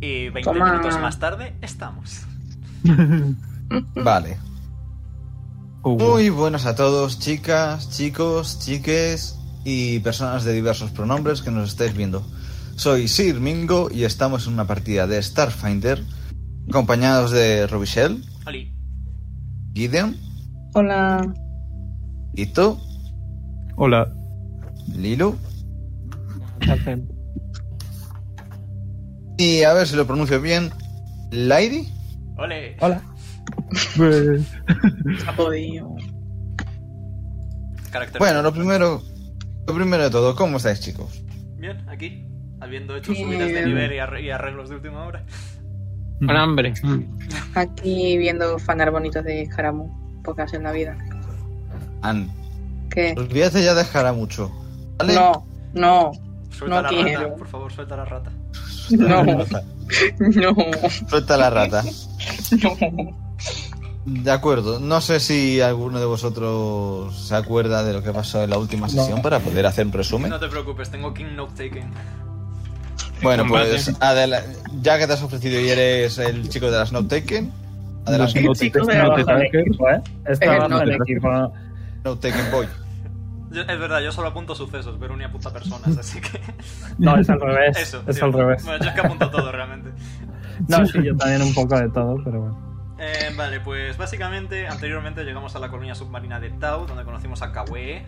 Y 20 Toma. minutos más tarde estamos. Vale. Hugo. Muy buenas a todos, chicas, chicos, chiques y personas de diversos pronombres que nos estáis viendo. Soy Sir Mingo y estamos en una partida de Starfinder, acompañados de Robichel, Oli. Gideon, Hola. Ito, Hola. Lilu y a ver si lo pronuncio bien, Lady. Ole. Hola. Eh, Ha podido. Carácter. Bueno, lo primero, lo primero de todo, ¿cómo estáis, chicos? Bien, aquí. Habiendo hecho Bien. subidas de nivel y ar- y arreglos de última hora. Con hambre. Mm. Aquí viendo fanar bonitos de Jaramu. Pocas en la vida. An, ¿Qué? olvídate ya dejará mucho. ¿vale? No, no, Suelta No la quiero. rata, por favor, suelta la rata. no, no, Suelta la rata. no. De acuerdo. No sé si alguno de vosotros se acuerda de lo que pasó en la última sesión para poder hacer un resumen. No te preocupes, tengo King Note Taken. bueno, Combate. pues adela- ya que te has ofrecido y eres el chico de las Note Taken, adelante. No El te- chico no de te abajo del tanques. equipo, ¿eh? Está Eh, abajo no. del equipo. Note Taken Boy. Yo- es verdad, yo solo apunto sucesos, pero ni a puta personas, así que. No, es al revés. Eso. es tío. al revés. Bueno, yo es que apunto todo realmente. No, sí, yo también un poco de todo, pero bueno. Eh, vale, pues básicamente, anteriormente llegamos a la colonia submarina de Tau, donde conocimos a Kawe,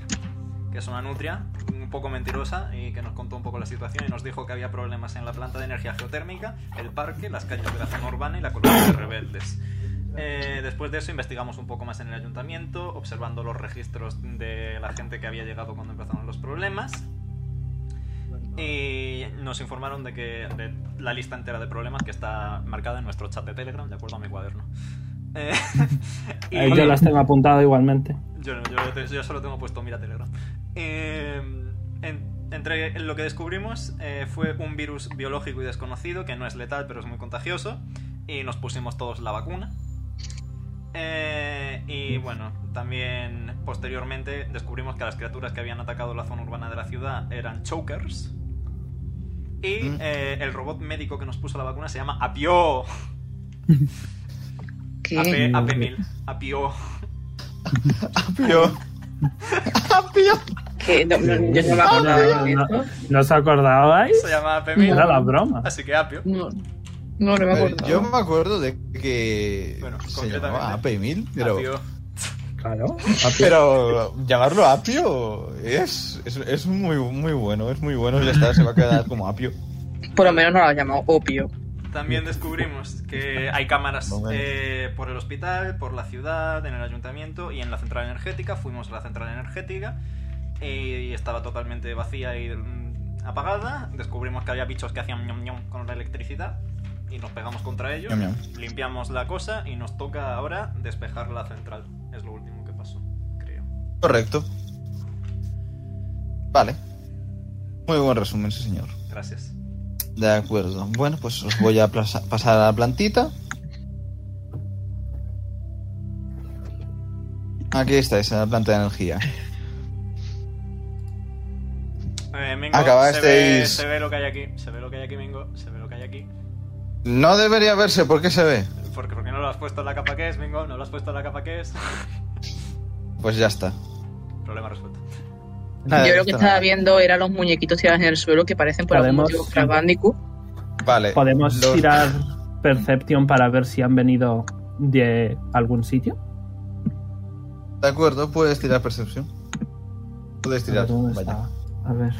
que es una nutria un poco mentirosa y que nos contó un poco la situación y nos dijo que había problemas en la planta de energía geotérmica, el parque, las calles de la zona urbana y la colonia de rebeldes. Eh, después de eso investigamos un poco más en el ayuntamiento, observando los registros de la gente que había llegado cuando empezaron los problemas. Y nos informaron de que de la lista entera de problemas que está marcada en nuestro chat de Telegram, de acuerdo a mi cuaderno. Eh, y- Eh, yo las tengo apuntado igualmente. yo, no, yo, te- yo solo tengo puesto mira Telegram. Eh, en- entre lo que descubrimos eh, fue un virus biológico y desconocido que no es letal pero es muy contagioso y nos pusimos todos la vacuna. Eh, y bueno, también posteriormente descubrimos que las criaturas que habían atacado la zona urbana de la ciudad eran chokers. Y Mm. eh, el robot médico que nos puso la vacuna se llama Apio. ¿Qué? AP, AP1000. Apio. Yo. ¿Qué? No, no, yo no me No, acordaba no, de no, esto. ¿No os acordabais? Se llama AP1000. Era la broma. Así que Apio. No, no, no me acuerdo. Eh, Pues Yo me acuerdo de que Bueno, se concretamente, llamaba AP1000, pero, Apio. Claro. pero llamarlo Apio es, es, es muy, muy bueno, es muy bueno. Ya está, se va a quedar como Apio. Por lo menos no lo han llamado opio. También descubrimos que hay cámaras Momento. eh, por el hospital, por la ciudad, en el ayuntamiento y en la central energética. Fuimos a la central energética y estaba totalmente vacía y mm, apagada. Descubrimos que había bichos que hacían ñom ñom con la electricidad y nos pegamos contra ellos. Ñom ñom. Limpiamos la cosa y nos toca ahora despejar la central. Es lo último que pasó, creo. Correcto. Vale. Muy buen resumen, sí, señor. Gracias. De acuerdo. Bueno, pues os voy a plaza- pasar a la plantita. Aquí estáis, en la planta de energía. Eh, Mingo, Acabasteis- se ve, se ve lo que hay aquí. Se ve lo que hay aquí, Mingo. Se ve lo que hay aquí. No debería verse, ¿por qué se ve? ¿Por qué, por qué no lo has puesto en la capa que es, Mingo? ¿No lo has puesto en la capa que es? Pues ya está. Problema resuelto. Nada, yo ya lo que está. estaba viendo eran los muñequitos tirados en el suelo que parecen por algún Podemos- motivo Crash Bandicoot. Vale. ¿Podemos los- tirar Perception para ver si han venido de algún sitio? De acuerdo, puedes tirar percepción. Puedes tirar. ¿Dónde vaya. estaba? A ver.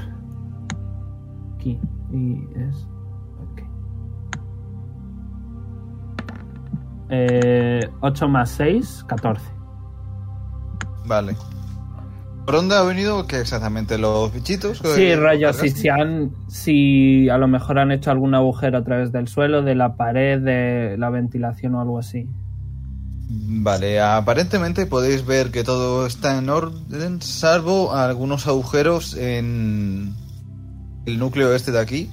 Aquí. Y es. Ok. Eh, 8 más 6, 14. Vale. ¿Por dónde ha venido? ¿Qué exactamente? ¿Los bichitos? que- Sí, rollo, cargaste? si, se han, si a lo mejor han hecho algún agujero a través del suelo, de la pared, de la ventilación o algo así. Vale, aparentemente podéis ver que todo está en orden, salvo algunos agujeros en el núcleo este de aquí,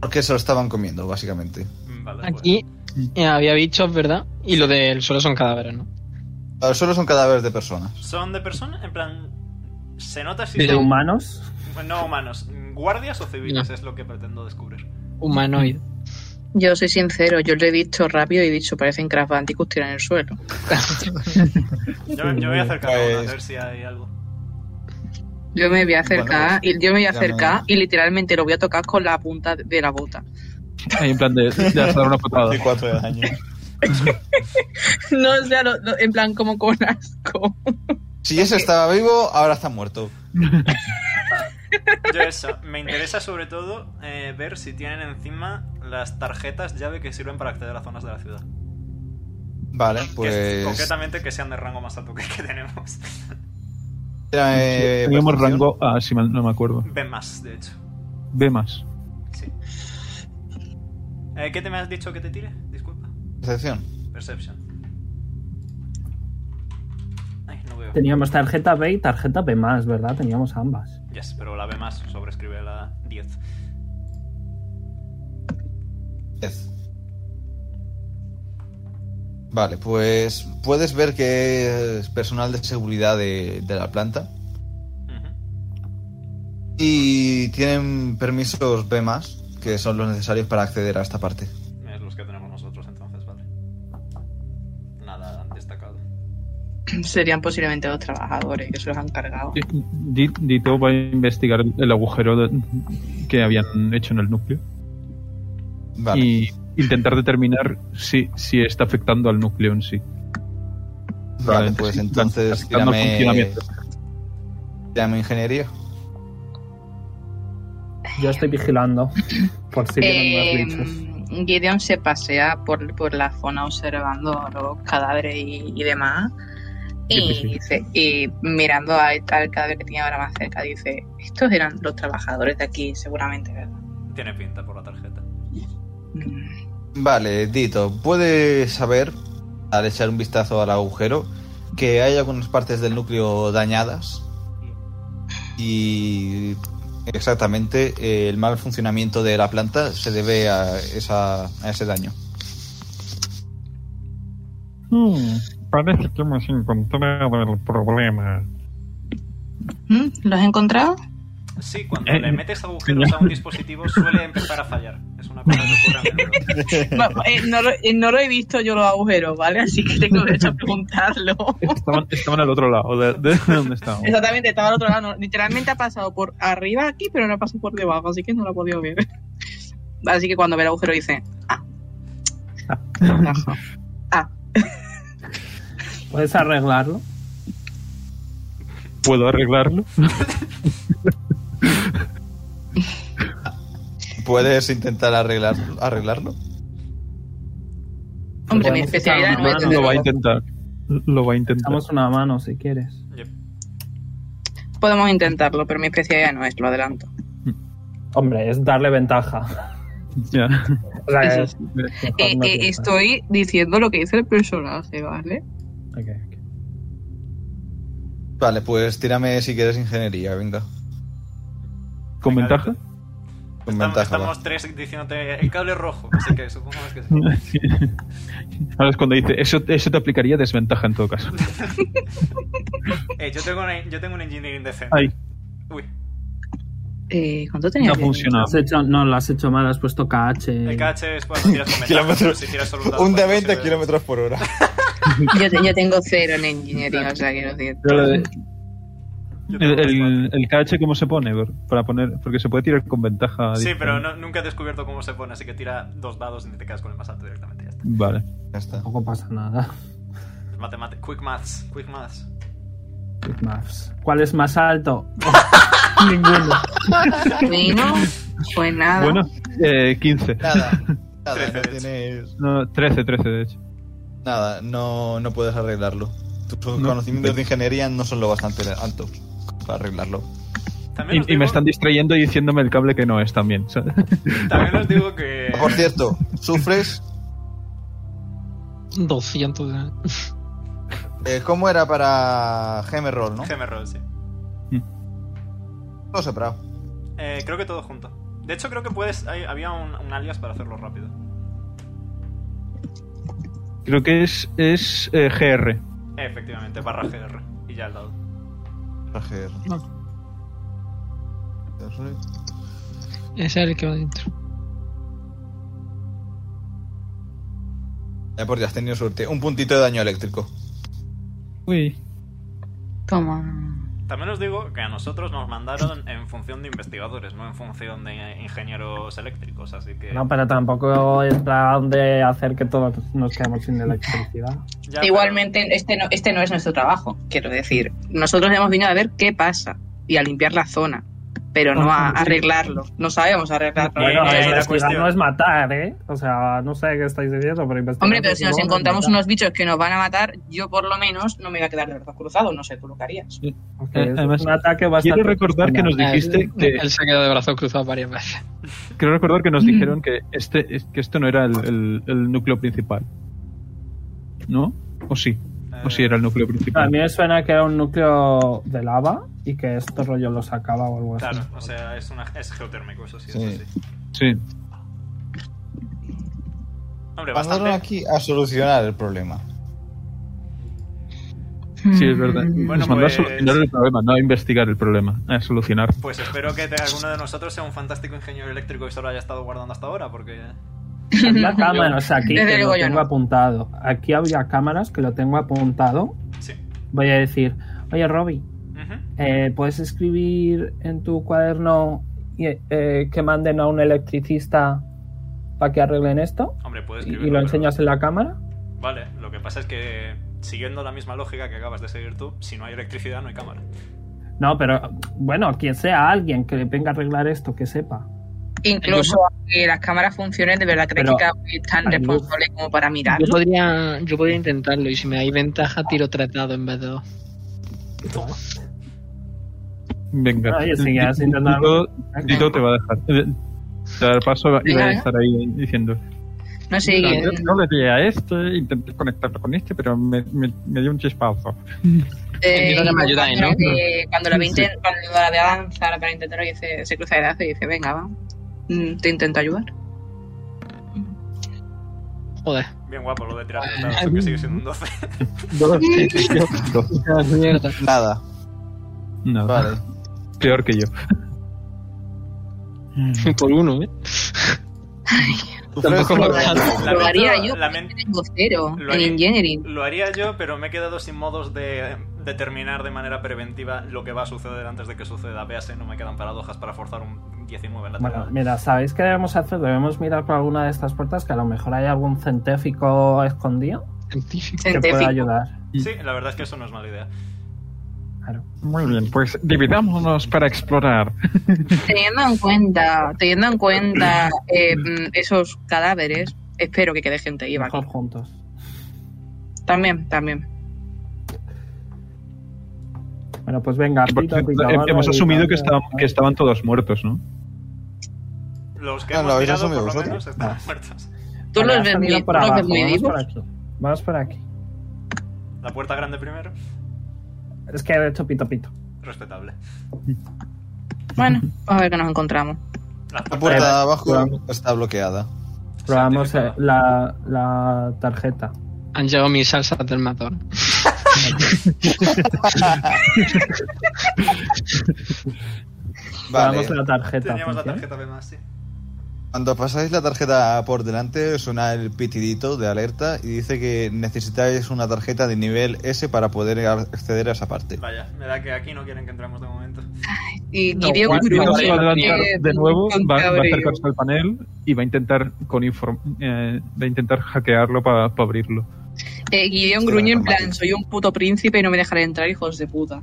porque se lo estaban comiendo, básicamente. Mm, Vale, Aquí eh, había bichos, ¿verdad? Y lo del suelo son cadáveres, ¿no? Ahora Solo son cadáveres de personas. pues. ¿Son de personas? En plan. ¿Se nota si De ¿De son humanos? no humanos? ¿Guardias o civiles? Es lo que pretendo descubrir. humanoide. Yo soy sincero, yo le he visto rápido y he dicho, parecen Crash Bandicoot tiran en el suelo. Yo, yo voy a acercarme a uno, a Pues- ver si hay algo. Yo me voy a acercar, y, yo me voy a ya acercar me- y literalmente lo voy a tocar con la punta de la bota. Ahí en plan de, de hacer una patada. De cuatro de daño. No, o sea, lo- lo- en plan como con asco. Si ese estaba vivo, ahora está muerto. Yo eso, me interesa sobre todo eh, ver si tienen encima las tarjetas llave que sirven para acceder a zonas de la ciudad. Vale, Que, pues. concretamente que sean de rango más alto que el que tenemos. Tírame, Tenemos eh, percepción. rango A, si mal- no me acuerdo. Ven más, de hecho. B más. Sí. Eh, ¿Qué te me has dicho que te tire? Disculpa. Percepción. Perception. Ay, no veo. Teníamos tarjeta B y tarjeta B más, ¿verdad? Teníamos ambas. Yes, pero la B más sobrescribe la 10. Diez. Vale, pues puedes ver que es personal de seguridad de, de la planta Ujú. y tienen permisos B+, que son los necesarios para acceder a esta parte. Es los que tenemos nosotros entonces, vale. Nada destacado. Serían posiblemente los trabajadores que se los han cargado. Di- Dito va a investigar el agujero de- que habían hecho en el núcleo Vale. y intentar determinar si, si está afectando al núcleo en sí. Vale, Realmente pues sí, entonces afectando al tírame, funcionamiento. tírame ingeniería. Yo estoy vigilando. Por si Eh, vienen más bichos. Gideon se pasea por, por la zona observando los cadáveres y, y demás. Sí, Y, sí. dice, y mirando a- este, al cadáver que tenía ahora más cerca, dice: Estos eran los trabajadores de aquí, seguramente, ¿verdad? Tiene pinta por la tarjeta. Mm, Vale, Dito, puedes saber, al echar un vistazo al agujero, que hay algunas partes del núcleo dañadas y exactamente eh, el mal funcionamiento de la planta se debe a, esa, a ese daño. Hmm, parece que hemos encontrado el problema. mm, ¿Los has encontrado? Sí, cuando Eh, le metes agujeros a un dispositivo suele empezar a fallar. Es una cosa que ocurre a menudo. Va- eh, no, lo, eh, no lo he visto yo los agujeros, ¿vale? Así que tengo derecho a preguntarlo. Estaban, estaban al otro lado de, de donde estábamos. Exactamente, estaba al otro lado. no, Literalmente ha pasado por arriba aquí, pero no ha pasado por debajo, así que no lo he podido ver. Así que cuando ve el agujero dice, ah. Ajá. Ah. ¿Puedes arreglarlo? ¿Puedo arreglarlo? ¿Puedes intentar arreglar, arreglarlo? Hombre, mi Podemos especialidad usar no una es mano. tener- Lo va a intentar. Lo va a intentar. Echamos una mano si quieres. Yep. Podemos intentarlo, pero mi especialidad no es, lo adelanto. Hombre, es darle ventaja. Ya. O sea, Eso es- sí. mejor Eh, no eh, tirar. estoy diciendo lo que dice el personaje, ¿vale? Ok, ok. Vale, pues tírame si quieres ingeniería, venga. ¿Con Venga, ventaja? Con Estamos, ventaja. va. estamos tres diciéndote el cable es rojo, así que supongo que sí. Sí. Ahora es cuando dice, eso, eso te aplicaría desventaja en todo caso. Eh, yo, tengo una- yo tengo un engineering decente. Ay, Uy, Eh, ¿Cuánto tenía? no yo? funciona. Has hecho- no, lo has hecho mal, has puesto KH. el KH es cuando tiras con ventaja, Kilómetros- si tiras solo un dado, Un de pues, 20 posible- kilómetros por hora. Yo, te- yo tengo cero en ingeniería, o sea, quiero decir. yo tengo El, más cuatro. el, el KH, ¿cómo se pone? Ver, Para poner, porque se puede tirar con ventaja. Sí, dice. pero no- nunca he descubierto cómo se pone, así que tira dos dados y te quedas con el más alto directamente. Ya está. Vale. Ya está. Tampoco pasa nada. Matemate- quick maths, quick maths. Big Maps. ¿Cuál es más alto? Ninguno. Bueno, pues nada. Bueno, eh, 15. Nada, nada, Trece, no de hecho. tienes... No, 13, 13 de hecho. Nada, no, no puedes arreglarlo. Tus No. conocimientos de ingeniería no son lo bastante altos para arreglarlo. También os Y, y digo- me están distrayendo y diciéndome el cable que no es también. ¿sabes? También os digo que. Por cierto, sufres. 200 de daño. eh, ¿Cómo era para Roll, no? GM roll, sí. Mm. No sé, pero. Eh, creo que todo junto. De hecho, creo que puedes. hay- había un, un alias para hacerlo rápido. Creo que es, es eh, GR. Eh, efectivamente, barra GR. Y ya al lado. Rajer. Ese es el que va dentro. Ya Eh, por Dios, has tenido suerte. Un puntito de daño eléctrico. Uy, Toma. También os digo que a nosotros nos mandaron en función de investigadores, no en función de ingenieros eléctricos, así que... No, pero tampoco es plan de hacer que todos nos quedemos sin electricidad. Ya, pero- Igualmente, este no, este no es nuestro trabajo, quiero decir. Nosotros hemos venido a ver qué pasa y a limpiar la zona, pero no a arreglarlo. No sabemos arreglarlo. Bueno, Bueno, ahí la investigar cuestión. no es matar, ¿eh? O sea, no sé qué estáis diciendo, pero investigar. Hombre, pero si nos no es encontramos matar. unos bichos que nos van a matar, yo por lo menos no me voy a quedar de brazos cruzados, no sé, tú lo que harías. Ok, Eh, es además, un ataque bastante. quiero recordar que nos Ah, dijiste él- que Él se ha quedado de brazos cruzados varias veces. quiero recordar que nos dijeron que este que esto no era el, el- el núcleo principal, ¿no? O sí, o sí era el núcleo A principal. mí me suena que era un núcleo de lava y que esto rollo lo sacaba o algo Claro, así. o sea, es, una, es geotérmico, eso sí, Sí. eso sí. Sí. Hombre, Pasaron bastante... aquí a solucionar el problema. Sí, es verdad. Bueno, Nos mandó pues- a solucionar el problema, no a investigar el problema, a solucionar. Pues espero que te- alguno de nosotros sea un fantástico ingeniero eléctrico y se lo haya estado guardando hasta ahora, porque... Había cámaras aquí Desde que lo luego yo tengo no. apuntado. Aquí había cámaras que lo tengo apuntado. Sí. Voy a decir, oye, Robbie, Ujú. eh, ¿puedes escribir en tu cuaderno y, eh, que manden a un electricista para que arreglen esto? Hombre, puedes Y, escribirlo. y lo pero- enseñas en la cámara. Vale, lo que pasa es que, siguiendo la misma lógica que acabas de seguir tú, si no hay electricidad no hay cámara. No, pero bueno, quien sea alguien que le venga a arreglar esto, que sepa. Incluso que las cámaras funcionen, de verdad crees Pero- que Gaby es tan Ay, responsable como para Yo mirarlo. podría, yo podría intentarlo y si me dais ventaja, tiro tres dados en vez de dos. Venga. Oye, si ya has intentado- Tito- Tito te va a dejar. Eh, Te va a dar paso y va a Venga. estar ahí diciendo. No sé, eh, Mira, que- yo, yo le di a eh. este, intenté conectarlo con este, pero me, me- me dio un chispazo. Eh, Entiendo que me ayudáis, ¿no? que cuando la ve, inten- cuando la ve avanzar para intentarlo, dice, se cruza de brazos y dice, venga, va, Mm, te intento ayudar. Joder. Bien guapo lo de tirar los dados, que sigue siendo un 12. Mierda. Nada, No, vale. peor que yo. Mm. Por uno, ¿eh? Sufres Tampoco por- lo hagas. Lamento- Lo haría yo, lamen- tengo cero lo en haría- engineering. Lo haría yo, pero me he quedado sin modos de determinar de manera preventiva lo que va a suceder antes de que suceda. Véase, no me quedan paradojas para forzar un 19 en la Bueno, tabla. mira, ¿sabéis qué debemos hacer? Debemos mirar por alguna de estas puertas que a lo mejor hay algún centéfico escondido Científico. que pueda Científico. ayudar. Sí, la verdad es que eso no es mala idea. Claro. Muy bien, pues dividámonos para explorar. Teniendo en cuenta, teniendo en cuenta eh, mm, esos cadáveres, espero que quede gente viva. Mejor juntos. También, también. Bueno, pues venga, Por pito, cierto, pito, eh, vale, Hemos asumido que vale, estaban, vale. que estaban todos muertos, ¿no? Los que Ah, hemos ¿lo habéis tirado, por asumido lo vosotros? menos, están Ah. muertos. ¿Tú Vale, los has ves muy, venido tú por los ves abajo, muy vamos vivos? por aquí. Vamos por aquí. La puerta grande primero, Es que he hecho pito pito. respetable. Bueno, a ver qué nos encontramos. La La puerta, puerta de abajo Vamos. está bloqueada. Probamos eh, científica. la, la tarjeta. Han llegado mis salsas del matón. Vale. Probamos la tarjeta. Teníamos la ¿funciona? tarjeta B más, sí. Cuando pasáis la tarjeta por delante, suena el pitidito de alerta y dice que necesitáis una tarjeta de nivel S para poder acceder a esa parte. Vaya, me da que aquí no quieren que entremos de momento. Y, No, y veo Juan, Y no, nos sí, va a adelantar que- de nuevo, con va, va a cabreo. acercarse al panel y va a intentar con inform- eh, va a intentar hackearlo para abrirlo. Eh, Gideon Hostia, gruñe en normal. plan, soy un puto príncipe y no me dejaré entrar, hijos de puta.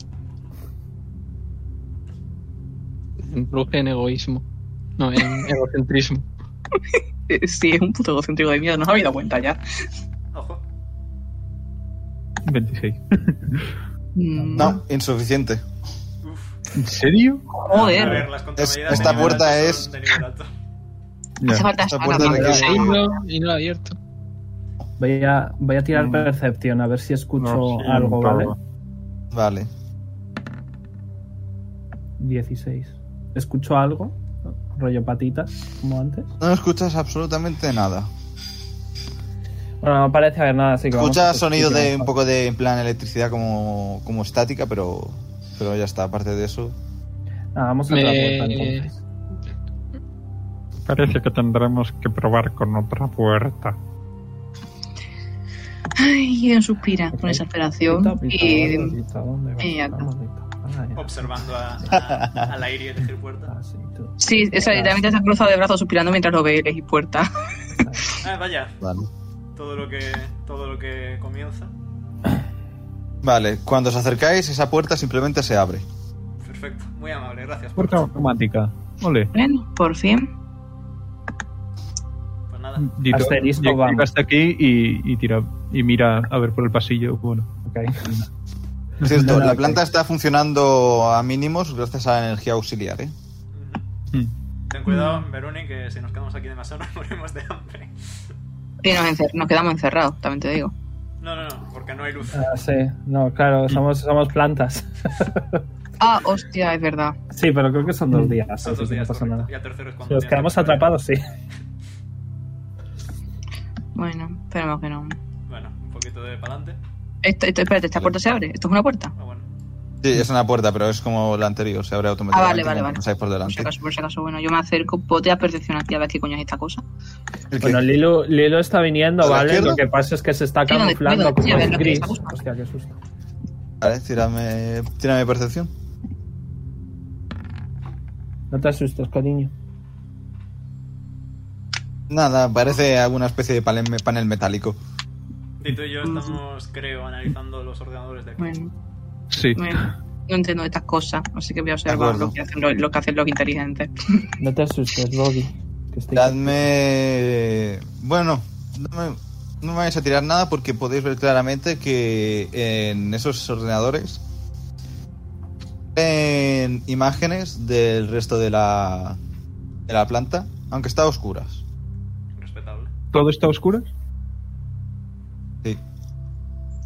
Empuje en egoísmo. No, en egocentrismo. Eh, Sí, es un puto egocéntrico de miedo, no os habéis dado cuenta ya. Ojo. 26. Mm, No, insuficiente. Uf. ¿En serio? A ver, Joder, las contramedidas esta de nivel puerta alto es- son de nivel alto. Ya. hace falta Esta sana, puerta madre. de Se ha ido y no lo ha abierto. Voy a, voy a tirar Mm. percepción a ver si escucho No siento. algo, ¿vale? Vale. 16. ¿Escucho algo? Rollo patitas, como antes. No escuchas absolutamente nada. Bueno, no parece haber nada, así que vamos a Escuchas sonido de proseguir. un poco de en plan electricidad como, como estática, pero, pero ya está. Aparte de eso, Ah, vamos a otra Me- puerta entonces. Parece que tendremos que probar con otra puerta. Ay, él suspira con esa operación. Y. Eh, y ya Observando a, a, a la Iria elegir puerta. Sí, esa literalmente se ha cruzado de brazos suspirando mientras lo ve y puerta. Ah, vaya, Vale. todo lo que, todo lo que comienza. Vale, cuando os acercáis, esa puerta simplemente se abre. Perfecto, muy amable, gracias. Puerta automática. Ole. Bueno, por fin. Pues nada, Dito, Asterisco, lleg- vamos. llega hasta aquí y, y tira y mira a ver por el pasillo. Bueno, Cierto, Nada, la ok. planta está funcionando a mínimos gracias a la energía auxiliar, ¿eh? ten cuidado, Veroni, que si nos quedamos aquí demasiado nos morimos de hambre. Sí, nos, encer- nos quedamos encerrados, también te digo. No, no, no, porque no hay luz. Ah, sí, no, claro, somos, somos plantas. Ah, hostia, es verdad. Sí, pero creo que son Mm. dos días. Son dos así que no días, pasa correcto. nada. Y el tercero es Si cuando. nos ya quedamos se puede. atrapados, sí. Bueno, esperemos que no. Bueno, un poquito de pa'lante. Esto, esto- espérate, ¿esta puerta se abre? ¿Esto es una puerta? Ah, bueno. Sí, es una puerta, pero es como la anterior, se abre automáticamente. Ah, vale, vale, cuando vale. pasáis Por por si delante. acaso, por si acaso, bueno, yo me acerco, pote a percepción aquí a ver qué coño es esta cosa. El que- Bueno, Lilo, Lilo está viniendo, ¿A la ¿vale? izquierda? Lo que pasa es que se está Sí, donde- camuflando donde- como sí, a ver, es lo que gris. está buscando. Hostia, qué susto. Vale, tírame, tírame percepción. No te asustes, cariño. Nada, parece alguna especie de palen- panel metálico. Tito y yo estamos, creo, analizando los ordenadores de aquí. Bueno, sí. bueno, no entiendo estas cosas, así que voy a observar acuerdo. lo que, hacen, lo, lo que hacen los inteligentes. No te asustes, Bobby. Que estoy- Dadme. Bueno, no me, no me vais a tirar nada porque podéis ver claramente que en esos ordenadores. En imágenes del resto de la, de la planta, aunque está a oscuras. Respetable. ¿Todo está a oscuras? Sí.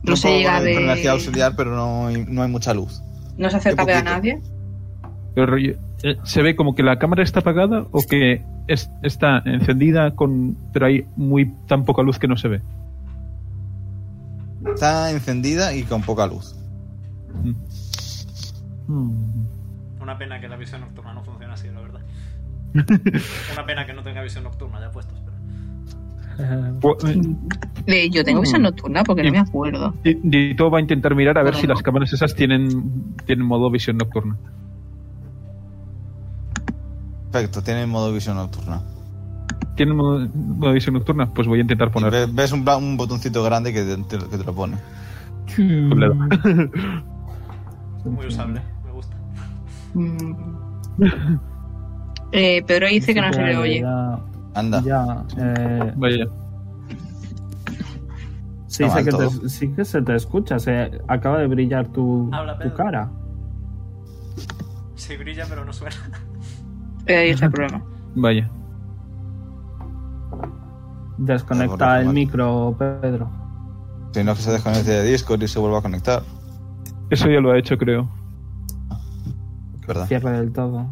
No se puedo llega poner de- energía auxiliar, pero no hay, no hay mucha luz. ¿No se acerca a Qué ver a poquito. nadie? Pero rollo, eh, ¿Se ve como que la cámara está apagada o que es- está encendida con pero hay muy tan poca luz que no se ve? Está encendida y con poca luz. Mm. Hmm. Una pena que la visión nocturna no funcione así, la verdad. Una pena que no tenga visión nocturna, ya puestos. Pero... Eh, Pu- eh, De, yo tengo visión Mm. nocturna porque no Sí. me acuerdo. Di- Dito va a intentar mirar a ver Bueno. si las cámaras esas tienen, tienen modo visión nocturna. Perfecto, tiene modo visión nocturna. ¿Tienen modo, modo visión nocturna? Pues voy a intentar Y poner. ve- Ves un, bla- un botoncito grande que te, te- que te lo pone. Mm. un lado. Muy usable, me gusta. Mm. Eh, Pedro dice que no se le oye. Ya, Anda. ya, eh, Vaya. sí, Está sé mal que te- todo. sí que se te escucha. Se acaba de brillar tu, Habla, tu Pedro. cara. Sí brilla, pero no suena. Eh, ahí está el problema. Vaya. Ah, Desconecta el bueno, micro, Pedro. Si no, que se desconecte de Discord y se vuelva a conectar. Eso ya lo ha hecho, creo. ¿Verdad? Cierra del todo.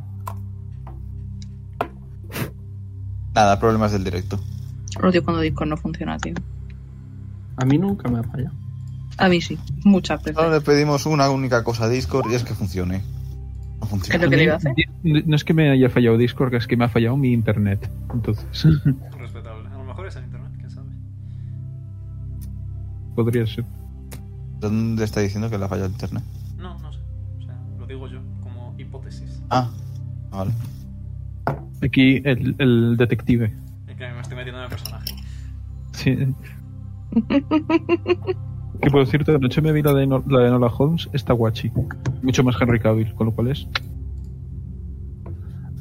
Nada, problemas del directo. Odio cuando Discord no funciona, tío. A mí nunca me falla. A mí sí, muchas veces. Solo le pedimos una única cosa a Discord y es que funcione. No ¿Qué es funciona. lo que le iba a hacer? Di- No es que me haya fallado Discord, es que me ha fallado mi internet. Entonces, Respetable. A lo mejor es en internet, quién sabe. podría ser. ¿Dónde está diciendo que le ha fallado el internet? No, no sé. O sea, lo digo yo como hipótesis. Ah, vale. Aquí el, el detective. Es que me estoy metiendo en el personaje. Sí. Que por cierto, anoche me vi la de, No- la de Nola Holmes, está guachi. Mucho más Henry Cavill, con lo cual es.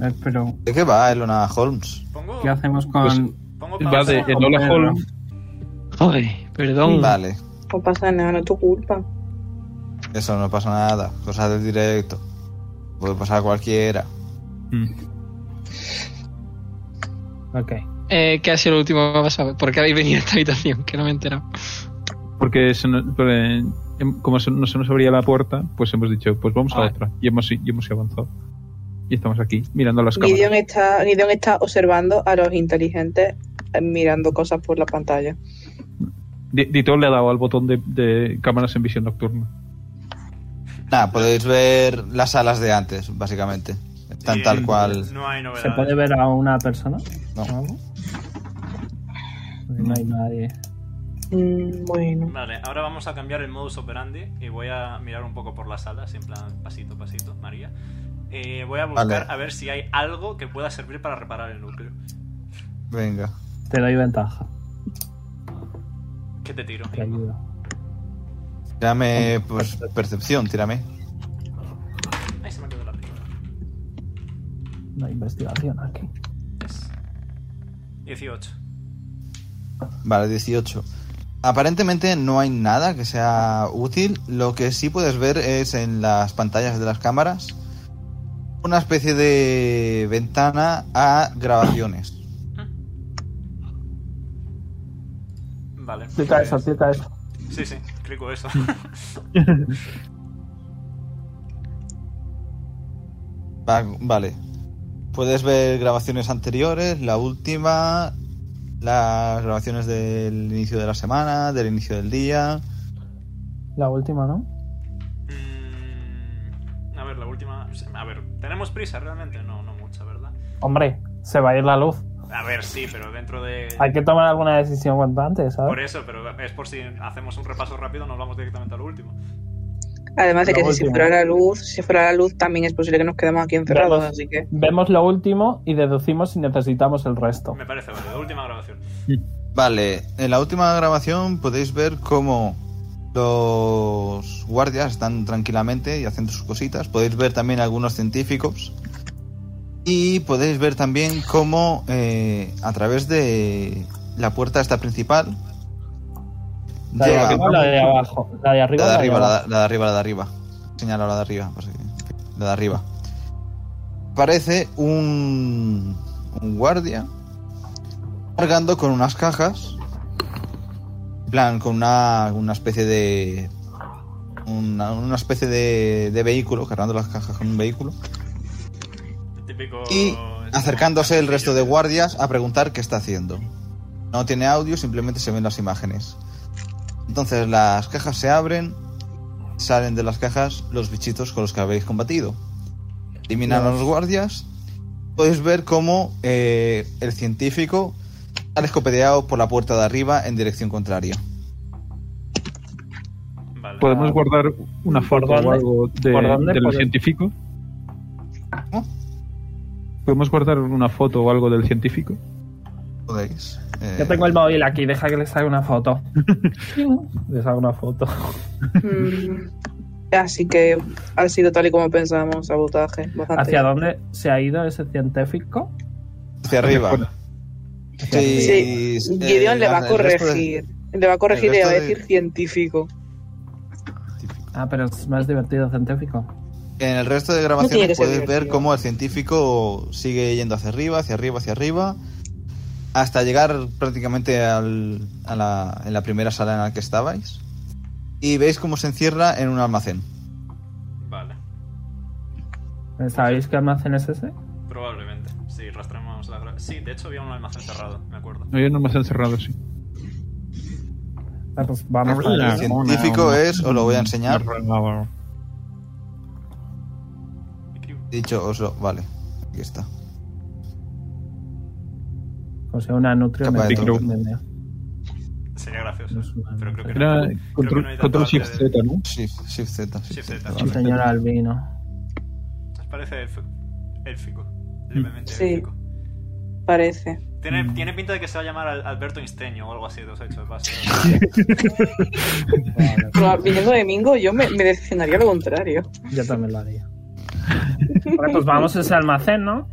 Eh, pero, ¿De qué va Elona Holmes? Pongo, Pues, ¿qué hacemos con. pongo Va de pausa. eh, Nola Hombre, Holmes. Joder, perdón. Vale, No pasa nada, no es tu culpa. eso no pasa nada. Cosas del directo. Puede pasar a cualquiera. Mm. Ok. Eh, ¿Qué ha sido lo último que ha pasado? ¿Por qué habéis venido a esta habitación? Que no me he enterado. Porque se nos- porque, em, como se- no se nos abría la puerta, pues hemos dicho, pues vamos a Ah. otra. Y hemos, y hemos avanzado. Y estamos aquí, mirando las cámaras. Gideon está, Gideon está observando a los inteligentes eh, mirando cosas por la pantalla. Di- Dito le ha dado al botón de, de cámaras en visión nocturna. Nada, podéis ver las salas de antes, básicamente. Están Y, tal eh, cual. No hay ¿Se novedades. puede ver a una persona? No. No hay nadie. Mm, bueno. Vale, ahora vamos a cambiar el modus operandi y voy a mirar un poco por la sala, en plan pasito pasito, María. Eh, voy a buscar Vale. a ver si hay algo que pueda servir para reparar el núcleo. Venga. Te doy ventaja. ¿Qué te tiro? Te Ingo? ayudo. Tírame pues, percepción, tírame. Ahí se me quedó la película. No hay investigación aquí. Yes. 18. Vale, 18. Aparentemente no hay nada que sea útil. Lo que sí puedes ver es en las pantallas de las cámaras una especie de ventana a grabaciones. Vale. Explica pues- eso, explica eso. Sí, sí, clico eso. Va- vale. Puedes ver grabaciones anteriores, la última, las grabaciones del inicio de la semana, del inicio del día. La última, ¿no? Mm, a ver, la última. A ver, ¿tenemos prisa realmente? No, no mucha, ¿verdad? Hombre, se va a ir la luz. A ver, sí, pero dentro de. Hay que tomar alguna decisión cuanto antes, ¿sabes? Por eso, pero es por si hacemos un repaso rápido, nos vamos directamente a lo último. Además de La que si se última. fuera la luz, si se fuera la luz también es posible que nos quedemos aquí encerrados, Vamos. así que Vemos lo último y deducimos si necesitamos el resto. Me parece, vale, la última grabación. Vale, en la última grabación podéis ver cómo los guardias están tranquilamente y haciendo sus cositas. Podéis ver también algunos científicos. Y podéis ver también cómo eh, a través de la puerta esta principal... La de llega- arriba o la de abajo. La de arriba la de o arriba, abajo. la, de- la de arriba, la de arriba. Señala la de arriba. pues, eh, La de arriba. Parece un, un guardia cargando con unas cajas. En plan, con una, una especie de. Una, una especie de, de vehículo, cargando las cajas con un vehículo. El típico. Y acercándose el resto de guardias a preguntar qué está haciendo. No tiene audio, simplemente se ven las imágenes. Entonces las cajas se abren, salen de las cajas los bichitos con los que habéis combatido. Eliminan a los guardias. Podéis ver cómo eh, el científico ha escopeteado por la puerta de arriba en dirección contraria. Vale. ¿Podemos guardar una ¿Por foto o dónde? algo de- ¿Por dónde del podemos? científico? ¿Cómo? ¿Podemos guardar una foto o algo del científico? Podéis. eh, Yo tengo el móvil aquí, deja que les haga una foto. les hago una foto. mm, así que ha sido tal y como pensábamos, sabotaje. Bastante. ¿Hacia dónde se ha ido ese científico? hacia arriba. Sí, Sí, eh, Gideon le va a el resto de- corregir. Le va a corregir el y le va a resto de- decir científico. Ah, pero es más divertido científico. En el resto de tiene que grabaciones ser puedes ver divertido. cómo el científico sigue yendo hacia arriba, hacia arriba, hacia arriba, hasta llegar prácticamente al- a la, en la primera sala en la que estabais. Y veis cómo se encierra en un almacén. Vale, ¿Sabéis qué almacén es ese? probablemente. Sí, rastreamos la gra- Sí, de hecho había un almacén cerrado, me acuerdo. No, yo no me he encerrado, sí. Ah, pues vamos Hola. a El científico es, os lo voy a enseñar. Ordenado. Dicho, os lo- vale, aquí está. O sea, pues, una nutria Capaz de me- todo. me- me- Sería gracioso. No es un- Pero creo que Era no. Creo que control, no hay tanto control Shift arte de- Z, ¿no? Shift, shift Z. Shift Shift Z, Z, El vale. señor albino. Nos parece elf- élfico. Levemente Sí. élfico. Parece. Tiene, tiene pinta de que se va a llamar Al- Alberto Insteño o algo así, dos hechos base. Pero viniendo de Mingo, yo me, me decepcionaría lo Eh, contrario. Yo también lo haría. Vale, pues vamos a ese almacén, ¿no?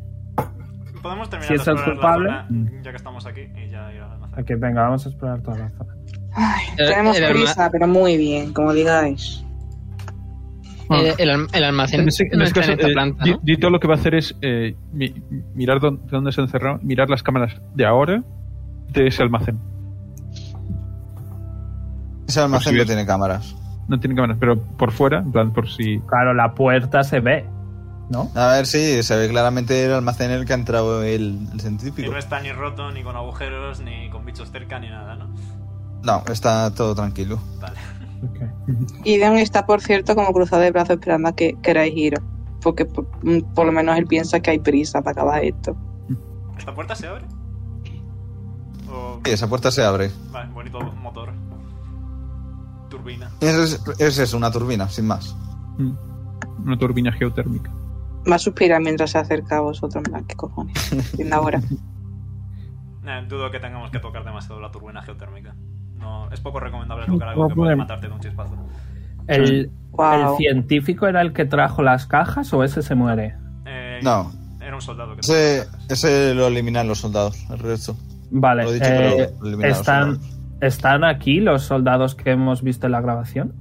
Podemos terminar Si es de explorar el la culpable. mm. zona, ya que estamos aquí y ya ir al almacén. Aquí, venga, vamos a explorar toda la zona. Ay, El- tenemos el alma- prisa, pero muy bien, como digáis. Ah. Eh, el, alm- el almacén En ese- en no ese está caso, en esta eh, planta, Di- ¿no? Dito lo que va a hacer es eh, mi- mirar dónde, dónde se ha encerrado, mirar las cámaras de ahora de ese almacén. Ese almacén Pues no sí. tiene cámaras. No tiene cámaras, pero por fuera, en plan, por si. Claro, la puerta se ve, ¿no? A ver si se ve claramente el almacén en el que ha entrado el, el Y científico. no está ni roto, ni con agujeros, ni con bichos cerca, ni nada, ¿no? No, está todo tranquilo. Vale. Gideon está, por cierto, como cruzado de brazos esperando a que queráis ir. Porque por, mm, por lo menos él piensa que hay prisa para acabar esto. ¿Esta puerta se abre? O- Y esa puerta se abre. Vale, bonito motor. Turbina. Es, es eso, una turbina, sin más. Mm. Una turbina geotérmica. Va a suspirar mientras se acerca a vosotros. En plan, ¿qué cojones? Viendo ahora. Eh, dudo que tengamos que tocar demasiado la turbina geotérmica. No, es poco recomendable tocar algo que puede Problema. matarte de un chispazo. ¿El, Wow. el científico era el que trajo las cajas o ese se muere? Eh, No, Era un soldado que tenía ese, cajas. ese lo eliminan los soldados, el resto. Vale. Lo he dicho, eh, pero eliminado los ¿están, soldados. ¿Están aquí los soldados que hemos visto en la grabación?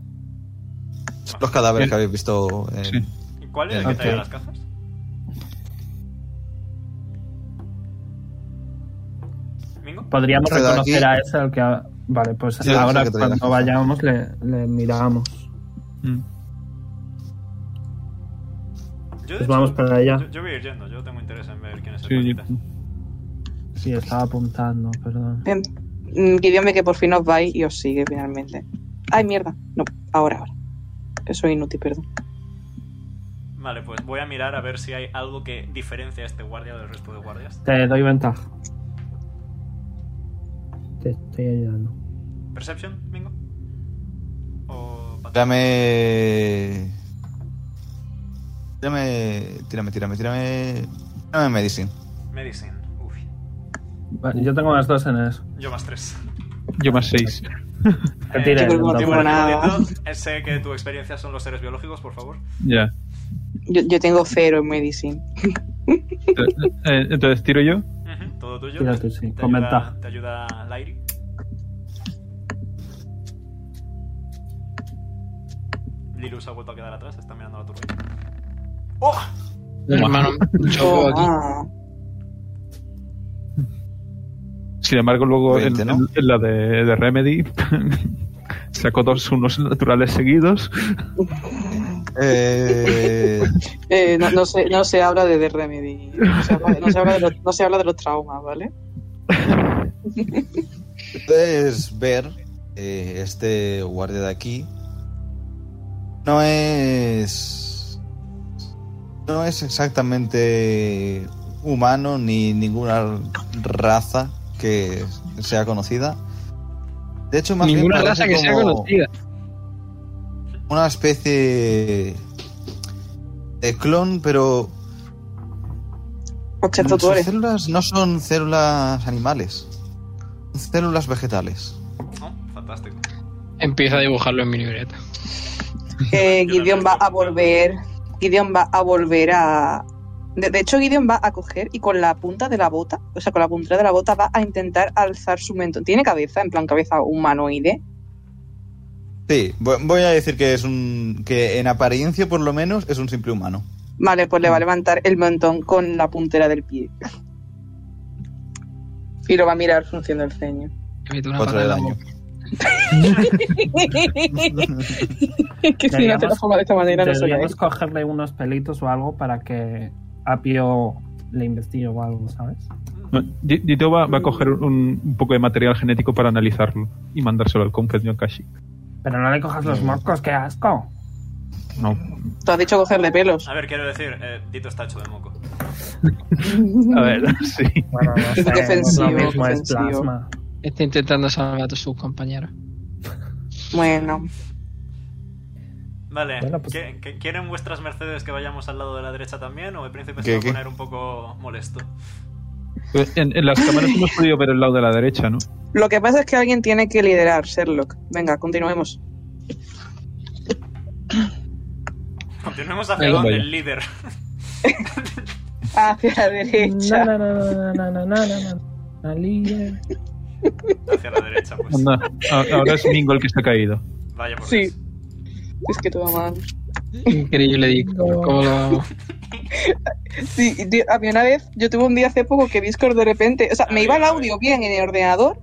Los cadáveres que habéis visto. en- Sí. ¿Y ¿Cuál es el que Ok. traía las cajas? ¿Mingo? Podríamos Este de aquí. reconocer a ese al que... ha- Vale, pues Sí, ahora sí que traía las cuando cajas. vayamos le, le Eh, miramos. Mm. Yo, de Pues vamos para allá. Yo, yo voy a ir yendo, yo tengo interés en ver quién es el Sí, bandita. Sí, estaba apuntando, perdón. Bien. Mm, Gideon ve que por fin os vais y os sigue finalmente. Ay, mierda. No, ahora, ahora. Eso es inútil, perdón. Vale, pues voy a mirar a ver si hay algo que diferencia a este guardia del resto de guardias. Te doy ventaja. Te estoy ayudando. ¿Perception, Mingo? ¿O Pat- Tírame. Tírame. Tírame, tírame, tírame. Tírame Medicine. Medicine. Uf. Vale, yo tengo más dos en eso. Yo más tres. Yo más 6. Que Eh, tire, Chicos, no entonces. tengo nada. Eh, Sé que tu experiencia son los seres biológicos, por favor. Ya. Yo, yo tengo cero en medicina. Eh, Entonces tiro yo. Ujú, Todo tuyo. Tira tú, sí, Te con ayuda- ventaja. Te ayuda Lairi. Lilus ha vuelto a quedar atrás, está mirando la turbina. ¡Oh! Hermano, Oh, yo aquí. Ah. Sin embargo, luego Veinte, en, ¿no? en- en la de, de Remedy sacó dos unos naturales seguidos. Eh, Eh, no, no se, no se habla de The Remedy. No se habla, no se habla de, los, no se habla de los traumas, ¿vale? puedes ver eh, este guardia de aquí. No es. No es exactamente humano ni ninguna raza que sea conocida. De hecho, más Ninguna bien raza parece que sea como- conocida. una especie de clon, pero Excepto tú sus eres. células no son células animales, son células vegetales. Oh, fantástico. Empieza a dibujarlo en mi libreta. Eh, Gideon va a volver. Gideon va a volver a. De, de hecho, Gideon va a coger y con la punta de la bota, o sea, con la puntera de la bota, va a intentar alzar su mentón. Tiene cabeza, en plan cabeza humanoide. Sí, vo- voy a decir que es un que en apariencia por lo menos es un simple humano. Vale, pues le va a levantar el mentón con la puntera del pie. Y lo va a mirar frunciendo el ceño. Que mete una Cuatro pata de en la daño. boca. que si no te lo de esta manera, no se Deberíamos cogerle unos pelitos o algo para que Apio le investigue o algo, ¿sabes? No, Di- Dito va, va a coger un, un poco de material genético para analizarlo y mandárselo al conferencia Kashi. Pero no le cojas los moscos, qué asco. No. Tú has dicho cogerle pelos. A ver, quiero decir, eh, Dito está hecho de moco. A ver, sí. Bueno, no sé, no es Defensivo, lo mismo, es defensivo. plasma. Está intentando salvar a todos sus compañeros. Bueno, Vale, Bueno, pues- ¿qué- qué- quieren vuestras mercedes que vayamos al lado de la derecha también? ¿O el príncipe se ¿Qué, va a qué? poner un poco molesto? En, en las cámaras hemos podido ver el lado de la derecha, ¿no? Lo que pasa es que alguien tiene que liderar, Sherlock. Venga, continuemos. Continuemos hacia Ahí donde vaya. el líder. Hacia la derecha. Na, na, na, na, na, na, na, na, na, líder. hacia la derecha, pues. Anda, a- ahora es Mingo el que se ha caído. Vaya por Sí. Dios. Es que todo mal. Increíble, Dico. ¿Cómo lo vamos? Sí, di- a mí una vez, yo tuve un día hace poco que Discord de repente, o sea, me iba el audio bien en el ordenador,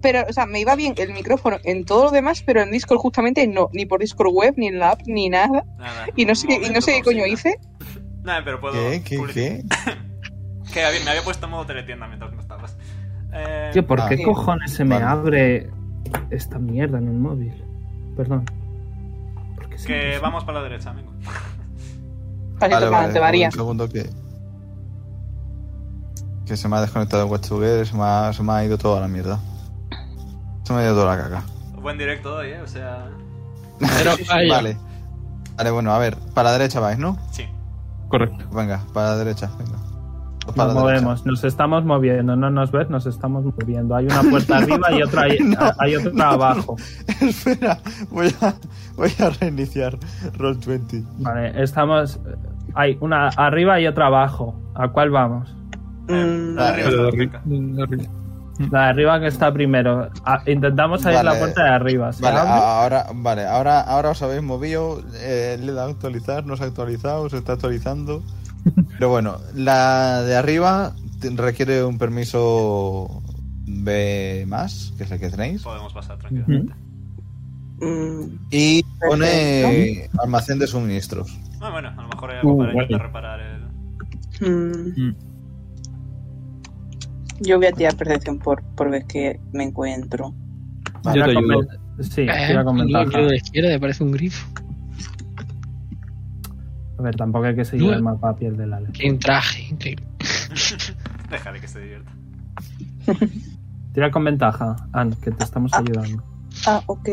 pero, o sea, me iba bien el micrófono en todo lo demás, pero en Discord justamente no, ni por Discord web, ni en la app, ni nada. Nada, Y no sé, un y no sé qué momento, coño pausita. hice. Nada, pero puedo. ¿Qué? ¿Qué? publici- ¿Qué? Que había- me había puesto en modo teletienda mientras no estabas. Eh, Tío, ¿por Ah. qué cojones se me Vale. abre esta mierda en el móvil? Perdón. ¿Por qué se me que abre? vamos para la derecha, amigo. Pasito para adelante, María. un segundo que que se me ha desconectado Watch Together, se me ha, se me ha ido toda la mierda. Se me ha ido toda la caca. Buen directo hoy, eh. O sea. Pero vaya. Vale. Vale, bueno, a ver, para la derecha vais, ¿no? Sí. Correcto. Venga, para la derecha, venga. Pues para Nos la derecha. movemos, nos estamos moviendo, no nos ves, nos estamos moviendo. Hay una puerta arriba y otra hay, no, hay otra abajo. Espera, voy a, voy a reiniciar Roll 20. Vale, estamos. Hay una arriba y otra abajo. ¿A cuál vamos? Mm, Ah, La de Arriba. arri- la de arriba. Mm, La de arriba que está primero. Ah, intentamos salir Vale. la puerta de arriba. ¿se Vale, ah, abre? ahora, vale, ahora, ahora os habéis movido, eh, le he dado a actualizar, no se ha actualizado, se está actualizando. Pero bueno, la de arriba te- requiere un permiso B más, que es el que tenéis. Podemos pasar tranquilamente. mm, Y pone almacén de suministros. Ah, bueno, a lo mejor era Uh, para guay. intentar reparar el. mm. Mm. Yo voy a tirar percepción por, por ver qué me encuentro. Yo Tira te con ayudo. ve- Sí, Eh, tira con no, ventaja. creo de izquierda, me parece un grifo. A ver, tampoco hay que seguir Nueve. el mapa a piel de la ley. Qué un traje, increíble. Déjale que se divierta. Tira con ventaja, Ann, Ah, que te estamos ayudando. Ah, ok.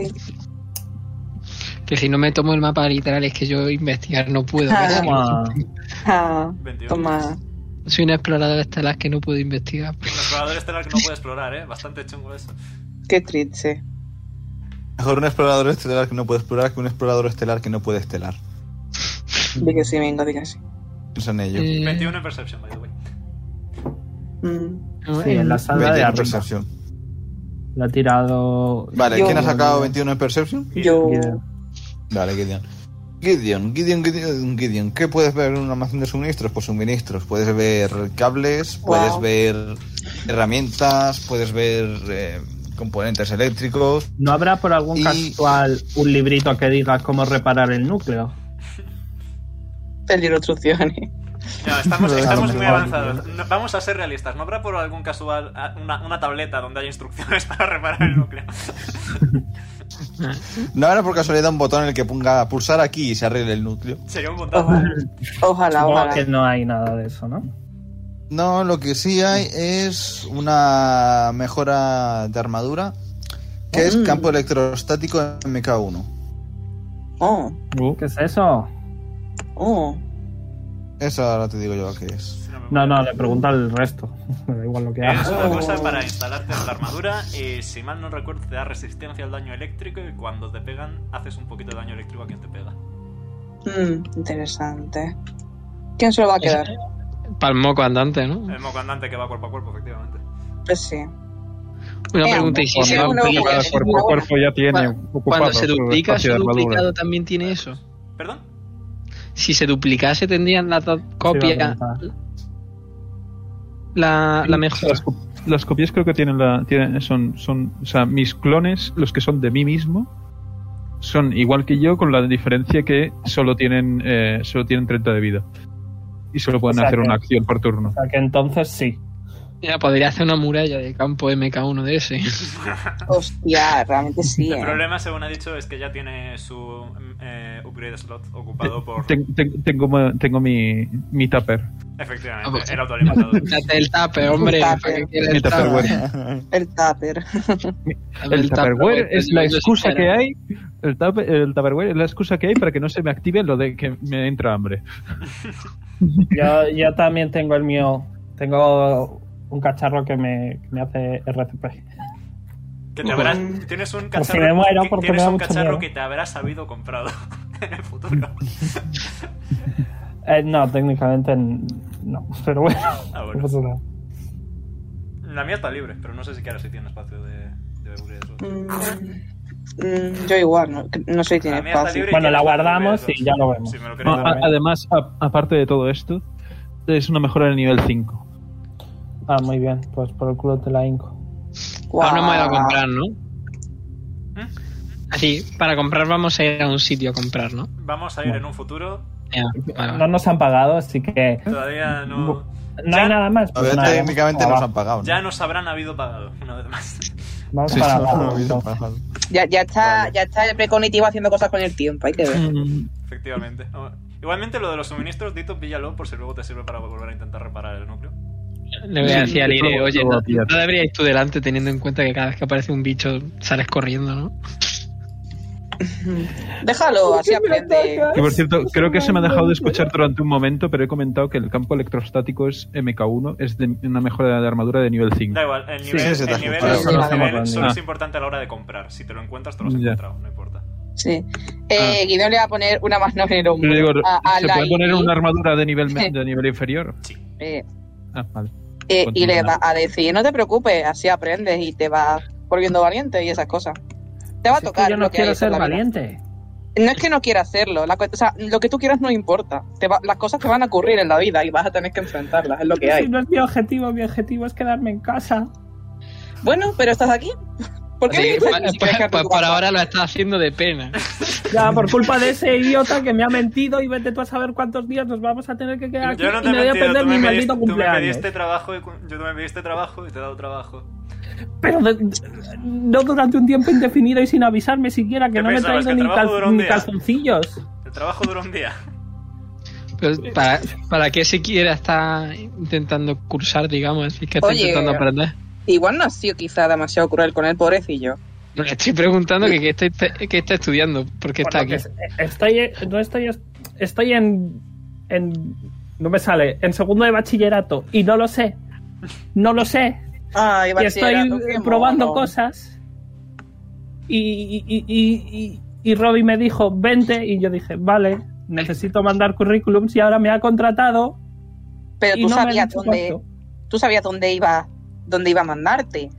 Que si no me tomo el mapa literal es que yo investigar no puedo. Ah. ¿ves? Toma. Ah, 21. toma. Soy una exploradora estelar que no puedo investigar. Un explorador estelar que no puede explorar, ¿eh? Bastante chungo eso. Qué triste. Mejor un explorador estelar que no puede explorar que un explorador estelar que no puede estelar. Di que sí, venga, di que sí. Piensa en ello. Eh, 21 en Perception, by the way. Mm, no, Sí, eh, en la sala 21 de en arriba. percepción. Lo ha tirado. Vale, Yo- ¿quién ha sacado 21 en perception? Yo. Guido. Vale, Gideon. Gideon, Gideon, Gideon, Gideon. ¿Qué puedes ver en un almacén de suministros? Pues suministros. Puedes ver cables, Wow. puedes ver herramientas, puedes ver eh, componentes eléctricos. ¿No habrá por algún Y- casual un librito que diga cómo reparar el núcleo? El libro de instrucciones. No, Pero estamos, estamos déjalo, muy por avanzados. No, vamos a ser realistas. ¿No habrá por algún casual ah, una, una tableta donde haya instrucciones para reparar el núcleo? No era por casualidad un botón en el que ponga pulsar aquí y se arregle el núcleo. Sería un montón. Ojalá, ojalá. Supongo ojalá. que no hay nada de eso, ¿no? No, lo que sí hay es una mejora de armadura que es Mm. campo electrostático MK1. Oh, Oh, ¿Qué es eso? oh. Eso ahora te digo yo lo que es. Si me No, no, le pregunta al resto. Me da igual lo que Eh, Es haga. una Oh. cosa para instalarte en la armadura y si mal no recuerdo te da resistencia al daño eléctrico y cuando te pegan haces un poquito de daño eléctrico a quien te pega. Mm, interesante. ¿Quién se lo va a quedar? Pa'l moco andante, ¿no? El moco andante que va cuerpo a cuerpo, efectivamente. Pues sí. Una Eh, pregunta, ¿y si pues se no, no, duplica? pues, El cuerpo a cuerpo ya tiene Cuando- ocupado. Cuando se su duplica, su espacio de armadura. duplicado también tiene eso. ¿Perdón? Si se duplicase, tendrían las dos copias. iba a preguntar. La, la mejor. Las, co- las copias creo que tienen la. Tienen, son, son. O sea, mis clones, los que son de mí mismo, son igual que yo, con la diferencia que solo tienen, eh, solo tienen 30 de vida. Y solo pueden O sea hacer que- una acción por turno. O sea que entonces sí. Mira, podría hacer una muralla de campo MK1 de ese. Hostia, realmente sí. El ¿eh? problema, según ha dicho, es que ya tiene su eh, upgrade slot ocupado por... Ten- ten- tengo ma- tengo mi, mi tupper. Ah, pues. Efectivamente, era autoalimentado. Date el tape, hombre. El tape. ¿para qué quieres Mi el tape? tupperware. El tupper. Dame pues El tape, Tupperware porque es yo la soy excusa que sincero. hay. El, tup- el Tupperware es la excusa que hay para que no se me active lo de que me entra hambre. Yo, yo también tengo el mío. Tengo un cacharro que me, que me hace RCP. Que te habrás, Mm. tienes un Por si cacharro, me muero, que- porque tienes me da un mucho cacharro miedo. que te habrás sabido comprado en el futuro. Eh, no, técnicamente n- no. Pero bueno, Pues Ah, no bueno. pasa nada. La mía está libre, pero no sé si ahora sí tiene espacio de, de upgrade slot. Mm, mm, yo igual, no, no sé si tiene La mía está espacio. libre y Bueno, tiene la espacio de guardamos upgrade y slot. ya lo vemos. Si me lo No, queréis Ah, dar. a- además, a- aparte de todo esto, es una mejora del nivel 5. Ah, muy bien. Pues por el culo te la hinco. Aún no me he ido a Guau. comprar, ¿no? ¿Eh? Así, para comprar vamos a ir a un sitio a comprar, ¿no? Vamos a ir en un futuro. Ya, vale, No vale. nos han pagado, así que Todavía no. no Ya- hay nada más. A ver, pues nada, técnicamente vamos nos para han pagado. ¿no? Ya nos habrán habido pagado, una vez más. abajo. Vamos Sí, para nos han abajo, habido entonces. pagado. Ya, ya está, Vale. ya está el precognitivo haciendo cosas con el tiempo, hay que ver. Mm, Efectivamente. No, Igualmente lo de los suministros, Dito, píllalo por si luego te sirve para volver a intentar reparar el núcleo. Le voy a decir al Irene, Luego- oye, luego no, a pillar. no deberías ir tú delante teniendo en cuenta que cada vez que aparece un bicho sales corriendo, ¿no? Déjalo, así ¿Por qué me aprende. atacas? Que por cierto, Estás creo que se me ha dejado de hablando. escuchar durante un momento, pero he comentado que el campo electrostático es MK1, es de una mejora de armadura de nivel 5. Da igual, el nivel, sí, se te el nivel ajusta. es- Sí, el vale, nivel vale. solo es Ah. importante a la hora de comprar. Si te lo encuentras, te lo has Ya. encontrado, no importa. Sí. Eh, Guido le va a poner una más en el hombro. Yo digo, a, a ¿se la puede poner Ivy, una armadura de nivel, me- de nivel inferior? Sí. eh, Ah, vale. eh, y Continúa. le va a decir, no te preocupes, así aprendes y te vas volviendo valiente y esas cosas. Te va a Si es que tocar Yo lo no que hay quiero en ser la vida. valiente. No es que no quiera hacerlo, la cu- o sea, lo que tú quieras no importa. Te va- las cosas te van a ocurrir en la vida y vas a tener que enfrentarlas, es lo que Pero hay. si no es mi objetivo, mi objetivo es quedarme en casa. Bueno, pero estás aquí. ¿Por qué Así que, viniste pa- aquí si quieres pa- quedarte en pa- tu por casa? ahora lo está haciendo de pena. Ya, por culpa de ese idiota que me ha mentido y vete tú a saber cuántos días nos vamos a tener que quedar aquí Yo no te y he me voy a mentido, perder tú mi me, pediste, este- maldito tú me cumpleaños. pediste trabajo y cu- yo tú me pediste trabajo y te he dado trabajo. Pero de- no durante un tiempo indefinido y sin avisarme siquiera que ¿Qué no me he pensabas, traído que ni, el trabajo calz- dura un ni día? calzoncillos. El trabajo duró un día. Pero ¿para, Pues, ¿Para qué siquiera está intentando cursar, digamos? Así que está Oye. intentando aprender. Igual no ha sido quizá demasiado cruel con el pobrecillo. No le estoy preguntando que qué está, qué está estudiando, porque Por está lo aquí. que es- Estoy, no estoy, estoy en, en. No me sale. En segundo de bachillerato. Y no lo sé. No lo sé. Ay, Y estoy bachillerato, qué eh, probando mono. cosas. Y, y, y, y, y- y Robbie me dijo, vente. Y yo dije, vale, necesito mandar currículums. Y ahora me ha contratado. Pero y tú no me ha sabías dicho dónde, cuánto. tú sabías dónde iba, dónde iba a mandarte.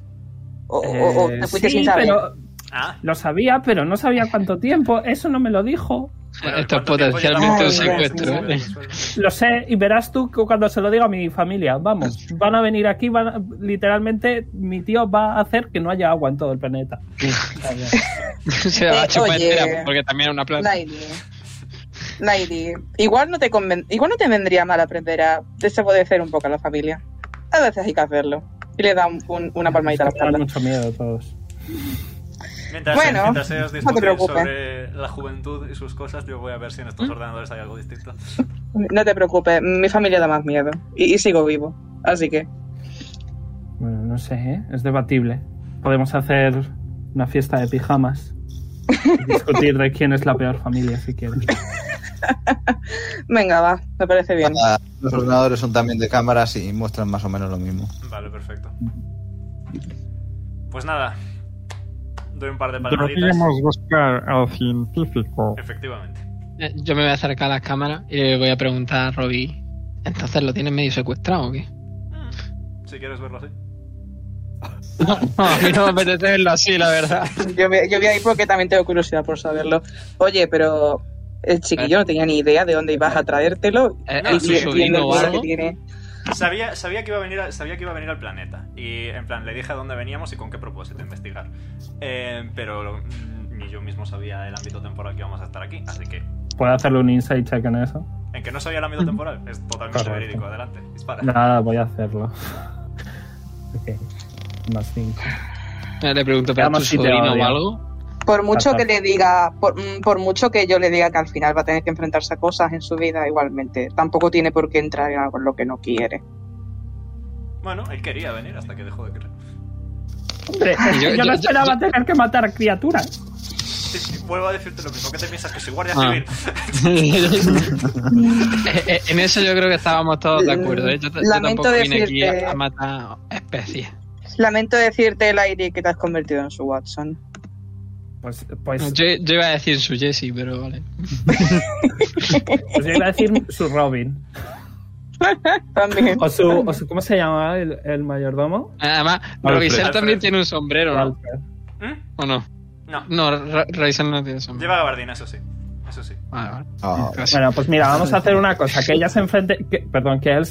O, Oh. o- o Eh, te fuiste sí, sin saber. pero Ah, lo sabía, pero no sabía cuánto tiempo. Eso no me lo dijo. bueno, Esto es ¿cuánto tiempo potencialmente Ay, un llevamos? secuestro. Dios ¿eh? Lo sé, y verás tú que cuando se lo diga a mi familia. Vamos, van a venir aquí, van a- literalmente mi tío va a hacer que no haya agua en todo el planeta. Se la va a Eh, chupar oye. entera, porque también es una planta. Lady. Lady. Igual no te conven- igual no te vendría mal aprender a desobedecer un poco a la familia. A veces hay que hacerlo. Y le da un- un- una palmadita a la Me dan espalda. mucho miedo todos. Mientras, Bueno, mientras ellos no te discuten preocupes. sobre la juventud y sus cosas, yo voy a ver si en ¿Mm? estos ordenadores hay algo distinto. No te preocupes, mi familia da más miedo. Y, y sigo vivo. Así que. Bueno, no sé, ¿eh? es debatible. Podemos hacer una fiesta de pijamas. y discutir de quién es la peor familia si quieres. Venga, va, me parece bien. Ah, Los ordenadores son también de cámaras y muestran más o menos lo mismo. Vale, perfecto. Pues nada, doy un par de palmaditas. Deberíamos buscar al científico. Efectivamente. Eh, Yo me voy a acercar a las cámaras y le voy a preguntar a Robbie. Entonces lo tienes medio secuestrado o qué? Si quieres verlo así. No, a mí no me apetece verlo así, la verdad. Yo, voy- yo voy a ir porque también tengo curiosidad por saberlo. Oye, pero el chiquillo no tenía ni idea de dónde ibas a traértelo. Eh, No, y ¿Es su y- y el sobrino o dolor que algo? tiene. Sabía, sabía, que iba a venir a- sabía que iba a venir al planeta. Y en plan, le dije a dónde veníamos y con qué propósito investigar. Eh, pero lo- mm, ni yo mismo sabía el ámbito temporal que íbamos a estar aquí. Así que, ¿Puedo hacerle un insight check en eso? en que no sabía el ámbito temporal, es totalmente Correcto. verídico. Adelante, dispara. Nada, voy a hacerlo. ok, más 5. Eh, Le pregunto, ¿pero es Vamos, tu si te sobrino o odia. algo? Por mucho Fatal. que le diga, por, mm, por mucho que yo le diga que al final va a tener que enfrentarse a cosas en su vida, igualmente, tampoco tiene por qué entrar en algo en lo que no quiere. Bueno, él quería venir hasta que dejó de querer. Hombre, es que Yo- yo, yo- no yo- esperaba tener que matar a criaturas. Sí, sí, vuelvo a decirte lo mismo. ¿Qué te piensas? Que soy guardia Ah. civil. Eh, eh, en eso yo creo que estábamos todos de acuerdo. ¿eh? Yo, t- yo Lamento tampoco vine aquí decirte- a, a matar especies. Lamento decirte, el aire que te has convertido en su Watson. Pues, pues, Yo, yo iba a decir su Jesse, pero vale. pues yo iba a decir su Robin. También. O su, o su- ¿Cómo se llama el, el mayordomo? Además, Alfred. Roisel Alfred. también tiene un sombrero, ¿no? Walter. ¿Mm? ¿O no? No, No, Ra- Roisel no tiene sombrero. lleva gabardina, eso sí. Eso sí. Vale, vale. Ah, Casi. Bueno, pues mira, vamos a hacer una cosa: que ella se enfrente, que- perdón, que él,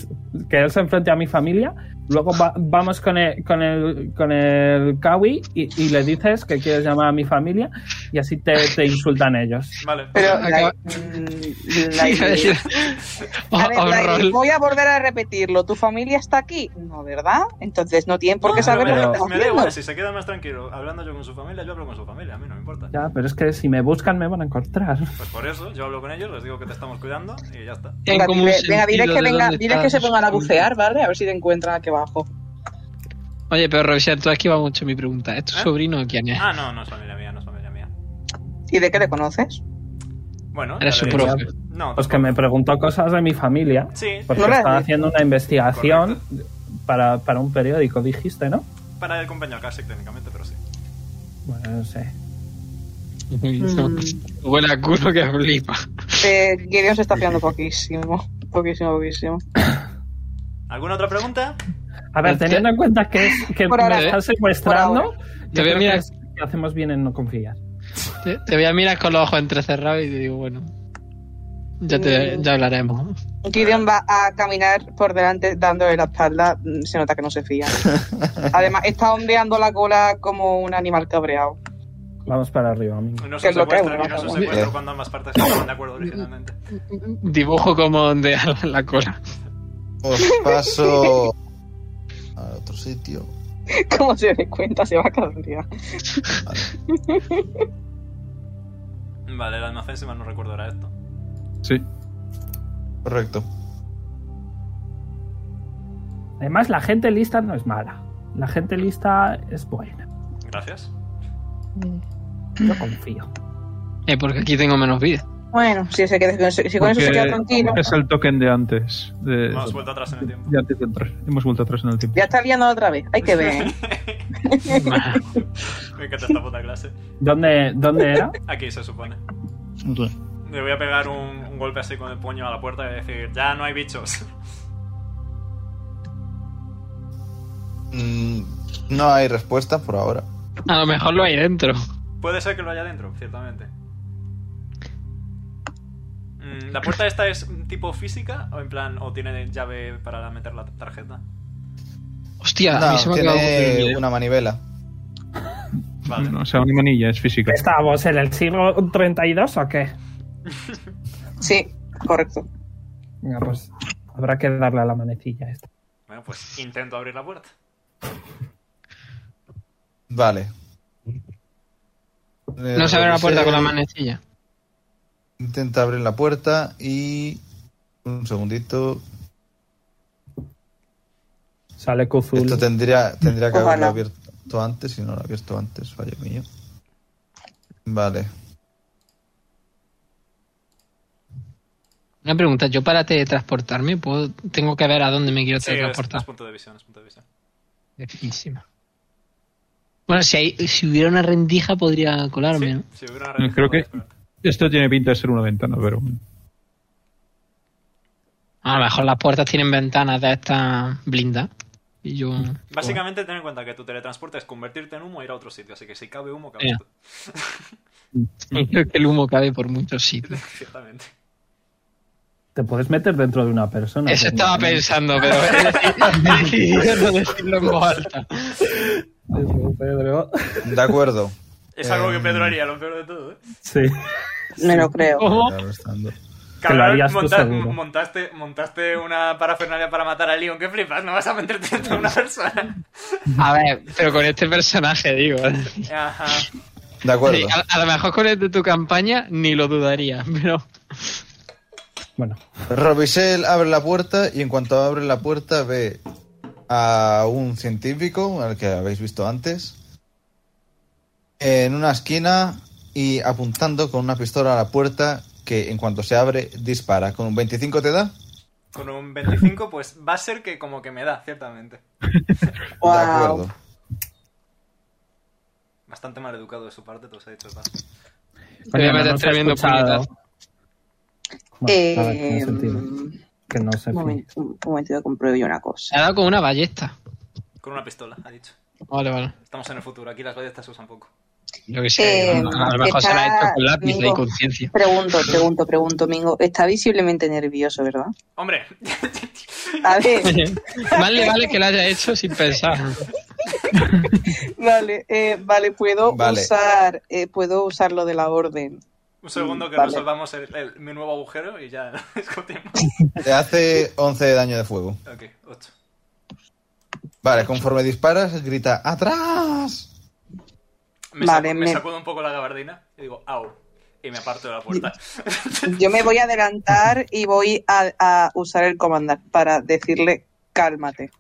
que él se enfrente a mi familia. Luego va- vamos con el, con el, con el Kawi y, y le dices que quieres llamar a mi familia y así te, te insultan ellos. Vale. Pero, mm, Acaba- Lairi- Iba a Lairi- decir- A ver, Oh, Lairi, rol. voy a volver a repetirlo. ¿Tu familia está aquí? No, ¿verdad? Entonces no tienen por qué No, saber lo pero me, que da- estás me da igual, haciendo. si se queda más tranquilo hablando yo con su familia, yo hablo con su familia, a mí no me importa. Ya, pero es que si me buscan me van a encontrar. Pues por eso, yo hablo con ellos, les digo que te estamos cuidando y ya está. Eh. Tienen Venga, como un dile- venga, diles sentido que, de venga, dónde diles que se estás. pongan a bucear, ¿vale? A ver si te encuentran aquí abajo. Oye, pero Roisel, tú has esquivado mucho mi pregunta. ¿Es tu ¿Eh? sobrino o quién es? Ah, no, no es familia mía, no es familia mía. ¿Y de qué le conoces? Bueno, Eres ya su le- profe. No, Pues que me preguntó cosas de mi familia. Sí, Porque No la- estaba haciendo una investigación para, para un periódico, dijiste, ¿no? para el compañero casi técnicamente, pero sí. Bueno, no sé. Mm. Huele a culo que flipa. Eh, Gideon se está fiando poquísimo. Poquísimo, poquísimo. ¿Alguna otra pregunta? A ver, Este- teniendo en cuenta que, es- que Por me ahora, estás secuestrando, por yo Te voy, a creo que, mirar, es- que hacemos bien en no confiar. te, te voy a mirar con los ojos entrecerrados y te digo, bueno. Ya, te, ya hablaremos. Gideon va a caminar por delante dándole la espalda. mm, Se nota que no se fía. Además, está ondeando la cola como un animal cabreado. Vamos para arriba, amigo. No Que se es lo que secuestra, hago, que no se vamos. secuestra Eh. cuando ambas partes estaban de acuerdo originalmente. Dibujo como donde la cola. Os paso al otro sitio. Como se dé cuenta, se va a cabrear. Vale, el almacén, si mal no recuerdo, era esto. Sí. Correcto. Además, la gente lista no es mala. La gente lista es buena. Gracias. Mm. Yo confío. Eh, porque aquí tengo menos vida. Bueno, si, se queda, si con eso se queda tranquilo. es el token de antes. De, Hemos vuelto atrás en el tiempo. de antes de entrar. Hemos vuelto atrás en el tiempo. Ya está liando otra vez. Hay que ver. ¿eh? Me encanta esta puta clase. ¿Dónde, dónde era? Aquí se supone. Ok. Le voy a pegar un, un golpe así con el puño a la puerta y decir, ya no hay bichos. Mm, no hay respuesta por ahora. A lo mejor lo hay dentro. Puede ser que lo haya dentro, ciertamente. Mm, ¿La puerta esta es mm, tipo física o en plan o tiene llave para meter la tarjeta? Hostia, a mí se No, me ha acabado tiene de una manivela. Vale. No, o sea, una manilla, es física. ¿Estábamos en el siglo 32 o qué? Sí, correcto. Venga, pues habrá que darle a la manecilla esta. Bueno, pues intento abrir la puerta. Vale. Eh, No se abre la puerta con la manecilla. Intenta abrir la puerta y. Un segundito. Sale Cthulhu. Esto tendría, tendría que Ojalá. haberlo abierto antes y no lo he abierto antes, fallo mío. Vale. Una pregunta, yo para teletransportarme puedo, tengo que ver a dónde me quiero Sí, es, es teletransportar. punto de visión, es punto de visión. Lejísima. Bueno, si, hay, si hubiera una rendija podría colarme, Sí, ¿no? si hubiera una red, Creo que- puedes pegar. Esto tiene pinta de ser una ventana, pero. A lo mejor las puertas tienen ventanas de estas blindas. Y yo... Mm. Básicamente, ten en cuenta que tu teletransporte es convertirte en humo e ir a otro sitio. Así que si cabe humo, cabe Ya. tú. Creo que el humo cabe por muchos sitios. Ciertamente. Te puedes meter dentro de una persona. Eso estaba Pues, pensando, pero he decidido no decirlo en voz alta. ¿no? Pedro. De acuerdo. Es algo que Em, Pedro haría, lo peor de todo. ¿eh? Sí. Me lo creo. ¿Cómo? Ya lo estando. Que lo harías tú monta- seguro. montaste, montaste una parafernalia para matar a Leon. Que flipas, no vas a meterte en una persona. A ver, pero con este personaje, digo. Ajá. De acuerdo. Sí, a, a lo mejor con el de tu campaña ni lo dudaría, pero... Bueno, Robisel abre la puerta y en cuanto abre la puerta ve a un científico, al que habéis visto antes, en una esquina y apuntando con una pistola a la puerta que en cuanto se abre dispara. ¿Con un 25 te da? Con un 25, pues va a ser que como que me da, ciertamente. Wow. De acuerdo. Bastante mal educado de su parte, te os he dicho el paso. Te voy a Coño, meter no nos ha tremendo escuchado. puñetazo. Bueno, Eh, nada, tiene sentido. Que no se un fije. momento, un momento que compruebo yo una Se cosa. ha dado con una ballesta. Con una pistola, ha dicho. Vale, vale. Estamos en el futuro, aquí las ballestas se usan poco. Yo que sé. Eh, a lo- a lo mejor se la ha hecho con lápiz Mingo. y conciencia. Pregunto, pregunto, pregunto, Mingo. Está visiblemente nervioso, ¿verdad? Hombre, A ver, Más le vale que la haya hecho sin pensar. vale, eh, vale, puedo Vale. usar, eh, puedo usar lo de la orden. un segundo que Vale. resolvamos el- el- mi nuevo agujero y ya discutimos. Te hace 11 de daño de fuego. Ok, 8. Vale, conforme disparas grita ¡Atrás! Me, Vale, saco- me me- sacudo un poco la gabardina y digo, au. Y me aparto de la puerta. Yo me voy a adelantar y voy a, a usar el comandar para decirle cálmate.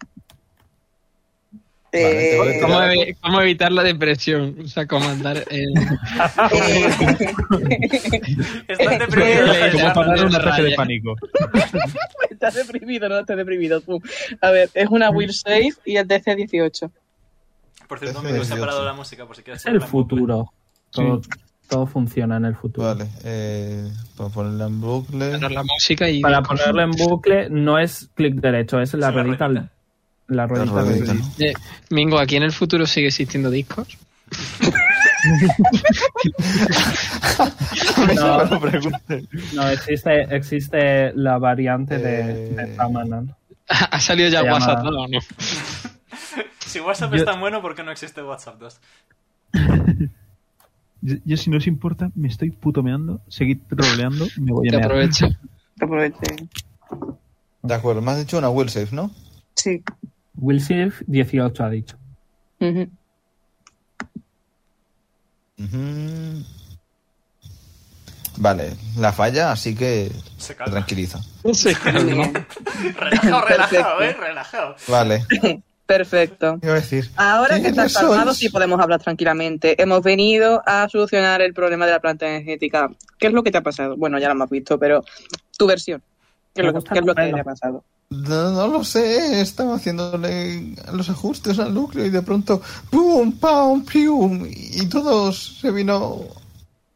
Vale, Eh, te voy ¿Cómo, evi- cómo evitar la depresión? O sea, cómo andar. eh, eh, Estás deprimido. Dale, Como ya, parar un ya, ataque ya. de pánico. Estás deprimido, no estás deprimido. Pum. A ver, es una Will Save y el DC 18. Por cierto, me he separado la música por si quieres. Es el charlar. futuro. Todo, todo funciona en el futuro. Vale, eh, para ponerla en bucle. poner la música y. Para ponerlo en bucle no es clic derecho, es Es la la ruedita. ruedita. La La ruedita. ruedita. Eh, Mingo, ¿aquí en el futuro sigue existiendo discos? No, No preguntes. no, existe, existe la variante de, Eh. de Samanan. Ha salido ya Se llama- WhatsApp, ¿no? No. Si WhatsApp es tan bueno, ¿por qué no existe WhatsApp 2? Yo, yo, si no os importa, me estoy putomeando, seguid roleando, me voy a Te mear. aprovecho. que aproveche. De acuerdo, me has dicho una will save, ¿no? Sí. Will Save 18 ha dicho. Ujú. Ujú. Vale, la falla, así que Se te calma. tranquiliza. Muy bien. Relajado, relajado, Perfecto. eh, relajado. Vale, ¿qué Perfecto. iba a decir? Ahora que estás Tienes razón. calmado, sí podemos hablar tranquilamente. Hemos venido a solucionar el problema de la planta energética. ¿Qué es lo que te ha pasado? Bueno, ya lo hemos visto, pero tu versión. ¿Qué es lo, Me gusta qué es lo que la novela. le ha pasado? No, no lo sé, estaba haciéndole los ajustes al núcleo y de pronto ¡pum! ¡pam! ¡pium! Y todo se vino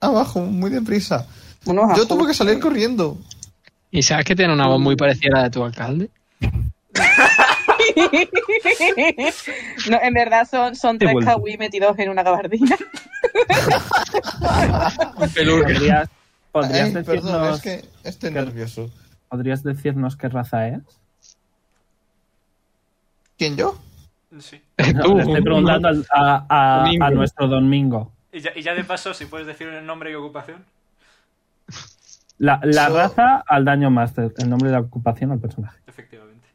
abajo muy deprisa. Unos Yo tuve que ajustes. salir corriendo. ¿Y sabes que tiene una voz muy parecida a la de tu alcalde? No, en verdad son, son He tres vuelto. kawaii metidos en una gabardina. ¿Podrías, podrías Ay, decirnos, perdón, es que estoy nervioso. ¿Podrías decirnos qué raza es? ¿Quién yo? Sí. Tú. Le estoy preguntando al- a, a- a Domingo. nuestro domingo. Y ya, y ya de paso, si puedes decir el nombre y ocupación. La, la So- raza al daño máster, el nombre de la ocupación al personaje. Efectivamente.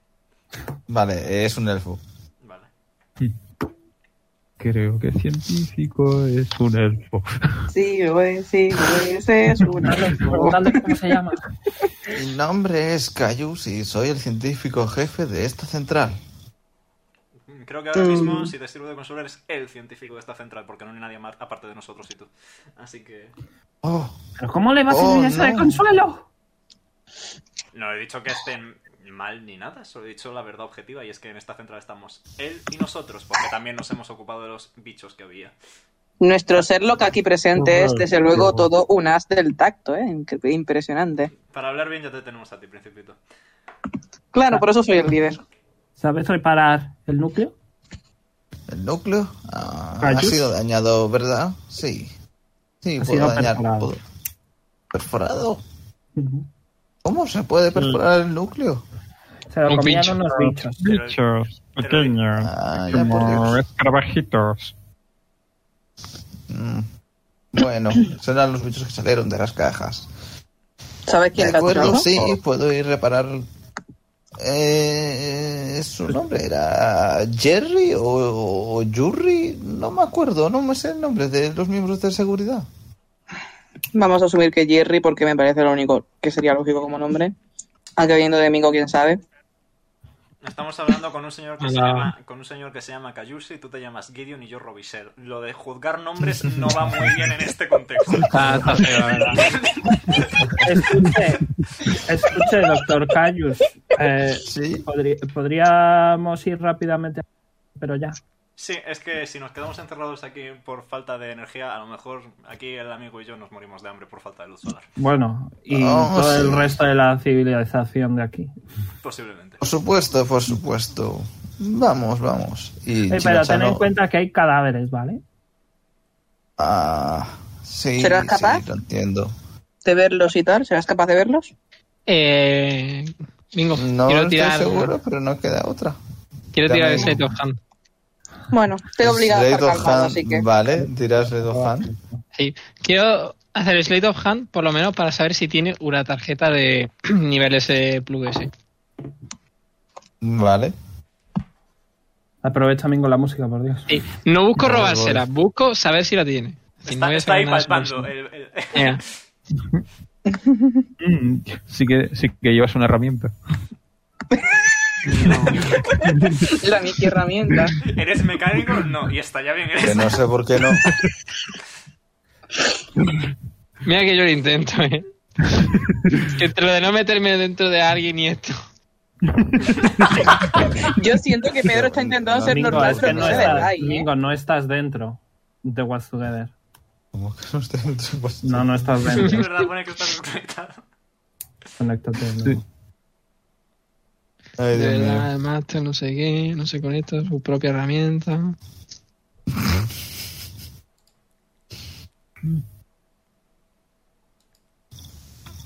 Vale, es un elfo. Vale. Creo que científico es un elfo. Sí, güey, sí, güey, ese es uno. Preguntando cómo se llama. Mi nombre es Cayus y soy el científico jefe de esta central. Creo que ahora mismo, Mm. si te sirve de consolar, es el científico de esta central, porque no hay nadie más aparte de nosotros y tú. Así que. Oh, ¿Pero cómo le vas Oh, a enseñar eso no. de consuelo? No he dicho que estén mal ni nada, solo he dicho la verdad objetiva, y es que en esta central estamos él y nosotros, porque también nos hemos ocupado de los bichos que había. Nuestro ser loca aquí presente es, desde luego, todo un as del tacto, ¿eh? Incre- Impresionante. Para hablar bien, ya te tenemos a ti, Principito. Claro, por eso soy el líder. ¿Sabes reparar el núcleo? el núcleo ah, ha ¿Cayus? sido dañado, ¿verdad? Sí. Sí, Ha puedo sido dañar. perforado. puedo- ¿Perforado? ¿Cómo se puede perforar el núcleo? Se lo Un comían pincho. unos bichos. Bichos pequeños, Ah, ya por como Dios. escarabajitos. Mm. Bueno, serán los bichos que salieron de las cajas. ¿Sabes De quién te ha acuerdo, tocado? sí, puedo ir a reparar. Eh, su nombre era Jerry o, o Yurri, no me acuerdo, no me sé el nombre de los miembros de seguridad. Vamos a asumir que Jerry, porque me parece lo único que sería lógico como nombre. Aunque viendo de Mingo, quién sabe. Estamos hablando con un señor que se Hola. llama con un señor que se llama Cayuse y tú te llamas Gideon y yo Robisel. Lo de juzgar nombres no va muy bien en este contexto. Ah, está feo, la verdad. Escuche, escuche, doctor Cayus. eh, Sí. podri- podríamos ir rápidamente, pero ya. Sí, es que si nos quedamos encerrados aquí por falta de energía, a lo mejor aquí el amigo y yo nos morimos de hambre por falta de luz solar. Bueno, y Oh, todo sí. el resto de la civilización de aquí. Posiblemente. Por supuesto, por supuesto. Vamos, vamos. Y Eh, pero ten Chimachano- en cuenta que hay cadáveres, ¿vale? Ah, sí, ¿Serás capaz? sí, lo entiendo. ¿De verlos y tal? ¿Serás capaz de verlos? Eh, Mingo, No quiero estoy tirar. seguro, pero no queda otra. Quiero tirar Dame- el Sleight of Hand. Bueno, te he obligado a Slade estar of calmado, Hand, así que... Vale, dirás Red of Hand. Sí. Quiero hacer el Slate of Hand, por lo menos para saber si tiene una tarjeta de nivel S plus S. Vale. Aprovecha, Mingo, la música, por Dios. Sí. No busco Vale, robársela, vale. busco saber si la tiene. Si Está, no voy a está ahí sacar nada palpando. sobre el- el- eso. Venga. Mm, sí, que, sí que llevas una herramienta. La Mickey herramienta. ¿Eres mecánico? No. Y está ya bien. ¿eh? Que Eres... no sé por qué no. Mira que yo lo intento, ¿eh? Entre lo de no meterme dentro de alguien y esto. Yo siento que Pedro está intentando ser Mingo, normal, es que pero no no se verá estás, ahí, ¿eh? Mingo, no estás dentro de What's Together. ¿Cómo que no está dentro? Pues- No, no estás Es dentro. verdad, pone que está desconectado. Conéctate. ¿no? Sí. Ay, Dios de mío. verdad, master, no sé qué, no sé con esto, su propia herramienta.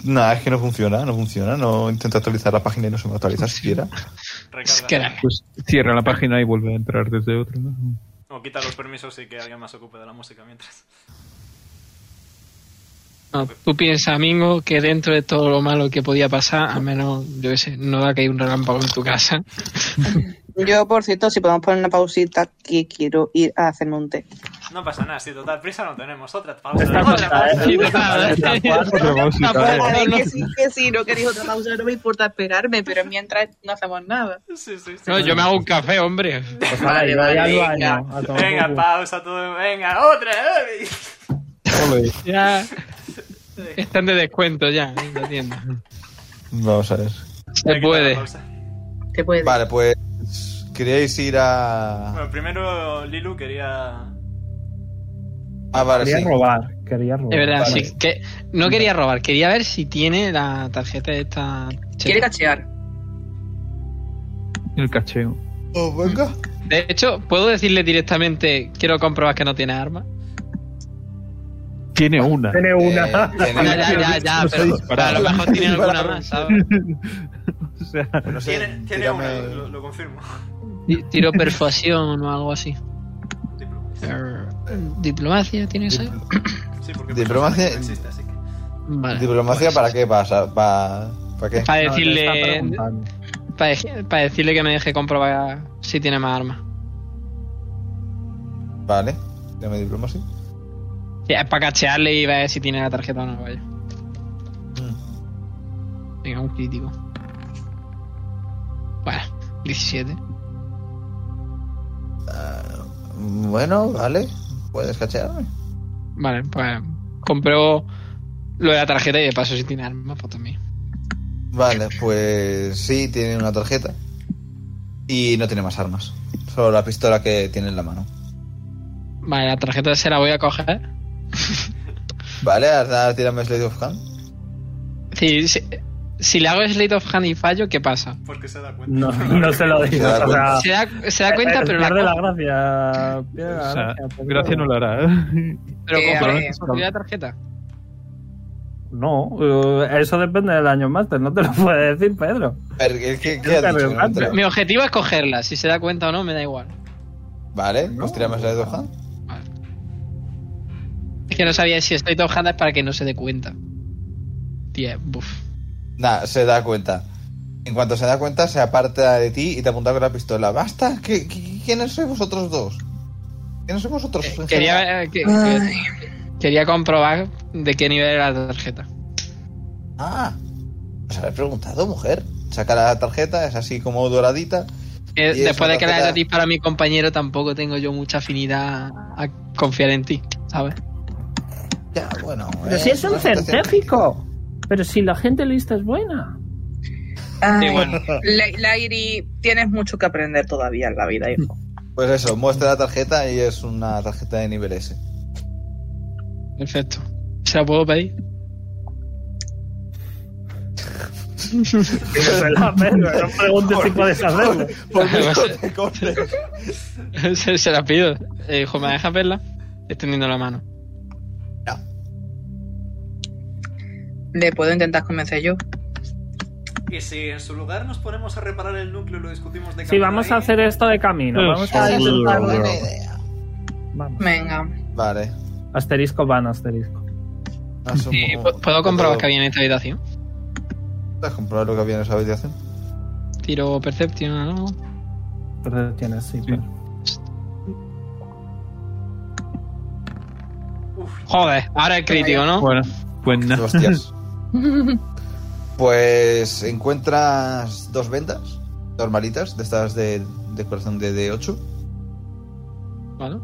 Nah, es que no funciona, no funciona. No intento actualizar la página y no se me actualiza siquiera. Es Recarga. que era- Pues cierra la página y vuelve a entrar desde otro. ¿no? O quita los permisos y que alguien más se ocupe de la música mientras. no, Pues- tú piensas, Mingo, que dentro de todo lo malo que podía pasar, al menos, yo qué sé, no da que hay un relámpago en tu casa. Yo, por cierto, si podemos poner una pausita, que quiero ir a hacerme un té. No pasa nada, si total prisa no tenemos otra pausa. Esta Otra Ah, pausa, pausa. Sí, total. Otra pausita, Tampoco, eh. A ver, no- que sí, que sí, no queréis otra pausa, no me importa esperarme, pero mientras no hacemos nada. Sí, sí, sí. No, yo me hago un café, hombre. Pues ahora, iba a ir al venga. baño. a tomar Venga, por culo. pausa todo. Venga, otra. ay. Ya. Están de descuento ya en la tienda. Vamos a ver. Se Hay que quitar la puede. pausa. Te puedes. Vale, pues. ¿Queríais ir a.? Bueno, primero Lilu quería. Ah, vale, Quería sí. robar, quería robar. Es verdad, Vale. sí. Que, no quería robar, quería ver si tiene la tarjeta esta. Quiere cachear. El cacheo. Oh, venga. De hecho, ¿puedo decirle directamente quiero comprobar que no tiene arma? Tiene una. Tiene una. Eh, Ya, tenéis- ya, ya, ya, pero, pero a lo mejor tiene alguna más, ¿sabes? O sea, no sé, Tiene, tiene tírame- una, lo, lo confirmo. Ti- Tiro persuasión o algo así. Diplomacia. Er, ¿Diplomacia tiene eso? Sí, porque Diplomacia- no existe, así que. Vale. ¿Diplomacia para qué? ¿Para, para, para qué? Para No, le está decirle, preguntando. para, dej- para decirle que me deje comprobar si tiene más armas. Vale. Dame diplomacia. Ya, es para cachearle y ver si tiene la tarjeta o no, vaya. Venga, un crítico. Bueno, 17. Ah, Bueno, vale. Puedes cachearme. Vale, pues compro lo de la tarjeta y de paso si tiene armas, pues también. Vale, pues sí, tiene una tarjeta. Y no tiene más armas. Solo la pistola que tiene en la mano. Vale, la tarjeta se la voy a coger. Vale, ahora tírame Slade of Hand. Si, si, si le hago Slate of Hand y fallo, ¿qué pasa? Pues que se da cuenta. No, no se lo digo. Se da O sea, eh, Se da, se da cuenta, pero, la pierde la cojo, gracia. Pierde o la sea, gracia. pero- gracia no la hará. pero Eh, compro a ver. compro la tarjeta. No, eh, eso depende del año máster. No te lo puede decir, Pedro. Pero, ¿Qué, qué, Es qué has dicho? relevante. No te- Mi objetivo es cogerla. Si se da cuenta o no, me da igual. Vale, pues tírame Slade of Hand. Es que no sabía si Slate of Hand es para que no se dé cuenta. 10, buf. Nah, se da cuenta. En cuanto se da cuenta, se aparta de ti y te apunta con la pistola. ¡Basta! ¿Qué, qué- quiénes sois vosotros dos? ¿Quiénes sois vosotros? en general? Quería, eh, que- que- quería comprobar de qué nivel era la tarjeta. Ah, os habéis preguntado, mujer. Saca la tarjeta, es así como doradita. Eh, Y es después de una que le tarjeta- haya disparado a mi compañero, tampoco tengo yo mucha afinidad a confiar en ti, ¿sabes? Ya, bueno. Pero eh, si es un una situación- científico. Pero si la gente lista es buena. Sí, bueno. La- Lairi, tienes mucho que aprender todavía en la vida, hijo. Pues eso, muestra la tarjeta y es una tarjeta de nivel S. Perfecto. ¿Se la puedo pedir? Dísela, Pedro, no preguntes si puedes hacerlo. Por mí, corte, corte. se, se la pido. Eh, hijo, ¿me dejas verla? Extendiendo la mano. Le puedo intentar convencer yo. Y si en su lugar nos ponemos a reparar el núcleo y lo discutimos de Si vamos a hacer esto de camino, Eso. vamos a Ay, es una buena hacerlo. idea. Vamos. Venga. Vale. Asterisco van, asterisco. Haz un Eh, poco- ¿pu- ¿Puedo comprobar que ¿Puedo había en esta habitación? comprobar lo que había en esa habitación? Tiro Perception o algo. Pero tienes, sí. pero- Joder, ahora el crítico, ¿no? Bueno, pues nada. Hostias. Pues encuentras dos vendas normalitas, de estas de, de corazón de D8. Vale.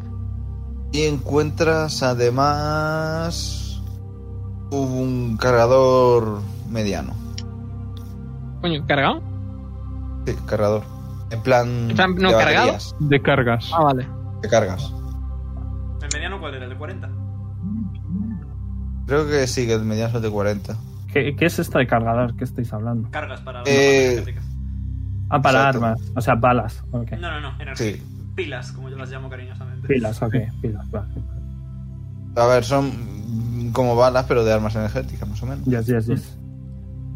Y encuentras además un cargador mediano. Coño, ¿cargado? Sí, cargador. En plan. En plan, no, de cargado. baterías, De cargas. Ah, vale. De cargas. ¿El mediano cuál era? ¿El de 40? Creo que sí, que el mediano es de 40. ¿Qué, qué es esto de cargador que estáis hablando? Cargas para las Eh, armas eléctricas. Ah, para Exacto. armas. O sea, balas. Ok. No, no, no. Eran Sí. pilas, como yo las llamo cariñosamente. Pilas, Pues ok. Pilas, vale. A ver, son mm, como balas, pero de armas energéticas, más o menos. Yes, yes, yes.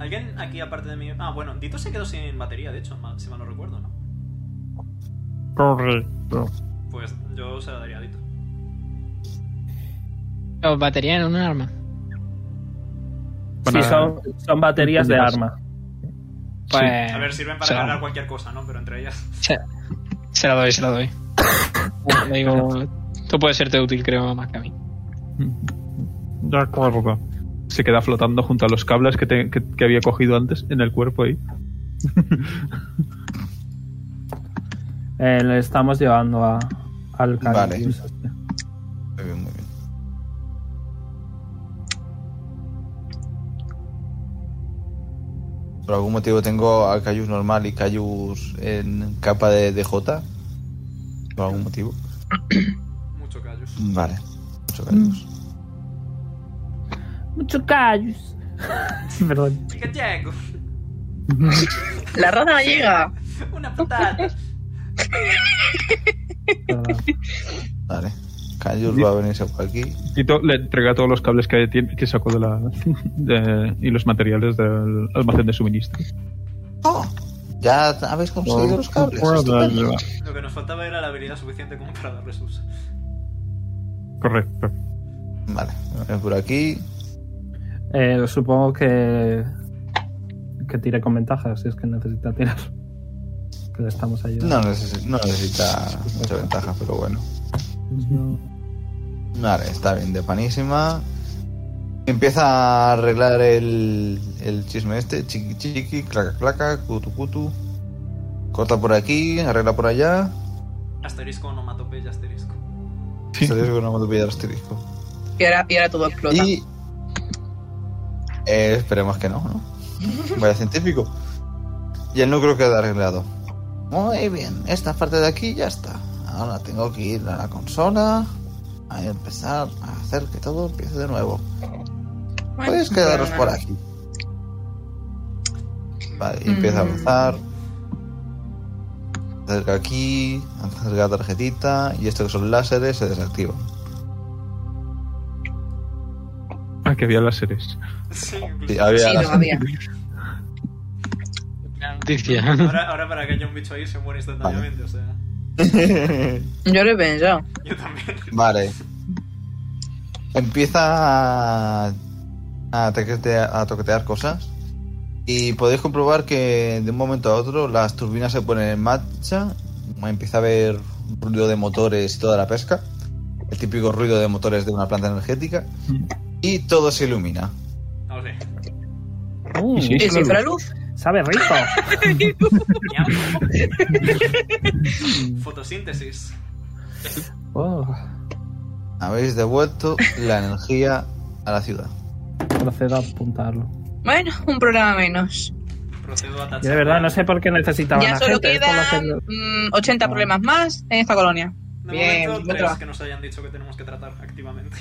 ¿Alguien aquí aparte de mí? Ah, bueno, Dito se quedó sin batería, de hecho, mal- si mal no recuerdo, ¿no? Correcto. Pues yo se la daría a Dito. Pero batería en un arma. Sí, son, son baterías de arma. Pues. A ver, sirven para se la- cargar cualquier cosa, ¿no? Pero entre ellas. Se la doy, se la doy. Le digo, tú puedes serte útil, creo, más que a mí. De acuerdo. Se queda flotando junto a los cables que, te- que- que había cogido antes en el cuerpo ahí. Eh, le estamos llevando a, al Vale. Carius este. Muy bien, muy bien. Por algún motivo tengo a Cayus normal y Cayus en capa de DJ. Por algún motivo. Mucho callos. Vale. Mucho Cayus. Mucho Carius. Mm. Perdón. ¡Chica Jack! La rana llega. ¡Una patata! perdón. Vale. Cayus va a venirse por aquí. Tito le entrega todos los cables que, tiene- que sacó de la, de- y los materiales del almacén de suministro. ¡Oh! Ya habéis conseguido los cables. Estupendo. Lo que nos faltaba era la habilidad suficiente como para darles uso. Correcto. Vale. Ven por aquí. Eh, supongo que. Que tire con ventaja, si es que necesita tirar. Que le estamos ayudando. No, neces- no necesita mucha ventaja, pero bueno. Vale, está bien, de panísima. Empieza a arreglar el, el chisme este, chiqui chiqui, claca claca, cutu cutu. Corta por aquí, arregla por allá. Asterisco, onomatopeya, asterisco. Sales con una motopilla de asterisco. Y ahora, y ahora todo explota. Y. eh, esperemos que no, ¿no? Vaya científico. Y el núcleo queda arreglado. Muy bien, esta parte de aquí ya está. Ahora tengo que ir a la consola. A empezar a hacer que todo empiece de nuevo. Bueno, Podéis quedaros bueno, por aquí. Vale, y empieza a Mm. avanzar. Acerca aquí, acerca la tarjetita. Y esto que son láseres se desactivan. Ah, que había láseres. Sí, Sí, incluso. había Sí, láseres. no había. Buena noticia. Ahora, ahora para que haya un bicho ahí se muere instantáneamente, o sea. Yo lo he pensado. Yo también. Vale. Empieza a, a, toquetear, a toquetear cosas. Y podéis comprobar que de un momento a otro las turbinas se ponen en marcha. Empieza a haber ruido de motores y toda la pesca. El típico ruido de motores de una planta energética. Mm. Y todo se ilumina. No sé. Uh, Sí, ¿Y si fuera luz? Sabe rico. Ñam. Fotosíntesis. Oh, Habéis devuelto la energía a la ciudad. procedo a apuntarlo. Bueno, un programa menos. Procedo a tachar. Yo de verdad no sé por qué necesitaba ya la solo gente. es por quedan hacerlo. mm, 80 problemas más en esta colonia. De Bien, momento, buen tres trabajo. que nos hayan dicho que tenemos que tratar activamente.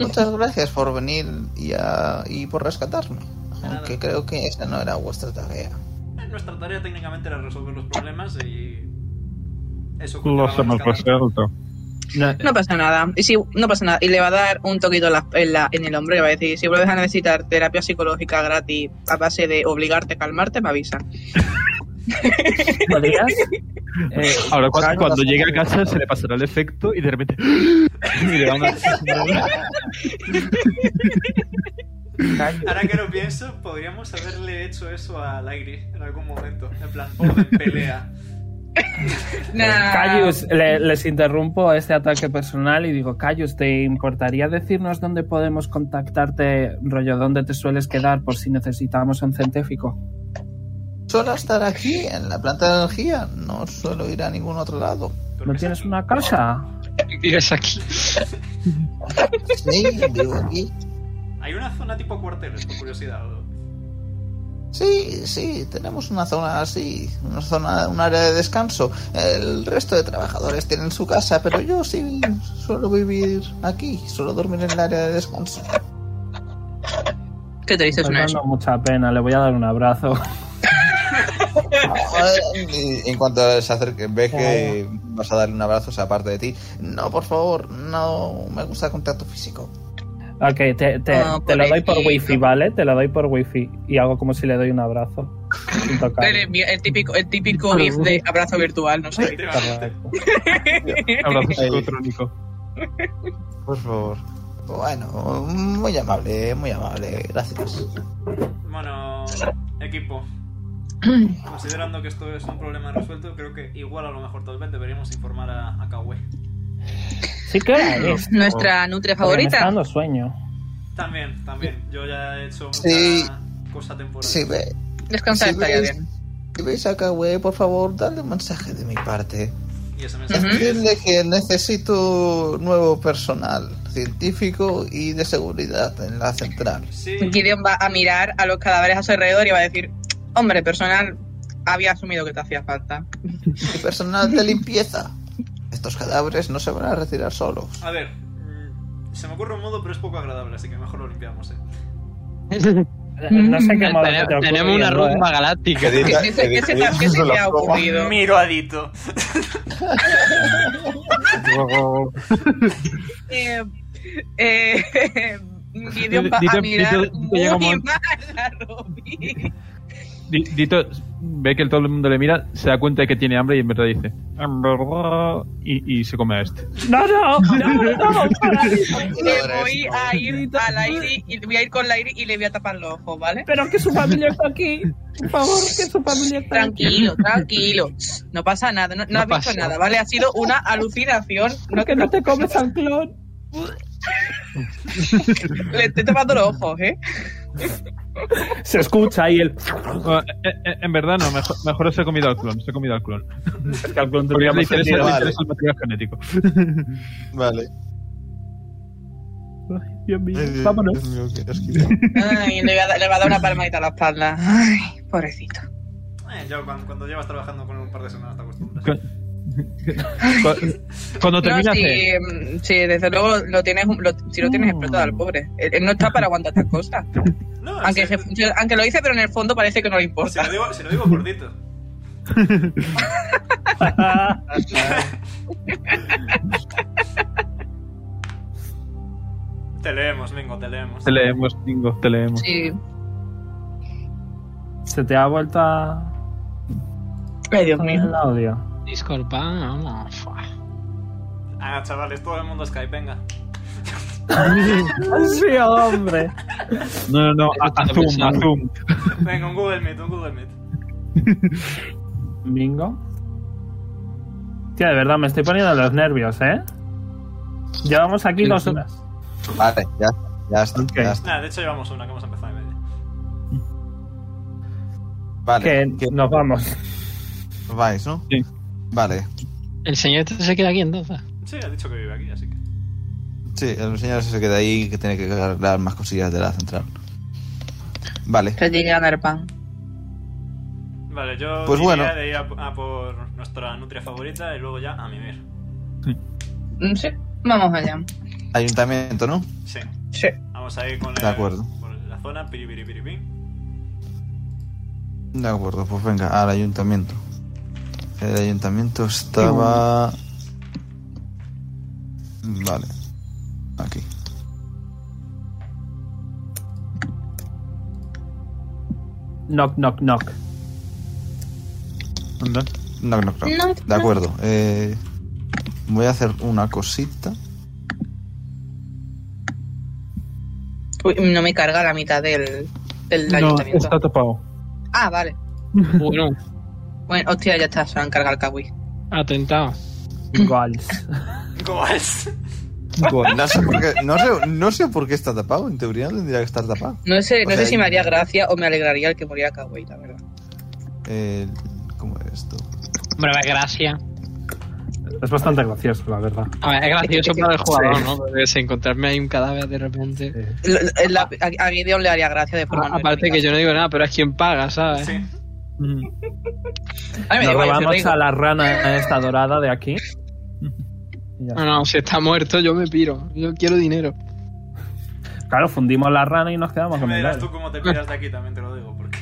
Muchas gracias por venir y, a- y por rescatarme. Aunque creo que esa no era vuestra tarea. Eh, Nuestra tarea técnicamente era resolver los problemas y. Eso Los cultivaba los hemos cadáveres. resuelto. No pasa nada. Y si no pasa nada. Y le va a dar un toquito en, la- en la- en el hombro y va a decir, si vuelves a necesitar terapia psicológica gratis a base de obligarte a calmarte, me avisa. ¿Podrías? Eh, Ahora, cu- cuando, Claro, no llegue a pasa casa, se le pasará el efecto y de repente. ¡ah! y le va a dar- Ahora que lo pienso, podríamos haberle hecho eso a Lairi en algún momento. En plan, orden, pelea. Cayus, le- les interrumpo este ataque personal y digo, Cayus, ¿te importaría decirnos dónde podemos contactarte, rollo, dónde te sueles quedar por si necesitamos a un científico? Solo estar aquí, en la planta de energía. No suelo ir a ningún otro lado. ¿No tienes una casa? Vives aquí. Sí, vivo aquí. Hay una zona tipo cuarteles, por curiosidad. o- Sí, sí, tenemos una zona así, una zona, un área de descanso. El resto de trabajadores tienen su casa, pero yo sí suelo vivir aquí, suelo dormir en el área de descanso. ¿Qué te dices Está una dando mucha pena, le voy a dar un abrazo. Eh, En cuanto se acerque, ve que vas a darle un abrazo, o sea, aparte de ti. No, por favor, no me gusta el contacto físico. Ok, te, te, Ah, te lo por doy por aquí, wifi, ¿no? ¿vale? Te lo doy por wifi y hago como si le doy un abrazo. Sin tocar. Dale, mira, el típico, el típico gif de abrazo virtual, no sé. Correcto. Abrazo Ahí. psicotrónico. Por favor. Bueno, muy amable, muy amable, gracias. Bueno, equipo. Considerando que esto es un problema resuelto, creo que igual a lo mejor tal vez deberíamos informar a, a Kawe. Sí que era esto. Oh. Nuestra nutria Me está favorita. dando sueño. También, también. Yo ya he hecho mucha Sí. cosa temporal. Sí, ve, Descansar Sí, estaría veis. bien. si veis acá, güey, por favor, dale un mensaje de mi parte. Y ese mensaje es- Dile que necesito nuevo personal científico y de seguridad en la central. Sí, Gideon va a mirar a los cadáveres a su alrededor y va a decir, hombre, personal, había asumido que te hacía falta. Y personal de limpieza. Estos cadáveres no se van a retirar solos. a ver. mm, Se me ocurre un modo, pero es poco agradable, así que mejor lo limpiamos, eh. No sé qué modo se Tenemos- te ocurre, eh. Tenemos una ¿no? rumba galáctica. ¿Qué, se- qué se te- qué se te ha ocurrido? Miroadito. Eh, eh, Gideon va a Dite- mirar dite- muy llega un mal momento- a Robin. Di- Dito ve que todo el mundo le mira, se da cuenta de que tiene hambre y en verdad dice, en verdad, y, y se come a este. No, no, no, no, para, Me voy a ir al aire y voy a ir con el aire y le voy a tapar los ojos, ¿vale? pero que su familia está aquí. Por favor, que su familia está aquí. Tranquilo, tranquilo. No pasa nada, no, no No has visto pasa. nada, ¿vale? Ha sido una alucinación. No, que no te comes al clon. le estoy tapando los ojos, ¿eh? Se escucha ahí el. Ah, eh, eh, en verdad no, mejor, mejor se ha comido al clon, se ha comido al clon. Es que al clon Porque tendría le más interesa, le sentido. vale. interesa el material genético. Vale. Ay, Dios mío, vámonos. Ay, le, voy a, dar- le va a dar una palmadita a la espalda. Ay, pobrecito. Eh, ya cuando, cuando llevas trabajando con él un par de semanas te acostumbras. Con- Cu- Cuando termina No, hace- si, mm, si desde luego lo tienes, lo- si lo tienes explotado al pobre. Él, él no está para aguantar estas cosas. Mm. No, Aunque, si, el jefe- yo- aunque lo hice, pero en el fondo parece que no le si lo importa. digo, si lo digo gordito. Te leemos, Mingo, te leemos. te leemos, Dingo, te leemos. Sí. Se te ha vuelto a. Ay, Dios mío. el audio. Disculpa, vamos. fua. Ah, chavales, todo el mundo Skype, venga. Sí, hombre. No, no, no, a, a Zoom, a Zoom. Venga, un Google Meet, un Google Meet. Bingo. Tía, de verdad, me estoy poniendo los nervios, ¿eh? Llevamos aquí dos horas. Vale, ya, ya está. Ok. ya está. Nada, de hecho llevamos una que hemos empezado en medio. Vale. Que que nos vamos. vais, ¿no? Sí. Vale. El señor este se queda aquí entonces. Sí, ha dicho que vive aquí, así que. Sí, el señor se queda ahí que tiene que arreglar más cosillas de la central. Vale. Se llega a dar pan. Vale, yo Pues diría bueno. de ir a, a por nuestra nutria favorita y luego ya a mimir. Mm, Sí, vamos allá. Ayuntamiento, ¿no? Sí. Sí. Vamos a ir con, De el- acuerdo. con la zona, piripiripiripín. De acuerdo, pues venga, al ayuntamiento. El ayuntamiento estaba. Vale. Aquí. Knock, knock, knock. Anda. No, no, no. De acuerdo. eh, voy a hacer una cosita. Uy, no me carga la mitad del, del No, ayuntamiento. está tapado. Ah, vale. Bueno, Bueno, hostia, ya está, se va a encargar el Kawi. atentado. Goals. Goals. No sé, por qué, no, sé, no sé por qué está tapado. En teoría tendría que estar tapado. No sé, O no sea, sé si me haría gracia o me alegraría el que muriera Kawi, la verdad. El- ¿Cómo es esto? Hombre, la gracia. Es bastante gracioso, la verdad. A ver, es gracioso para el jugador, ¿no? Porque encontrarme ahí un cadáver de repente. Lo- lo- la- a, a Gideon le haría gracia de forma. A- Aparte que yo no digo nada, pero es quien paga, ¿sabes? Mm. Sí. A mí me da Nos igual, yo robamos digo, a la eh, rana esta dorada de aquí. Y ya No, no, si está muerto yo me piro. Yo quiero dinero. está. Claro, fundimos la rana y nos quedamos Ya con me el dirás dado. tú cómo te piras de aquí, también te lo digo. Porque...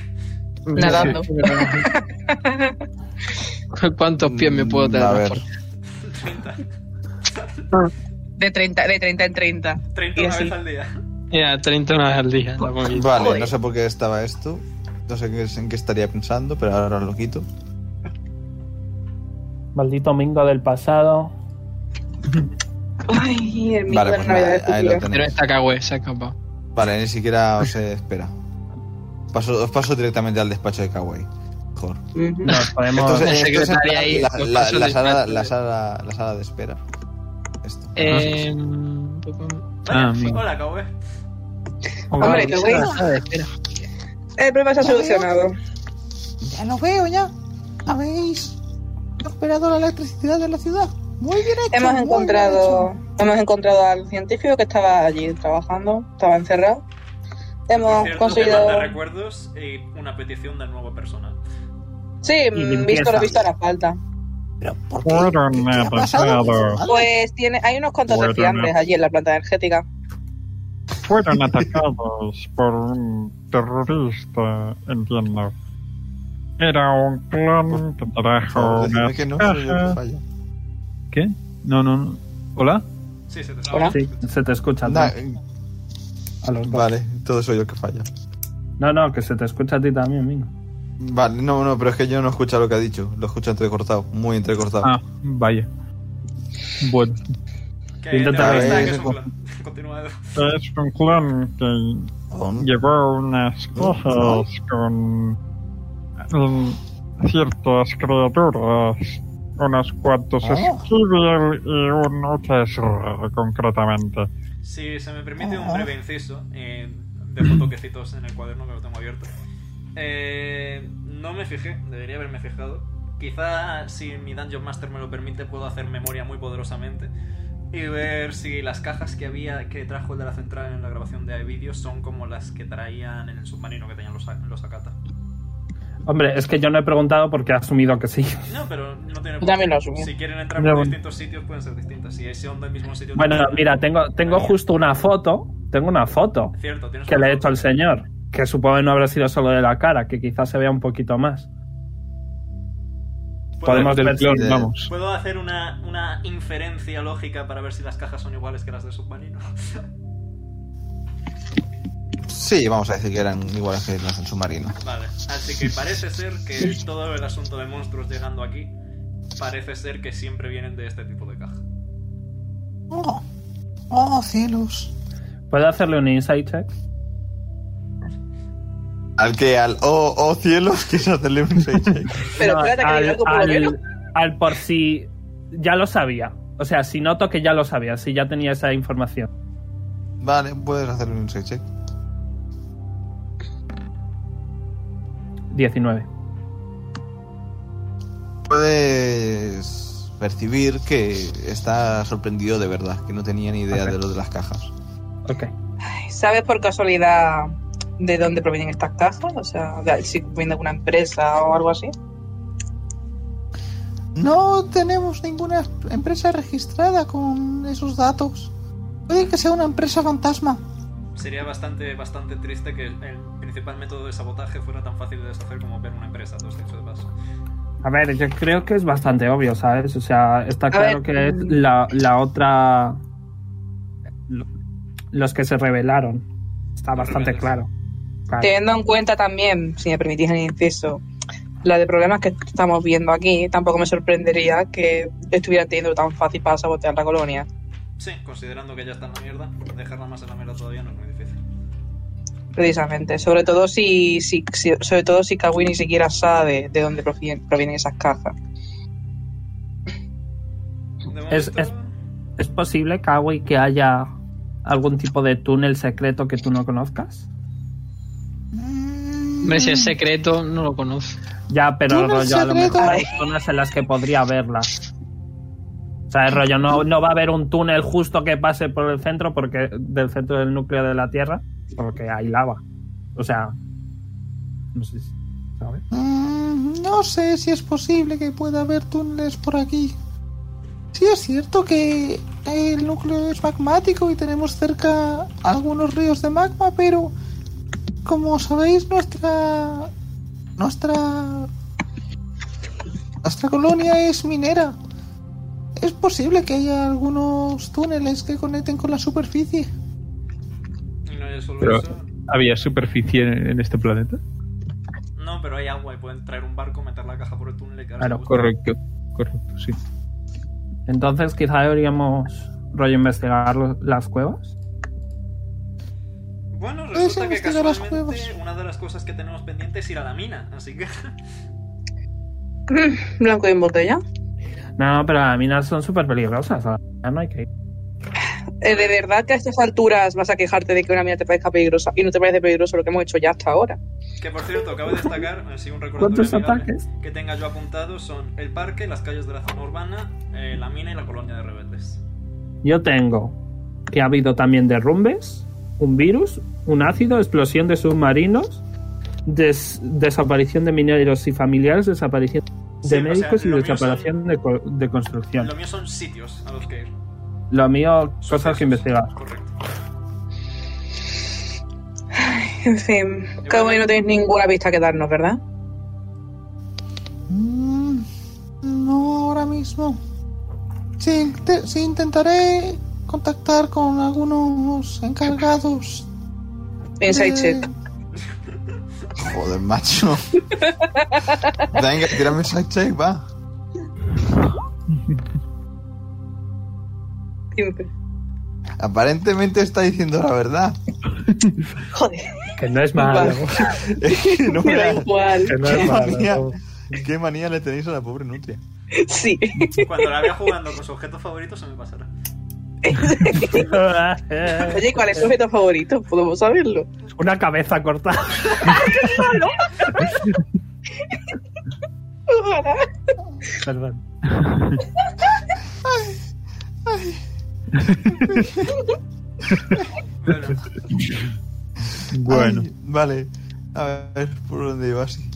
Nadando. ¿Cuántos pies me puedo Mm, A ver. tener? De 30, de 30 en 30. 30 Y una así. vez al día. Ya, 30 horas al día. Pues, está poquito. Vale, Joder. no sé por qué estaba esto. No sé qué- en qué estaría pensando, pero ahora lo quito. Maldito mingo del pasado. Ay, el mito Vale, de pues la Navidad nada, ahí lo futura. Pero tenéis. esta cagüe se ha escapado. Vale, ni siquiera os eh, espera. Paso- os paso directamente al despacho de Kawaii. Mejor. Ujú. Nos podemos. Entonces, la entonces secretaria ahí, la, los la- pasos la de sala, despacho. la, sala, la sala de espera. Esto. Eh, Ah, amigo. Hola, cowboy. Hombre, qué bueno. Ah, El problema se pues ha solucionado. Ya lo veo, ya. Habéis recuperado la electricidad de la ciudad. Muy bien hecho. Hemos encontrado, hemos encontrado al científico que estaba allí trabajando, estaba encerrado. Hemos Cierto que conseguido. manda recuerdos y una petición de nueva persona. Sí, mm, visto limpieza. lo visto hará falta. Fueron Pues, atacados. Pues tiene, hay unos cuantos Bueno, desfiambres también. allí en la planta energética. Fueron atacados por un terrorista, entiendo. Era un clon que trajo unas Ah, que no, cajas. falla. ¿Qué? No, no, no. ¿Hola? Sí, se te Hola. sabe. Sí, se te escucha. a ti. Nah, eh, A los dos. vale, todo soy yo que falla. No, no, que se te escucha a ti también, mingo. Vale, no, no, pero es que yo no escucho lo que ha dicho. Lo escucho entrecortado, muy entrecortado. Ah, vaya. Bueno, Que Intenta te avisa ver- que es un plan. Continúa. Es un clon que Con- llevó unas cajas con mm, ciertas criaturas, unos cuantos Ah. esquivel y un Utesr, concretamente. Si se me permite un breve inciso, eh, dejo toquecitos en el cuaderno que lo tengo abierto. Eh, no me fijé, debería haberme fijado. Quizá si mi Dungeon Master me lo permite puedo hacer memoria muy poderosamente y ver si las cajas que había que trajo el de la central en la grabación de vídeos son como las que traían en el submarino que tenían los, los Akata. Hombre, es que yo no he preguntado porque he asumido que sí. No, pero no tiene Yo también lo asumí. Si quieren entrar Ya, por bueno. distintos sitios pueden ser distintas. Si son del mismo sitio... Bueno, mira, tengo, tengo justo una foto. Tengo una foto Cierto, tienes que una le he foto. hecho al señor. Que supongo que no habrá sido solo de la cara, que quizás se vea un poquito más. Puedo- Podemos del ver si- clon, si- vamos. Puedo hacer una, una inferencia lógica para ver si las cajas son iguales que las de submarino. Sí, vamos a decir que eran iguales que las del submarino. Vale, así que parece ser que todo el asunto de monstruos llegando aquí parece ser que siempre vienen de este tipo de caja. Oh, oh cielos. ¿Puedo hacerle un insight check? Al que al oh, oh cielos, quieres hacerle un insight check. Pero No, espérate que al, hay algo por lo al- menos. al por si ya lo sabía. O sea, si noto que ya lo sabía, si ya tenía esa información. Vale, puedes hacerle un insight check. 19. Puedes percibir que está sorprendido de verdad, que no tenía ni idea Ok. de lo de las cajas. Ok. ¿Sabes por casualidad de dónde provienen estas cajas? O sea, de- si viene de alguna empresa o algo así. No tenemos ninguna empresa registrada con esos datos. Puede que sea una empresa fantasma. Sería bastante, bastante triste que el principal método de sabotaje fuera tan fácil de deshacer como ver una empresa, todo esto de paso. A ver, yo creo que es bastante obvio, ¿sabes? O sea, está claro ver, que es mm. la, la otra. lo- Los que se rebelaron. Está bastante rebeldes. claro. Claro. Teniendo en cuenta también, si me permitís el inciso, la de problemas que estamos viendo aquí, tampoco me sorprendería que estuvieran teniendo tan fácil para sabotear la colonia. Sí, considerando que ya está en la mierda, dejarla más en la mierda todavía no es muy difícil. Precisamente, sobre todo si, si, si- sobre todo si Kawi ni siquiera sabe de dónde provien- provienen esas cajas. De Es- momento, es- ¿Es posible, Kawi, que haya algún tipo de túnel secreto que tú no conozcas? Hombre, si es secreto, no lo conoce. Ya, pero Tiene rollo, a lo secreto. mejor hay zonas en las que podría verlas. O sea, el rollo, no, no va a haber un túnel justo que pase por el centro porque del centro del núcleo de la Tierra, porque hay lava. O sea, no sé si, ¿sabes? Mm, no sé si es posible que pueda haber túneles por aquí. Sí es cierto que el núcleo es magmático y tenemos cerca algunos ríos de magma, pero como sabéis nuestra nuestra nuestra colonia es minera. Es posible que haya algunos túneles que conecten con la superficie. Y no es solo Pero- eso. ¿Había superficie en, en este planeta? No, pero hay agua y pueden traer un barco, meter la caja por el túnel y quedarse Claro, a gusto. Correcto, correcto, sí. Entonces quizá deberíamos rollo investigar lo- las cuevas. Bueno, Puedes resulta que investigar las casualmente cuevas. una de las cosas que tenemos pendiente es ir a la mina, así que Blanco y en botella. No, no, pero las minas son súper peligrosas. a la mina No hay que ir. Eh, de verdad que a estas alturas vas a quejarte de que una mina te parezca peligrosa y no te parece peligroso lo que hemos hecho ya hasta ahora. que por cierto, acabo de destacar, así un recordatorio ¿Cuántos amigable ataques? que tenga yo apuntado son el parque, las calles de la zona urbana, eh, la mina y la colonia de rebeldes. Yo tengo que ha habido también derrumbes, un virus, un ácido, explosión de submarinos, des- desaparición de mineros y familiares, desaparición de Sí, o sea, médicos lo y mío desaparición de, co- de construcción. Lo mío son sitios a los que ir. Lo mío, cosas que investigar. Correcto. En fin, cada uno no tenéis ninguna pista que darnos, ¿verdad? Mm, no ahora mismo. Sí, te- sí intentaré contactar con algunos encargados. Inside de- check. Joder, macho. Venga, tírame un check, va. 15. Aparentemente está diciendo la verdad. Joder, Que no es malo, no me da veas. igual. no Qué manía, qué manía le tenéis a la pobre Nutria. Sí. Cuando la vea jugando con su objeto favorito se me pasará. Oye, ¿cuál es tu objeto favorito? Podemos saberlo. Una cabeza cortada. Ojalá. Perdón. Bueno, Bueno, Ay, vale. A ver por dónde iba así.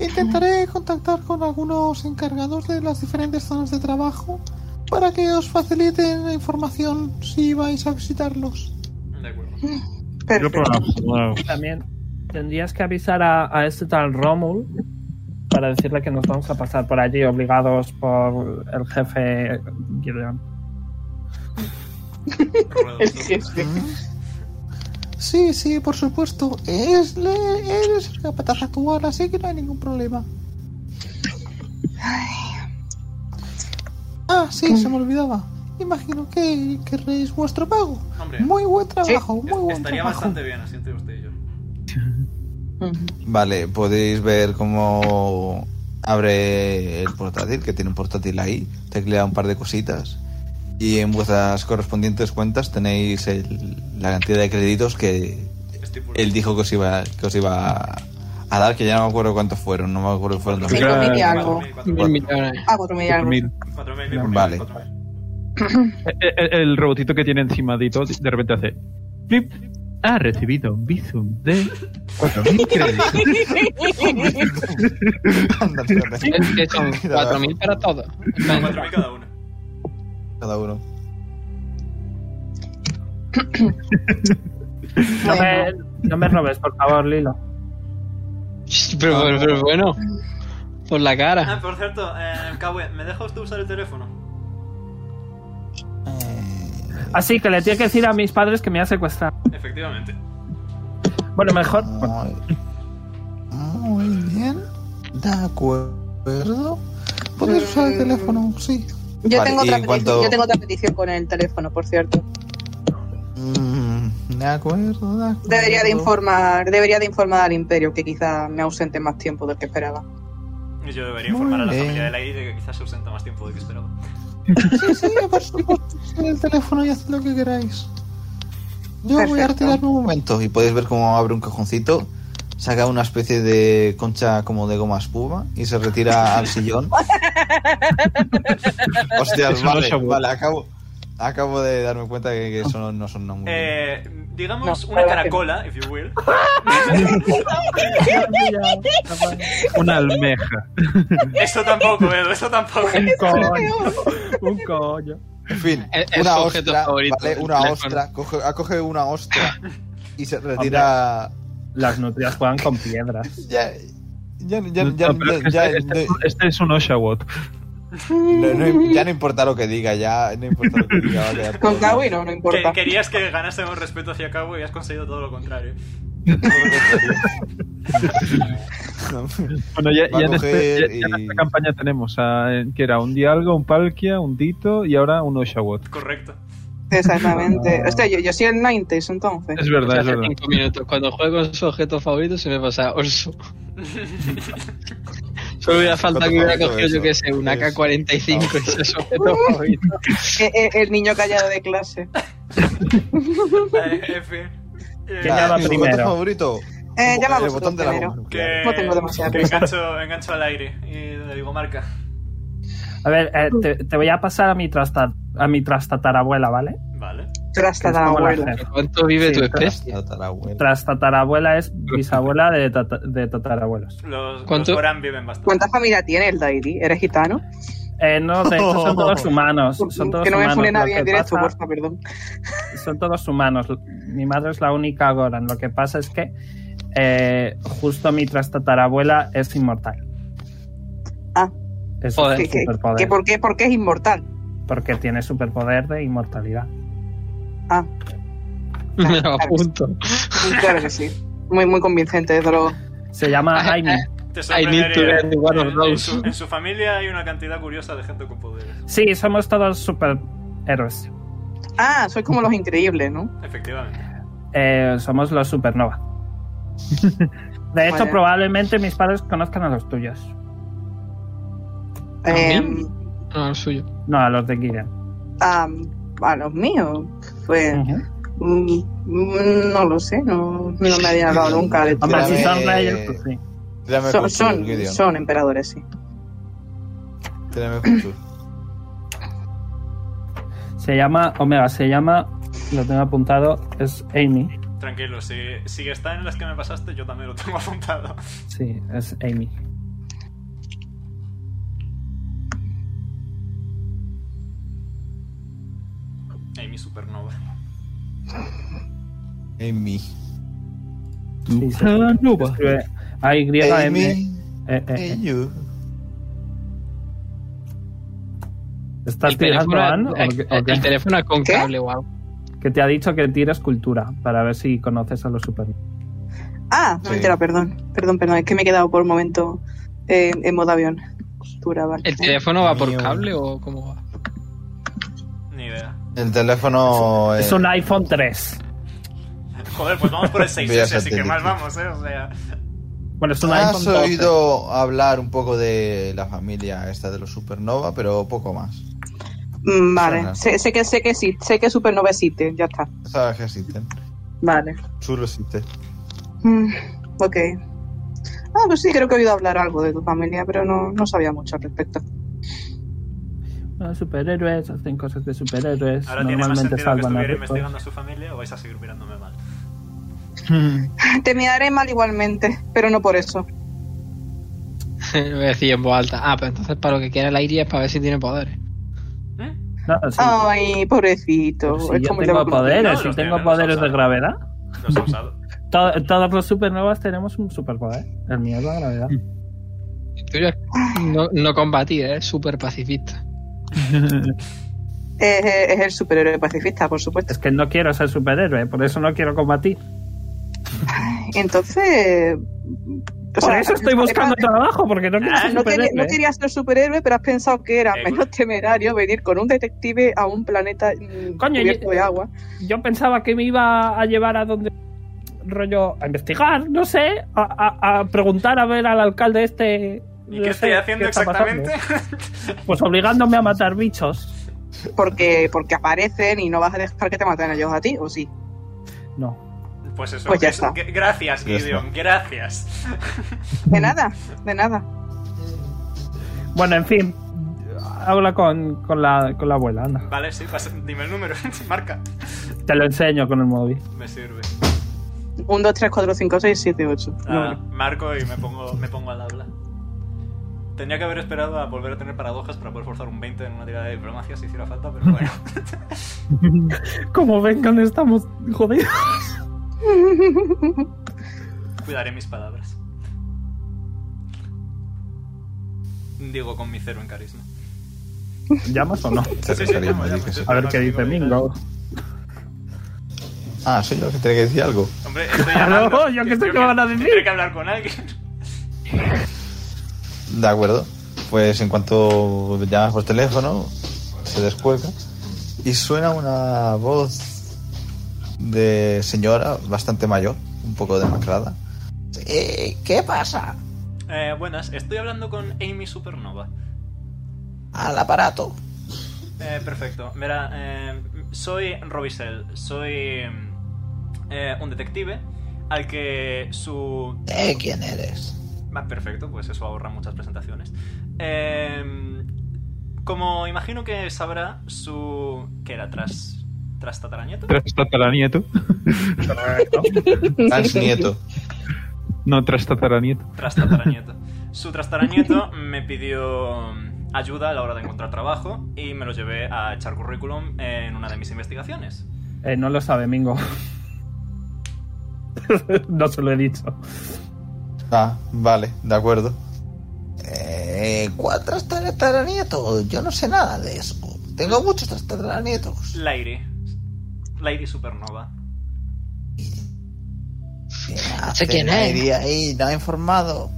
Intentaré contactar con algunos encargados de las diferentes zonas de trabajo para que os faciliten la información si vais a visitarlos. de acuerdo. Yo Perfecto. puedo- También tendrías que avisar a, a este tal Romul para decirle que nos vamos a pasar por allí obligados por el jefe Gideon. Ruedo. El jefe. Sí, sí, por supuesto. Es, le- eres el capataz actual, así que no hay ningún problema. Ah, sí, se me Mm. olvidaba. Imagino que querréis vuestro pago. Hombre, Muy buen trabajo, es- muy buen estaría trabajo. bastante bien así entre usted y yo. Vale, podéis ver cómo abre el portátil, que tiene un portátil ahí, teclea un par de cositas y en vuestras correspondientes cuentas tenéis el- la cantidad de créditos que Estipulado. él dijo que os iba, que os iba a dar, que ya no me acuerdo cuántos fueron, no me acuerdo si fueron dos Cinco mil y algo. 4.000, Mil millones. Ah, cuatro mil y algo. 4000. 4.000, 4.000, Vale. 4.000. El, Eh, el- el robotito que tiene encima de todo, de repente hace flip. Ha recibido un bizum de 4.000 créditos. Anda, tírate. Es que son 4.000 para todo. 4.000 cada uno. cada uno. No me, no me robes, por favor, Lilo. Pero, pero, pero bueno, por la Ah, cara. por cierto, eh, Kawe, ¿me deja usted usar el teléfono? Así que le tiene que decir a mis padres que me ha secuestrado. Efectivamente. Bueno, mejor. bueno, Muy, muy bien. De acuerdo. Podéis usar el teléfono, sí. Yo, Vale, tengo y otra en petición- cuanto- yo tengo otra petición con el teléfono, por cierto. Mm, De acuerdo, de acuerdo. Debería de informar, debería de informar al imperio que quizá me ausente más tiempo del que esperaba. Y yo debería informar a la Muy bien. familia de Lady de que quizás se ausenta más tiempo de que esperaba. Sí, sí, por supuesto, usad el teléfono y haced lo que queráis. Yo voy a Perfecto. retirarme un momento y podéis ver cómo abre un cajoncito, saca una especie de concha como de goma espuma y se retira al sillón. Hostias, Eso no vale, se ha vuelto. vale, acabo, acabo de darme cuenta que, que eso no, no son no muy bien. Eh, digamos una caracola, if you will. Una almeja. Eso tampoco, Edu, eso tampoco. Un coño. En fin, Es- es una su objeto ostra, favorito ¿vale? del Una teléfono. ostra, coge, ah, coge una ostra y se retira... Las nutrias juegan con piedras. Ya, ya, ya, No, ya, pero es que ya- este, este- ya- este es un Oshawott. no- no- ya no importa lo que diga, ya no importa lo que diga. va a quedar Con todo Kawi bien. Ah, no, no Que- importa. querías que ganásemos respeto hacia Cabo y has conseguido todo lo contrario. Bueno, ya, Va a ya en, este- coger ya- ya en y- esta campaña tenemos a, eh, que era un Dialga, un Palkia, un Dito y ahora un Oshawott. Correcto. Exactamente. Hostia, yo, yo soy el 90 entonces. Es verdad, es Hace verdad. cinco minutos. Cuando juego con su objeto favorito se me pasa Orso. Solo hubiera falta que hubiera favorito cogido, eso. yo qué sé, una Es- K45 y ese es su objeto favorito. Eh, eh, El, niño callado de clase. Eh, en fin. Eh, ¿Quién ya va ¿Tu primero? botón favorito? Eh, ya la el vosotros botón de la primero. goma. que- No tengo demasiada que prisa. engancho, engancho al aire y le digo marca. A ver, eh, te, te voy a pasar a mi, trasta- a mi trastatarabuela, ¿vale? Vale. Trasta Que es la como la abuela. jefa. ¿Cuánto vive tu Sí, claro. especie? Tatarabuela. Trastatarabuela es bisabuela de, tata- de tatarabuelos. Los, los ¿Cuánto? Goran viven bastante. ¿Cuántas familias tiene el Daily? ¿Eres gitano? Eh, no, de hecho son todos humanos. Son todos que no me humanos. fune Lo nadie en que directo, pasa- porfa, perdón. son todos humanos. Mi madre es la única Goran. Lo que pasa es que eh, justo mi trastatarabuela es inmortal. Ah. Es Joder. un ¿Qué- qué- superpoder. qué- por, qué, ¿Por qué es inmortal? Porque tiene superpoder de inmortalidad. Ah, Me lo apunto. claro que sí. Muy, muy convincente, desde luego. Se llama Ah, Aimi. Te I need to sorprendería. get one of En- en, those. su, en su familia hay una cantidad curiosa de gente con poderes. Sí, somos todos superhéroes. Ah, soy como los increíbles, ¿no? Efectivamente. Eh, somos los supernova. De hecho, Vale. probablemente mis padres conozcan a los tuyos. ¿A mí? Em, No, el suyo. No, a los de Gideon. a, a los míos. Pues. Ujú. mm, mm, no lo sé, no, no me habían hablado nunca de Hombre, si Espérame, son eh, reyes, pues sí. Tírame Son, cultura, son, Gideon. son emperadores, sí. Tírame cultura. Se llama Omega, se llama, lo tengo apuntado, es Amy. Tranquilo, si, si está en las que me pasaste, yo también lo tengo apuntado. Sí, es Amy. Amy Supernova. Amy. Sí, sí. Escribe Ay, griega, Amy. M. Eh, eh, hey, eh. you. ¿Estás El teléfono, tirando, Ann? ¿O el, qué- o qué? el teléfono con ¿Qué? cable, wow. Que te ha dicho que tires cultura para ver si conoces a los super. Ah, no Sí. mentira, perdón. Perdón, perdón, es que me he quedado por un momento eh, en modo avión. Dura, vale. ¿El teléfono va por Mío. cable o cómo va? Ni idea. El teléfono. Es eh, un iPhone 3. Joder, pues vamos por el 6S, Bellas así que mal satélites. vamos, ¿eh? O sea, Bueno, es un Has iPhone 12. oído hablar un poco de la familia esta de los supernova, pero poco más. Mm, Vale, Suena. sé, sé que sé que sí, sé que Supernova existe, ya está. Sabes que existen. Vale. Chulo existe. Mm, ok. Ah, pues sí, creo que he oído hablar algo de tu familia, pero no, no sabía mucho al respecto. Los Ah, superhéroes hacen cosas de superhéroes. ahora tiene más sentido Normalmente que salvan a estuviera ricos. investigando a su familia o vais a seguir mirándome mal. Te miraré mal igualmente, pero no por eso. Voy a decir en voz alta. Ah, pero entonces para lo que quiera el aire es para ver si tiene poderes. ¿Eh? No, Ah, sí. Ay, pobrecito. Pero si es yo como el tengo de- poderes, No, si los tengo tiene, los poderes de usa. gravedad. Los he usado. To- todos los supernovas tenemos un superpoder. El mío es la gravedad. El tuyo es no, no combatir, es súper pacifista. Es, es el superhéroe pacifista, por supuesto. Es que no quiero ser superhéroe, por eso no quiero combatir. Entonces. o Por sea, eso estoy buscando era- trabajo, porque no quiero Ah, ser No quería, superhéroe. ¿eh? no quería ser superhéroe, pero has pensado que era Eh, menos temerario venir con un detective a un planeta mm, Coño, cubierto yo- de agua. Yo pensaba que me iba a llevar a donde rollo a investigar, no sé, a, a- a preguntar a ver al alcalde este. ¿Y no qué sé, estoy haciendo qué está exactamente? pasando. Pues obligándome a matar bichos. Porque, porque aparecen y no vas a dejar que te maten a ellos a ti, ¿o sí? No. Pues eso. Pues ya que- está. que- gracias, Ya está. Gideon, gracias. De nada, de nada. Bueno, en fin. Habla con, con la, con la abuela, anda. Vale, sí, pasa- dime el número, marca. Te lo enseño con el móvil. Me sirve. 1, 2, 3, 4, 5, 6, 7, 8. Ah, marco y me pongo, me pongo al habla. Tendría que haber esperado a volver a tener paradojas para poder forzar un 20 en una tirada de diplomacia si hiciera falta, pero bueno. Como vengan, estamos jodidos. Cuidaré mis palabras. Digo con mi cero en carisma. ¿Llamas o no? Cero en carisma, llamo, dices. llamo. A ver qué dice Mingo. Ah, soy yo que tenía que decir algo. Hombre, estoy Claro, llamando. yo qué sé Creo qué van a decir. Tendré que hablar con alguien. De acuerdo. Pues en cuanto llamas por teléfono, se descuelga y suena una voz de señora bastante mayor, un poco demacrada. Eh, ¿Qué pasa? Eh, buenas, estoy hablando con Amy Supernova. Al aparato. Eh, perfecto. Verá, eh, soy Robisel. Soy mm, eh, un detective al que su Eh, ¿Quién eres? Ah, perfecto, pues eso ahorra muchas presentaciones. Eh, como imagino que sabrá, su. ¿Qué era? ¿Tras. tras tatarañeto? Tras tataranieto. Hans Ah, Nieto. No, tras tataranieto. Tras tatarañeto. Su trastarañeto me pidió mm, ayuda a la hora de encontrar trabajo y me lo llevé a echar currículum en una de mis investigaciones. Eh, no lo sabe Mingo. no se lo he dicho. Ah, vale, de acuerdo. Eh, ¿Cuál trastararanieto? Yo no sé nada de eso. Tengo muchos trastararanietos. Lady. Lady Supernova. Hace quién es. nadie ahí, no ha informado.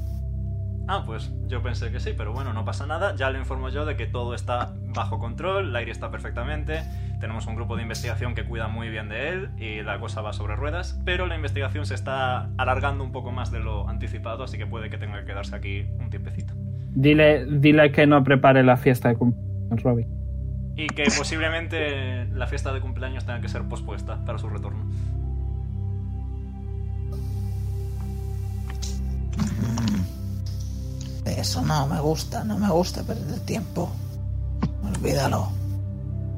Ah, pues yo pensé que sí, pero bueno, no pasa nada. Ya le informo yo de que todo está bajo control, el aire está perfectamente, tenemos un grupo de investigación que cuida muy bien de él y la cosa va sobre ruedas, pero la investigación se está alargando un poco más de lo anticipado, así que puede que tenga que quedarse aquí un tiempecito. Dile, dile que no prepare la fiesta de cumpleaños, Robbie. Y que posiblemente la fiesta de cumpleaños tenga que ser pospuesta para su retorno. Eso no me gusta, no me gusta perder tiempo. Olvídalo.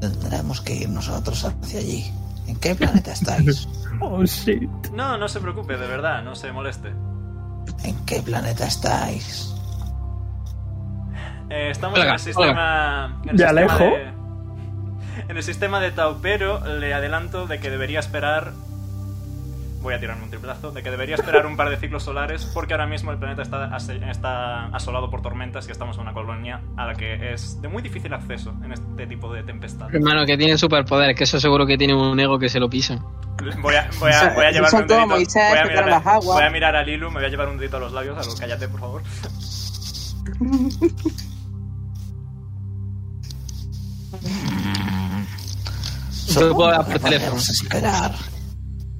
Tendremos que ir nosotros hacia allí. ¿En qué planeta estáis? Oh, shit. No, no se preocupe, de verdad, no se moleste. ¿En qué planeta estáis? Eh, estamos en Olga, el sistema. En el ¿De sistema Alejo? de- en el sistema de Tau, pero le adelanto de que debería esperar. Voy a tirarme un triplazo. De que debería esperar un par de ciclos solares, porque ahora mismo el planeta está, ase- está asolado por tormentas y estamos en una colonia a la que es de muy difícil acceso en este tipo de tempestad. Hermano, que tienen superpoder, que eso seguro que tiene un ego que se lo pisa. Voy a, voy a, voy a llevarme un Son todo dedito. Moisés, Voy a, que mirar traen las a, aguas. voy a mirar a Lilu, me voy a llevar un dedito a los labios. Algo, cállate, por favor. Yo puedo hablar por que teléfono. podemos esperar.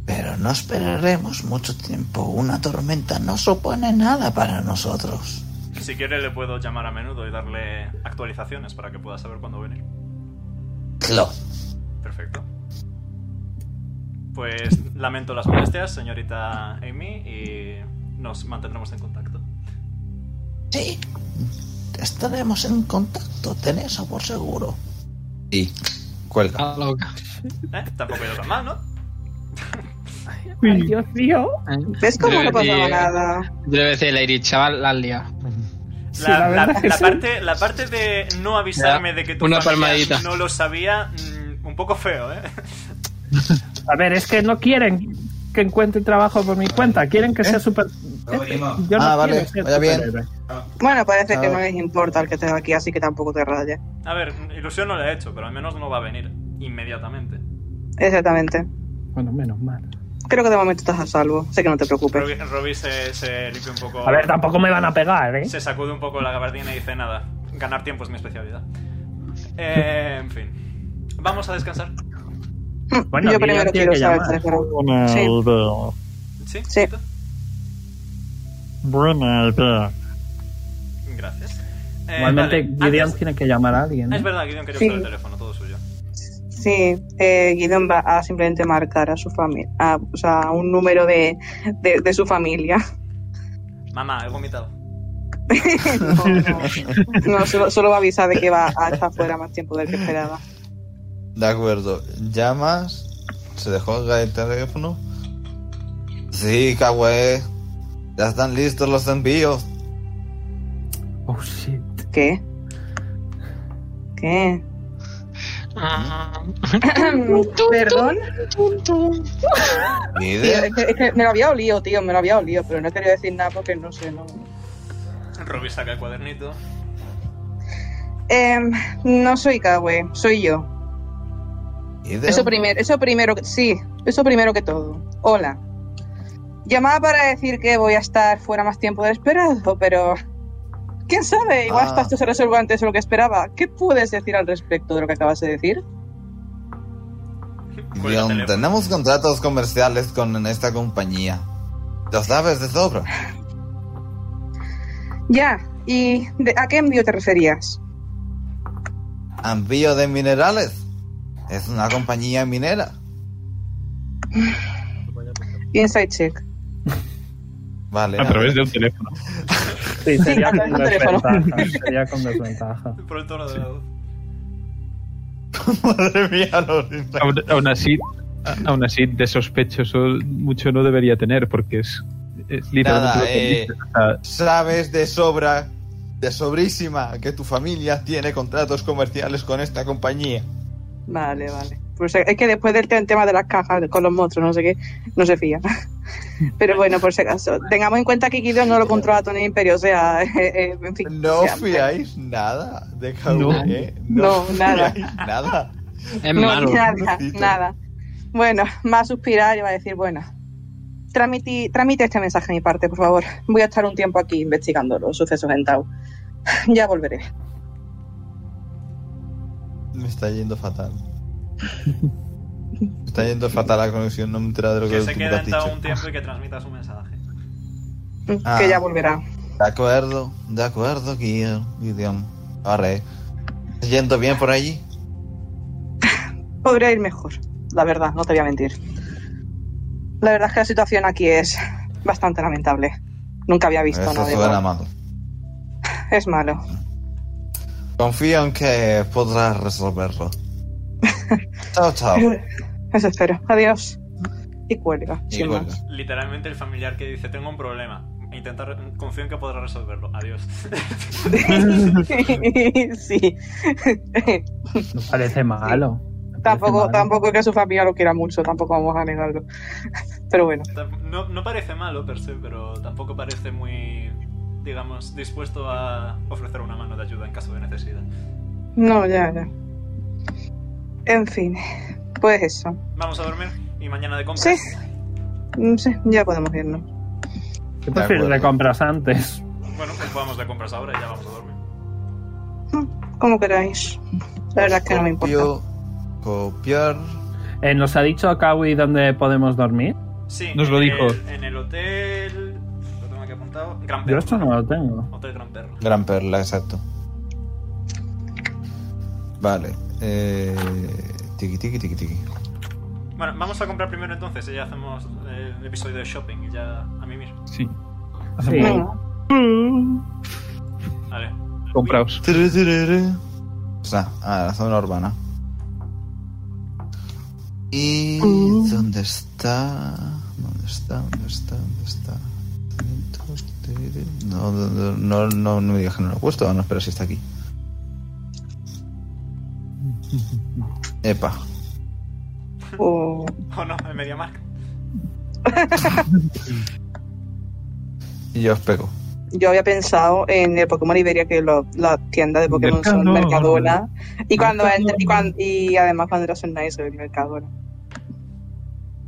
Pero no esperaremos mucho tiempo. Una tormenta no supone nada para nosotros. Si quiere, le puedo llamar a menudo y darle actualizaciones para que pueda saber cuándo venir. Clo. Perfecto. Pues lamento las molestias, señorita Amy, y nos mantendremos en contacto. Sí. Estaremos en contacto. Ten eso por seguro. Y cuelga. Ah, loca. ¿Eh? Tampoco ha ido tan mal, ¿no? Ay, Dios mío. Eh, ¿Ves cómo no Debería- pasaba nada? Yo le voy a decir, Lady, chaval, la has liado. Sí, La, la la- verdad que la sí. parte, la parte de no avisarme de que tu una familia palmadita. no lo sabía, mm, un poco feo, ¿eh? A ver, es que no quieren que encuentre trabajo por mi cuenta. Quieren que sea super. Eh, yo no Ah, vale, quiero vaya ser bien. superhéroe. Bueno, parece que Ah. no les importa el que tengo aquí, así que tampoco te rayes. A ver, ilusión no le he hecho, pero al menos no va a venir inmediatamente. Exactamente. Bueno, menos mal. Creo que de momento estás a salvo, sé que no te preocupes. Robbie, Robbie se, se limpia un poco. A ver, tampoco me van a pegar, ¿eh? Se sacude un poco la gabardina y dice nada. Ganar tiempo es mi especialidad. Eh, en fin. Vamos a descansar. Bueno, Yo Miriam primero tiene quiero que saber llamar. teléfono. Buena Sí. idea. ¿Sí? Sí. Buena idea. Gracias. Eh, Igualmente, vale, Gideon antes- tiene que llamar a alguien. Ah, ¿eh? Es verdad, Gideon quería Sí. usar el teléfono, todo suyo. Sí, eh, Gideon va a simplemente marcar a su familia, o sea, un número de, de, de su familia. Mamá, he vomitado. no, no. No, solo, solo va a avisar de que va a estar fuera más tiempo del que esperaba. De acuerdo. Llamas. Se dejó el teléfono. Sí, Kawaii. Ya están listos los envíos. Oh, shit. ¿Qué? ¿Qué? Ah. Perdón. Ni Tío, idea. es, que, es que me lo había olido, tío, me lo había olido, pero no quería decir nada porque no sé, no. Robbie saca el cuadernito. Em, no soy Kawe, soy yo. Ni idea. Eso primero, eso primero, que- sí, eso primero que todo. Hola. Llamaba para decir que voy a estar fuera más tiempo del esperado, pero quién sabe, igual Ah. hasta esto se resuelve antes de lo que esperaba. ¿Qué puedes decir al respecto de lo que acabas de decir? Cuelga el Guión, teléfono. tenemos contratos comerciales con esta compañía. Lo sabes de sobra. Ya, ¿y de- a qué envío te referías? Envío de minerales. Es una compañía minera. Inside check. Vale. A ver. través de un teléfono. Sí, sería Sí, con al teléfono. desventaja. Sería con desventaja. Por el tono de la voz. Madre mía, Lorena. Aún, aún así, a- aún así, de sospechoso mucho no debería tener porque es, es literalmente Nada, lo que eh, dice. O sea, Sabes de sobra, de sobrísima, que tu familia tiene contratos comerciales con esta compañía. Vale, vale. Pues es que después del te- tema de las cajas con los monstruos, no sé qué, no se fía. Pero bueno, por si acaso, tengamos en cuenta que Guido no lo controla Tony Imperio, o sea, eh, eh, en fin. No o sea, fiáis nada de Kawe, No. ¿eh? No, nada. fiáis nada. Es no, malo. Nada, Pobrecito. nada. Bueno, va a suspirar y va a decir, bueno, tramite, tramite este mensaje de mi parte, por favor. Voy a estar un tiempo aquí investigando los sucesos en Tau. Ya volveré. Me está yendo fatal. Me está yendo fatal la conexión, no me entera de lo que, Que se tú quede has sentado dicho. un tiempo y que transmita su mensaje. Ah. Que ya volverá. De acuerdo, de acuerdo, Guido- Gideon. Arre. ¿Estás yendo bien por allí? Podría ir mejor, la verdad, no te voy a mentir. La verdad es que la situación aquí es bastante lamentable. Nunca había visto Eso nada suena igual. mal. Es malo. Confío en que podrás resolverlo. chao, chao. Eso espero. Adiós. Y cuelga. Y sin cuelga. más. Literalmente el familiar que dice, tengo un problema. Intenta, re- confío en que podrá resolverlo. Adiós. sí. No parece malo. No parece tampoco, malo. tampoco que su familia lo quiera mucho, tampoco vamos a negarlo. Pero bueno. Tam- No, no parece malo per se, pero tampoco parece muy, digamos, dispuesto a ofrecer una mano de ayuda en caso de necesidad. No, ya, ya. En fin. Pues eso. Vamos a dormir y mañana de Sí. compras. Mm, Sí, ya podemos irnos. ¿Qué prefieres de compras antes? Bueno, pues vamos de compras ahora y ya vamos a dormir. Como queráis. La verdad es que no me importa. Copio, copiar. Eh, ¿Nos ha dicho Kawi dónde podemos dormir? Sí, eh, Nos en lo el- dijo. En el hotel. Lo tengo aquí apuntado. Gran Yo Perla. esto no lo tengo. Hotel Gran Perla. Gran perla, exacto. Vale. Eh, tiki, tiki, tiki, tiki. Bueno, vamos a comprar primero entonces y ya hacemos eh, el episodio de shopping y ya a mimir. sí, Sí. Venga. Vale. compraos. Tiri, tiri, tiri. O sea, Pues a la zona urbana. ¿Y Mm. dónde está? ¿Dónde está? ¿Dónde está? ¿Dónde está? No, no, no, no, no me digas que no lo he puesto. No, espera si está aquí. Epa. O- Oh no, en MediaMark. Y yo os pego. Yo había pensado en el Pokémon Iberia, que lo- las tiendas de Pokémon son Mercadona. Mercadona. Y cuando entra- y, cuan- y además cuando eras en Nice el Mercadona.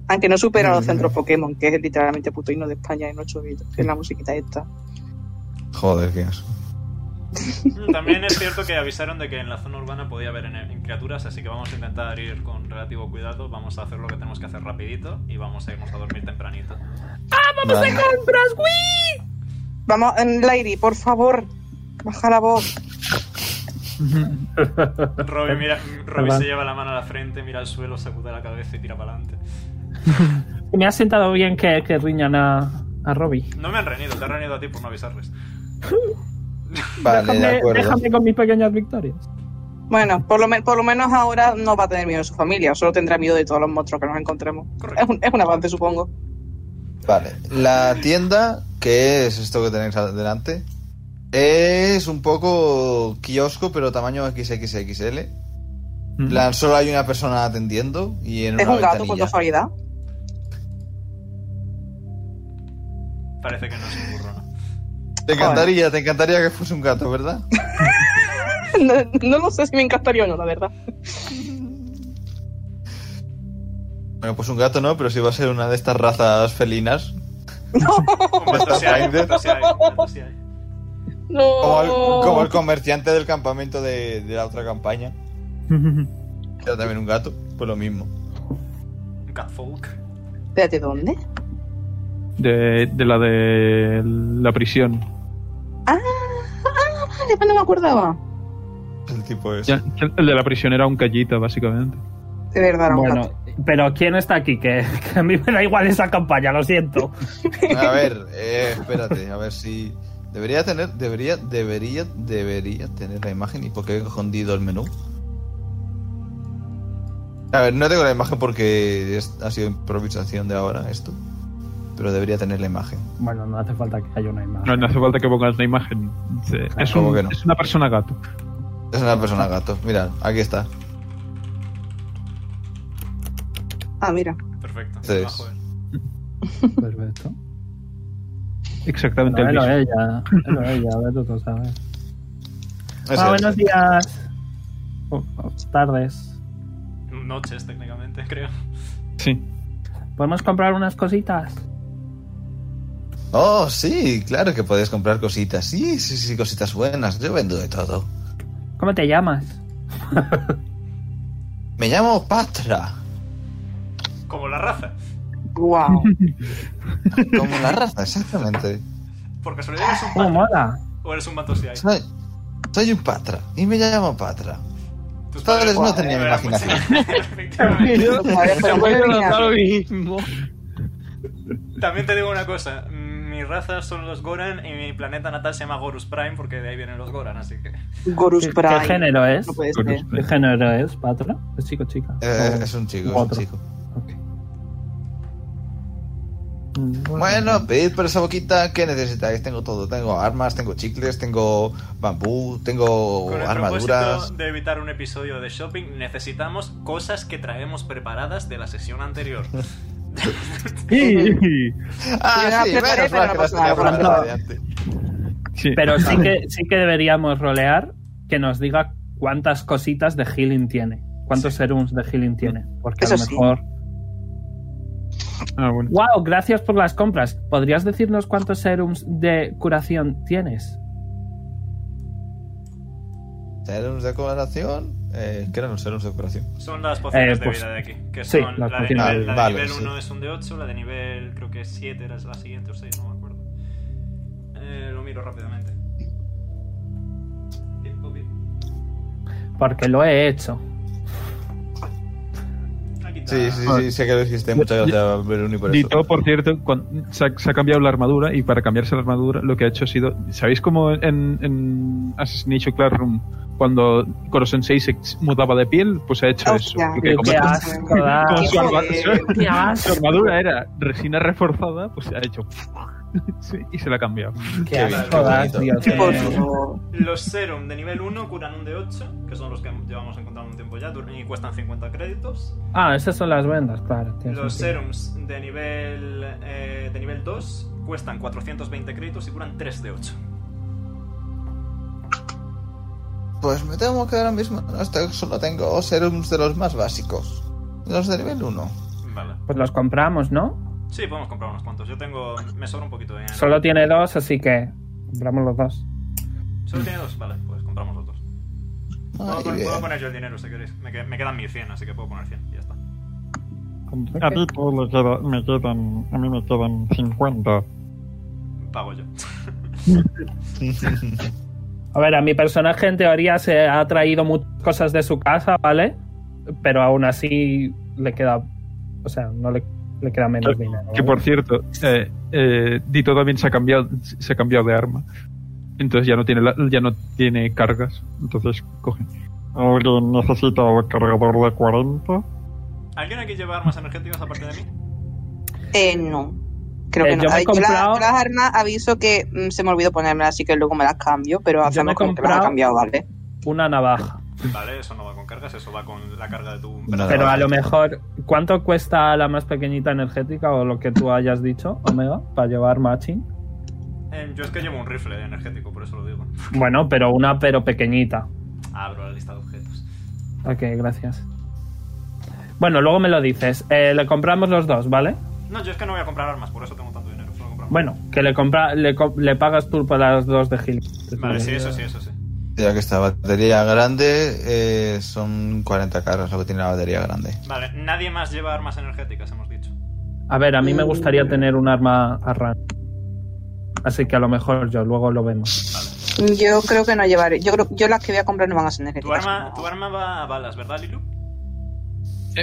Aunque no supera a los centros Pokémon, que es literalmente puto himno de España en 8 bits, que es la musiquita esta. Joder, qué asco. Mm, También es cierto que avisaron de que en la zona urbana podía haber en, en criaturas, así que vamos a intentar ir con relativo cuidado. Vamos a hacer lo que tenemos que hacer rapidito y vamos a irnos a dormir tempranito. Vale. Vamos, em, Lady, por favor, baja la voz. Robbie, mira, Robbie Perdón. se lleva la mano a la frente, mira al suelo, sacude la cabeza y tira para adelante. Me ha sentado bien que, que riñan a, a Robbie. No me han reñido, te han reñido a ti por no avisarles. Vale, de déjame, acuerdo. déjame con mis pequeñas victorias. Bueno, por lo, men- por lo menos ahora no va a tener miedo de su familia, solo tendrá miedo de todos los monstruos que nos encontremos. Correcto. Es un, es un avance, supongo. Vale, la tienda, que es esto que tenéis adelante, es un poco kiosco, pero tamaño XXXL. Mm. En plan, solo hay una persona atendiendo y en Es una un gato, por ventanilla. casualidad. Parece que no es un burro, ¿no? Te encantaría, te encantaría que fuese un gato, ¿verdad? No, no lo sé si me encantaría o no, la verdad. Bueno, pues un gato no, pero si va a ser una de estas razas felinas. Un gato sí hay, un gato sí hay, un gato sí hay. No. Como el, Oh. como el comerciante del campamento de, de la otra campaña. Era también un gato, pues lo mismo. Un catfolk. Espérate, ¿dónde? De, de la de la prisión. Ah, después no me acordaba. El tipo es. Ya, El de la prisión era un callita, básicamente. De verdad, era un gato. Bueno, pero ¿quién está aquí? Que, que a mí me da igual esa campaña, lo siento. A ver, eh, espérate, a ver si. Debería tener, debería, debería, debería tener la imagen. ¿Y por qué he escondido el menú? A ver, no tengo la imagen porque es- ha sido improvisación de ahora esto. Pero debería tener la imagen. Bueno, no hace falta que haya una No, imagen. no hace falta que pongas la imagen. Dice, Es, ¿cómo un- que no? es una persona gato. Es una persona gato. Mirad, aquí está. Ah, mira. Perfecto. Sí. Ah, joder. Perfecto. Exactamente No, el era mismo. ella, era ella, a ver, tú lo sabes. Es Ah, él. buenos días. O- o tardes. Noches, técnicamente, creo. Sí. ¿Podemos comprar unas cositas? Oh, sí, claro que podéis comprar cositas. Sí, sí, sí, cositas buenas. Yo vendo de todo. ¿Cómo te llamas? Me llamo Patra. Como la raza. Wow. Como la raza, exactamente. Por casualidad eres un ¿Cómo pato. mola? O eres un pato si hay. Soy, soy un Patra. Y me llamo Patra. Tus Padres no Guau, tenían eh, imaginación. Efectivamente. Pero bueno, mira, También te digo una cosa. Mi raza son los Goran y mi planeta natal se llama Gorus Prime porque de ahí vienen los Goran, así que... Gorus ¿Qué, Prime. qué género es? No puede Gorus. ser. ¿Qué género es, Patra? ¿Es chico chica? Eh, O- es un chico, u es un otro. chico. Ok. pues Bueno, pedid por esa boquita que necesitáis. Tengo todo. Tengo armas, tengo chicles, tengo bambú, Oh, tengo Con el armaduras. propósito de evitar un episodio de shopping, necesitamos cosas que traemos preparadas de la sesión anterior. Yo Ah, la sí, preparé, menos pero mal no pasa que las tenía nada, por preparadas ejemplo. de antes. Sí. Pero sí que, sí que deberíamos rolear que nos diga cuántas cositas de healing tiene. ¿Cuántos serums de healing tiene? Porque a Eso lo sí. mejor... Ah, bueno. ¡Wow! Gracias por las compras. ¿Podrías decirnos cuántos serums de curación tienes? Serums de coloración. Eh, ¿Qué eran los serums de coloración? Son las pociones Eh, pues- de vida de aquí. Que sí, son las la de pociones. nivel, la de Vale, nivel sí. 1 es un de 8, la de nivel creo que 7 era la siguiente o 6, no me acuerdo. Eh, lo miro rápidamente. Pip, pop, pip. Porque lo he hecho. Aquí está. Sí, sí, sí, sé que lo hiciste. Muchas gracias, Veruni, por eso. Dito, por cierto, cuan- se, ha, se ha cambiado la armadura y para cambiarse la armadura lo que ha hecho ha sido... ¿Sabéis cómo en, en Assassination Classroom cuando Koro Sensei se mudaba de piel? Pues ha hecho eso. Hostia. Porque ¡Qué, como asco, da! como su, arma- Joder. su- su armadura era resina reforzada, pues ha hecho... sí, y se la ha cambiado. ¡Qué bien, asco qué das, bonito. Dios Qué mío. Por favor. Los serum de nivel 1 curan un de 8, que son los que llevamos encontrando un tiempo ya, duran- y cuestan 50 créditos. Ah, esas son las vendas, claro. tiene Los sentido. serums de nivel, eh, de nivel 2 cuestan 420 créditos y curan 3 de 8. Pues me temo que ahora mismo no estoy- solo tengo serums de los más básicos. Los de nivel 1. Vale. Pues los compramos, ¿no? Sí, podemos comprar unos cuantos. Yo tengo. Me sobra un poquito de dinero. Solo tiene dos, así que compramos los dos. ¿Solo tiene dos? Vale, pues compramos los dos. Puedo, Muy eh. pon- bien. puedo poner yo el dinero si queréis. Me, que- me quedan 1100, así que puedo poner 100. Ya está. A ti todo le queda, me quedan, a mí me quedan 50. Pago yo. A ver, a mi personaje en teoría se ha traído muchas cosas de su casa, ¿vale? Pero aún así le queda. O sea, no le, le queda menos Que- dinero. Que ¿vale? Oh. por cierto, eh, eh, Dito también se ha cambiado, se ha cambiado de arma. Entonces ya no tiene la- ya no tiene cargas. Entonces coge. ¿Alguien necesita un cargador de 40? ¿Alguien aquí lleva armas energéticas aparte de mí? Eh, no. Creo Eh, que no. yo me he Ay, yo la- comprado- las armas aviso que mm, se me olvidó ponérmelas, así que luego me las cambio, pero Yo me hacemos he como que las ha comprado- cambiado, ¿vale? Una navaja. Vale, eso no va con cargas, eso va con la carga de tu... Una Pero navaja. a lo mejor, ¿cuánto cuesta la más pequeñita energética o lo que tú hayas dicho, Omega, para llevar matching? Eh, yo es que llevo un rifle energético, por eso lo digo. Bueno, pero una pero pequeñita. Abro la lista de objetos. Ok, gracias. Bueno, luego me lo dices. Eh, le compramos los dos, ¿vale? No, yo es que no voy a comprar armas, por eso tengo tanto dinero. Solo compro armas. Bueno, que le compra, le, co- le pagas tú por las dos de Gil. Vale, sí, eso sí, eso sí. Ya que esta batería grande eh, son 40 cargas lo que tiene la batería grande. Vale, nadie más lleva armas energéticas, hemos dicho. A ver, a mí me gustaría tener un arma a rango. Así que a lo mejor yo, luego lo vemos. Yo creo que no llevaré. Yo creo, yo las que voy a comprar no van a ser Tu energéticas. arma, tu arma va a balas, ¿verdad, Lilu? Sí.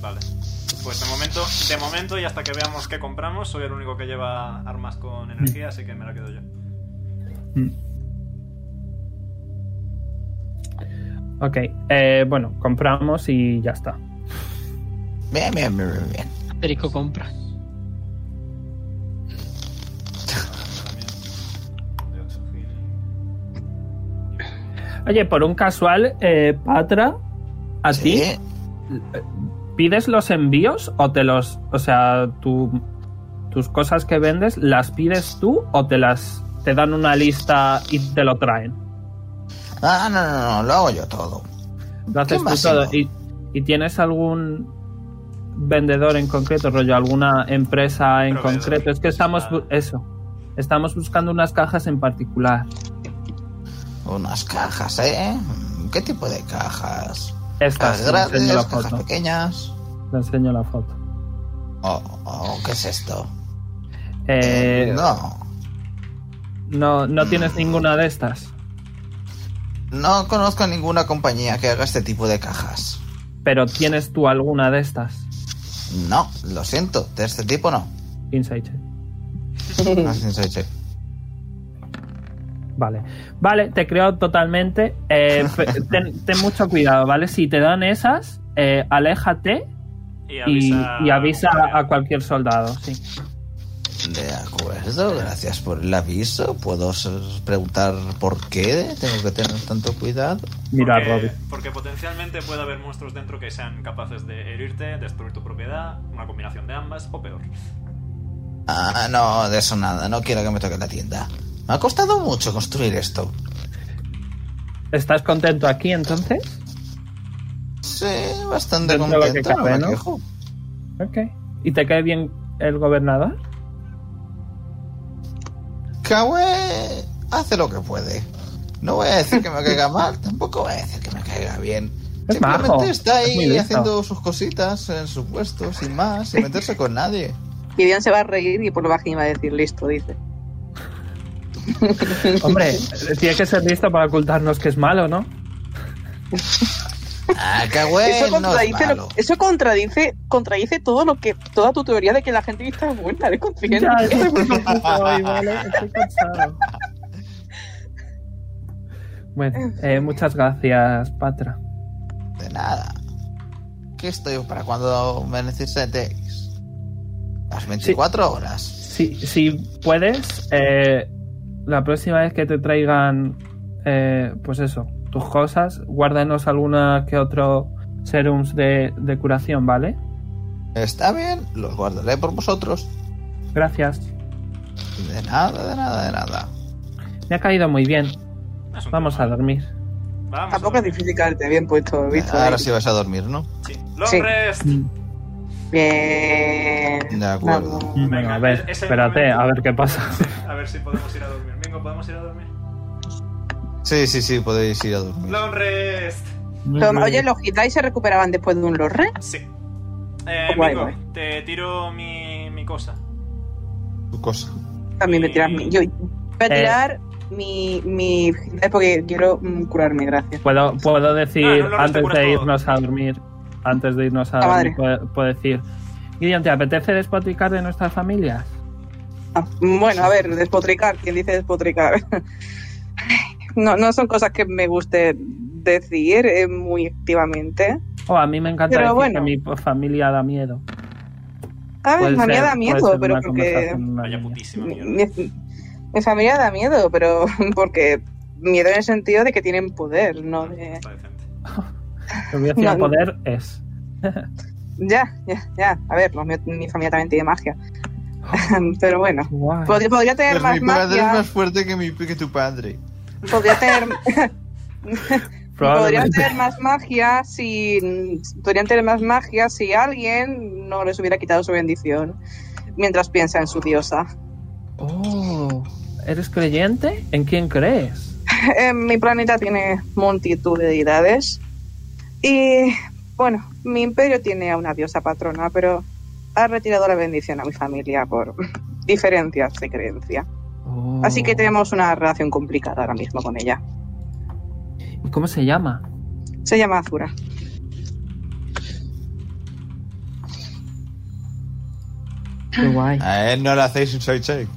Vale. Pues de momento, de momento y hasta que veamos qué compramos, soy el único que lleva armas con energía, así que me la quedo yo. Ok, eh, bueno, compramos y ya está. Bien, bien, bien, bien, bien. Perico compra. Oye, por un casual, eh, Patra, ¿a ti eh, Sí. pides los envíos o te los. O sea, tú, tus cosas que vendes, ¿las pides tú o te las. te dan una lista y te lo traen? Ah, no, no, no, lo hago yo todo. Lo haces ¿Qué tú más todo. sino? ¿Y, y tienes algún vendedor en concreto, rollo? ¿Alguna empresa en Proveedor. concreto? Es que estamos. bu- Ah. Eso. Estamos buscando unas cajas en particular. Unas cajas, ¿eh? ¿Qué tipo de cajas? Estas. Cajas te enseño la grandes, cajas foto. pequeñas. Te enseño la foto. Oh, oh, ¿qué es esto? Eh, no. No, Mm. No, tienes ninguna de estas. no conozco ninguna compañía que haga este tipo de cajas. Pero tienes tú alguna de estas. No, lo siento, de este tipo no. Insight. check. Ah, sí, sí, sí. Vale. Vale, te creo totalmente. Eh, pe- ten, ten mucho cuidado, ¿vale? Si te dan esas, eh, aléjate Y y, avisa, y avisa a cualquier soldado. Sí. De acuerdo, gracias por el aviso. ¿Puedo ser- preguntar por qué tengo que tener tanto cuidado? Mira, porque, Robin. Porque potencialmente puede haber monstruos dentro que sean capaces de herirte, destruir tu propiedad, una combinación de ambas o peor. Ah, no, de eso nada, no quiero que me toque la tienda. Me ha costado mucho construir esto. ¿Estás contento aquí entonces? Sí, bastante Dentro de lo que contento, no cabe, me ¿no? quejo. Ok. ¿Y te cae bien el gobernador? Kawe hace lo que puede. No voy a decir que me caiga mal, tampoco voy a decir que me caiga bien. Es Simplemente majo, está es muy ahí listo. haciendo sus cositas en su puesto, sin más, sin meterse con nadie. Gideon se va a reír y por lo bajín va a decir, listo, dice. Hombre, tiene que ser listo para ocultarnos que es malo, ¿no? Ah, Kawe eso no es contradice, lo- malo. eso contradice, contradice todo lo que, toda tu teoría de que la gente lista es buena, ¿le confío. Ya, estoy muy confuso hoy, ¿vale? ¿eh? Estoy cansado. Bueno, eh, muchas gracias, Patra. De nada. ¿Qué estoy para cuando me necesitéis? Las 24 horas. Si, si puedes, eh, la próxima vez que te traigan, eh, pues eso, tus cosas, guárdanos alguna que otro serums de, de curación, ¿vale? Está bien, los guardaré por vosotros. Gracias. De nada, de nada, de nada. Me ha caído muy bien. Es un Vamos tema. a dormir. Vamos a Tampoco es dormir. difícil quedarte bien puesto, visto. Eh, Ahora sí vas a dormir, ¿no? Sí. Long Sí. rest. Mm. Bien. De acuerdo. Vamos. Venga, a ver, es el espérate, momento. a ver qué pasa. Sí, a ver si podemos ir a dormir. Mingo, ¿podemos ir a dormir? Sí, sí, sí, podéis ir a dormir. Long rest. Toma, oye, los Hitlai se recuperaban después de un lorre. Sí. Eh, Guay, Mingo, guay. te tiro mi, mi cosa. Tu cosa. También me tiras. mi- Yo voy a Eh. tirar mi, mi agilidad porque quiero mm, curarme, gracias. Puedo, puedo decir, Ah, no, no, no, te antes curas de todo. irnos a dormir, antes de irnos a Ah, madre. dormir, puedo, puedo decir, Gideon, ¿te apetece despotricar de nuestras familias? Ah, bueno, a ver, despotricar, ¿quién dice despotricar? no, no son cosas que me guste decir eh, muy activamente. Oh, a mí me encanta Pero decir bueno. que mi familia da miedo. A ver, Puede mi familia ser- da puede miedo, ser pero una porque... conversación Vaya navideña. putísima Mi, mierda. mi- mi familia da miedo, pero porque miedo en el sentido de que tienen poder, no de... Está decente. Lo que tiene No. poder es. Ya, ya, ya. A ver, los míos- mi familia también tiene magia. pero bueno. Guay. Podría, podría tener Pues más mi padre magia. es más fuerte que, mi, que tu padre. Podría tener. podrían Probablemente. tener más magia si. Podrían tener más magia si alguien no les hubiera quitado su bendición mientras piensa en su diosa. Oh, ¿eres creyente? ¿En quién crees? Eh, mi planeta tiene multitud de deidades. Y bueno, mi imperio tiene a una diosa patrona, pero ha retirado la bendición a mi familia por diferencias de creencia. Oh. Así que tenemos una relación complicada ahora mismo con ella. ¿Y ¿Cómo se llama? Se llama Azura. Qué guay. A él no le hacéis un side check.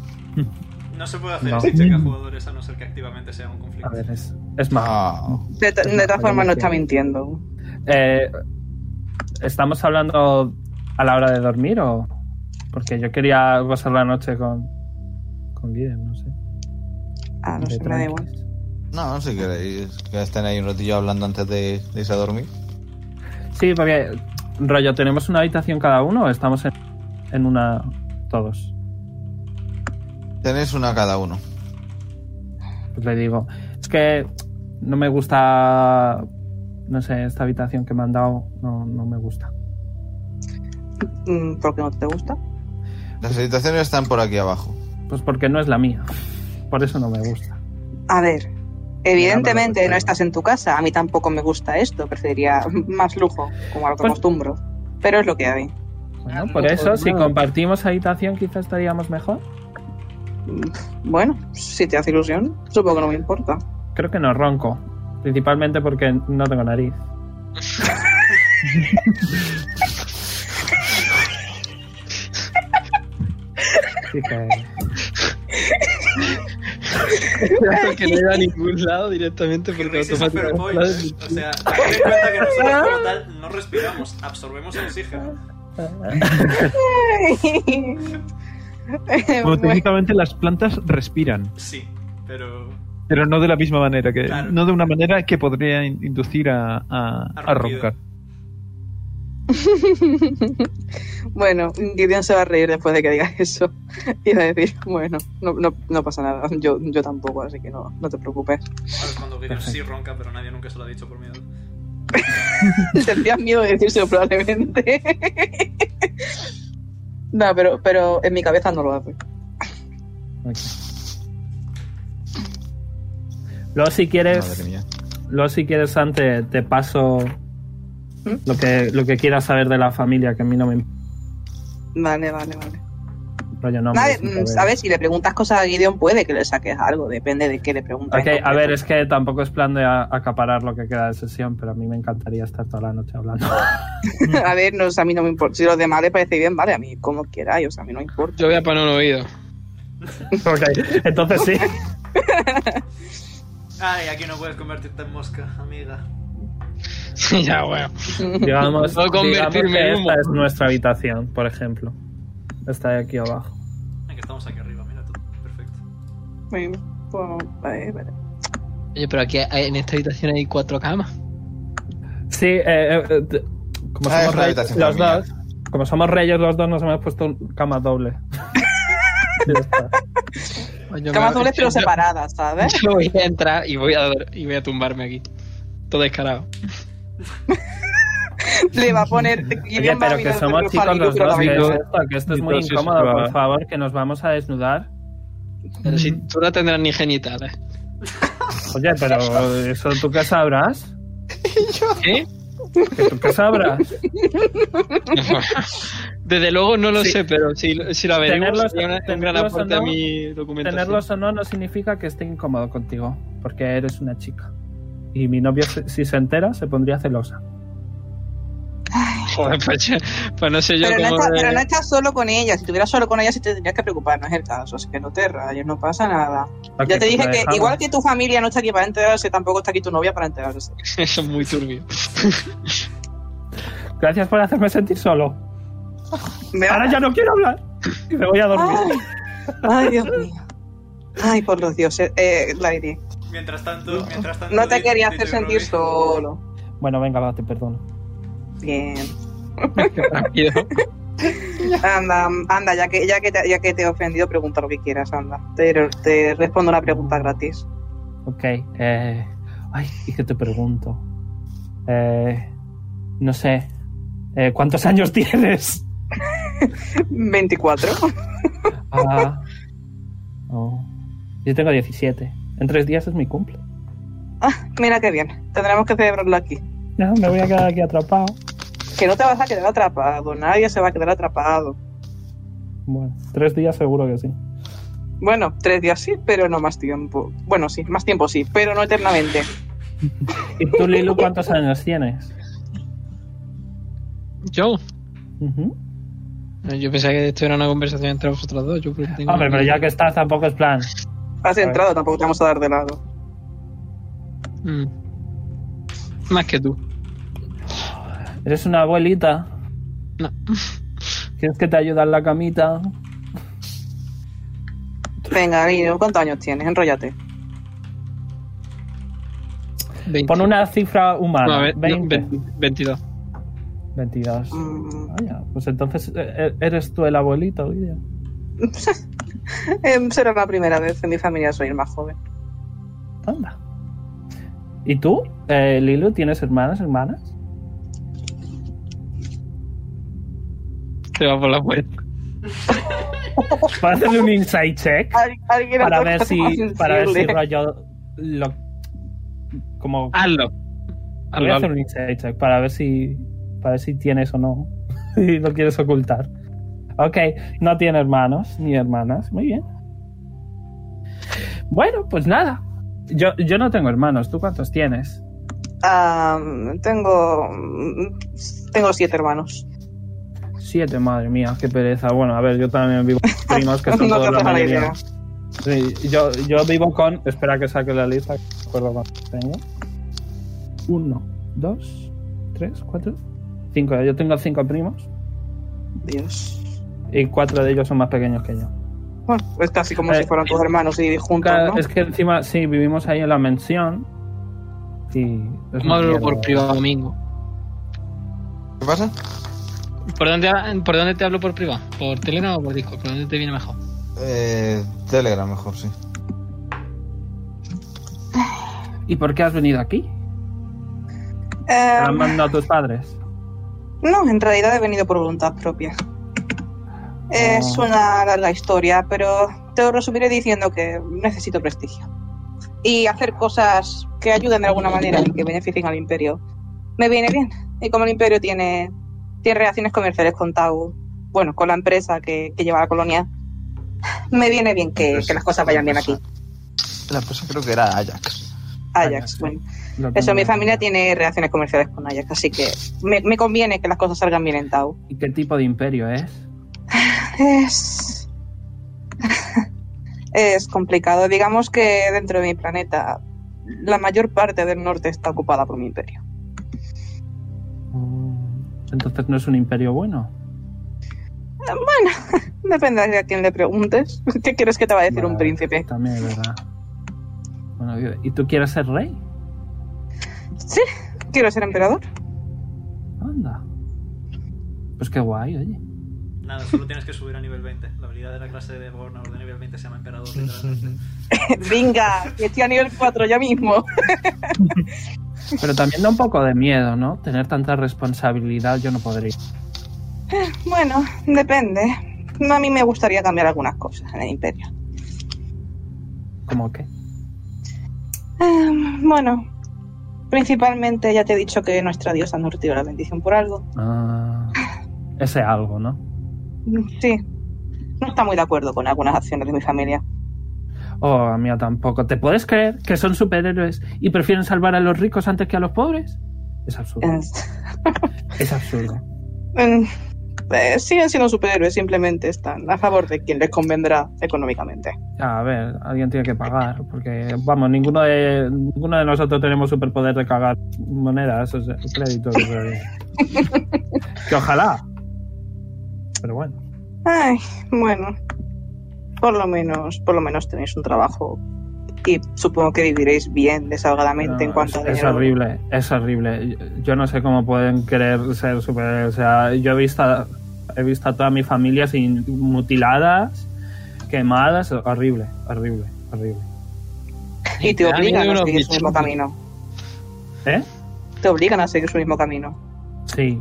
No se puede hacer No. si checa a jugadores a no ser que activamente sea un conflicto. A ver, es, es mago. No. De, to- de Una todas formas, no está combinación. mintiendo. Eh, ¿Estamos hablando a la hora de dormir o...? Porque yo quería pasar la noche con... Con Guiden, no sé. Ah, no De sé, me da igual. tranquis. No, si queréis que estén ahí un ratillo hablando antes de, de irse a dormir. Sí, porque... Rollo, ¿tenemos una habitación cada uno o estamos en, en una... todos? Tenéis una cada uno. Pues le digo, es que no me gusta... No sé, esta habitación que me han dado no, no me gusta. Mm, ¿Por qué no te gusta? Las habitaciones están por aquí abajo. Pues porque no es la mía. Por eso no me gusta. A ver, evidentemente recuerdo. no estás en tu casa. A mí tampoco me gusta esto. Preferiría más lujo, como a lo que Pues- acostumbro. Pero es lo que hay. Bueno, por eso, si compartimos habitación, quizás estaríamos mejor. Bueno, si te hace ilusión, supongo que no me importa. Creo que no ronco. Principalmente porque no tengo nariz. Así que, que no iba a ningún lado directamente porque Crisis of Fair Point, automáticamente. ¿eh? O sea, ten en cuenta que nosotros como tal no respiramos, absorbemos oxígeno. Bueno, Bueno, técnicamente las plantas respiran, Sí, pero pero no de la misma manera, que, Claro. no de una manera que podría in- inducir a, a, a ronquido. roncar. bueno, Gideon se va a reír después de que diga eso. Y va a decir, bueno, no, no, no pasa nada. Yo, yo tampoco, así que no, no te preocupes. ahora es cuando Gideon sí ronca, pero nadie nunca se lo ha dicho por miedo. Tendrías miedo de decírselo probablemente. no, pero, pero en mi cabeza no lo hace. ok. Luego, si Madre quieres, mía. luego, si quieres, Sam, te, te paso ¿Mm? lo que, lo que quieras saber de la familia, que a mí no me importa. Vale, vale, vale. Rollo, no, Nadie- hombre, sí, mm, a ver, si le preguntas cosas a Gideon puede que le saques algo, depende de qué le preguntas. Ok, a ver, es que tampoco es plan de a- acaparar lo que queda de sesión, pero a mí me encantaría estar toda la noche hablando. a ver, no, o sea, a mí no me importa. Si los demás le parece bien, vale, a mí como queráis, o sea, a mí no me importa. Yo voy a poner un oído. Ok, entonces sí. Ay, aquí no puedes convertirte en mosca, amiga. ya, bueno. Digamos, Puedo digamos convertirme que en humo. esta es nuestra habitación, por ejemplo. Esta de aquí abajo. Ay, que estamos aquí arriba, mira tú. Perfecto. Bueno, pues, vale, vale. Oye, pero aquí hay- en esta habitación hay cuatro camas. Sí, eh, eh, eh, t- como Ah, es somos una reyes habitación los familiar. dos, como somos reyes los dos, nos hemos puesto un cama doble. Ya está. Pues yo Camas me- dobles pero yo- separadas, ¿sabes? Yo voy a entrar y voy a, dor- y voy a tumbarme aquí. Todo descarado. le va a poner. Oye, Gideon va a pero que mirar somos el chicos palillo, los pero la dos, que, va a es mirar. esto, que esto es Y muy todo eso incómodo, estaba- por favor, que nos vamos a desnudar. Pero si tú no tendrás ni eh. genitales. Oye, pero eso tú qué sabrás. ¿Eh? ¿Que tú qué sabrás? Desde luego no lo sé, pero si, si lo averiguo Tenerlos- sería una- un gran tenerlos o aporte a no, mi documentación. Tenerlos o no no significa que esté incómodo contigo, porque eres una chica. Y mi novia, se- si se entera, se pondría celosa. Joder, pues, pues no sé yo Pero no, cómo... está- de- pero no estás solo con ella. Si estuvieras solo con ella, sí te tendrías que preocupar. No es el caso. Así que no te rayes, no pasa nada. Ok, pues Ya te dije la que dejamos. igual que tu familia no está aquí para enterarse, tampoco está aquí tu novia para enterarse. Eso es muy turbio. Gracias por hacerme sentir solo. Me va- Ahora ya no quiero hablar. Y me voy a dormir. Ay, ay, Dios mío. Ay, por los dioses, eh, Lady. Mientras tanto, mientras tanto. No te dice- quería dice hacer sentir Robbie, solo. Bueno, venga, va, te perdono. Bien. Rápido. Anda, anda, ya que, ya que, te, ya que te he ofendido, pregunta lo que quieras, anda. Te, te respondo una pregunta gratis. Ok. Eh, ay, ¿y qué te pregunto? Eh, no sé. Eh, ¿Cuántos años tienes? 24. Ah. Oh. Yo tengo 17. En tres días es mi cumple. Ah, Mira qué bien. Tendremos que celebrarlo aquí. No, me voy a quedar aquí atrapado. Que no te vas a quedar atrapado. Nadie se va a quedar atrapado. Bueno, tres días seguro que sí. Bueno, tres días sí, pero no más tiempo. Bueno, sí, más tiempo sí, pero no eternamente. ¿Y tú, Lilu, cuántos años tienes? Yo, Ujú. Eh, yo pensaba que esto era una conversación entre vosotros dos. Yo creo que tengo- Hombre, pero ya que estás, tampoco es plan. Has entrado, tampoco te vamos a dar de lado. Mm. Más que tú. Eres una abuelita. No. ¿Quieres que te ayude en la camita? Venga, Lino, ¿cuántos años tienes? Enrollate. 20. Pon una cifra humana. No, ve- no, 20. ve- 22. 22. Mm, Vaya, pues entonces eh, eres tú el abuelito, Lidia. em, será la primera vez en mi familia soy el más joven. Anda. ¿Y tú, eh, Lilu, tienes hermanas, hermanas? Te va por la vuelta. Para hacerle un insight check. Al- alguien Para ha ver tocado si, más para ver si sensible. rollo. Lo, como. Hazlo. Voy Hazlo, a hacer hazlo. un insight check para ver si. Para ver si tienes o no. Si lo quieres ocultar. Ok, no tiene hermanos ni hermanas. Muy bien. Bueno, pues nada. Yo, yo no tengo hermanos. ¿Tú cuántos tienes? Ah, tengo. mm, Tengo siete hermanos. Siete, madre mía, qué pereza. Bueno, a ver, yo también vivo con primos que son No todos te la hagas la mayoría. idea. Sí, yo, yo vivo con. Espera que saque la lista. que no Recuerdo cuántos tengo. Uno, dos, tres, cuatro, cinco. Yo tengo cinco primos Dios. y cuatro de ellos son más pequeños que yo. Bueno, es casi como Eh, si fueran tus hermanos y vivís juntos, Claro, ¿no? Es que encima, sí, vivimos ahí en la mención. Y. es Vamos a una hablarlo por mierda. privado, domingo. ¿Qué pasa? ¿Por dónde, ¿Por dónde te hablo por privado? ¿Por Telegram o por Discord? ¿Por dónde te viene mejor? Eh, Telegram, mejor, sí. ¿Y por qué has venido aquí? ¿Te Eh, lo han mandado tus padres? No, en realidad he venido por voluntad propia. Es Ah. una larga historia, pero te lo resumiré diciendo que necesito prestigio. Y hacer cosas que ayuden de alguna manera y que beneficien al imperio me viene bien. Y como el imperio tiene, tiene relaciones comerciales con Tau, bueno, con la empresa que, que lleva la colonia, me viene bien Pues que, que las cosas vayan bien aquí. La cosa creo que era Ajax. Ajax, bueno. pues, Lo Eso, tengo mi aquí. familia tiene relaciones comerciales con Ajax, así que me, me conviene que las cosas salgan bien en Tau. ¿Y qué tipo de imperio es? Es. Es complicado. Digamos que dentro de mi planeta, la mayor parte del norte está ocupada por mi imperio. Mm, Entonces no es un imperio bueno. Depende de a quién le preguntes. ¿Qué quieres que te va a decir un Vale, príncipe? También es verdad. Bueno, ¿y tú quieres ser rey? Sí, quiero ser emperador. Anda. Pues qué guay, oye. Nada, solo tienes que subir a nivel 20. La habilidad de la clase de gobernador de nivel 20 se llama emperador. literalmente. Venga, que estoy a nivel 4 ya mismo. Pero también da un poco de miedo, ¿no? Tener tanta responsabilidad yo no podría. Bueno, depende. A mí me gustaría cambiar algunas cosas en el imperio. ¿Cómo qué? Eh, Em, bueno, Principalmente ya te he dicho que nuestra diosa nos retiró la bendición por algo. Ah, ese algo, ¿no? Mm, Sí. No está muy de acuerdo con algunas acciones de mi familia. Oh, mía tampoco. ¿Te puedes creer que son superhéroes y prefieren salvar a los ricos antes que a los pobres? Es absurdo. Es- Es absurdo. Mm, eh, siguen siendo superhéroes, simplemente están a favor de quien les convendrá económicamente. A ver, alguien tiene que pagar, porque vamos, ninguno de ninguno de nosotros tenemos superpoder de cagar monedas, o sea, créditos. o sea, que- que ojalá. Pero bueno. Ay, bueno. Por lo menos, por lo menos tenéis un trabajo y supongo que viviréis bien, desalgadamente, en No, cuanto a es, es dinero. horrible, es horrible. Yo- Yo no sé cómo pueden querer ser superhéroes. O sea, yo he visto, a- he visto a toda mi familia sin mutiladas, quemadas, horrible, horrible, horrible. Y te Ah, obligan Este, yo a los seguir su mismo bichos. camino. ¿Eh? Te obligan a seguir su mismo camino. Sí.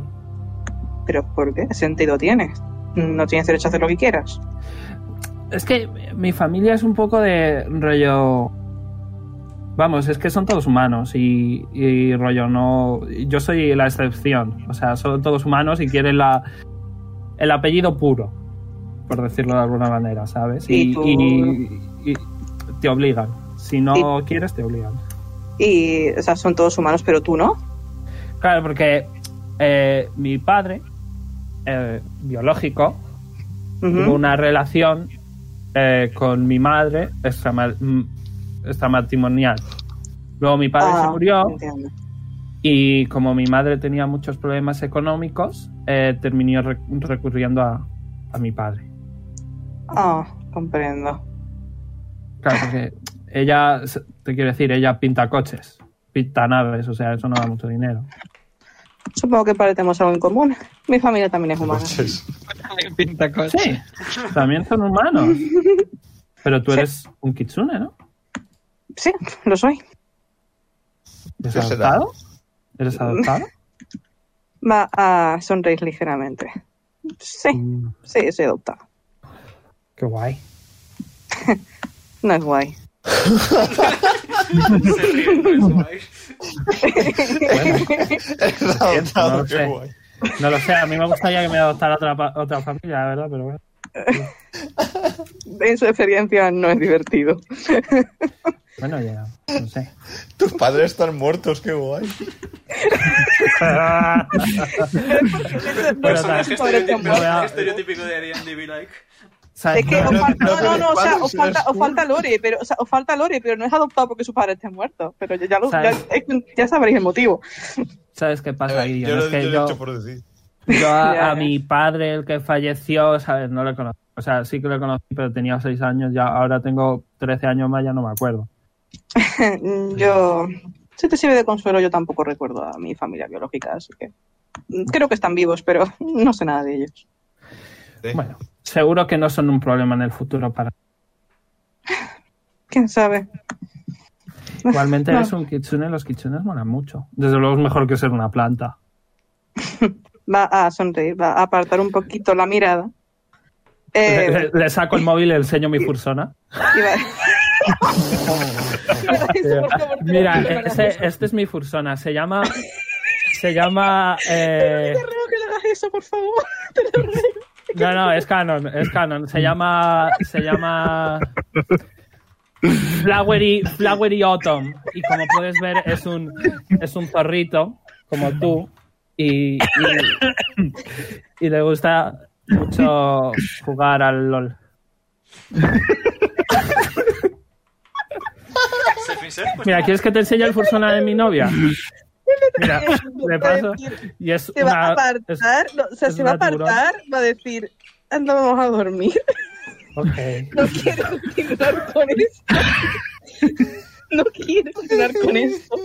Pero ¿por qué? ¿Qué sentido tiene? No tienes derecho a hacer lo que quieras. Es que mi familia es un poco de rollo. Vamos, es que son todos humanos y, y rollo no. Yo soy la excepción. O sea, son todos humanos y quieren la, el apellido puro, por decirlo de alguna manera, ¿sabes? Y Y, tú- y- y te obligan. Si no quieres, te obligan. Y, o sea, son todos humanos, pero tú no. Claro, porque eh, mi padre, eh, biológico, Ujú. tuvo una relación eh, con mi madre extrama- m- extramatrimonial. Luego mi padre Ah, se murió entiendo. y como mi madre tenía muchos problemas económicos, eh, terminó rec- recurriendo a, a mi padre. Ah, comprendo. Claro, porque ella, s- te quiero decir, ella pinta coches, pinta naves, o sea, eso no da mucho dinero. Supongo que parecemos algo en común. Mi familia también es humana. Coches. Pinta cosa. Sí, también son humanos. Pero tú eres un kitsune, ¿no? Sí, lo soy. ¿Eres ¿Qué será? adoptado? ¿Eres adoptado? Va a sonreír ligeramente. Sí, Mm, sí, soy adoptada. qué guay. No es guay. Se ríe, no es guay. no lo sé. No lo sé, a mí me gustaría que me adoptara otra, pa- otra familia, la verdad, pero bueno. En su experiencia no es divertido. Bueno, ya, no sé. Tus padres están muertos, qué guay. Pero tal- Personaje estereotípico, Bueno, estereotípico este de D&D be like. ¿sabes? Es que No, os no, falta, no, no, no, no, o sea, no, os falta, no, os falta Lore, pero, o sea, os falta Lore, pero no es adoptado porque su padre esté muerto. Pero ya, ya, lo- ya, ¿Sabes? es- ya sabréis el motivo. ¿Sabes qué pasa, Eh, Gideon? yo Es lo yo que lo he yo- dicho por decir. Yo Ya, a, a ya. mi padre, el que falleció, ¿sabes? No lo conocí. O sea, sí que lo conocí, pero tenía 6 años, ya ahora tengo 13 años más, ya no me acuerdo. Yo, si te sirve de consuelo, yo tampoco recuerdo a mi familia biológica, así que mm, creo que están vivos, pero no sé nada de ellos. Sí. Bueno, seguro que no son un problema en el futuro para ¿Quién sabe? Igualmente No. eres un kitsune, los kitsunes molan mucho. Desde luego es mejor que ser una planta. Va a sonreír, va a apartar un poquito la mirada. Le- Eh, le, le saco el móvil y le enseño mi fursona. y va- Mira, este, este es mi fursona. Se llama. Se llama. eh, ruego que le hagas eso, por favor. Te lo ruego. no, no, es canon, es canon. Se llama. Se llama. Flowery, Flowery Autumn. Y como puedes ver, es un, es un zorrito, como tú. Y, y, y le gusta mucho jugar al LOL. Self-insert, pues Mira, ¿quieres que te enseñe el fursona de mi novia? Mira, de paso. Y es Se va a una. es- apartar, no, o sea, es se va a una tiburón. apartar, va a decir, anda, vamos a dormir. ok. No quiero continuar con esto. No quiero continuar con esto.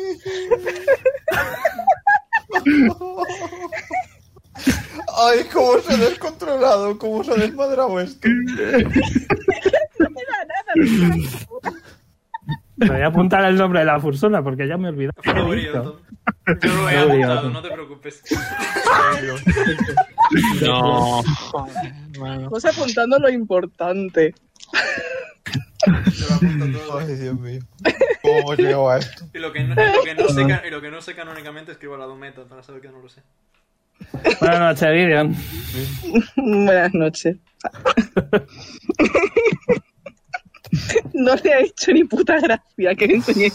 Ay, cómo se ha descontrolado, cómo se ha desmadrado esto. No me da nada. no me da- Me voy a apuntar el nombre de la fursona porque ya me he olvidado. Por favor, Listo. Otto. Yo lo he Por favor, apuntado, Otto. no te preocupes. No. Joder, hermano. Vamos apuntando lo importante. Se lo apunto todo. Ay, Dios mío. ¿Cómo hemos llegado a esto? Y lo que no, y lo que no sé, ca- y lo que no sé canónicamente escribo al lado meta para saber que no lo sé. Buenas noches, Gideon. Buenas noches. No le ha hecho ni puta gracia, que enseñé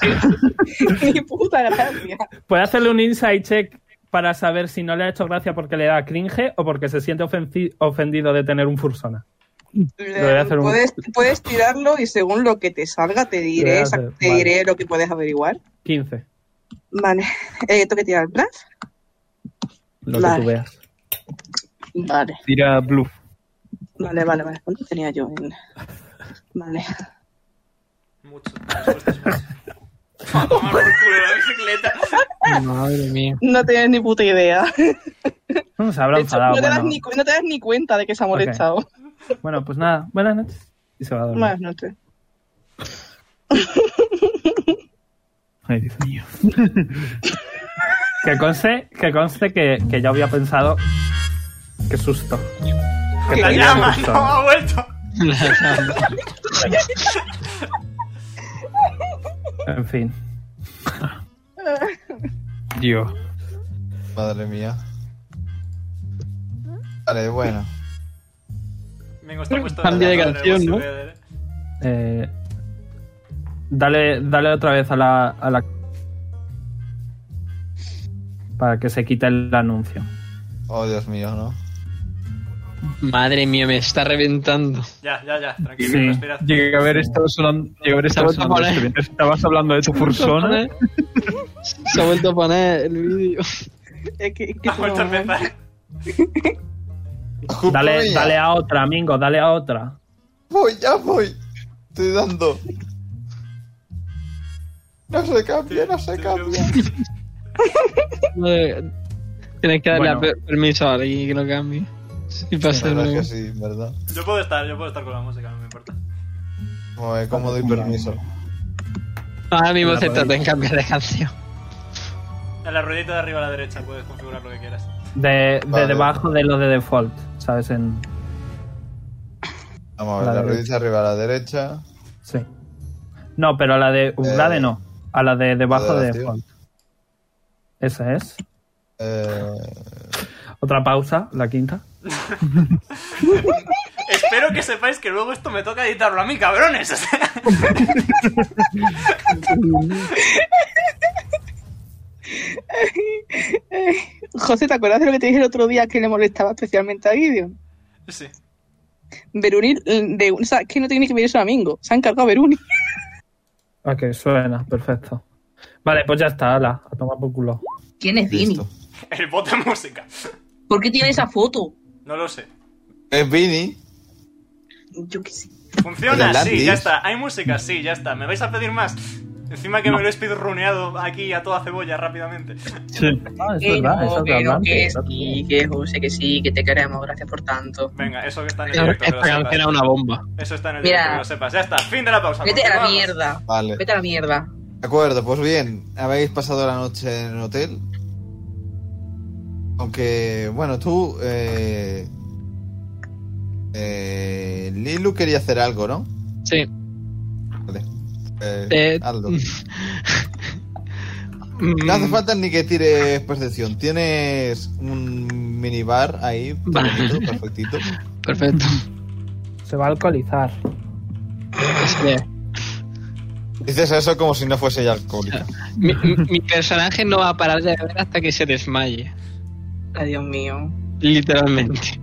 Ni puta gracia. Puede hacerle un insight check para saber si no le ha hecho gracia porque le da cringe o porque se siente ofenci- ofendido de tener un fursona. voy a hacer un- Puedes, puedes tirarlo y según lo que te salga te Lo voy diré, a hacer, exact- te vale. diré lo que puedes averiguar. 15. Vale. Eh, ¿Tengo que tirar el plan? Lo que Vale. tú veas. Vale, Tira bluff. vale, vale. vale. ¿Cuánto tenía yo? en- Vale. Mucho. La respuesta es mucho. A tomar por culo la bicicleta. Madre mía. No tienes ni puta idea. No, se habrá De hecho, enfadado. no, te das bueno. ni, cu- no te das ni cuenta de que se ha molestado. Bueno, pues nada. Buenas noches. Y se va a dormir. Buenas noches. Ay, Dios mío. Que conste que, conste que, que yo había pensado. Qué susto. Que te ha llegado un susto. No, ha vuelto. En fin. Dios. Madre mía. Vale, bueno. Vengo, está puesto Cambia de la- canción, ¿no? eh, dale, dale otra vez a la, a la. Para que se quite el anuncio. Oh, Dios mío, ¿no? Madre mía, me está reventando. Ya, ya, ya. Tranquilo, Sí. respirad. Llega a haber estado sonando. Llega a haber estado Estamos sonando con él. esto mientras estabas hablando de tu persona. Se ha vuelto a poner el vídeo. Es que, es que ¿eh? Ha vuelto a empezar. Dale, Voy, dale a otra, Mingo, dale a otra. Voy, ya voy. Estoy dando. No se cambia, no se cambia. Madre- Tienes que darle Bueno. per- permiso a alguien que lo cambie. Y La pasa de verdad es nuevo. que sí, ¿verdad? Yo puedo estar, yo puedo estar con la música, no me importa. Joder, ¿Cómo doy permiso? Ahora mismo La céntrate en cambiar de canción. En la ruedita de arriba a la derecha puedes configurar lo que quieras. De, de Vale. debajo de lo de default, ¿sabes? En, Vamos a ver, La la derecha. rodilla arriba a la derecha. sí. No, pero a la de. Eh, la de no. A la de debajo de moderación. default. Esa es. Eh, Otra pausa, la quinta. Espero que sepáis que luego esto me toca editarlo a mí, cabrones. O sea, José, ¿te acuerdas de lo que te dije el otro día que le molestaba especialmente a Gideon? sí. Veruni, de, o sea, es que no tiene que venir eso a Mingo. Se ha encargado Veruni. Ok, Ah, suena, perfecto. Vale, pues ya está, ala, a tomar por culo. ¿Quién es Vini? listo. El bot de música. ¿Por qué tiene esa foto? No lo sé. Es Vini. Yo qué sé. Funciona, Pero el sí, lápiz. ya está. Hay música, sí, ya está. ¿Me vais a pedir más? Encima que me lo he speedruneado aquí a toda cebolla rápidamente. Sí. No, Ah, es Que verdad, no, es otro que no, hablante, que es otro sí, hablante. que José, que sí, que te queremos, gracias por tanto. Venga, eso que está en el directo, que Esta lo canción era sepas. Eh, una bomba. Eso está en el Mira. directo, que lo sepas. Ya está, fin de la pausa. Vete a la continuamos. mierda, Vale. vete a la mierda. De acuerdo, pues bien, habéis pasado la noche en el hotel. Aunque, bueno, tú. Eh, eh, Lilu quería hacer algo, ¿no? Sí. Vale. Eh, Eh, hazlo. mm, No hace falta ni que tires percepción. Tienes un minibar ahí, Vale. pequeñito, perfectito. Perfecto. Se va a alcoholizar. Es que Dices eso como si no fuese ya alcohólica. mi, mi- mi personaje no va a parar de beber hasta que se desmaye. Ay, Dios mío. Literalmente.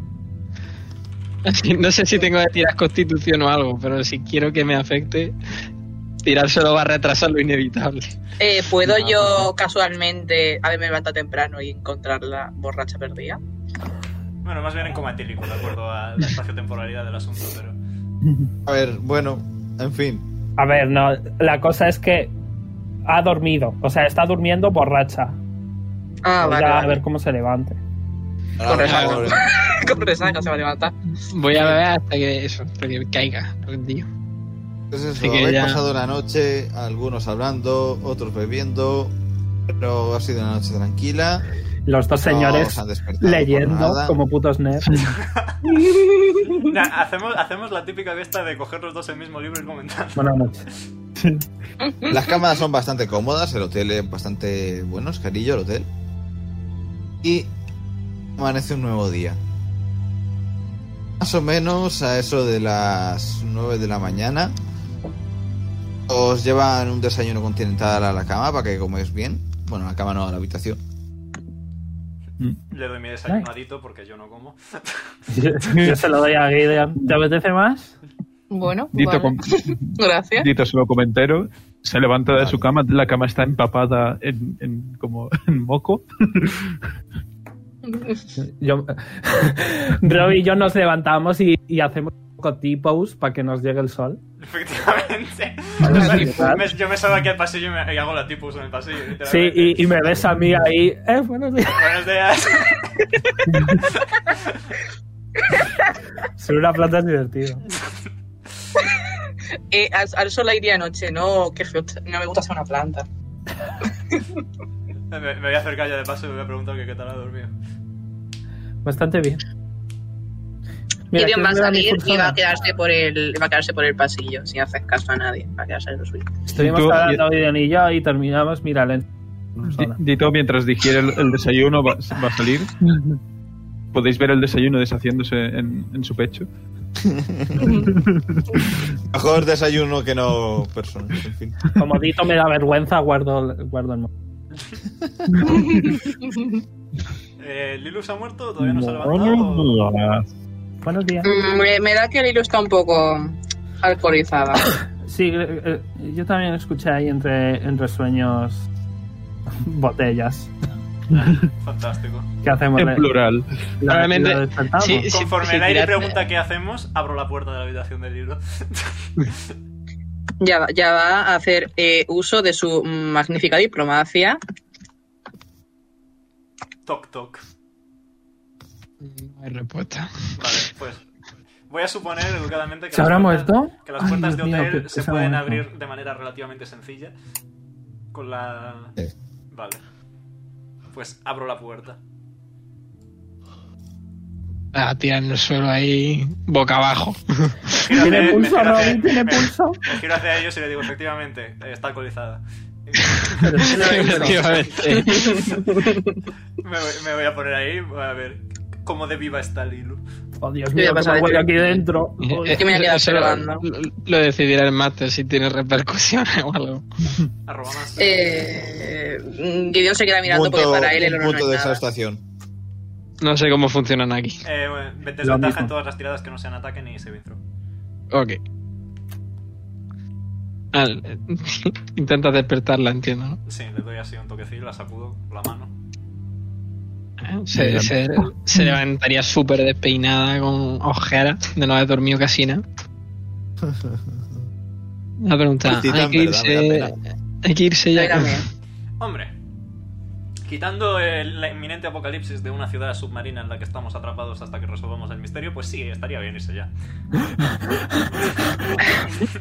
Así, no sé si tengo que tirar constitución o algo, pero si quiero que me afecte, tirar solo va a retrasar lo inevitable. Eh, ¿Puedo yo casualmente haberme levantado temprano y encontrarla borracha perdida? Bueno, más bien en coma etílico, de acuerdo a la espacio-temporalidad del asunto, pero... A ver, bueno, en fin. A ver, no, la cosa es que ha dormido, o sea, está durmiendo borracha. Ah, Ahora vale. a vale. ver cómo se levante. Ahora, resaca. pobre. Con resaca se va a levantar. Voy a beber hasta que eso, hasta que caiga, rendido. Pues eso, Así que habéis ya- pasado la noche, algunos hablando, otros bebiendo, pero ha sido una noche tranquila. Los dos No, señores se han despertado por leyendo nada. como putos nerds. Nah, hacemos, hacemos la típica de esta de coger los dos el mismo libro y comentar. Buenas noches. Las cámaras son bastante cómodas, el hotel es bastante bueno, es carillo el hotel. Y amanece un nuevo día. Más o menos a eso de las 9 de la mañana. Os llevan un desayuno continental a la cama para que comáis bien. Bueno, a la cama no, a la habitación. Le doy mi desayunadito porque yo no como. Yo se lo doy a Gideon. ¿Te apetece más? Bueno, Dito, vale. com- gracias. Dito se lo comenta entero, se levanta de Vale. su cama, la cama está empapada en, en- como en moco. Yo... Rob y yo nos levantamos y, y hacemos un poco T-pose para que nos llegue el sol. Efectivamente. Vale. Me- yo me salgo aquí al pasillo y, me, y hago la tipus en el pasillo. Sí, literalmente. y, y me ves a mí ahí. Eh, buenos días. Buenos días. Ser una planta es divertido. Eh, al, al sol aire anoche, no, qué feo, no me gusta ser una planta. Me, me voy a acercar ya de paso y me voy a preguntar que qué tal ha dormido. Bastante bien. Mira, Gideon va a ¿quieres ver mi salir y va cursora? a quedarse por el, va a quedarse por el pasillo, sin hacer caso a nadie, va a quedarse en lo suyo. Estuvimos Tú- hablando Gideon y yo y terminamos, mira, la Di- Dito, mientras digiere el, el desayuno, va, va a salir. Podéis ver el desayuno deshaciéndose en, en su pecho. Mejor desayuno que no personas, en fin. Como Dito me da vergüenza, guardo, guardo el móvil. Eh, ¿Lilus ha muerto? ¿Todavía no se ha levantado? Buenos días. Buenos días. Mm, Me, me da que el hilo está un poco alcoholizada. Sí, eh, eh, yo también escuché ahí entre, entre sueños botellas. Fantástico. ¿Qué hacemos? En plural. eh. ¿Lo- Probablemente- lo despertamos? sí, sí. Conforme el aire tirarme- pregunta qué hacemos, abro la puerta de la habitación del libro. Ya, va- ya va a hacer eh, uso de su magnífica diplomacia. Toc, toc. No hay respuesta. Vale, pues voy a suponer educadamente que ¿Se las habrá puertas- muerto? que las Ay, puertas Dios de mío, hotel qué- se qué pueden sabrá abrir muerto. de manera relativamente sencilla. Con la... Sí. Vale. Pues abro la puerta. La tira en Ah, el suelo ahí, boca abajo. Giro hacia- ¿Tiene me pulso, giro hacia- Robin? ¿Tiene me- pulso? me giro hacia ellos y le digo, efectivamente, eh, está alcoholizada. Pero sí lo he visto. Efectivamente. Me voy, me voy a poner ahí, a ver cómo de viva está Lilu. Oh, Dios Yo ya mío, pasaba me de huele ti. aquí dentro. Oh, que me voy a quedar Eso lo- grabando. Lo, lo decidirá el máster si tiene repercusiones o algo. Arroba más. Eh, Gideon se queda mirando punto, porque para él el un oro no punto es de nada. exhaustación. No sé cómo funcionan aquí. Eh, bueno, desventaja en mismo. todas las tiradas que no sean ataque ni saving throw. Ok. Al- Ah, intenta despertarla, entiendo, ¿no? Sí, le doy así un toquecillo, la sacudo con la mano. Se, se- se levantaría súper despeinada con ojeras de no haber dormido casi nada. Una pregunta. Tita, Hay que en verdad, me da irse, hay que irse ya. Espérame. Hombre, quitando el, la inminente apocalipsis de una ciudad submarina en la que estamos atrapados hasta que resolvamos el misterio, pues sí, estaría bien irse ya.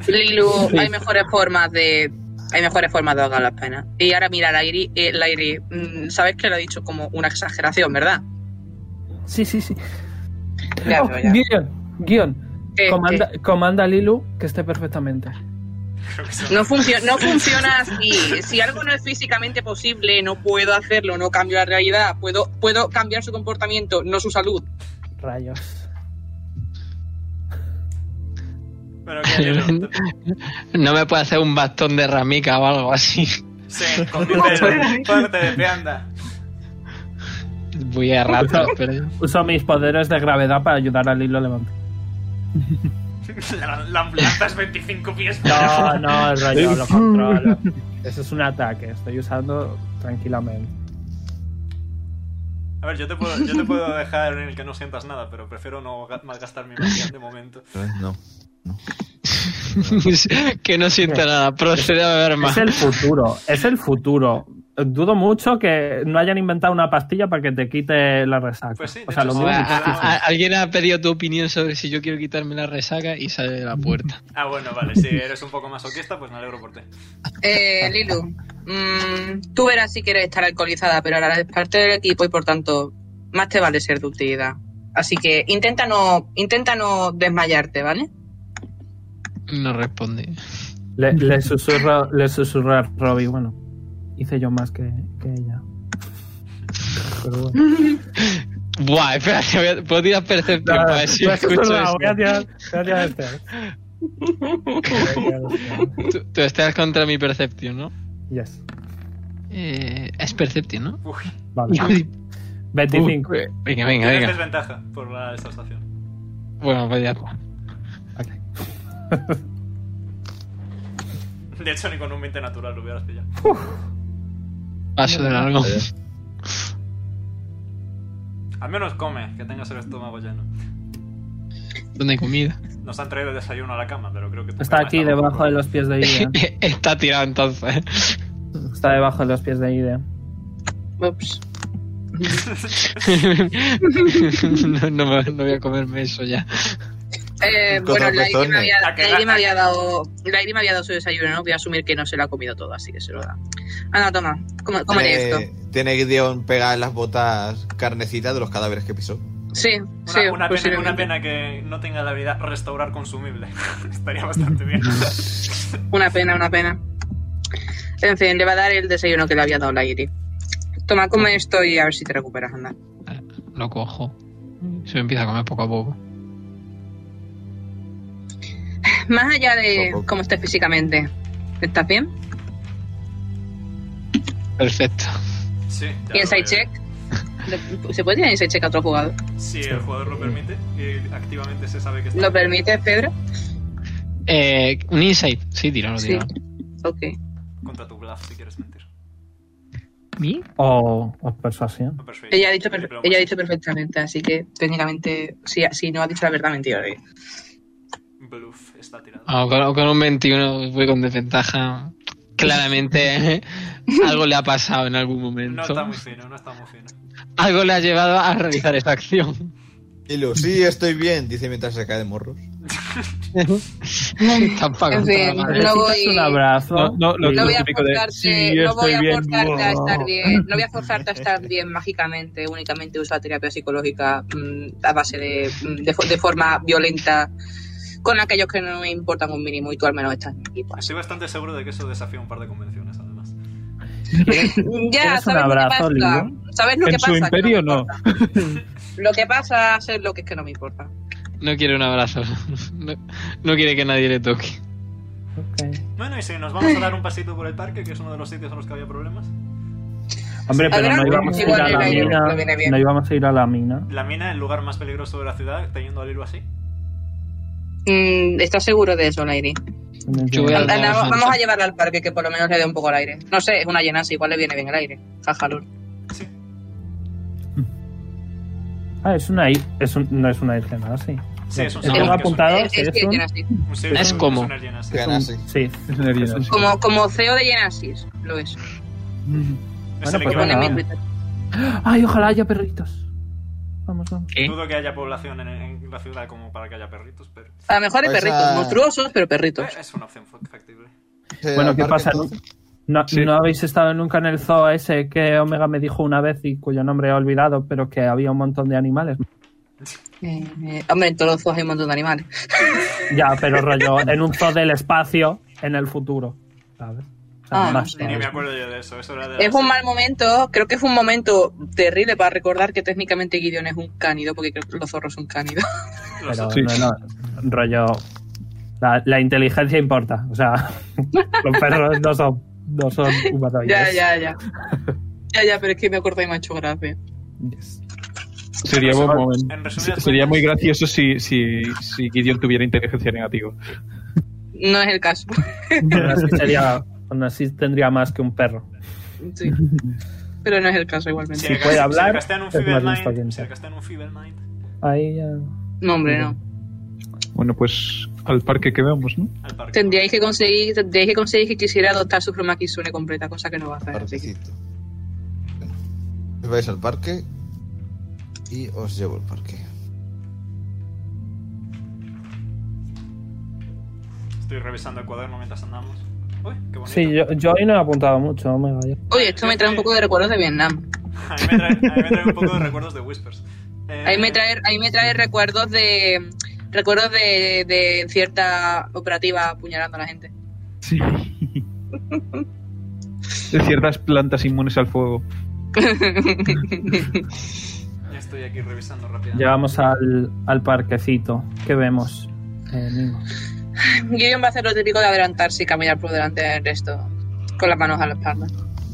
Lilu, hay mejores formas de. Hay mejores formas de ahogar las penas. Y ahora mira, la Iri, eh, la Iri, mm, sabes que lo he dicho como una exageración, ¿verdad? Sí, sí, sí. Ya Oh, veo, ya. Guión, guión. Eh, Comanda, comanda a Lilu que esté perfectamente. Creo que eh, sí. no, funcio- no funciona así. Si algo no es físicamente posible, no puedo hacerlo, no cambio la realidad. Puedo, puedo cambiar su comportamiento, no su salud. Rayos. Pero que yo- No me puede hacer un bastón de ramica o algo así. Sí, con mi pelo. Parte de pie, anda. Voy a rato, pero. Uso mis poderes de gravedad para ayudar a Lilo a levantar. La, la ambulancia es 25 pies. No, no, el rayo lo controlo. Eso es un ataque, estoy usando tranquilamente. A ver, yo te, puedo, yo te puedo dejar en el que no sientas nada, pero prefiero no ga- malgastar mi magia de momento. No. que no sienta nada. Procede a beber más. Es el futuro, es el futuro. Dudo mucho que no hayan inventado una pastilla para que te quite la resaca. Pues sí, de o sea, hecho lo sí. mismo. A- Ah, a- a- alguien ha pedido tu opinión sobre si yo quiero quitarme la resaca y sale de la puerta. Ah, bueno, vale, si eres un poco masoquista, pues me alegro por ti. Eh, Lilu, Mm, tú verás si quieres estar alcoholizada, pero ahora eres parte del equipo y por tanto, más te vale ser de utilidad. Así que intenta no, intenta no desmayarte, ¿vale? No responde. Le, le susurra, le susurra a Robbie, bueno, hice yo más que, que ella. Pero bueno. Buah, espérate, voy a- puedo tirar percepción para ver si Lo he escucho susurrado, eso. pues, voy a tirar- voy a tirar este. Tú, tú estás contra mi percepción, ¿no? Yes. Eh, es percepción, ¿no? Uy, Vale. 25. Uy, venga, venga, tienes venga. desventaja por la exhaustación. Bueno, pues ya está. De hecho, ni con un 20 natural lo hubieras pillado. Paso de largo. Al menos come, que tengas el estómago lleno. ¿Dónde hay comida? Nos han traído el desayuno a la cama, pero creo que... tu Está cama aquí un debajo poco- de los pies de Ida. Está tirado entonces. Está debajo de los pies de Ida. Ups. no, no me- no voy a comerme eso ya. Eh, Con bueno, la otros Iri me pezones. había, La que la Iri la- me había dado, la Iri me había dado su desayuno, ¿no? Voy a asumir que no se lo ha comido todo, así que se lo da. Anda, toma, come- cómete Tiene, esto. tiene Gideon pegada en las botas carnecita de los cadáveres que pisó. Sí, Una, sí, una pena, posiblemente. una pena que no tenga la habilidad restaurar consumible. Estaría bastante bien. Una pena, una pena. En fin, le va a dar el desayuno que le había dado la Iri. Toma, come esto y a ver si te recuperas, anda. Lo cojo. Mm. Se me empieza a comer poco a poco. Más allá de Ojo. cómo estés físicamente, ¿estás bien? Perfecto. Sí. ya lo Inside veo. check. Le- ¿Se puede tirar inside check a otro jugador? Si el jugador lo permite y activamente se sabe que está... ¿Lo permite, Pedro? Eh, un insight. Sí, tíralo, Sí. tíralo. Ok. Contra tu bluff, si quieres mentir. ¿Mi? O, o persuasión. O persuasion. Ella ha dicho, perfe- Diplomacy. ella ha dicho perfectamente, así que técnicamente, si, si no ha dicho la verdad, mentira. ¿eh? Bluff está tirado. Ah, o con, o con un 21 voy con desventaja. Claramente algo le ha pasado en algún No momento. está muy fino, no está muy fino. Algo le ha llevado a realizar esta acción. Y lo, sí, estoy bien, dice mientras se cae de morros. Tampoco. En fin, nada, ¿eh? no Necesitas voy- un abrazo. No, no, lo- No voy a típico de, forzarte, "Sí, no voy a estoy bien". forzarte a estar bien, no voy a forzarte a estar bien mágicamente, únicamente uso la terapia psicológica mm, a base de, mm, de, fo- de forma violenta con aquellos que no me importan un mínimo y tú al menos estás en mi equipo. así. Estoy bastante seguro de que eso desafía un par de convenciones, además. Ya, ¿Quieres sabes un abrazo, lo que pasa. ¿Sabes lo ¿En que su pasa? que imperio me no? importa. lo que pasa es lo que es que no me importa. No quiere un abrazo. No, no quiere que nadie le toque. Ok. Bueno, y si nos vamos a dar un pasito por el parque, que es uno de los sitios en los que había problemas. Hombre, A pero ver, no íbamos a ir igual a el la aire mina. me viene bien. No íbamos a ir a la mina. La mina, el lugar más peligroso de la ciudad, teniendo al hilo así. Mm, ¿Estás seguro de eso, Lairi? Yo voy al- Anda, Vamos, vamos, vamos. a llevarla al parque que por lo menos le dé un poco el aire. No sé, es una llenanza, igual le viene bien el aire. Jajalur. Sí. Ah, es una i- es un, no es una isla nada, sí. Sí, es un ¿Tengo sitio que apuntado? Es, sí, es es que un- Genesis. un- un sitio Es que una como- llena, sí. Gana así. Sí. Es una herida, sí. Como, como CEO de Genesis, lo es. Es Bueno, el pues Pone en equivalente. mi venga, Twitter. Ay, ojalá haya perritos. Vamos, vamos. Dudo que haya población en, en la ciudad como para que haya perritos, pero A lo mejor hay Pues, perritos, ah. monstruosos, pero eh, perritos. es una opción factible. Se Bueno, ¿qué aparca pasa? entonces. No, Eh, Sí. no habéis estado nunca en el zoo ese que Omega me dijo una vez y cuyo nombre he olvidado, pero que había un montón de animales. Eh, eh, hombre, en todos los zoos hay un montón de animales. Ya, pero rollo, en un zoo del espacio, en el futuro. ¿Sabes? O sea, Ah, más sí. Ni cosas. me acuerdo yo de eso. Eso era de Es las- un mal momento, creo que fue un momento terrible para recordar que técnicamente Gideon es un cánido, porque creo que los zorros son cánidos. los- Pero Sí. no, no, rollo. La, la inteligencia importa. O sea, los perros no son, no son humanoides. ya, ya, ya. ya, ya, pero es que me acuerdo de Macho Gracia. Yes. Sería, buen momento. Pues En resumidas Se- sería cuentas- muy gracioso si, si, si Gideon tuviera inteligencia negativa. No es el caso. Aún así, sería, aún así tendría más que un perro. Sí. Pero no es el caso Si igualmente. le puede cas- hablar, si le castean un es más Feeble Mind, inteligente. si le castean un Feeble Mind Ahí ya. No, hombre, no. Bueno, pues al parque que vemos, ¿no? al parque. Tendríais que conseguir, tendríais que conseguir que quisiera adoptar su pluma Kitsune completa, cosa que no va a hacer. así que- Parquecito. Bueno, Os vais al parque y os llevo al parque. Estoy revisando el cuaderno mientras andamos. Uy, qué bonito. Sí, yo, yo hoy no he apuntado mucho, oh my god. Oye, esto me trae un poco de recuerdos de Vietnam. A mí me trae, a mí me trae un poco de recuerdos de Whispers. Eh, Ahí me trae, ahí me trae recuerdos de recuerdos de, de cierta operativa apuñalando a la gente. Sí. De ciertas plantas inmunes al fuego. Ya estoy aquí revisando rápidamente. Llegamos al, al parquecito. ¿Qué vemos? Eh, Mingo? Guillón va a hacer lo típico de adelantarse y caminar por delante del resto, con las manos a la espalda.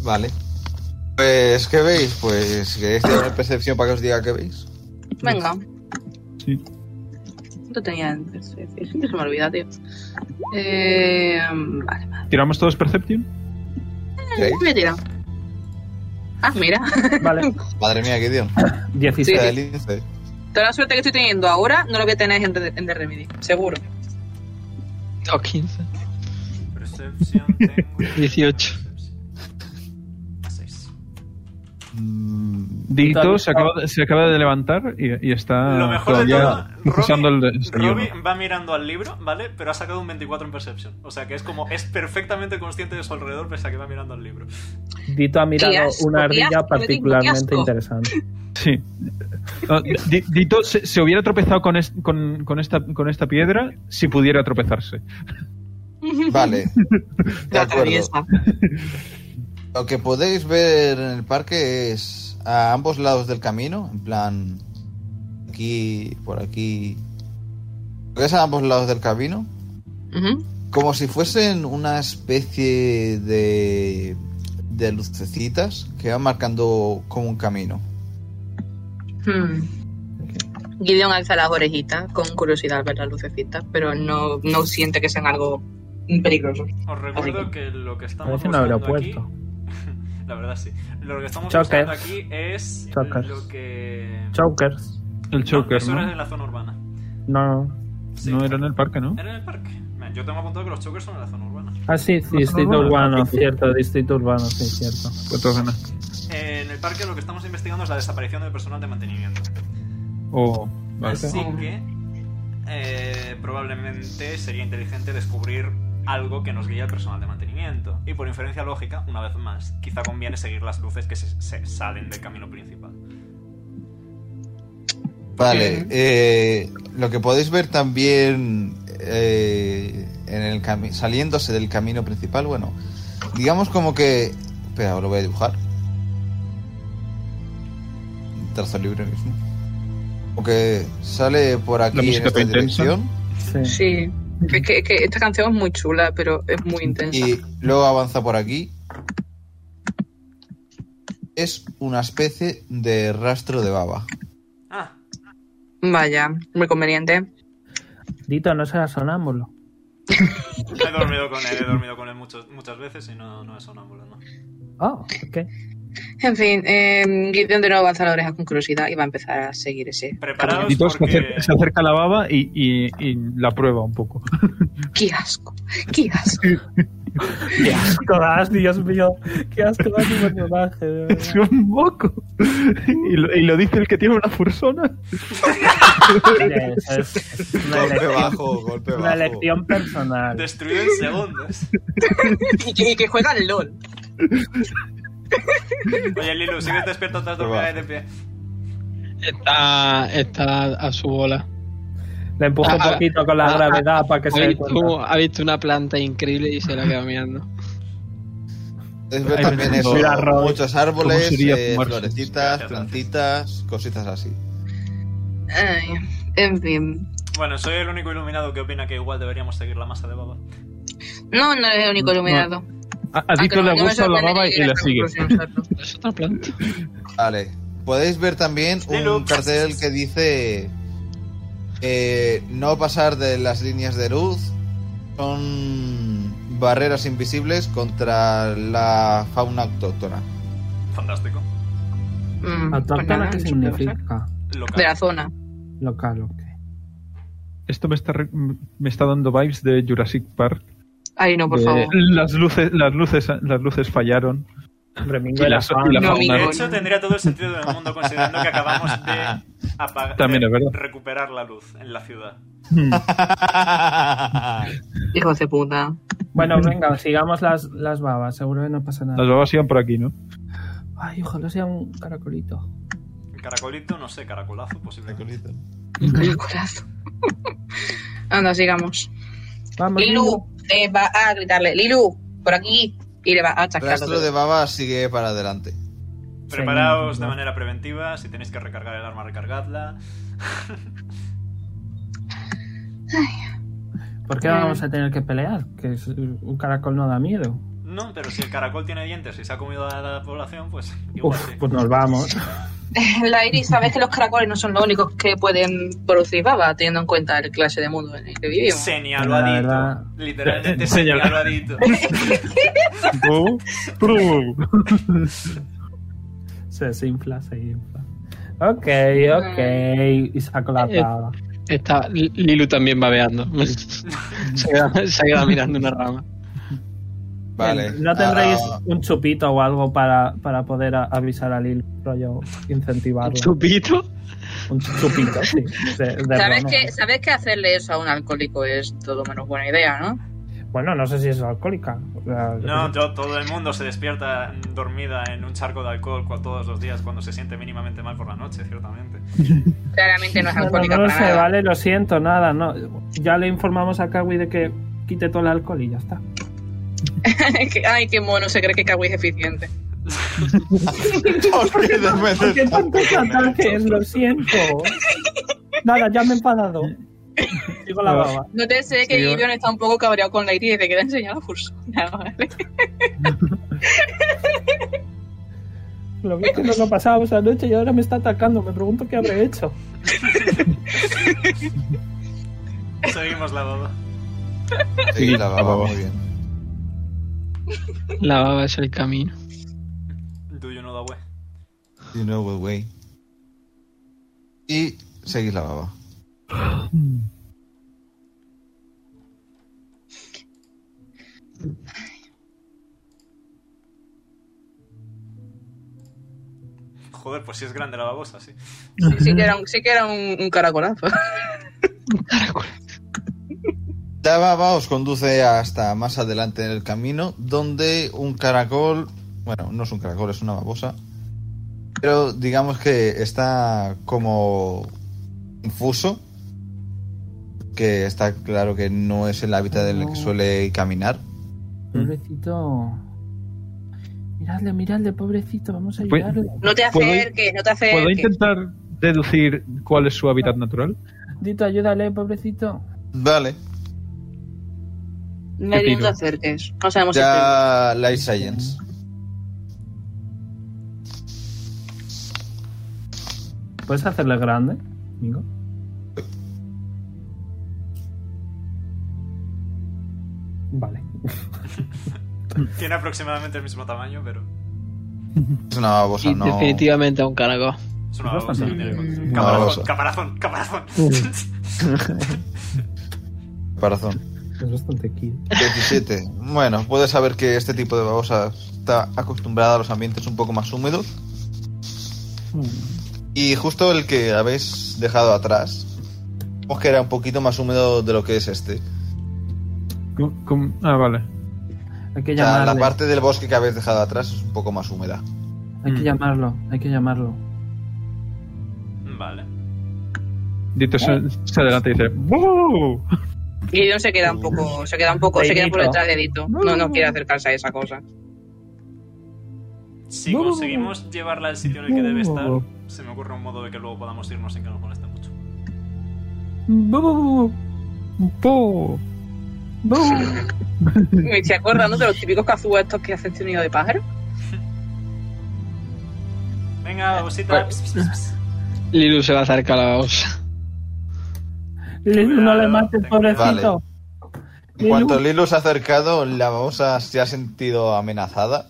Vale. Pues, ¿qué veis? Pues, ¿queréis tener percepción para que os diga qué veis? Venga. Sí. No tenía antes. Siempre se me olvida, tío. Eh, vale, vale. ¿Tiramos todos Perception? ¿Queréis? Me he tirado. Ah, mira. Vale, Madre mía, Gideon. 16. El lince. Toda la suerte que estoy teniendo ahora no lo que tenéis en, The- en The Remedy, seguro. O 15. Percepción tengo. 18. 6. Mm, Dito se acaba, se acaba de levantar y, y está Lo mejor de todavía todo, procesando el Robbie, desayuno. Robbie va mirando al libro, ¿vale? Pero ha sacado un 24 en Perception. O sea que es como, es perfectamente consciente de su alrededor pese a que va mirando al libro. Dito ha mirado Qué asco, una qué ardilla asco, particularmente qué asco. interesante. Sí. No, Di- Dito se, se hubiera tropezado con, es- con, con esta, con esta piedra si pudiera tropezarse. Vale. De La acuerdo. traviesa. Lo que podéis ver en el parque es a ambos lados del camino, en plan aquí, por aquí. Lo que es a ambos lados del camino, Ujú. como si fuesen una especie de de lucecitas que van marcando como un camino. Hmm. Gideon alza las orejitas con curiosidad al ver las lucecitas, pero no, no siente que sean algo peligroso. Os recuerdo que lo que estamos Parece un buscando aquí... aeropuerto. La verdad sí. Lo que estamos Chokers. buscando aquí es eh, Chokers. lo que... Chokers. El choker, eso ¿no? era en la zona urbana. No. Sí. No era en el parque, ¿no? Era en el parque. Man, yo tengo apuntado que los chokers son en la zona urbana. Ah, sí, distrito urbano, urbano, tráfico. cierto, distrito urbano, sí, cierto. Cuatro ganas. Eh, En el parque lo que estamos investigando es la desaparición del personal de mantenimiento. O- vale. Así que eh, probablemente sería inteligente descubrir algo que nos guía al personal de mantenimiento. Y por inferencia lógica, una vez más, quizá conviene seguir las luces que se, se salen del camino principal. Vale, Ok. eh, lo que podéis ver también eh, en el cami- saliéndose del camino principal, bueno, digamos como que... Espera, lo voy a dibujar. Un Trazo libre mismo. Como que sale por aquí en música esta está intensa. dirección Sí. Sí. Es que, es que esta canción es muy chula, pero es muy intensa. y luego avanza por aquí. Es una especie de rastro de baba. Ah, Vaya, muy conveniente. Dito, no será sonámbulo. he dormido con él, he dormido con él muchas muchas veces y no, no es sonámbulo, ¿no? Ah, Oh, ok. En fin, eh, Gideon de nuevo avanza la oreja con curiosidad y va a empezar a seguir ese. Preparaos Dito se porque... acerca, se acerca a la baba y, y- y la prueba un poco. ¡Qué asco! ¡Qué asco! Qué asco das, Dios mío. Qué asco das mi personaje. de verdad. Es un moco. Y lo, y lo dice el que tiene una fursona. Mira, eso es una Golpe elección, bajo, golpe una bajo. elección personal. Destruido en segundos. y, que, y que juega al LOL. Oye, Lilu, sigues despierto tras dormir ahí de pie. Está, Ah, está a su bola. Le empujo un Ah, poquito con la ah, gravedad para que se Ha dé visto, cuenta. ha visto una planta increíble y se la queda mirando. Es ver Ahí también tenemos. eso, Mira, Roy, muchos árboles, ¿cómo sería eh, fumarse? florecitas, Gracias, plantitas, cositas así. Ay, en fin. Bueno, soy el único iluminado que opina que igual deberíamos seguir la masa de baba. No, no es el único No. iluminado. A, a Aunque Dito no- le no me gusta la sorprende Ah, que baba y llegue a la esta sigue. conclusión, Sarlo. Es otra planta. Vale. Podéis ver también un Lilo. cartel que dice eh, no pasar de las líneas de luz. Son barreras invisibles contra la fauna autóctona. Fantástico. Mm, pues Autóctona, nada, no sé ¿qué qué significa? pasa. De Local. la zona. Local, ok. Esto me está, re- me está dando vibes de Jurassic Park. Ay, no, por Eh, favor. las luces, las luces, las luces fallaron. Remingo Y era la- fan. y la No, fauna. De Miguel. hecho, tendría todo el sentido del mundo considerando que acabamos de, apagar, También de es verdad. recuperar la luz en la ciudad. Hmm. Hijo de puta. Bueno, venga, sigamos las, las babas. Seguro que no pasa nada. Las babas iban por aquí, ¿no? Ay, ojalá sea un caracolito. Caracolito, no sé, caracolazo, posiblemente. Corazón. Anda, sigamos. Vamos, Lilu eh, va a gritarle, Lilu, por aquí. Y le va a El achacar. rastro de baba sigue para adelante. Preparaos de manera preventiva. Si tenéis que recargar el arma, recargadla. ¿Por qué vamos a tener que pelear? Que es- un caracol no da miedo. No, pero si el caracol tiene dientes y se ha comido a la población, pues igual Uf, sí. pues nos vamos. La Iris, sabes que los caracoles no son los únicos que pueden producir baba, teniendo en cuenta el clase de mundo en el que vivimos. La Señaladito. verdad. Literalmente Eh, señal- señaladito. Go, pro. Se desinfla, se infla. Ok, ok. Y saco la Eh, pava. Está Li- Lilu también babeando. se, ha quedado, se ha quedado mirando una rama. Vale. ¿No tendréis Ah, un chupito o algo para, para poder a- avisar a Lil, rollo, ¿Un incentivarlo? chupito? Un chupito, sí. de- de ¿Sabes ron o que, sabes que hacerle eso a un alcohólico es todo menos buena idea, ¿no? Bueno, no sé si es alcohólica. La- No, yo- todo el mundo se despierta dormida en un charco de alcohol cua- todos los días cuando se siente mínimamente mal por la noche, ciertamente. Claramente no es No, no, alcohólica no para sé, nada. vale, lo siento, nada. no Ya le informamos a Kawi de que quite todo el alcohol y ya está. Que- Ay, qué mono, se cree que Kawi es eficiente. ¿por qué no me ¡Qué tantos ataques! Lo siento. Nada, ya me he enfadado. Digo la baba. No te sé que Sí, Gideon está un poco cabreado con la Iris y te quiere enseñar la persona, ¿vale? Lo vi que nos lo pasábamos anoche y ahora me está atacando. Me pregunto qué habré hecho. Seguimos la boda. Sí, la baba, muy bien. La baba es el camino. Do you know the way? You know what way. Y seguís la baba. Joder, pues si es grande la babosa, sí. Sí, sí que era un, sí que era un, un caracolazo. La baba os conduce hasta más adelante en el camino, donde un caracol, bueno, no es un caracol, es una babosa, pero digamos que está como confuso, que está claro que no es el hábitat en el que suele caminar. Pobrecito. Miradle, miradle, pobrecito. Vamos a Pues- ayudarle. No te ¿Puedo- acerques, no te ¿Puedo acerques. intentar deducir cuál es su hábitat natural? Dito, ayúdale, pobrecito. Vale, No, Pepino. no te acerques. No sabemos si es ya Light Science. ¿Puedes hacerle grande, amigo? Vale. Tiene aproximadamente el mismo tamaño, pero Es una babosa, Y Ah, no. definitivamente a un caracol. es una Es babosa. bastante no tiene grande. condición. Una Caparazón, babosa. caparazón, caparazón. Corazón. Es bastante cute. 17. Bueno, puedes saber que este tipo de babosa está acostumbrada a los ambientes un poco más húmedos. Y justo el que habéis dejado atrás, os que era un poquito más húmedo de lo que es este. ¿Cómo- cómo? Ah, vale. Hay que O sea, la llamarle. parte del bosque que habéis dejado atrás es un poco más húmeda. Hay que Mm. llamarlo. Hay que llamarlo. Vale. Dito se, se adelanta y dice: ¡Wow! Gideon se queda un poco, se queda un poco, se queda por Dedito. detrás de Dito. No, no quiere acercarse a esa cosa. Si No. conseguimos llevarla al sitio en el que debe estar, No. se me ocurre un modo de que luego podamos irnos sin que nos moleste mucho. ¡Wow! ¡Po! Me estoy acordando de los típicos cazúas estos que hacen sonido de pájaro. Venga, babosita. Pss, pss, pss. Lilu se va a acercar a la babosa. Lilu, no le Cuidado, mates, tengo- pobrecito. En cuanto Lilo se ha acercado, la babosa se ha sentido amenazada.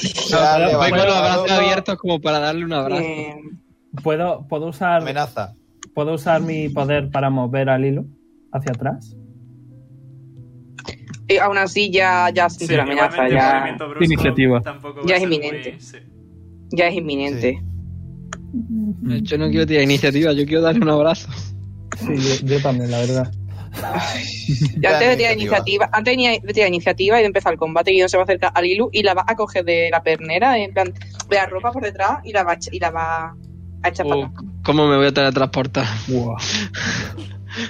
Se ha Voy con los brazos levantado. abiertos como para darle un abrazo. Eh, ¿Puedo, puedo, usar, Amenaza. ¿Puedo usar mi poder para mover a Lilo hacia atrás? y aún así ya, ya Sí, sí, la amenaza, igualmente un ya, movimiento brusco Iniciativa. tampoco va Ya a es ser muy- inminente. sí. ya es inminente. Yo no quiero tirar iniciativa, yo quiero darle un abrazo. Sí, yo, yo también, la verdad. antes de iniciativa. tirar iniciativa, antes de ni- de tirar iniciativa y de empezar el combate, Guido se va a acercar a Lilu y la va a coger de la pernera, en plan, de la ropa por detrás y la va a, echa- y la va a echar para Uh, Oh, atrás. ¿Cómo me voy a teletransportar?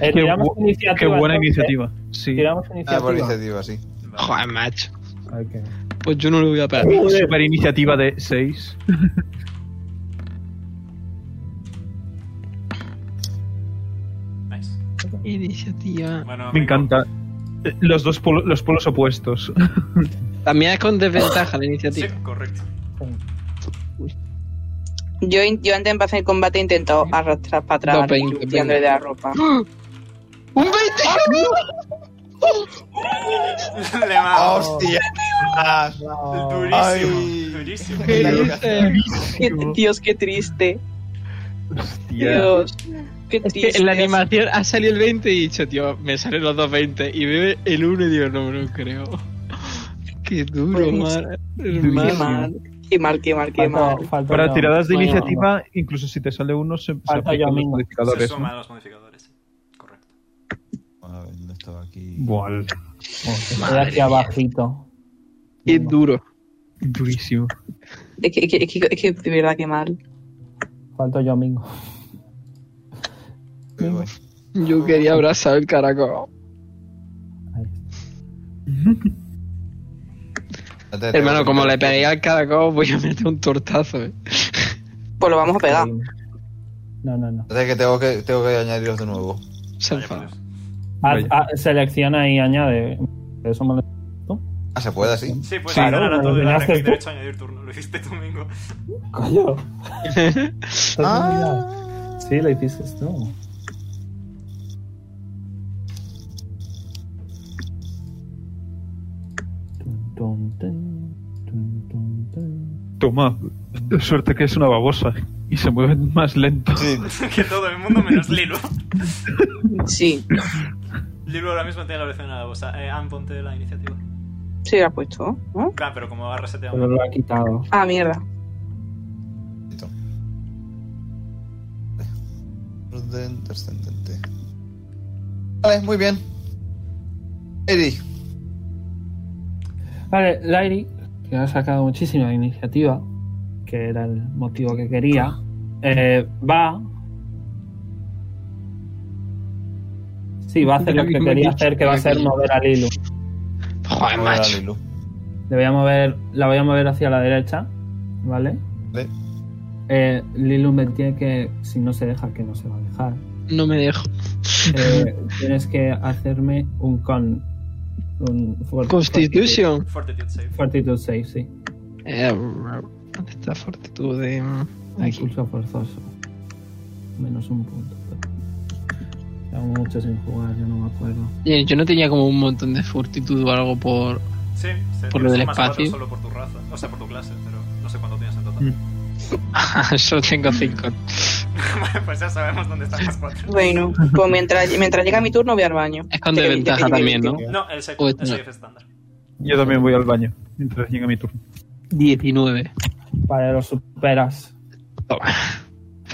Eh, Qué, tiramos bu- iniciativa, qué buena entonces. ¿eh? iniciativa. Sí. Tiramos Ah, por iniciativa. iniciativa, sí. Joder, macho. Ok. Pues yo no lo voy a parar. Super iniciativa de 6. Nice. Iniciativa. Bueno, Me amigo, encanta. Eh, Los dos polo- los polos opuestos. También es con desventaja la Sí, iniciativa. correcto. Yo, in- yo antes de empezar el combate he intentado arrastrar para atrás a Dos Lilu, veinte, tirándole de venga. la ropa. ¡Ah! ¡Un 20! Le va. ¡Hostia! Durísimo. Ay. Durísimo. ¿Qué dices? Qué- Dios, qué triste. Hostia. Dios, qué Es triste. que en la animación ha salido el 20 y he dicho, tío, me salen los dos 20. Y veo el 1 y digo, no, no creo. Qué duro, Buenísimo. mar, Qué hermano. mal, qué mal, qué mal, qué mal. Falta- falta Para yo. tiradas de Bueno, iniciativa, incluso si te sale uno, se, se Falta aplican yo los mismo. Se modificadores. suman los modificadores. Correcto. A ver, ¿dónde Ah, estaba aquí? ¿no? Bual. Estoy aquí abajito. Qué duro. Durísimo. Es que, es que- es que- es que de verdad qué mal. Falta yo, Mingo. Pero bueno. Yo quería abrazar el caracol. Espérate, Hermano, tengo como que- le pegué al caracol, voy a meter un tortazo. eh. Pues lo vamos a pegar. No, no, no. Espérate que tengo que tengo que añadirlos de nuevo. Se Vaya, por enfada. Dios. Haz- Vaya. haz- Ah, selecciona y añade. Eso me lo- Ah, se puede así. Sí, pues Sí, claro, ¿no? ahora ¿Lo todo el ordenaste tú? derecho a añadir turno. Lo hiciste tú, Mingo. Coño. ¿Te has olvidado? Ah. Sí, lo hiciste tú. Tun, tun, tun, tun, tun, tun. Toma. Suerte que es una babosa. Y se mueven más lento. Sí. que todo el mundo menos Lilo. Sí, Lilo ahora mismo tiene la versión a la bolsa. Eh, Ann, ponte la iniciativa. sí lo ha puesto, ¿no? Claro, pero como ha reseteado. Pero lo ha quitado. Ah, mierda. Orden descendente. Vale, muy bien. Eri, Vale, Lairi, que ha sacado muchísima iniciativa, que era el motivo que quería, eh, va. Sí, va a hacer lo que quería hacer, que va a ser mover a Lilu. Joder, Hola, macho. Lilu. Le voy a mover, la voy a mover hacia la derecha, ¿vale? Vale. Eh, Lilu me tiene que, si no se deja, que no se va a dejar, No me dejo. eh, tienes que hacerme un con. Un for- Constitution. Fortitude save. Fortitude 6, sí. Eh, ¿Dónde está fortitud de.? Un Aquí. Impulso forzoso. Menos un punto. Tengo mucho sin jugar, yo no me acuerdo. Eh, Yo no tenía como un montón de fortitud o algo por. Sí, se Por lo tienes del más cuatro espacio. solo por tu raza. O sea, por tu clase, pero no sé cuánto tienes en Mm. total. Solo Ah, tengo cinco. pues ya sabemos dónde están las cuatro. Bueno, pues mientras, mientras llega mi turno voy al baño. Es con Sí, desventaja sí, sí, también, ¿no? No, el safe, Pues el no. safe estándar. Yo también voy al baño. Mientras llega mi turno. 19. Vale, lo superas. Toma.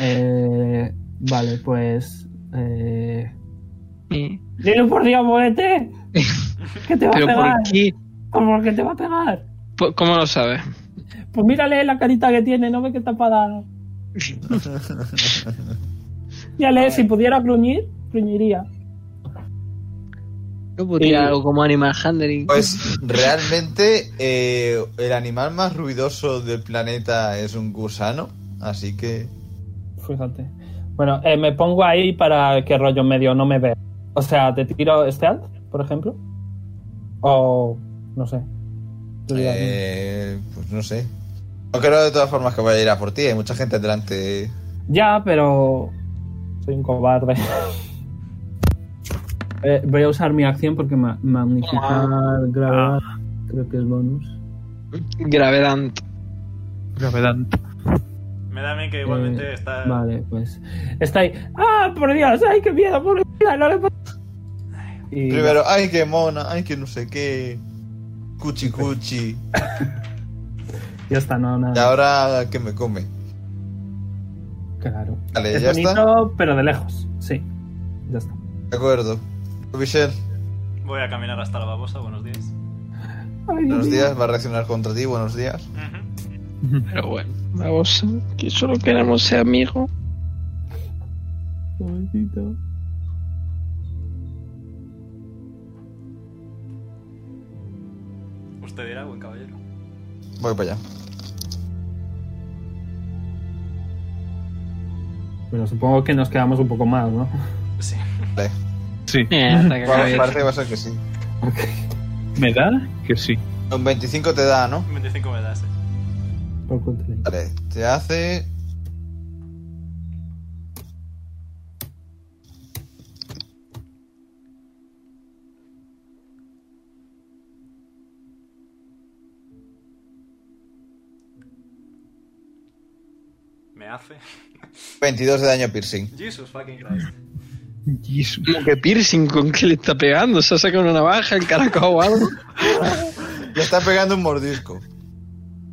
Eh, vale, pues. Eh... Eh, Lilu, por Dios, muévete! ¿Qué te va ¿Pero a pegar? por qué? ¿Cómo que te va a pegar? ¿Por- ¿Cómo lo sabes? Pues mírale la carita que tiene, no ve que está parada. Mírale, si pudiera gruñir, gruñiría. No podría Eh, algo como Animal Handling. Pues realmente eh, el animal más ruidoso del planeta es un gusano, así que Fíjate. Bueno, eh, me pongo ahí para que rollo medio no me vea. O sea, te tiro stealth, por ejemplo. O no sé. Tú dirás, eh, pues no sé. No creo de todas formas que vaya a ir a por ti, hay mucha gente delante. Ya, pero soy un cobarde. Eh, voy a usar mi acción porque ma- magnificar Ah. gravedad creo que es bonus. Gravedant. Gravedad. Me da a mí que igualmente Eh, está. Vale, pues está ahí. ¡Ah, por Dios! ¡Ay, qué miedo! ¡Por vida! ¡No le puedo! Y- Primero, ay que mona, ay que no sé qué. Cuchi cuchi. Ya está, no, nada. Y ahora que me come. Claro. Vale, Es ya bonito, está. pero de lejos. Sí, ya está. De acuerdo. Michelle, Voy a caminar hasta la babosa, buenos días. buenos días. Va a reaccionar contra ti, buenos días. Ujú. Pero bueno, vamos, que solo queremos ser amigos. Pobrecito. Usted dirá, buen caballero. Voy para allá. Bueno, supongo que nos quedamos un poco más, ¿no? Sí. Vale. Sí. Pa- Parece que va a ser que sí. ¿Me da? Que sí. Un 25 te da, ¿no? 25 me das, eh. Por contra él. Vale, te hace. Me hace. 22 de daño piercing. Jesus fucking Christ. Jesus. Como que piercing, ¿con qué le está pegando? ¿Se ha sacado una navaja, el caracol o algo? Le está pegando un mordisco.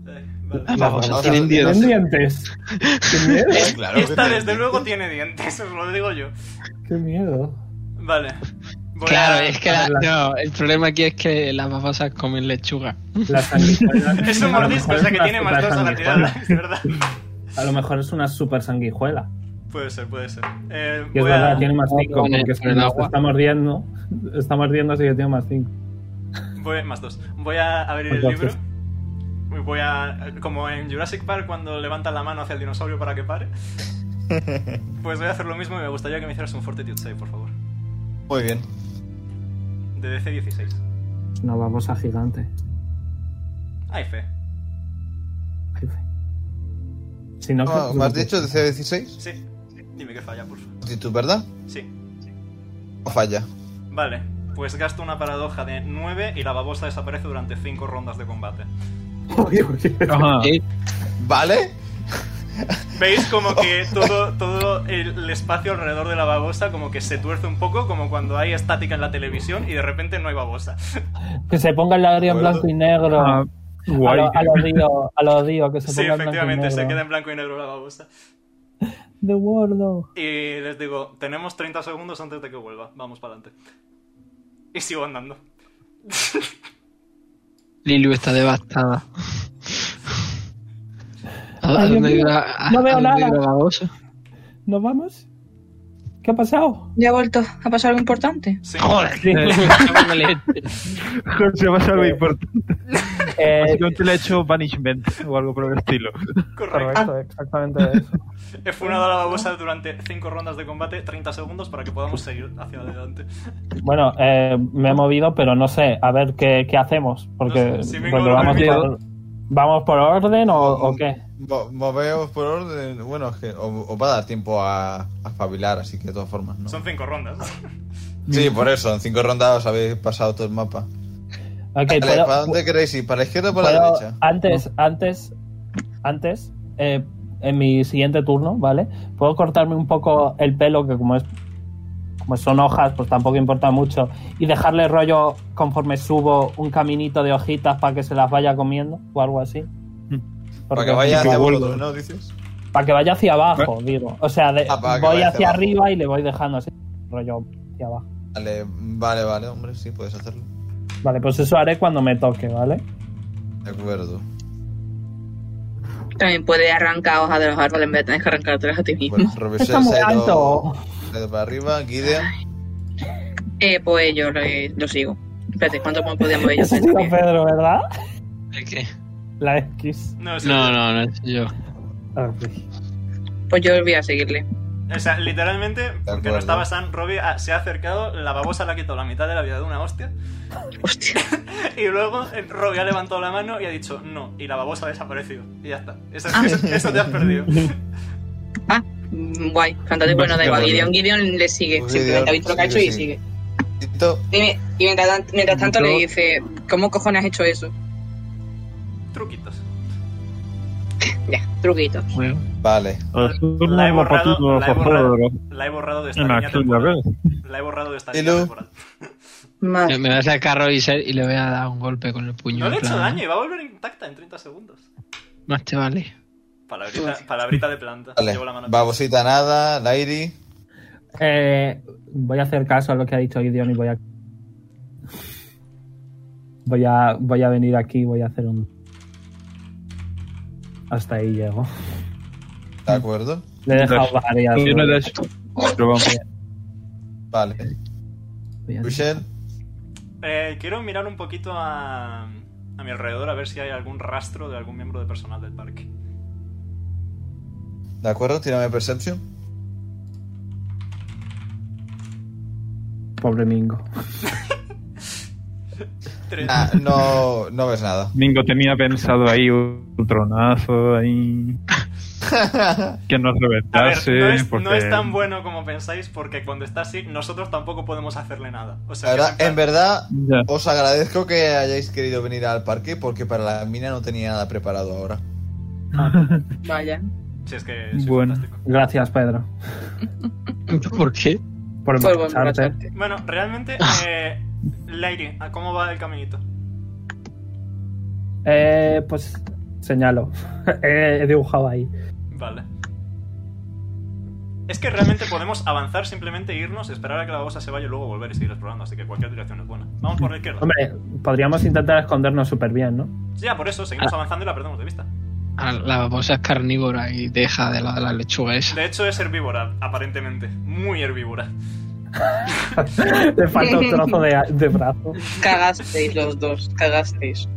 Eh, vale. Ah, vamos, vamos, tienen vamos. dientes. Tienen dientes. ¡Qué miedo! Claro que Esta te- desde luego tiene dientes, os lo digo yo. ¡Qué miedo! Vale. Voy Claro, a- es que a la- ver, no, el problema aquí es que las babosas comen lechuga. La sanguijuela- Es un a lo mordisco, mejor o sea es que una tiene más dos a la tirada, supersanguijuela. es verdad. A lo mejor es una super sanguijuela. Puede ser, puede ser. Eh, Que es voy a- verdad, tiene más Con 5, el- porque con si el nos agua. está mordiendo, está mordiendo, así que tiene más 5. Voy, más dos. Voy a abrir el libro. Entonces. Voy a. Como en Jurassic Park, cuando levantan la mano hacia el dinosaurio para que pare. Pues voy a hacer lo mismo y me gustaría que me hicieras un Fortitude save, por favor. Muy bien. De DC 16. Es una babosa gigante. Ay, fe. Ay, fe. Si no, No, que- Ah, ¿Me has dicho DC16? Sí. Dime que falla, por favor. Actitud, ¿verdad? Sí. No falla. Vale. Pues gasto una paradoja de 9 y la babosa desaparece durante 5 rondas de combate. Ajá. ¿Eh? ¿Vale? ¿Veis como que todo, todo el espacio alrededor de la babosa como que se tuerce un poco, como cuando hay estática en la televisión y de repente no hay babosa? Que se ponga el ladrillo en Bueno. blanco y negro. Ah, a, guay. lo- a los ríos, a los ríos, que se Sí, ponga en blanco y negro. efectivamente, se queda en blanco y negro la babosa. The Warlock. Y les digo, tenemos 30 segundos antes de que vuelva. Vamos para adelante. Y sigo andando. Lilu está devastada. ¿A, a Ay, Dios dónde ha ido mío, la- a- no a veo dónde ha ido nada. la babosa? ¿Nos vamos? ¿Qué ha pasado? Ya ha vuelto. ¿Ha pasado algo importante? Sí. Joder, me leche. José, va a ser algo importante. Eh, Básicamente le he hecho banishment o algo por el estilo. Correcto. correcto, exactamente eso. He funado a la babosa durante 5 rondas de combate, 30 segundos para que podamos seguir hacia adelante. Bueno, eh, me he movido, pero no sé, a ver qué, qué hacemos. Porque, No sé, si me porque lo vamos, permite. por, ¿vamos por orden o, o qué? Mo- Movemos por orden. Bueno, es que o- os va a dar tiempo a, a espabilar, así que de todas formas, ¿no? Son 5 rondas. Sí, por eso, en cinco rondas os habéis pasado todo el mapa. Ok, Vale, puedo- ¿Para dónde queréis ir? ¿Para la izquierda o para la puedo- derecha? Antes, antes, antes, eh, en mi siguiente turno, ¿vale? Puedo cortarme un poco el pelo, que como es como son hojas, pues tampoco importa mucho, y dejarle rollo conforme subo un caminito de hojitas para que se las vaya comiendo o algo así. Para Porque- que vaya hacia vosotros, ¿no? Dices. para que vaya hacia abajo, digo. O sea, de- Ah, para que voy vaya hacia hacia abajo. arriba y le voy dejando así, rollo hacia abajo. Vale, vale, vale, hombre, sí, puedes hacerlo. Vale, pues eso haré cuando me toque, ¿vale? De acuerdo. También puede arrancar hojas de los árboles en vez de tener que arrancártelas a ti mismo. Bueno, Robert Está Shell muy se ha ido- alto. se ha ido para arriba, Gideon. Eh, pues yo lo, lo sigo. Espérate, ¿cuánto más podíamos ir? Eso digo Pedro, ¿verdad? ¿De qué? La X. No, es- No, no, no, es yo. Pues yo voy a seguirle. O sea, literalmente, porque acuerdo. no estaba San, Robbie ah, se ha acercado, la babosa le ha quitado la mitad de la vida de una hostia, Hostia. y luego eh, Robbie ha levantado la mano y ha dicho no, y la babosa ha desaparecido. Y ya está. Eso, eso- eso te has perdido. Ah, mm, guay. Fantástico. Bueno, da igual. Gideon, Gideon le sigue. Pues Gideon Simplemente ha visto lo que ha hecho sigue, y sí. sigue. Tito, Y, y mientras, tan- mientras tanto le dice, ¿cómo cojones has hecho eso? Truquitos. Ya, truquito. Bueno, Vale. La he Turno borrado, batido la he por borrado. Pedro La he borrado de esta en línea aquella temporal. vez. La he borrado de esta Hello. línea temporal. me Madre. me voy a acercar a Royce y le voy a dar un golpe con el puño. No le he en hecho plan, daño y va a volver intacta en 30 segundos. Más te vale. Palabrita, palabrita de planta. Vale. Llevo la mano. Babosita nada, Lairi. Eh, voy a hacer caso a lo que ha dicho Gideon y voy a... Voy a, voy a venir aquí y voy a hacer un... Hasta ahí llego. ¿De acuerdo? Le he dejado varias... Yo no he dash. Pero vamos. Vale. Bien. Michelle, Eh, quiero mirar un poquito a, a mi alrededor a ver si hay algún rastro de algún miembro de personal del parque. ¿de acuerdo? Tírame Perception. Pobre Mingo. Tres. Ah, no, no ves nada. Mingo tenía pensado ahí un tronazo, ahí. que nos A ver, reventase. no, es, porque... no es tan bueno como pensáis porque cuando está así nosotros tampoco podemos hacerle nada. O sea, La que verdad- es en en verdad, Ya. os agradezco que hayáis querido venir al parque porque para la mina no tenía nada preparado ahora. Vaya. plan- si es que soy Bueno. fantástico. Gracias, Pedro. ¿Por qué? Por Por buen emborracharte. borracharte. Bueno, realmente, eh, Lairi, ¿a ¿cómo va el caminito? Eh, pues señalo. Eh, he dibujado ahí. Vale. Es que realmente podemos avanzar, simplemente irnos, esperar a que la babosa se vaya y luego volver y seguir explorando, así que cualquier dirección es buena. Vamos por la izquierda. Hombre, podríamos intentar escondernos súper bien, ¿no? Ya, por eso, seguimos avanzando y la perdemos de vista. Ah, La babosa es carnívora y deja de la, la lechuga esa. De hecho, es herbívora, aparentemente. Muy herbívora. Le falta un trozo de, de brazo. Cagasteis los dos, cagasteis.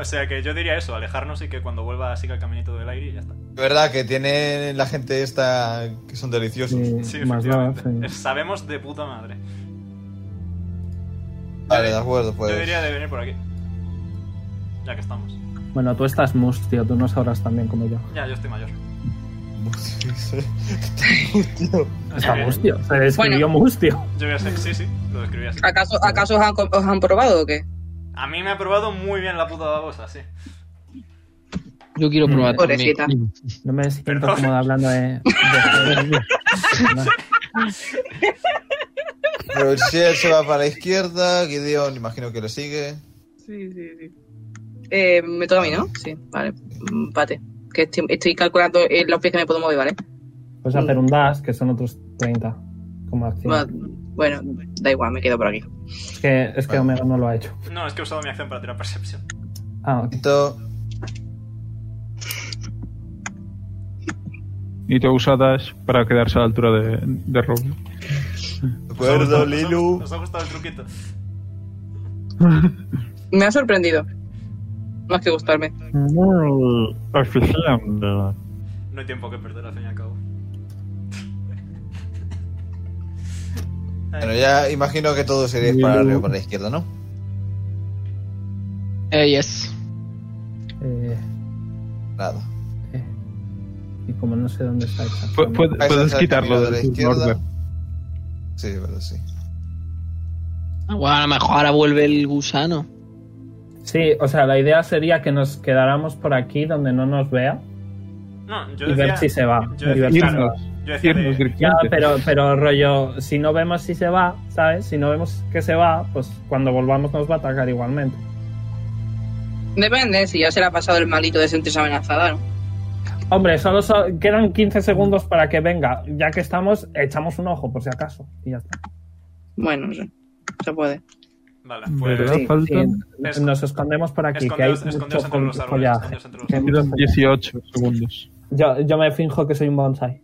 O sea que yo diría eso, alejarnos y que cuando vuelva siga el caminito del aire y ya está. De verdad que tiene la gente esta que son deliciosos. Sí, Sí, más efectivamente. dos, sí. Sabemos de puta madre. Vale, de acuerdo, pues. Yo diría de venir por aquí. Ya que estamos. Bueno, tú estás mustio, tú no sabrás tan bien como yo. Ya, yo estoy mayor. Está Eh, bien. mustio, se describió mustio. Yo voy a ser... Sí, sí, lo describí así. ¿Acaso, acaso os, han, co- os han probado o qué? A mí me ha probado muy bien la puta babosa, sí. Yo quiero probar también. Pobrecita. Mm. No me siento Perdón. cómodo hablando de... de- Rochelle se va para la izquierda, Gideon imagino que le sigue. Sí, sí, sí. Eh, me toca a mí, ¿no? Sí, vale. Empate. Que estoy, estoy calculando eh, los pies que me puedo mover, ¿vale? Puedes hacer un dash, que son otros 30 como acción. Va- Bueno, da igual, me quedo por aquí. Es que, es que Omega no lo ha hecho. No, es que he usado mi acción para tirar percepción. Ah, ok. Esto- Y tú usas dash para quedarse a la altura de, de Rob. De ¿Os ha gustado- acuerdo, os ha- Lilu. ¿Os ha gustado el truquito? Me ha sorprendido. Más que gustarme. Muy eficiente. No hay tiempo que perder al fin y al cabo. Bueno, ya imagino que todos iréis para arriba o para la izquierda, ¿no? Eh, yes. Eh, Nada. eh. Y como no sé dónde está Pu- pu- exactamente. Vais a Puedes hacer el camino quitarlo de la del izquierda. Norbert. Sí, de verdad, sí. Bueno, a lo mejor ahora vuelve el gusano. Sí, o sea, la idea sería que nos quedáramos por aquí donde no nos vea No, yo y decía... ver si se va. Yo decía, Y ver si se claro, va. yo decía de- Irnos Ya, directamente. pero, pero rollo, si no vemos si se va, ¿sabes? Si no vemos que se va, pues cuando volvamos nos va a atacar igualmente. Depende, si ya se le ha pasado el malito de sentirse amenazada, ¿no? Hombre, solo so- quedan 15 segundos para que venga. Ya que estamos, echamos un ojo por si acaso. Y ya está. Bueno, no sé. Se puede. Vale, ¿Verdad? pues... Sí, falta? sí, Nos escondemos por aquí, que hay Escondeos, escondeos entre los mucho árboles. follaje. escondeos entre los Que hay árboles. mucho Quedan follaje. 18 segundos. Yo, yo me finjo que soy un bonsai.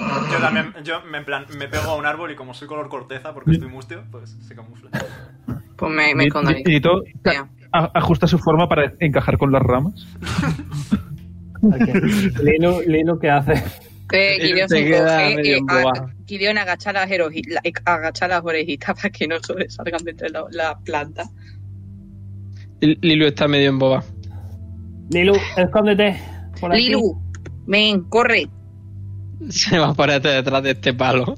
Yo también, yo me, en plan, me pego a un árbol y como soy color corteza porque estoy mustio, pues se camufla. Pues me, me escondo Y- y- ahí. y todo- Ya. a- ajusta su forma para encajar con las ramas. Ok. Lilu, Lilu, ¿qué hace? Eh, Y Gideon te se queda coge, medio eh, embobado. a- Gideon agacha las, eroji- la- agacha las orejitas para que no sobresalgan de entre la, la planta. L- Lilu está medio en boba. Lilu, escóndete. por aquí. Lilu, ven, corre. Se va a poner detrás de este palo.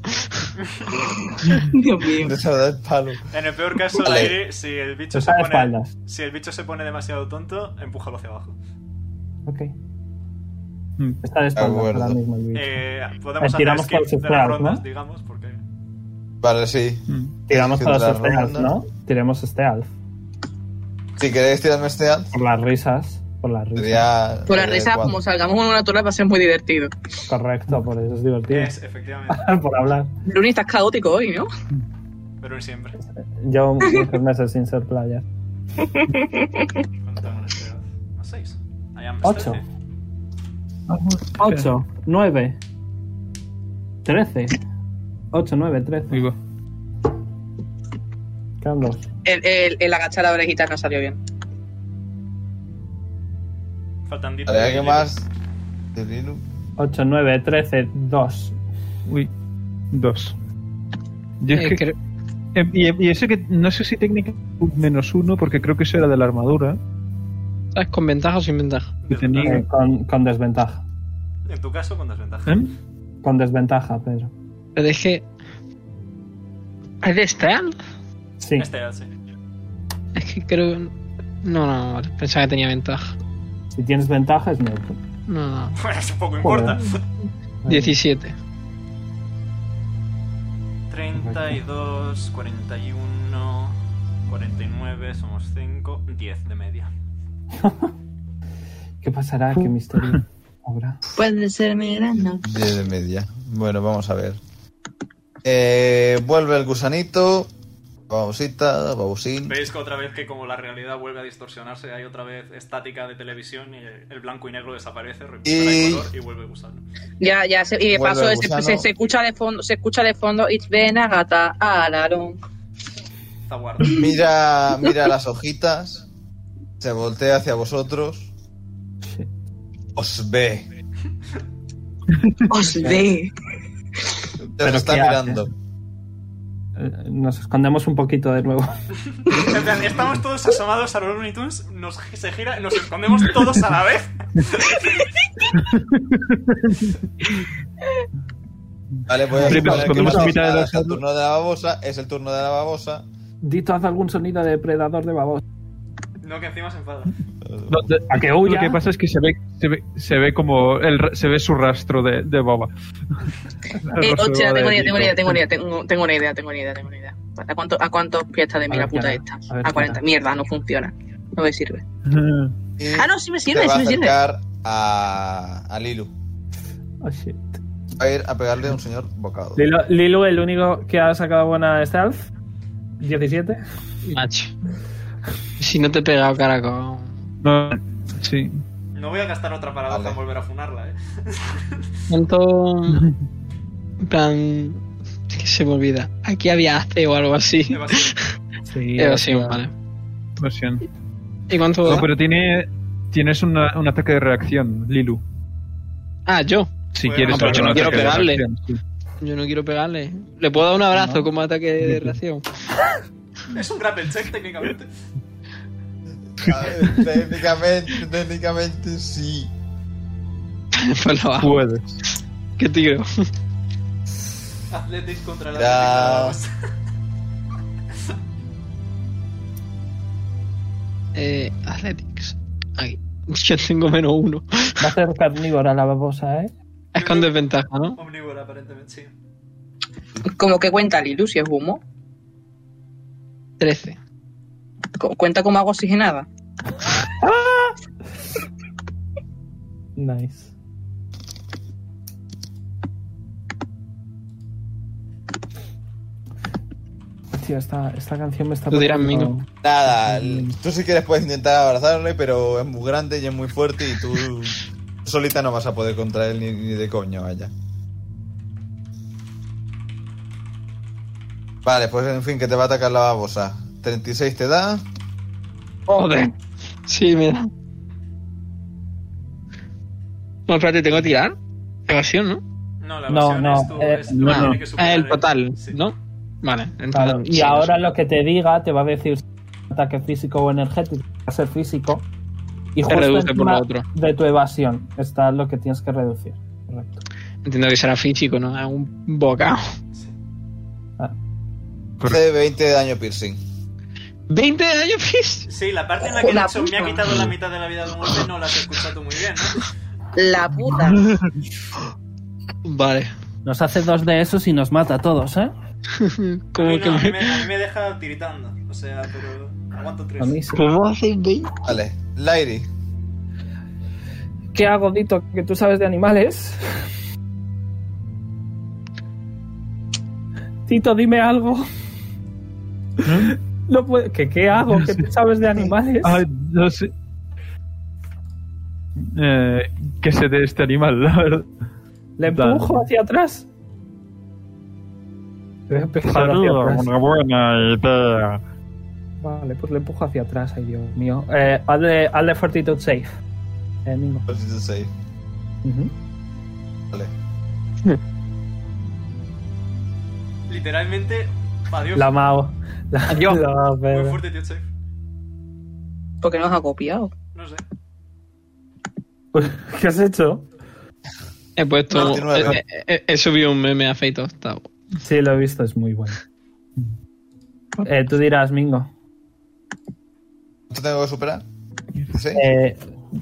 Dios mío. Se va a dar el palo. En el peor caso, Vale. Lairi, si el bicho se Está de pone... espaldas. Si el bicho se pone demasiado tonto, empújalo hacia abajo. Ok. Mm. Está de espaldas Acuerdo. ahora mismo el bicho. Eh, podemos hacer Estiramos skip por de si las fuera, ¿no? rondas, digamos, porque... Vale, sí. Mm. Tiramos Sí, todos la este alf, ronda. ¿no? Tiremos este alf. Si queréis tirarme este alto. Por las risas. Por la risa. Sería, Por la eh, risa, cuando- como salgamos en una torre va a ser muy divertido. Correcto, por eso es divertido. Es, efectivamente. por hablar. Luni, estás caótico hoy, ¿no? Pero siempre. Yo muchos meses sin ser playa. ¿Cuánto tengo la esperanza? Más 6. Ocho. 8, 9, 13. 8, 9, 13. Ahí va. Quedan dos. El, el, el agachar la orejita no salió bien. Faltan 10. Habría que más. de Linux. 8, 9, 13, 2. Uy, dos. Yo es Eh, que- creo- eh, y, y eso que no sé si técnica menos uno, porque creo que eso era de la armadura. ¿Estás Ah, con ventaja o sin ventaja? que tenía. Eh, Con, con desventaja. En tu caso, con desventaja. ¿Eh? Con desventaja, pero. Pero es que. ¿Es de Stealth? Sí. Este, sí. Es que creo. No, no, vale. Pensaba que tenía ventaja. Si tienes ventaja, es neutro. No, no. Bueno, eso poco Joder. importa. 17. 32, 41, 49, somos 5, 10 de media. ¿Qué pasará? ¿Qué misterio habrá? Puede ser mi gran no. 10 de media. Bueno, vamos a ver. Eh, vuelve el gusanito. Babosita, babosín. Veis que otra vez que como la realidad vuelve a distorsionarse, hay otra vez estática de televisión y el blanco y negro desaparece, recupera Y- el color y vuelve gusano. Ya, ya, se- y de Vuelve paso el se, gusano. se- se escucha de fondo, se escucha de fondo It's been a gata alarón. Está guardado. Mira, mira las hojitas. Se voltea hacia vosotros. Os ve. Os ve. Os ¿Pero está qué hace? mirando. Eh, Nos escondemos un poquito de nuevo. En plan, Estamos todos asomados a los Looney Tunes, nos, se gira, nos escondemos todos a la vez. Vale, pues voy a Hombre, pero suponer que podemos las invitar a hojitas la- es el turno de la babosa. Es el turno de la babosa. Dito, haz algún sonido de depredador de babos. No, que encima se enfada. ¿A que Lo huya? que pasa es que se ve, se ve, se ve como el, ra- se ve su rastro de, de boba. El Eh, rastro hostia, de tengo una boba idea, tengo una idea, de tengo una idea, tengo, tengo una idea, tengo una idea, tengo una idea. ¿A cuánto, a cuántos pies está de mí A la ver, puta espera, esta? a ver, A 40, espera. mierda, no funciona. No me sirve. Nico. Y Ah, no, sí me se sirve, va sí a me sirve. acercar a, a Lilu. Oh, shit. Va a ir a pegarle a un señor bocado. Lilo, Lilo, el único que ha sacado buena stealth. 17. Macho. Si no te he pegado, caraco. No, sí. No voy a gastar otra paradoja Vale. en volver a funarla, eh. Tanto. En plan. Es que se me olvida. Aquí había AC o algo así. Evasión. Sí. Evasión, vale. versión. ¿Y cuánto? No, da? pero tiene, tienes una- un ataque de reacción, Lilu. Ah, yo. Si Bueno, quieres no, pero hacer yo un no quiero ataque de pegarle. reacción, sí. Yo no quiero pegarle. Le puedo dar un abrazo como ataque de reacción. Es un grapple check, técnicamente. A ver, técnicamente, técnicamente sí. pues lo hago. Puedes. ¿Qué tiro? Athletics contra la Ya. Eh, Athletics. Aquí. Yo tengo menos uno. Va a ser carnívora la babosa, ¿eh? Es con desventaja, ¿no? Omnívora, aparentemente, sí. Como que cuenta Lilu si es humo. 13. Co- Cuenta como agua oxigenada. Ah. Nice. Tío, esta, esta canción me está Tú dirás, poniendo- Mino. Nada, l- tú si quieres puedes intentar abrazarle, pero es muy grande y es muy fuerte y tú solita no vas a poder contra él ni, ni de coño, vaya. Vale, pues en fin, que te va a atacar la babosa. 36 te da. Oh. Joder. Sí, me da. No, espérate, tengo que tirar. Evasión, ¿no? No, la No, evasión no, es tu. eh, es lo que no, tiene no. que Ah, superar el total, sí. ¿no? Vale, entonces. Claro, y sí, ahora sí. lo que te diga te va a decir si es un ataque físico o energético, va a ser físico. Y justo reduce por encima lo otro. de tu evasión está lo que tienes que reducir. Correcto. Entiendo que será físico, ¿no? Es un bocado. Hace 20 de daño piercing. 20 de daño, Fizz. Sí, la parte en la que La he dicho, me ha puta. quitado la mitad de la vida de un golpe no la has escuchado tú muy bien, ¿no? La puta. Vale. Nos hace dos de esos y nos mata a todos, ¿eh? A mí Como no, que a, mí me... me, a mí me deja tiritando. O sea, pero aguanto tres. A mí sí. ¿Cómo haces 20? Vale, Lairi. ¿Qué hago, Dito? Que tú sabes de animales. Tito, dime algo. No puede- ¿Que, ¿Qué hago? ¿Que tú sabes de animales? Ah, no sé. Eh, que se dé este animal, la verdad. ¿Le empujo hacia atrás? Le voy a empujar hacia Sería atrás. una buena idea. Vale, pues le empujo hacia atrás, ay Dios mío. Eh, hazle, hazle Fortitude Safe. Eh, Mingo. Fortitude save. Ujú. Vale. Literalmente, adiós. La Mao. La, Adiós. la Mao, pero- Muy fuerte, tío, safe. Porque nos ha copiado. No sé. Pues, ¿Qué has hecho? He puesto. No, he, 19. he- he subido un meme a Fate of Tao. Sí, lo he visto, es muy bueno. Ah. Eh, tú dirás, Mingo. ¿Cuánto tengo que superar? ¿Sí? Eh,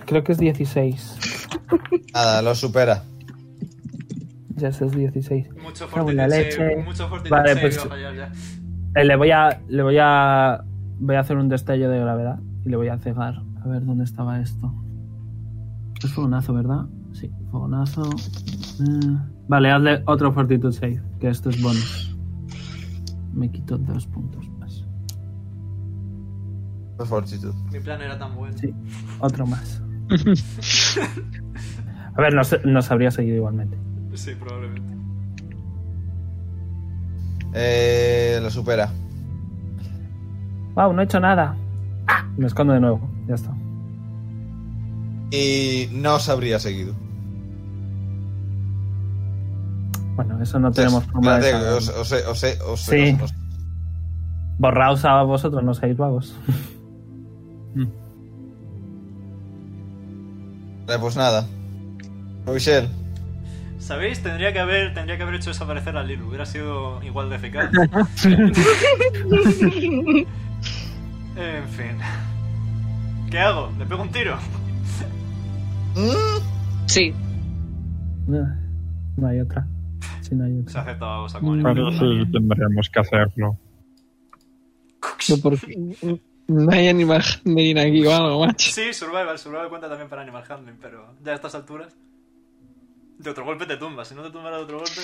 creo que es 16. Nada, lo supera. Ya sé, es 16. Mucho Cago en la fortitude save. leche. Mucho fortitude Vale, save, pues- va a fallar ya. Eh, le voy a. Le voy a. Voy a hacer un destello de gravedad y le voy a cegar. A ver dónde estaba esto. Es fogonazo, ¿verdad? Sí, fogonazo. Eh, vale, hazle otro Fortitude Save, que esto es bonus. Me quito dos puntos más. Por Fortitude. Mi plan era tan bueno. Sí. Otro más. A ver, nos, nos habría seguido igualmente. Sí, probablemente. Eh, lo supera. ¡Wow! No he hecho nada. Ah, Me escondo de nuevo. Ya está. Y no os habría seguido. Bueno, eso no O sea, tenemos forma de. espérate, saber. os, os, he- os, he- os, Sí. os- os- Borraos a vosotros, no seáis vagos. Vale, pues nada. Michelle, ¿Sabéis? Tendría que haber, tendría que haber hecho desaparecer a Lilu. Hubiera sido igual de eficaz. en fin. ¿Qué hago? ¿Le pego un tiro? ¿Mm? Sí. Ah, No hay otra. Sí, no hay Se otra. aceptaba cosa como Pero animal. sí, tendremos que hacerlo. No, por- no hay animal handling aquí o algo, macho. Sí, survival. Survival cuenta también para animal handling, pero ya a estas alturas... De otro golpe te tumbas. Si no te tumbara de otro golpe,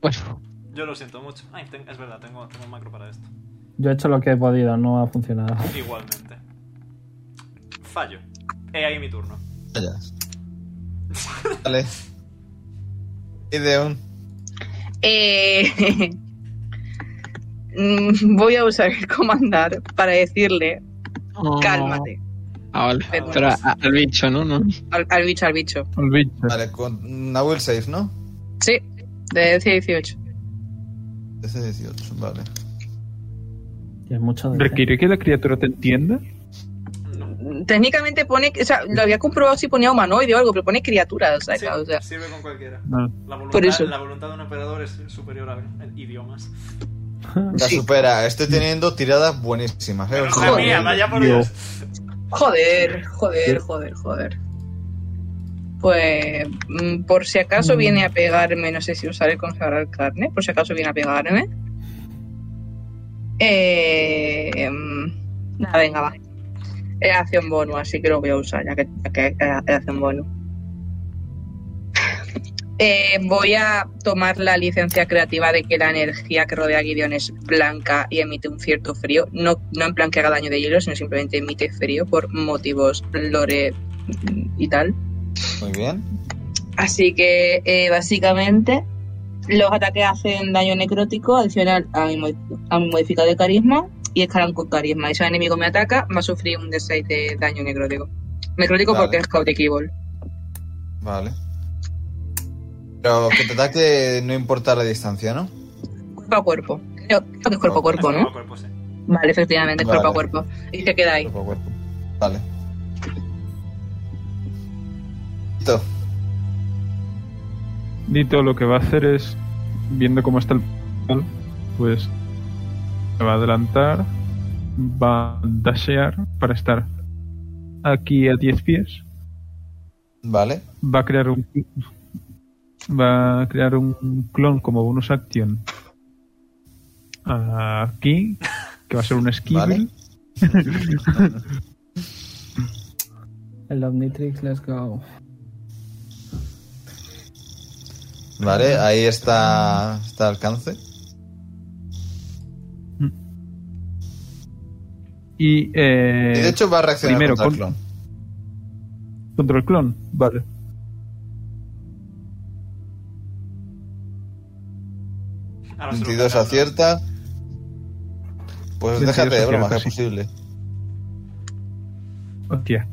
Bueno, yo lo siento mucho. Ay, ten- es verdad, tengo, tengo un macro para esto. Yo he hecho lo que he podido, no ha funcionado. Igualmente. Fallo. He ahí mi turno. vaya. Vale. Ideon, Eh, mm, voy a usar el comandar para decirle oh. cálmate Ah, vale. Pero- Pero a- al bicho, ¿no? no. al, al bicho, al bicho. El bicho. vale, con una will save, ¿no? Sí, de 18. 13, 18, vale. Tienes mucho de. ¿Requiere que la criatura te entienda? No. Técnicamente pone, o sea, lo había comprobado si ponía humanoide o algo, pero pone criatura, o sea, Sí, claro, o sea, sirve con cualquiera. Ah, La voluntad, Por eso. la voluntad de un operador es superior a en idiomas. La Sí. supera. Estoy teniendo tiradas buenísimas. ¿eh? Pero Os no digo. sea mía, vaya por Dios. joder, joder, joder, joder. Pues mm, por si acaso viene a pegarme, no sé si usar el consagrar carne, por si acaso viene a pegarme. Eh, mm, nada, venga, va. Es acción bonus, así que lo voy a usar, ya que, ya que es acción bonus. Eh, voy a tomar la licencia creativa de que la energía que rodea a Gideon es blanca y emite un cierto frío. No, no en plan que haga daño de hielo, sino simplemente emite frío por motivos lore y tal. Muy bien. Así que eh, básicamente los ataques hacen daño necrótico adicional a mi, mo- a mi modificador de carisma y escalan con carisma. Y si un enemigo me ataca, va a sufrir un D6 de daño necrótico. Necrótico Vale. porque es Chaotic Evil. Vale. Pero que te ataque no importa la distancia, ¿no? Cuerpo a cuerpo. Creo, creo que es cuerpo a cuerpo, ¿no? Cuerpo, sí. Vale, efectivamente, es cuerpo a Vale. cuerpo. Y se queda ahí. Cuerpo a cuerpo. Vale. Listo. Dito lo que va a hacer es, viendo cómo está el portal, pues se va a adelantar, va a dashear para estar aquí a 10 pies, Vale. va a crear un va a crear un clon como bonus action aquí, que va a ser un esquivel, Vale. El Omnitrix, let's go. Vale, ahí está, está al alcance. Y, eh, Y de hecho va a reaccionar primero, contra el con- clon. Contra el clon, vale. Ahora se lo 22 cargan. acierta. Pues 22 déjate de bromas, que es acierta, posible. Hostia.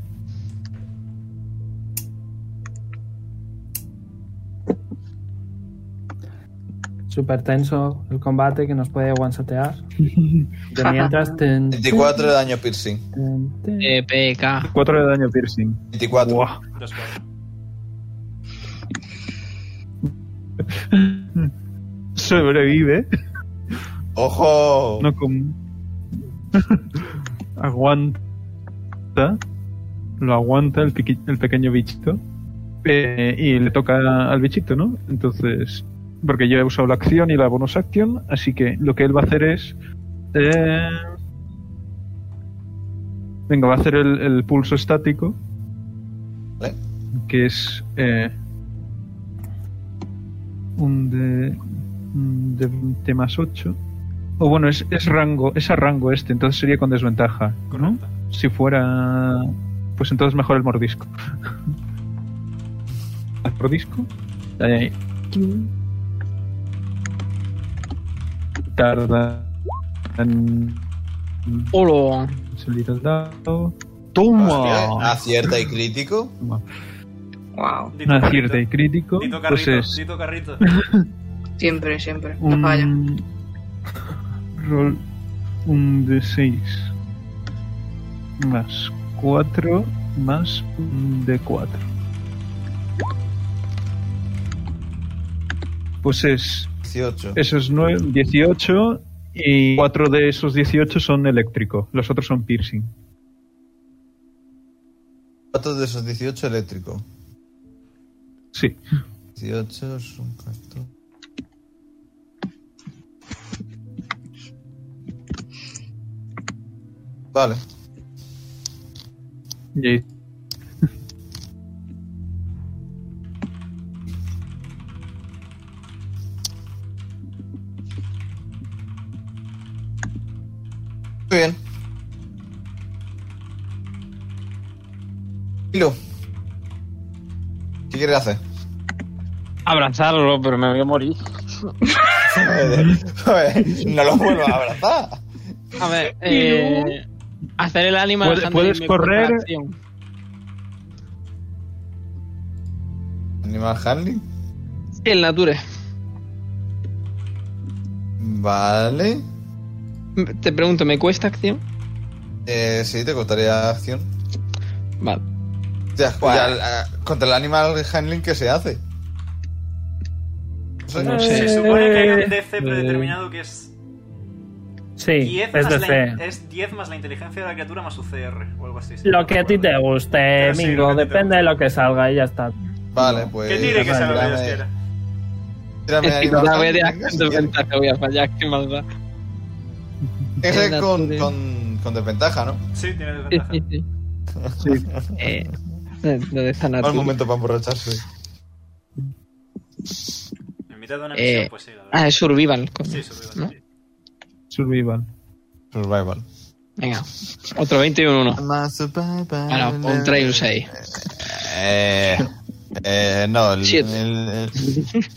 Súper tenso el combate que nos puede one-shotear. De mientras... ten, 24 de daño piercing. ten, ten. Eh, PK. 4 de daño piercing. 24. Buah. Dos cuatro. Sobrevive. ¡Ojo! No con... aguanta. Lo aguanta el, pequi- el pequeño bichito. Eh, y le toca al bichito, ¿no? Entonces, porque yo he usado la acción y la bonus acción, así que lo que él va a hacer es... eh, Venga, va a hacer el, el pulso estático. Vale. Que es... eh, Un de... un de 20 más 8. O bueno, es, es rango, es a rango este, entonces sería con desventaja, ¿no? Correcto. Si fuera. Pues entonces mejor el mordisco. ¿El mordisco? Eh, tarda en Olo. salir el dado. Hostia, ¿eh? ¡Toma! acierta y crítico. Wow, Dito Una carrito. acierta y crítico. Dito Pues carrito, es dito carrito. siempre, siempre. No un. falla. Roll un de 6 más 4 más un de 4. Pues es 18. esos 9, 18 y 4 de esos 18 son eléctrico, los otros son piercing. 4 de esos 18 eléctrico. Sí. 18 es un cartón. Vale. Y ahí- Muy bien. Hilo. ¿Qué quieres hacer? Abrazarlo, pero me voy a morir. Joder, joder, no lo vuelvo a abrazar. A ver, eh, hacer el animal. Puedes- handling puedes me cuesta correr. acción. Animal handling. El nature. Vale. Te pregunto, ¿me cuesta acción? Eh, sí, te costaría acción. Vale. Ya, ya, la- contra el animal handling, ¿qué se hace? No sé. No sé. Se Eh, supone que hay un DC eh. predeterminado que es Sí, 10 es más la in- DC. es 10 más la inteligencia de la criatura más su CR o algo así. si no Lo que a ti te recuerdo. guste, Pero sí, lo amigo. que a ti te Depende guste. de lo que salga y ya está. Vale, pues. Que tire que sea lo que Dios tírame- quiera. tírame Es que animal la vez handling, de venga, acción si de quieres. ventaja voy a fallar, qué maldad. Ese Venga, tú con, de- con, con desventaja, ¿no? Sí, tiene desventaja. Sí, sí. Eh, ¿Dónde está Mal Nature? momento para emborracharse. En mitad de una Eh, misión, pues sí, la verdad. Ah, es survival, coño. Sí, sobre ¿no? survival. Survival. Venga, otro 20 y un 1. Ahora, un 3 y un 6. Eh, eh, no, el, el, Siete. el,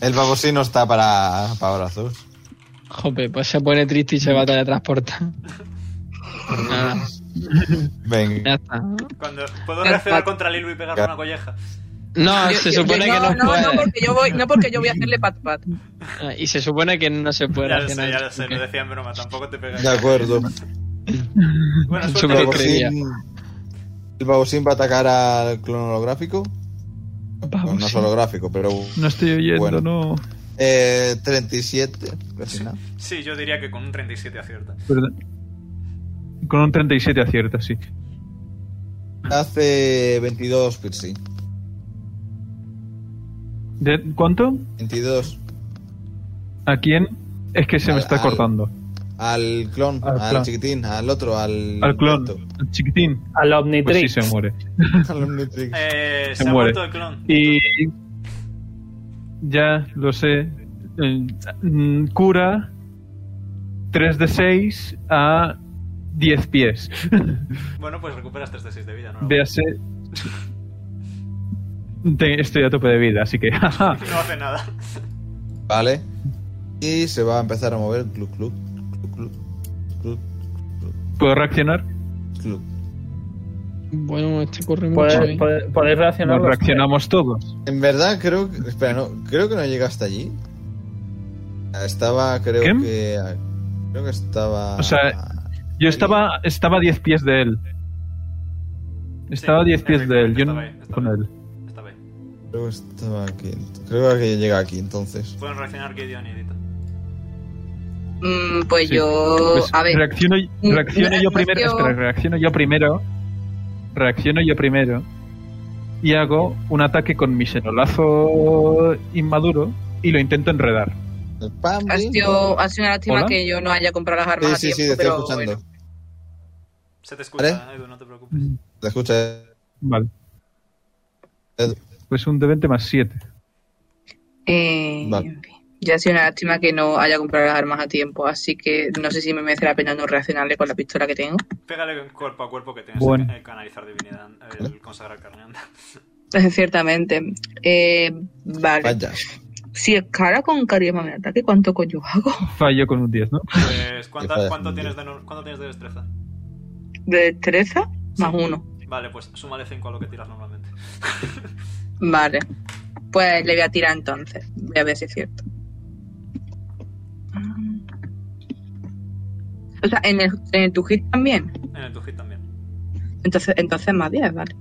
el babosí no está para, para brazos. Jope, pues se pone triste y se va a teletransportar. Nada, Venga. ya está. Cuando puedo reaccionar contra Lilu y pegarle una colleja. No, Yo- se yo- supone yo- que no, no, puede. no, porque yo voy, no porque yo voy a hacerle pat pat. Ah, Y se supone que no se puede Ya lo hacer sé, ya nada. lo sé, Ok. lo decía en broma, tampoco te pegas. De acuerdo. Bueno, Súper suerte. El Babosín- Lilu. creía. babosín, el babosín va a atacar al clon holográfico. Bueno, no es holográfico, pero. No estoy oyendo, Bueno. no. Eh, 37. casi nada. Sí, yo diría que con un 37 acierta. Perdón. Con un 37 acierta, sí. Hace 22 piercing. ¿De cuánto? 22 ¿A quién? Es que se me Al- está al- cortando. Al clon, Al al, clon. chiquitín, al otro, al. Al clon, gato. al chiquitín, Al pues sí Omnitrix. se muere. Al Omnitrix. Eh, Se se ha muere. muerto el clon. Y ya lo sé. eh, mm, Cura 3 de 6 a 10 pies. Bueno, pues recuperas 3 de 6 de vida, ¿no? Véase. Te- estoy a tope de vida, así que. jaja. No hace nada. Vale. Y se va a empezar a mover. Cluc, cluc, cluc, cluc, cluc, ¿Puedo reaccionar? cluc. Bueno, este corre mucho. Pode- eh. pode- Podéis reaccionar. Nos los reaccionamos todos. En verdad, creo que. Espera, no. Creo que no llega hasta allí. Estaba, creo ¿Qué? que. Creo que estaba. O sea, Yo estaba, estaba a 10 pies de él. Estaba a 10 pies de él. Yo no. efectivamente, estaba Con ahí, él. Está bien. Creo que estaba aquí. Creo que llega aquí entonces. Pueden reaccionar Gideon y Edita. Mm, pues Sí. yo. Pues a ver. mm, Reacciono, reacciono yo reacción- primero. espera, reacciono yo primero. Reacciono yo primero. Y hago un ataque con mi xenolazo inmaduro y lo intento enredar. El pam, Ha bim, sido, ha sido una lástima Hola. que yo no haya comprado las Sí, armas sí, a sí, tiempo, te estoy pero escuchando. bueno. Se te escucha, Edu, no te preocupes. Te escucha. eh. Vale. Edu. Pues un de 20 más 7. Eh, Vale. en fin. Ya ha sido una lástima que no haya comprado las armas a tiempo, así que no sé si me merece la pena no reaccionarle con la pistola que tengo. Pégale cuerpo a cuerpo que tienes Bueno. que canalizar divinidad, el consagrar carne. anda. Ciertamente. Eh, vale. Vaya. Si es cara con carisma me ataque, ¿cuánto coño hago? Fallo con un 10, ¿no? Pues, ¿cuánta- Te fallas cuánto, un tienes de, nor- ¿cuánto tienes de destreza? ¿De destreza? Más uno. Vale, pues súmale 5 a lo que tiras normalmente. Vale. Pues le voy a tirar entonces. Voy a ver si es cierto. O sea, en el, en el tu hit también. En el tu hit también. Entonces, entonces más 10, vale.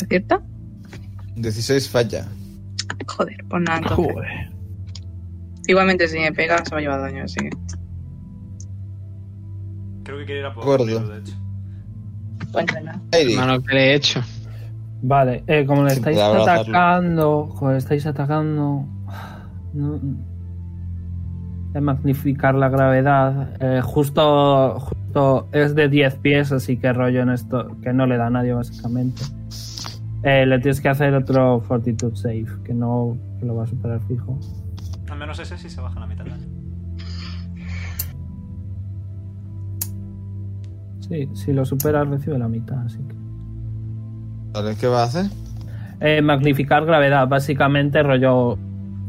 ¿Es cierto? 16 falla. Joder, pues nada. entonces. Igualmente si me pega se va a llevar daño, así que... Creo que quiere ir a por Gordo. Edu, de hecho. Pues nada. Airi. Hermano, ¿qué le he hecho? Vale, eh, como le Sí, estáis puede abrazarlo. atacando, como le estáis atacando, no, de magnificar la gravedad, eh, justo, justo es de 10 pies, así que rollo en esto, que no le da a nadie básicamente. Eh, le tienes que hacer otro Fortitude Save, que no que lo va a superar fijo. Al menos ese sí se baja la mitad del daño. Sí, si lo supera recibe la mitad, así que... Vale, ¿Qué va a hacer? Eh, magnificar gravedad, básicamente rollo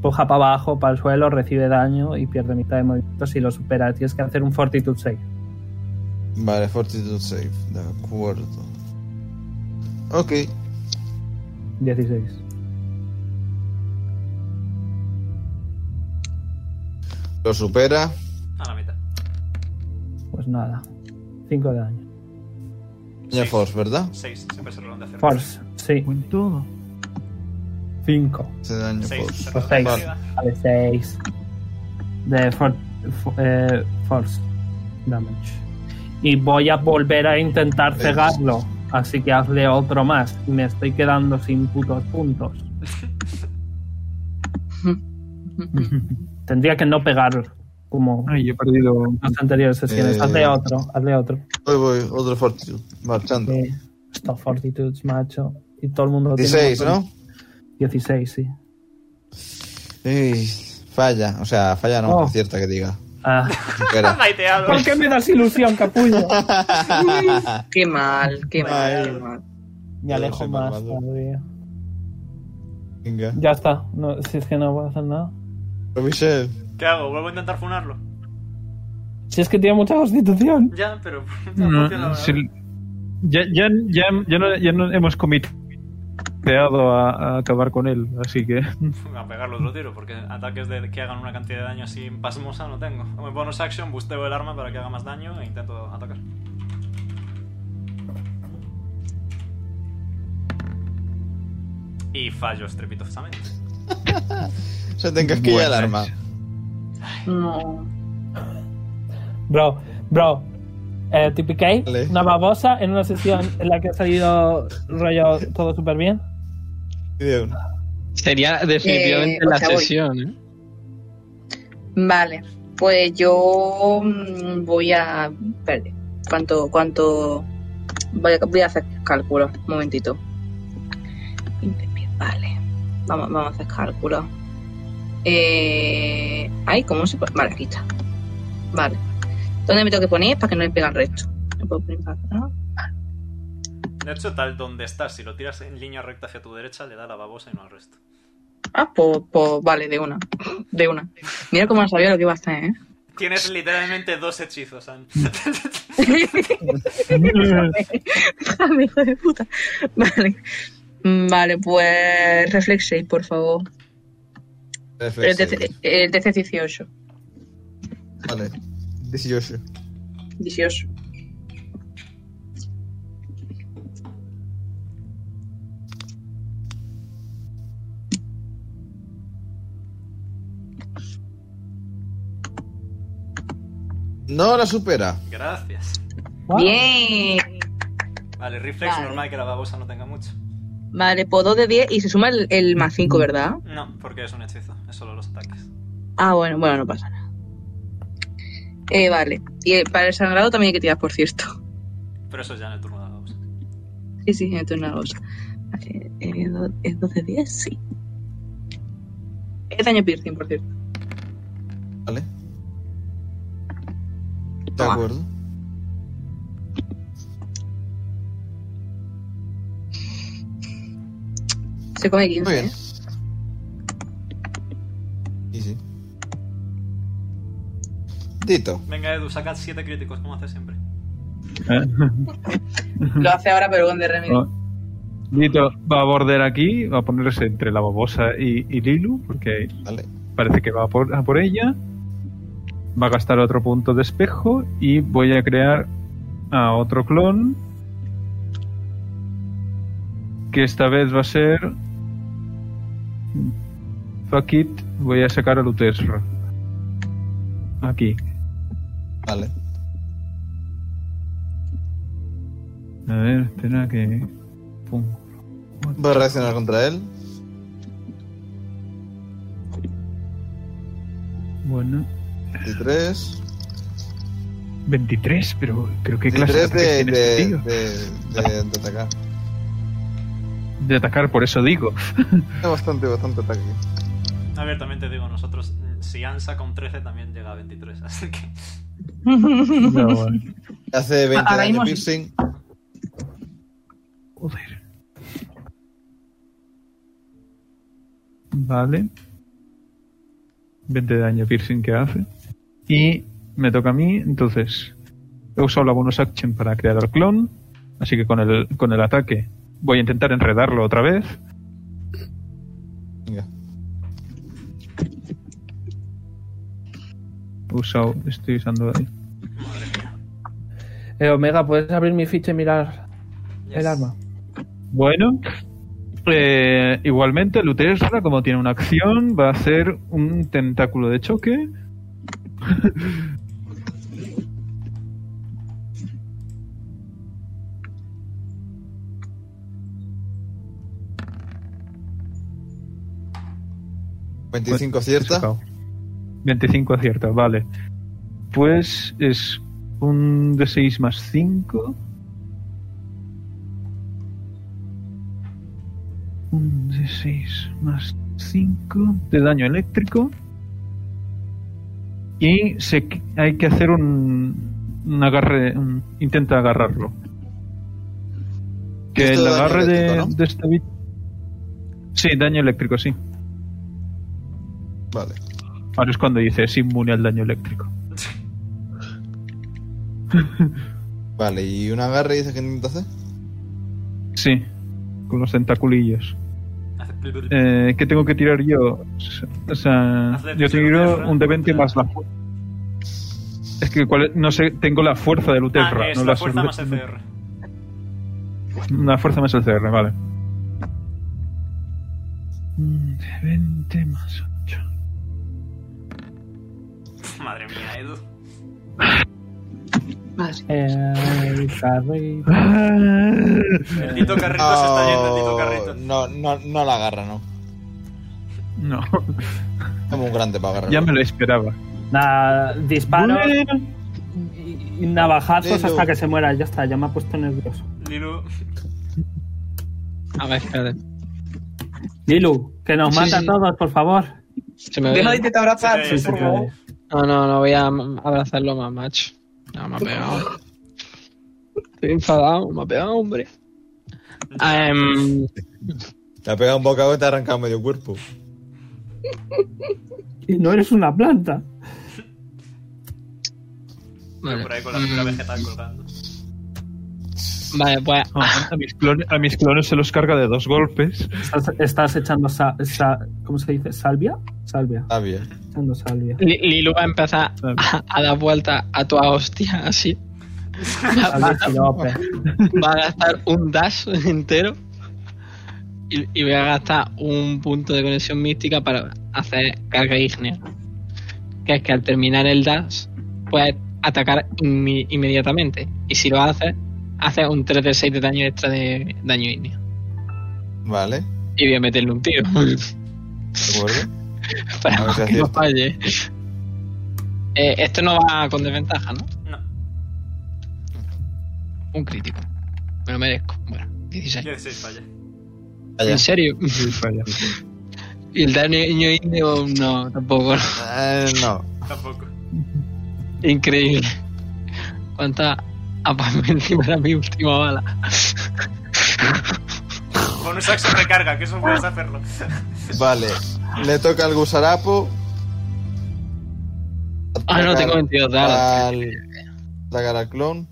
puja para abajo, para el suelo, recibe daño y pierde mitad de movimiento si lo supera. Tienes que hacer un fortitude save. Vale, Fortitude Save. De acuerdo. Ok. 16. Lo supera. A la mitad. Pues nada. 5 de daño. Ya Sí. Force, ¿verdad? 6, siempre se redondea hacia arriba. Force, sí. Buen todo. 5. Se daño 6, se Force. redondea hacia Vale. arriba. Pues Vale, 6. De for- fo- eh, force damage. Y voy a volver a intentar Veis. cegarlo. Así que hazle otro más. Me estoy quedando sin putos puntos. Tendría que no pegar como Ay, he perdido. las anteriores sesiones. Eh, hazle otro, hazle otro. Voy, voy. Otro Fortitude. Marchando. Eh, estos fortitudes, macho. Y todo el mundo 16, tiene un ¿no? montón- 16, sí. Ey, falla. O sea, falla no. Oh. Acierta que diga. Ah, Supera. Baiteado. ¿Por qué me das ilusión, capullo? Qué mal, qué mal, Ay. qué mal. Me alejo Ilusión, más malvado. todavía. Venga. Ya está. No, si es que no puedo hacer nada. Michelle. ¿Qué hago? ¿Vuelvo a intentar funarlo? Si es que tiene mucha constitución. Ya, pero. no No, funciona, ¿verdad? sí. ya, ya, ya, ya no, ya no hemos comiteado a, a acabar con él, así que. A pegarlo otro tiro, porque ataques de que hagan una cantidad de daño así pasmosa no tengo. Como bonus action, busteo el arma para que haga más daño e intento atacar. Y fallo estrepitosamente. Se te encasquilla el Buenas. arma. No. Bro, bro. Eh, TPK, Vale. una babosa en una sesión en la que ha salido rollo todo súper bien. Gideon. Sería definitivamente o la sea, Eh, pues voy. sesión. ¿eh? Vale, pues yo mm, voy a. Espérate, ¿cuánto.? cuánto voy, a, voy a hacer cálculo, un momentito. 20 pies, Vale, vamos, vamos a hacer cálculo. Eh, ay, ¿cómo se pone? Vale, aquí está. Vale. ¿Dónde me tengo que poner para que no me pegue el resto? Me puedo poner para acá. De hecho, tal donde estás, si lo tiras en línea recta hacia tu derecha, le da la babosa y no al resto. Ah, pues, pues vale, de una. De una. Mira cómo no sabía lo que iba a hacer, ¿eh? Tienes literalmente dos hechizos, Anne. Déjame, hijo de puta. Vale. Vale, pues reflex 6, por favor. El DC, el DC 18. Vale. 18. 18. No la supera. Gracias. Bien. Vale, reflex Vale. normal que la babosa no tenga mucho. Vale, pues 2 de 10 y se suma el, el más 5, ¿verdad? No, porque es un hechizo, es solo los ataques. Ah, bueno, bueno, no pasa nada. Eh, vale. Y eh, para el sangrado también hay que tirar, por cierto. Pero eso es ya en el turno de la babosa. Sí, sí, esto es una cosa. Vale, eh, do- ¿Es 2 de 10? Sí. Es daño piercing, por cierto. Vale. De Toma. acuerdo. Se come 15. Muy bien. ¿eh? Y sí. Dito. Venga, Edu, sacad 7 críticos, como hace siempre. ¿eh? Lo hace ahora, pero con de remedio. Dito va a border aquí, va a ponerse entre la babosa y, y Lilu, porque Vale. parece que va a por, a por ella. Va a gastar otro punto de espejo y voy a crear a otro clon. Que esta vez va a ser. Fuck it, voy a sacar a Lutesra. Aquí. Vale. A ver, espera que. Pum. Va a reaccionar contra él. Bueno. 23. 23, pero creo que clase 23 ataques de, tiene este de, tío? de, de, de atacar. de atacar, por eso digo. Tiene bastante, bastante ataque. A ver, también te digo, nosotros, mm, si Anne saca un 13, también llega a 23, así que. No, vale. Hace 20 Ahora daño mismo sí. piercing. Joder. Vale. 20 de daño piercing que hace. Y me toca a mí, entonces. He usado la bonus action para crear al clon. Así que con el, con el ataque voy a intentar enredarlo otra vez. Venga. He usado, estoy usando. Eh, Omega, ¿puedes abrir mi ficha y mirar el Yes. arma? Bueno, eh, igualmente Lutesra, como tiene una acción, va a hacer un tentáculo de choque. Bueno, 25 acierta. Sacado. 25 acierta, vale. Pues es un de 6 más 5. Un de 6 más 5 de daño eléctrico. Y se, qu- hay que hacer un, un agarre. un- intenta agarrarlo. Que Esto el de daño agarre de, eléctrico, ¿no? de esta bit- Sí, daño eléctrico, sí. Vale. Ahora es cuando dice es inmune al daño eléctrico. Vale, y un agarre dice que intenta hacer. Sí, con los tentaculillos. Hace plul, plul, plul. Eh, ¿Qué tengo que tirar yo? O sea, Hazle yo tiro de tiro Fran, un de 20 tira. más la fuerza. Es que cuál es- no sé, tengo la fuerza de Ah, Luterra. es no la fuerza sobre- más FR. La fuerza más el CR, vale. Mm, De 20 más 8. Madre mía, Edu. Eh, El carrito. El Tito Carrito se está yendo, el Tito Oh, Carrito. no, no, no la agarra, no. No, Como un grande para agarrar. ya me lo esperaba. Nada, disparos y y navajazos Lelo. hasta que se muera. Ya está, ya me ha puesto nervioso. Lilu, A ver, espérate. Lilu, que nos Sí, mata sí. a todos, por favor. Se me ve. Deja de intentar abrazar, Sí, sí, por sí. favor. No, no, no voy a m- abrazarlo más, macho. No, me ha pegado. Estoy enfadado, me ha pegado, hombre. Ah, em, Te ha pegado un bocado y te ha arrancado medio cuerpo. Y no eres una planta. yo vale. por ahí con la figura vegetal colgando. Vale, pues. No, a, mis clones, a mis clones se los carga de dos golpes. Estás, estás echando sa- sa- ¿cómo se dice? ¿Salvia? Salvia. Está bien. Echando salvia. Li- Lilu va a empezar a, a dar vuelta a toda hostia, así. Va, Salvia va- sirope. va a gastar un dash entero. Y, y voy a gastar un punto de conexión mística para hacer carga ígnea. Que es que al terminar el dash, puedes atacar inmi- inmediatamente. Y si lo haces, haces un 3 de 6 de daño extra de daño ígneo. Vale. Y voy a meterle un tiro. ¿De acuerdo? A para ver si que no acierta. falle. Eh, esto no va con desventaja, ¿no? No, Un crítico. Me lo merezco. Bueno, 16. 16 falla. Vaya. ¿En serio? y el daño indio no, tampoco. Eh, no. Tampoco. Increíble. Cuánta apagó encima era mi última bala. Con un saxo recarga, que eso puedes hacerlo. Vale. Le toca al gusarapo. Ah, no, Atacar tengo 22 dados. Al... Atacar al clon.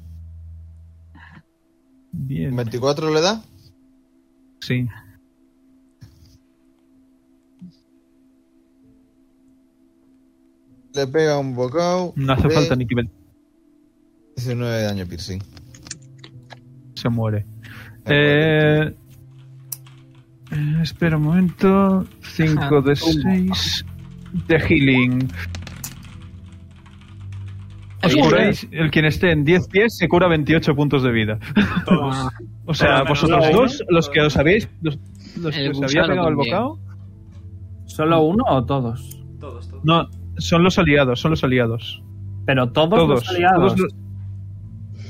Bien. 24 le da. Sí. Le pega un bocado. No hace de falta ni que me- 19 de daño piercing. se muere. Eh, eh, espera un momento. 5 de 6 de healing. Os Ahí está. curáis, el quien esté en 10 pies se cura 28 puntos de vida. Todos. Ah, O sea, Pero menos vosotros uno, dos, ¿no? los que os habéis, los, los El que os había gusano pegado el también. bocado, ¿Solo uno o todos? Todos, todos. no, son los aliados, son los aliados. Pero todos, Todos, los aliados. todos los-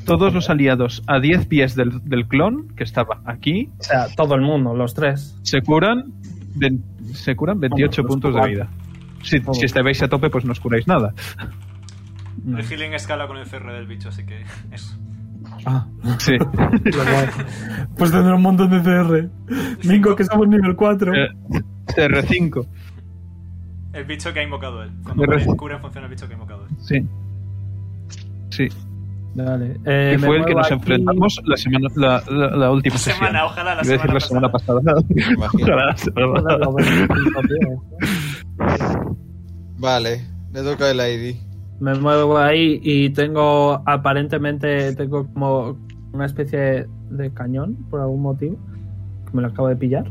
todos los aliados a 10 pies del, del clon, que estaba aquí, O sea, todo el mundo, los tres. se curan, ve- se curan 28 Vamos, puntos de cuatro. vida. Si, Vamos. si estabais a tope, pues no os curáis nada. No. El healing escala con el ferro del bicho, así que eso. Ah, Sí. pues tendrá un montón de CR. Mingo, que somos nivel 4. Eh, CR5. El bicho que ha invocado él. Cuando Me pone ref- cura en función al bicho que ha invocado él. Sí. Sí. Dale. Que Eh, me fue el que muevo nos aquí. enfrentamos la, semana, la, la- la última sesión. Semana, ojalá la Iba a decir semana, la semana pasada. Imagino. Ojalá la semana Joder, pasada. lo ves, lo veo. Eh, Vale. Le toca el ID. Me muevo ahí y tengo aparentemente tengo como una especie de cañón por algún motivo que me lo acabo de pillar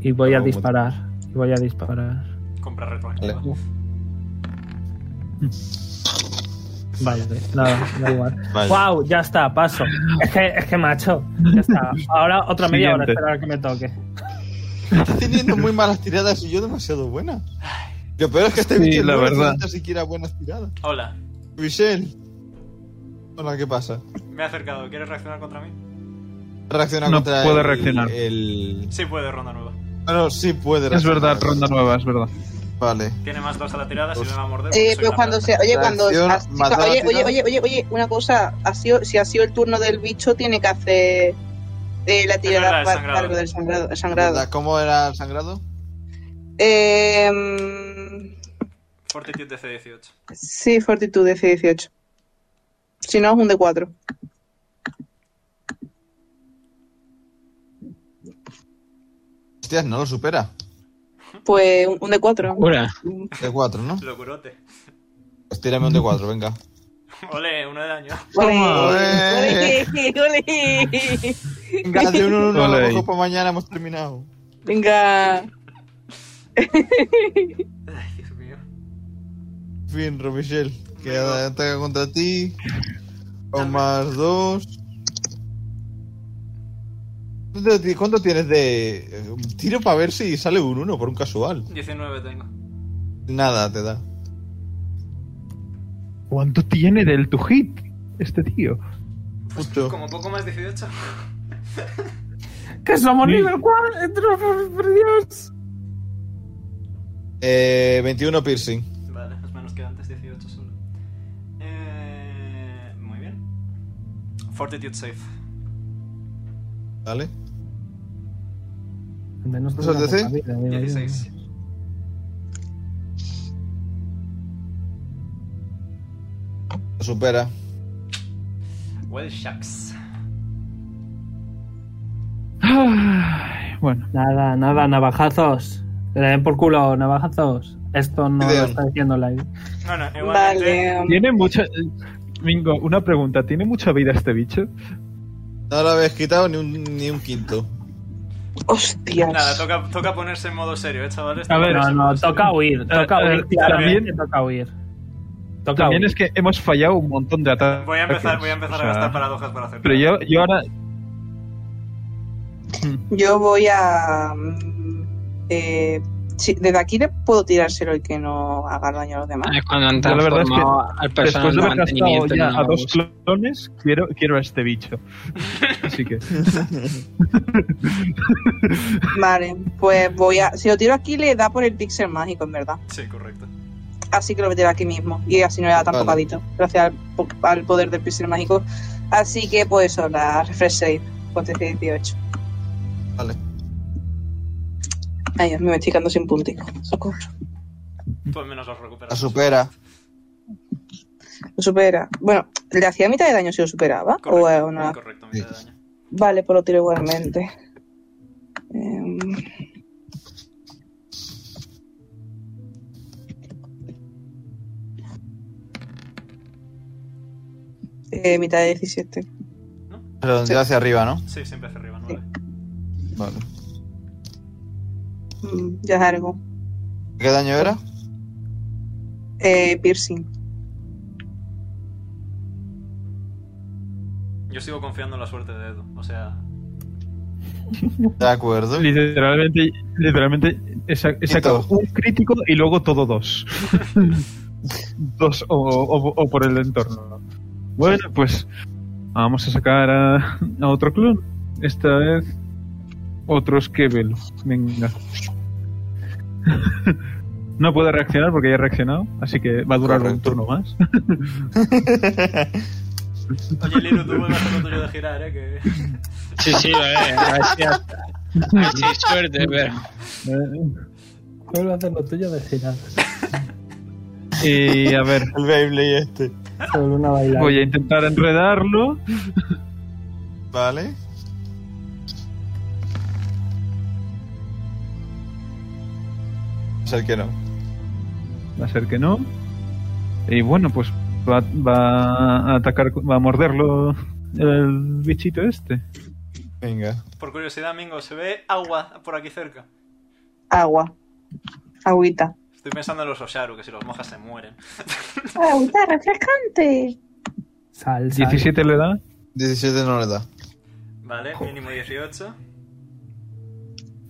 y voy a Algún disparar y voy a disparar. Compra retroactiva. Vale. Vale, nada, da igual. Vale. Wow, ya está, paso. Es que, es que macho, ya está. Ahora otra media hora Siguiente. esperar a que me toque. Estás teniendo muy malas tiradas y yo demasiado buenas. Lo peor es que este Sí, bicho la no verdad. necesita siquiera buenas tiradas. Hola, Michelle. Hola, ¿qué pasa? me he acercado. ¿Quieres reaccionar contra mí? Reacciona No contra puede el- reaccionar. El... Sí, puede, ronda nueva. Bueno, sí puede Es verdad, ronda reaccionar. nueva, es verdad. Vale. Tiene más dos a la tirada, si Uf. me va a morder. porque Eh, soy pero la cuando planta. sea, oye, La cuando acción has- más la oye, oye, tirada. oye, oye, oye, una cosa, ha sido, si ha sido el turno del bicho, tiene que hacer eh, la verdad, tirada el para sangrado. algo del sangrado. el ¿Verdad? sangrado. ¿Cómo era el sangrado? Eh, mm, Fortitude de C18. sí, fortitud de 18 Si no, es un D4. Hostias, no lo supera. Pues un, un D4. Cura. D4, ¿no? Locurote. Pues tírame un D4, venga. Ole, uno de daño. Ole, Ole. ole, ole. Venga, de uno en uno, a lo Ole ahí. mejor para mañana hemos terminado. Venga. Ay, Dios mío. En fin, Robichel, que ataca contra ti. Con más dos. ¿Cuánto ti- ¿Cuánto tienes de...? eh, un Tiro para ver si sale un 1 por un casual. 19 tengo. Nada te da. ¿Cuánto tiene del tu hit este tío? Justo. Como poco más 18. ¡Que somos Sí. nivel 4! ¡Por Dios! Eh, 21 piercing. Vale, es menos que antes, 18 solo. Eh, muy bien. Fortitude safe. ¿Vale? Al menos ¿Pues al tengo DC? poca vida, digo yo. 16. Lo supera. Well, shucks. Ay, bueno, Nada, nada, navajazos. Le den por culo, navajazos. Esto no lo Ideal. está diciendo live. No, no, igualmente. Vale. um, tiene mucha. eh, Mingo, una pregunta. ¿Tiene mucha vida este bicho? No lo habéis quitado ni un, ni un quinto. Hostias. Nada, toca, toca ponerse en modo serio, eh, chavales. A ver, Ponerse No, en no, modo serio. toca huir, toca Eh, eh, huir, claramente también- toca huir. Toca También huir. es que hemos fallado un montón de ataques. Voy a empezar, voy a, empezar O sea, a gastar paradojas para hacer. Pero yo, yo ahora. Yo voy a. mm, eh, sí, desde aquí le puedo tirárselo y que no haga daño a los demás. Es cuando han Yo la verdad es que transformado al personal Después de de haber gastado mantenimiento. ya en a dos Amagus. clones, quiero, quiero a este bicho. Así que. Vale, pues voy a. Si lo tiro aquí, le da por el pixel mágico, en verdad. Sí, correcto. Así que lo meteré aquí mismo. Y así no le da tan Vale. bocadito. Gracias al, po- al poder del pixel mágico. Así que, pues eso, la refresh save. pues Con DC 18. Vale. Ay, Dios mío, me estoy quedando sin puntico. Socorro. Pues menos los La recuperas. supera. Lo supera. Bueno, ¿le hacía mitad de daño si lo superaba? Correcto, o eh, o no? correcto, mitad de daño. Vale, pues lo tiro igualmente. Em, eh, mitad de 17. Redondeado hacia arriba, ¿no? Sí, siempre hacia arriba, 9. Vale. Mm, ya es algo. ¿Qué daño era? Eh, piercing. Yo sigo confiando en la suerte de Edu. O sea, De acuerdo. Literalmente, literalmente he, sa- he sacado un crítico y luego todo dos. dos o, o- o por el entorno. Bueno, pues vamos a sacar a, a otro clon. Esta vez otro Skebel. Venga. No puede reaccionar porque ya ha reaccionado, así que va a durar un Correcto. turno más. oye, Liru, tú vuelves a hacer lo tuyo de girar, eh. Que... Sí, sí, vale. A ver si, a ver si hay suerte, pero. Vuelve Eh, a hacer lo tuyo de girar. Y a ver, El Beyblade este. Se vuelve una bailarina. voy a intentar enredarlo. Vale. O sea, el que no. Va a ser que no. Y bueno, pues va, va a atacar, va a morderlo el bichito este. Venga. Por curiosidad, Mingo, ¿se ve agua por aquí cerca? Agua. Agüita. Estoy pensando en los Osharu, que si los mojas se mueren. Agüita refrescante. Sal, sal. 17 le da. 17 no le da. Vale, mínimo 18.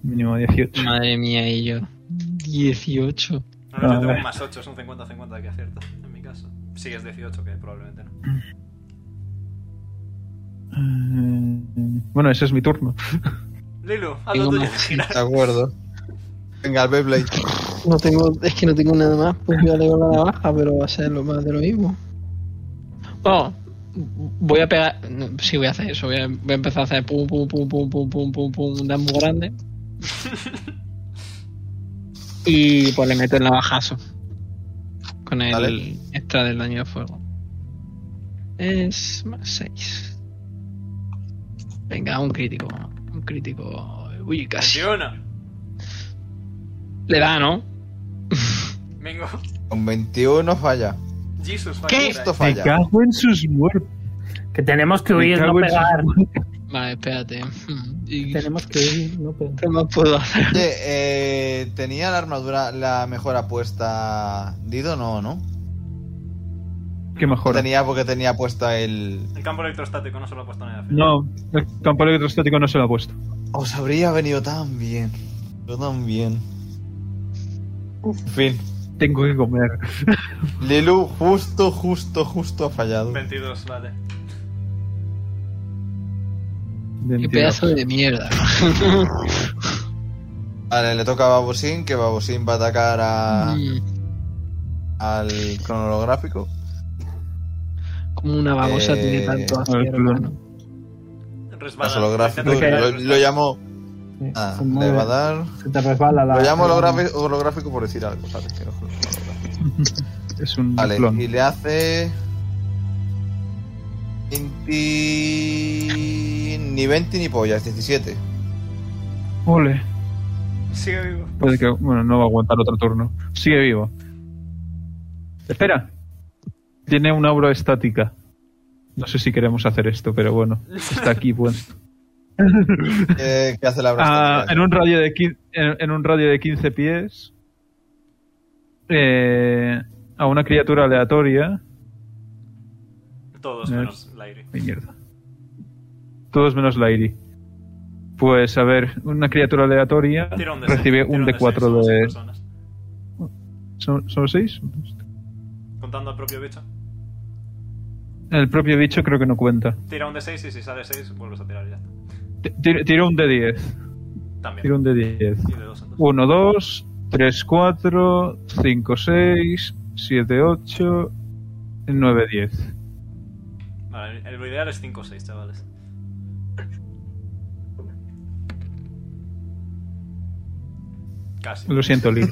Mínimo 18. Madre mía, y yo. 18. No, no, yo Ah, tengo vale. un más 8, es un 50-50 que acierta, en mi caso. Sí, es 18, que probablemente no. Eh, Bueno, ese es mi turno. Lilu, haz lo Tengo tuyo de más. girar. De acuerdo. Venga, el Beyblade. No tengo, es que no tengo nada más, pues yo le doy la baja, pero va a ser lo más de lo mismo. Bueno, voy a pegar. no, sí, voy a hacer eso. Voy a, voy a empezar a hacer pum, pum, pum, pum, pum, pum, pum, pum, un daño grande. y pues le meto el navajazo. Con el Vale. extra del daño de fuego. Es más 6. Venga, un crítico. Un crítico. Uy, casi. 21. Le da, ¿no? Mingo, Con 21 falla. Jesus, fucking ¿Qué? Christ. Esto Me falla. cago en sus muertos. Que tenemos que Me huir, no cago en sus pegar. muertos. Vale, espérate. Hmm, y- Tenemos que huir, no pegar. ¿Qué más puedo hacer? Oye, eh, tenía la armadura, la mejor apuesta. Dido no, ¿no? que mejora. Tenía porque tenía puesta el. El campo electrostático no se lo ha puesto nada. No, el campo electrostático no se lo ha puesto. Os habría venido tan bien. Yo también. En fin. Tengo que comer. Lilu justo, justo, justo ha fallado. 22, vale. Qué pedazo de mierda. Vale, le toca a Babosin, que Babosin va a atacar a, Mm, al cronográfico. Como una babosa Eh, tiene tanto a ver, acero, perdón. hermano. Resbala. Al holográfico. Intenta- Lo, lo llamo. Pues Sí, Ah, se le mueve, eh. va a dar. se te resbala la. Lo llamo holografi- holográfico por decir algo, ¿vale? Que no- Es un Vale, clon. y le hace. 20... Ni 20 ni pollas, 17. Ole. Sigue vivo. Puede Pues que. Bueno, no va a aguantar otro turno. Sigue vivo. Espera. Tiene una aura estática. No sé si queremos hacer esto, pero bueno. Está aquí puesto. Eh, ¿Qué hace la Ah, brasa? en, un radio de quin- en, en un radio de 15 pies. eh, a una criatura aleatoria. Todos Eh. menos Lairi. Ay, mierda. Todos menos Lairi. Pues a ver, una criatura aleatoria Tira un de recibe seis, tira un de seis, D4 somos seis de. personas. ¿Son, son seis? Contando al propio bicho. El propio bicho creo que no cuenta. Tira un de 6 y si sale 6 vuelves a tirar y ya está. Ti- Tiro tiro un de 10. Tiro También. un de 10. Y de 2 en 2. 1, 2, 3, 4, 5, 6, 7, 8, 9, 10. Vale, el- el ideal es 5 o 6, chavales. Casi. Lo siento, Lee.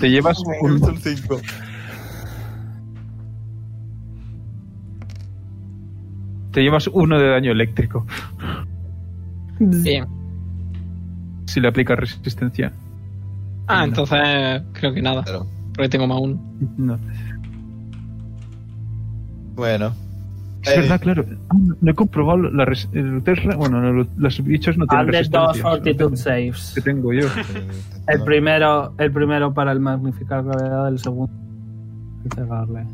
Te llevas un Son cinco. Te llevas uno de daño eléctrico Bien. si le aplicas resistencia. Ah, entonces creo que nada. Claro. Porque tengo más uno. No. Bueno. Es Eh, verdad, claro. Ah, No no he comprobado la res- el Tesla. Bueno, no, los bichos no tienen Hazle dos resistencia. fortitude Que saves. tengo yo. El primero, el primero para el magnificar gravedad, el segundo. hay que pegarle.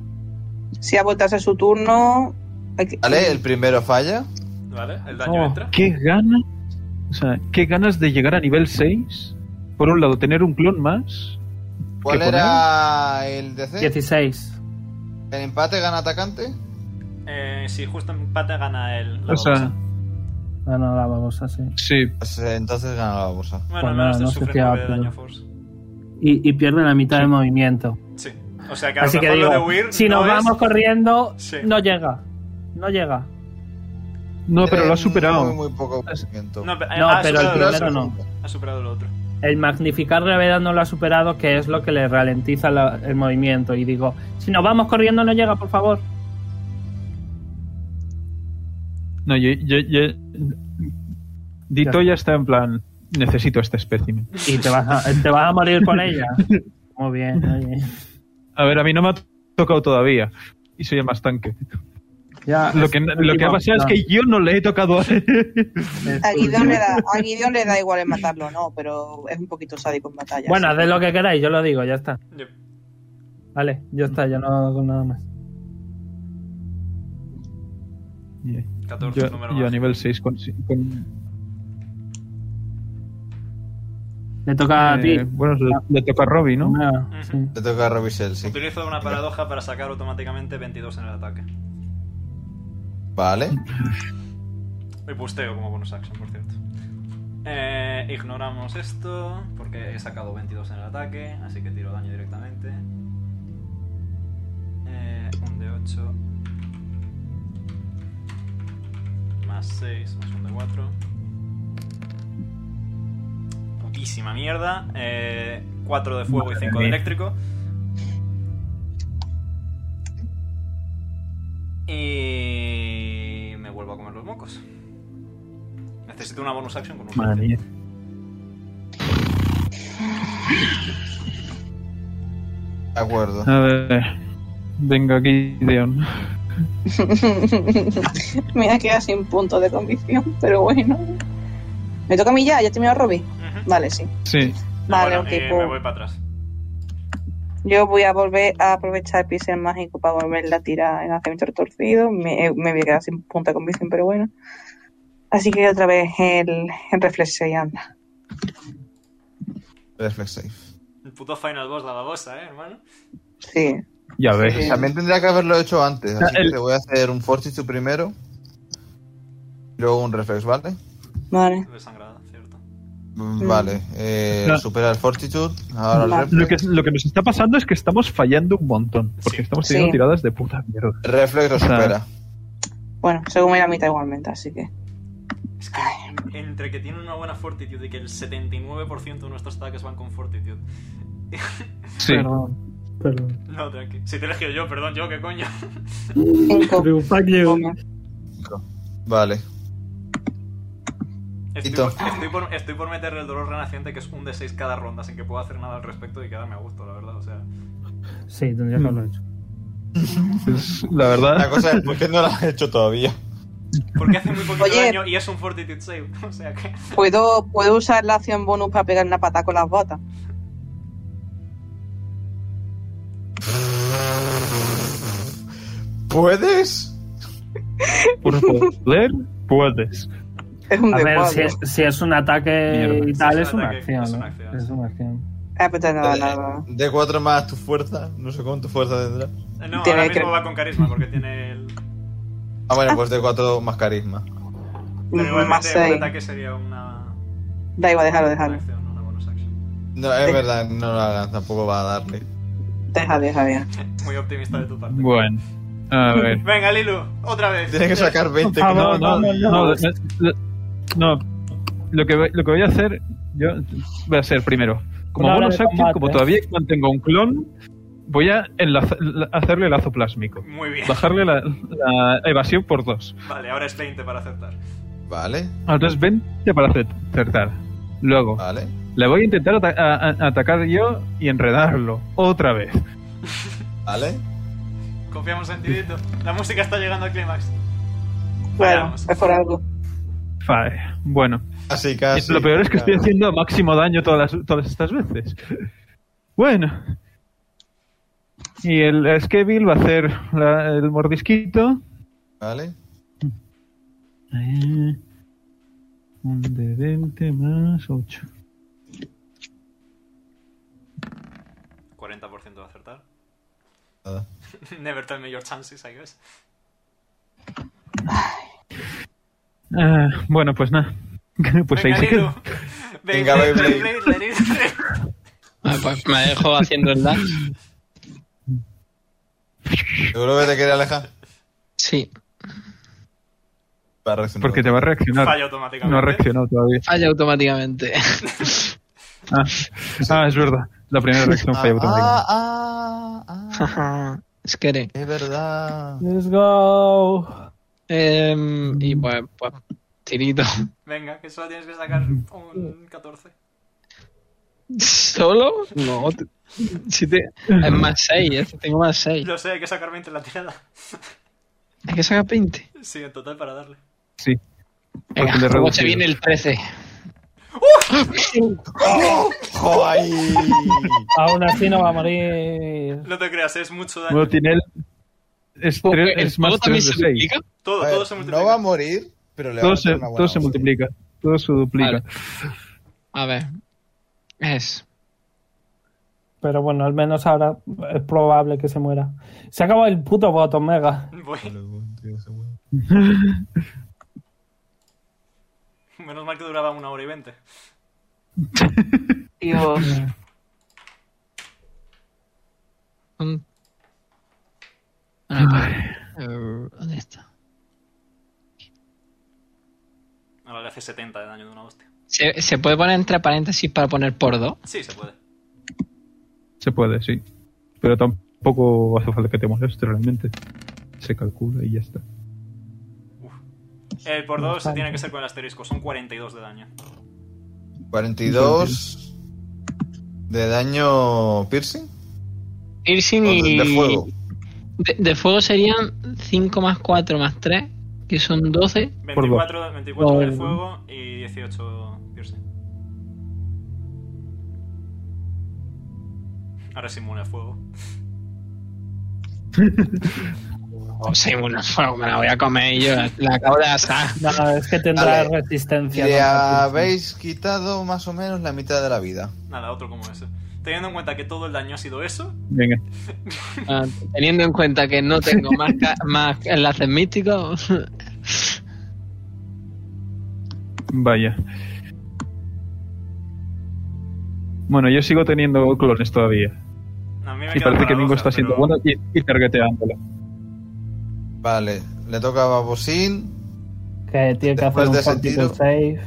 Si agotase su turno. hay que- Vale, el primero falla. Vale, el daño Oh, entra. ¿Qué gana? O sea, ¿qué ganas de llegar a nivel 6? Por un lado, tener un clon más. ¿Cuál ¿Qué era el DC? 16. ¿El empate gana atacante? Eh, si justo empate gana el. la o sea, babosa. Ah, no, la babosa, sí. sí. Pues, eh, entonces gana la babosa. bueno, este pues al menos nada, no te sé sufre qué 9 de hace, daño pero- force. Y, y pierde la mitad de movimiento. Sí. O sea que a lo Así que mejor digo, lo de huir. si no nos es- vamos corriendo, Sí. no llega. No llega. Eh, No, pero lo Tiene Muy, ha superado. muy poco movimiento. No, pe- No, ha pero el superado primero otro. no. Ha superado el otro. El magnificar gravedad no lo ha superado, que es lo que le ralentiza la- el movimiento. Y digo, si nos vamos corriendo, no llega, por favor. No, yo. yo, yo- Dito ya está en plan. Necesito este espécimen. Y te vas a, te vas a morir por ella. Muy bien, oye. A ver, a mí no me ha tocado todavía. Y soy el más tanque. Ya, Lo que, es- lo que ha pasado es que yo no le he tocado a él. es- A Gideon, le da, a Gideon le da igual en matarlo, no, pero es un poquito sádico en batalla. Bueno, así. haced lo que queráis, yo lo digo, ya está. Yo- Vale, ya está, yo no hago nada más. 14, eh, Yo, número yo a mágico. nivel 6 con, con- Le toca a ti. eh, bueno, le, le toca a Robbie, ¿no? Nada, Ujú. Ah. sí. Le toca a Robisel, sí. Utilizo una paradoja para sacar automáticamente 22 en el ataque. Vale. Y busteo como bonus action, por cierto. Eh, ignoramos esto, porque he sacado 22 en el ataque, así que tiro daño directamente. Eh, un de 8. Más 6, más un de 4. Putísima mierda. Eh, 4 de fuego y 5 de mía. eléctrico. Y me vuelvo a comer los mocos. Necesito una bonus action con un Madre mía. De acuerdo. A ver. Venga, aquí, Deon. Me voy a quedar sin puntos de convicción, pero bueno. Me toca a mí ya, ya he terminado Robbie. Ujú. Vale, sí. Sí. Vale, Ah, Bueno, ok, eh, pues- me voy para atrás. Yo voy a volver a aprovechar el pincel mágico para volverla a tirar en hacimiento retorcido. Me, eh, me voy a quedar sin punta con visión, pero bueno. Así que otra vez el, el reflexión y anda. Reflex safe. El puto final boss la babosa, ¿eh, hermano? Sí. Ya ves. Ah, Sí. También tendría que haberlo hecho antes, así el- que te voy a hacer un Fortitude primero. Luego un Reflex, ¿vale? Vale. Desangrada, cierto. Mm, Vale. Eh, No. Supera el Fortitude, ahora el Vale. Reflex. Ah. Lo que, lo que nos está pasando es que estamos fallando un montón. Porque Sí. estamos teniendo Sí. tiradas de puta mierda. El Reflex lo O sea, supera. Bueno, según me la mitad igualmente, así que. Es que entre que tiene una buena fortitude y que el 79% de nuestros ataques van con fortitude. Sí. Perdón, perdón. No, tranqui. Si te he elegido yo, perdón, yo, ¿qué coño? Cinco. Pero fuck you. Coño. Vale. Estoy, Tito. estoy por, estoy por meterle el dolor renaciente, que es un de 6 cada ronda, sin que pueda hacer nada al respecto y quedarme a gusto, la verdad. O sea, Sí, tendría que haberlo hecho. Es- la La verdad. cosa es por qué no la has hecho todavía. porque hace muy poquito Oye. Pues daño y es un fortitude save. O sea que. ¿Puedo, ¿Puedo usar la acción bonus para pegar una patada con las botas? ¿Puedes? Por poder, puedes. Es un A de ver, cuatro. si es, si es un ataque Mierda. y tal, Si es es un una ataque, acción. es ¿no? una acción, Es sí. una acción. Ah, pues nada, nada. Eh, De 4 más tu fuerza. No sé cuánto fuerza tendrá. Eh, No, Tiene ahora que- mismo va con carisma, porque tiene el. Ah, bueno, pues de 4 más carisma. Pero Mm, Más igualmente un seis. ataque sería una. Da igual, déjalo, Una déjalo. acción, una bonus action. No, es Sí. verdad, no la hagas, tampoco va a darle. Deja, deja, deja. Muy optimista de tu parte. Bueno. A ver. Venga, Lilu, otra vez. Tienes que Ah, sacar 20 Por favor, Ah, no, no, vamos, no, vamos. de- de- no. Lo que, voy- lo que voy a hacer, yo voy a hacer primero. Como Una hora bonus de action, combate. como todavía mantengo un clon, voy a enlaza- la- hacerle lazo plásmico. Muy bien. Bajarle la, la evasión por dos. Vale, ahora es 20 para aceptar. Vale, Entonces 20 para acert- acertar. Luego, vale. le voy a intentar ata- a- a- atacar yo y enredarlo. Otra vez. Vale. Confiamos en ti, Dito. La música está llegando al clímax. Bueno, Vayamos. es por algo. Vale. Bueno. Así casi. lo peor es que estoy Claro. haciendo máximo daño todas, las- todas estas veces. Bueno. Y el Skevil va a hacer la- el mordisquito. Vale. Eh, un de 20 más 8. 40% de acertar. Nada. Never tell me your chances, I guess. Ah, bueno, pues nada. pues ahí Venga, se Lilu. queda. Venga, Venga, Beyblade, Beyblade. Beyblade, Beyblade. Ah, pues me dejo haciendo el dash. Seguro que te quería alejar. Sí, Para reaccionar. Porque te va a reaccionar. Fallo No ha automáticamente. reaccionado todavía. falla automáticamente. Ah, ah, es verdad. La primera reacción falla automáticamente. Ah, ah, ah, ah. Ajá, es que eres. Es verdad. Let's go. Em, y pues, pues, tirito. Venga, que solo tienes que sacar un 14. ¿Solo? No. te- Si te, es más 6, tengo más 6. Lo sé, hay que sacar 20 en la tirada. Hay que sacar 20. Sí, en total para darle. Sí. Venga, Porque le he luego se reducido. viene el 13. ¡Joy! Aún así no va a ah, Eh, morir. No te creas, es mucho daño. Bueno, tiene el. Es, tres- ¿El es juego más también 3 de 6. se multiplica? Todo, A ver, todo se multiplica. No va a morir, pero le va Todo a se, meter una buena todo se hostia. multiplica. Todo se duplica. Vale. A ver. Es. Pero bueno, al menos ahora es probable que se muera. Se ha acabado el puto voto, Mega. Voy. Menos mal que duraba una hora y 20. Dios. mm. Ah, eh, ¿Dónde está? Ahora le hace 70 de daño de una hostia. ¿Se, se puede poner entre paréntesis para poner por 2? Sí, se puede. Se puede, sí. Pero tampoco hace falta que te moleste realmente. Se calcula y ya está. El por 2 se tiene que ser con el asterisco, son 42 de daño. 42 de daño piercing. Piercing o de- y. De fuego. De, de fuego serían 5 más 4 más 3, que son 12. 24, 24 Vale. de fuego y 18 piercing. Ahora es inmune a fuego. O sea, una fuego, me la voy a comer y yo la, la acabo de asar. No, es que tendrá Vale. resistencia. Le ¿no? habéis quitado más o menos la mitad de la vida. Nada, otro como ese. Teniendo en cuenta que todo el daño ha sido eso, Venga. Ah, teniendo en cuenta que no tengo más, ca- más enlaces místicos, Vaya. Bueno, yo sigo teniendo clones todavía. a mí me Y queda parece que Mingo paradoja, está siendo pero- bueno y, y targeteándolo. Vale, le toca a Babosin. Que tiene que Después hacer un de ese fortitude tiro, save.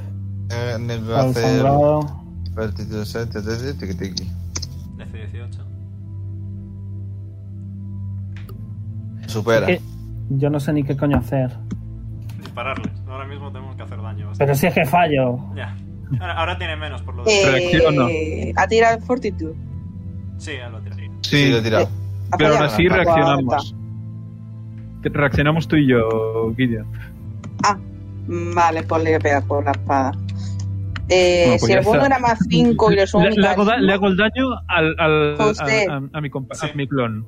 eh, le va a al hacer. sangrado. Fortitude save, te- te- te- tiqui, tiqui. F18. Supera. Que Yo no sé ni qué coño hacer. Dispararles. Ahora mismo tenemos que hacer daño. bastante. Pero si es que fallo. Ya. Ahora, ahora tiene menos por lo de. Reacción no. Eh, a tirar fortitud. Sí, ya lo tiraré. Sí, lo he tirado. Pero aún así Aguanta. reaccionamos. Reaccionamos tú y yo, Gideon. Vale, pues le voy a pegar por la espada. Eh, Bueno, pues si ya el bono está. era más 5 y le sumo Le, un le hago, da- más- le hago el daño al, al- José. a, a- a mi compa- Sí. a mi clon.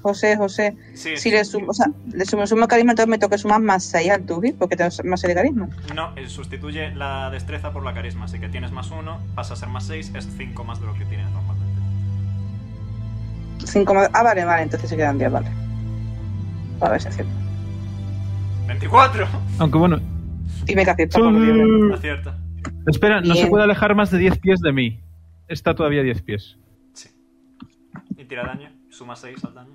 José, José, Sí, si le sumo, o sea, le sumo, sumo carisma, entonces me toca sumar más 6 al tubi, porque tengo más 6 de carisma. No, eh, sustituye la destreza por la carisma. Así que tienes más uno, pasa a ser más 6, es 5 más de lo que tienes normalmente. 5 más. Ah, vale, vale, entonces se quedan 10, vale. A ver si acierto. ¡24! Aunque bueno, Dime que acierto. por Dios. Acierta. espera, no se Bien. puede alejar más de 10 pies de mí. Está todavía a 10 pies. Y tira daño. Suma 6 al daño.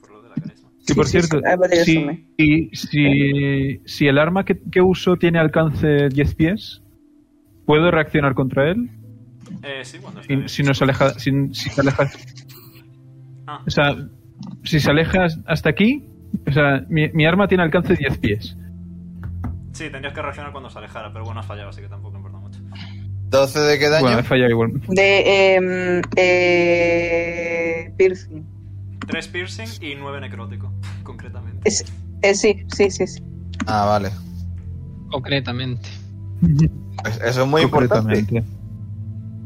Por lo de la carisma. Y por Sí, sí, Ah, cierto, sí, algo de eso, si, si, si, si el arma que, que uso tiene alcance 10 pies, ¿puedo reaccionar contra él? Eh, sí, cuando esté Si, bien. si nos aleja, si, si se aleja. Ah. O sea, si se aleja hasta aquí, o sea, mi, mi arma tiene alcance 10 pies. Sí, tendrías que reaccionar cuando se alejara, pero bueno, has fallado, así que tampoco importa mucho. 12 de qué daño. Bueno, he fallado igual. De eh, eh, piercing. 3 piercing y 9 necrótico, concretamente. Es, eh, sí, sí, sí, sí. Ah, vale. concretamente. Pues eso es muy importante. Concretamente.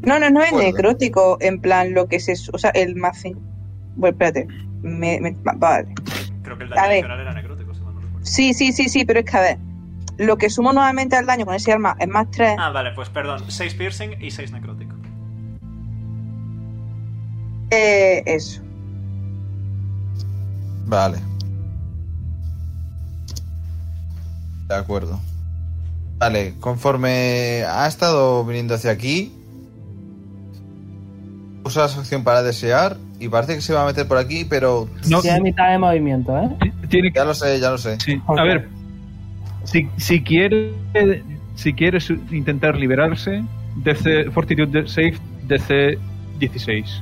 No, no, no es Bueno. necrótico, en plan lo que se. su- O sea, el más 5. Bueno, espérate. Me, me- va- vale. Creo que el A daño ver. general era necrótico, si mal no recuerdo. Sí, sí, sí, sí, pero es que a ver. Lo que sumo nuevamente al daño con ese arma es más 3. Ah, vale, pues perdón, 6 piercing y 6 necrótico. Eh, eso. Vale. De acuerdo. Vale, conforme ha estado viniendo hacia aquí, usa su acción para desear y parece que se va a meter por aquí, pero No, Tiene mitad de movimiento, ¿eh? tiene que. ya lo sé, ya lo sé. sí. Ok. A ver, si, si quiere, si quiere su- intentar liberarse, DC, Fortitude Safe, DC 16.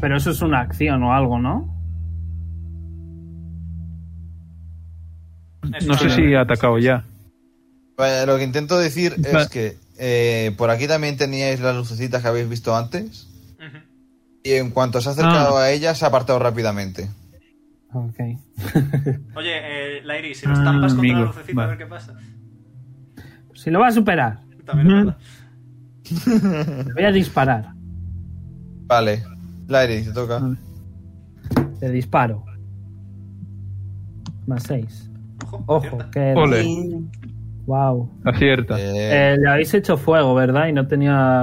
Pero eso es una acción o algo, ¿no? No sé si ha atacado ya. Vale, lo que intento decir Va- es que eh, por aquí también teníais las lucecitas que habéis visto antes Ujú. y en cuanto se ha Ah. acercado a ellas se ha apartado rápidamente. Ok. Oye, eh, Lairi, si lo Ah, estampas contra amigo, la lucecita, a vale. ver qué pasa. Si lo va a superar, También es Ujú. verdad. le voy a disparar. Vale, Lairi, te toca. Le disparo. Más 6. Ojo, Ojo, acierta. que. Ole. Y- Wow. Acierta. Eh, Eh, le habéis hecho fuego, ¿verdad? Y no tenía.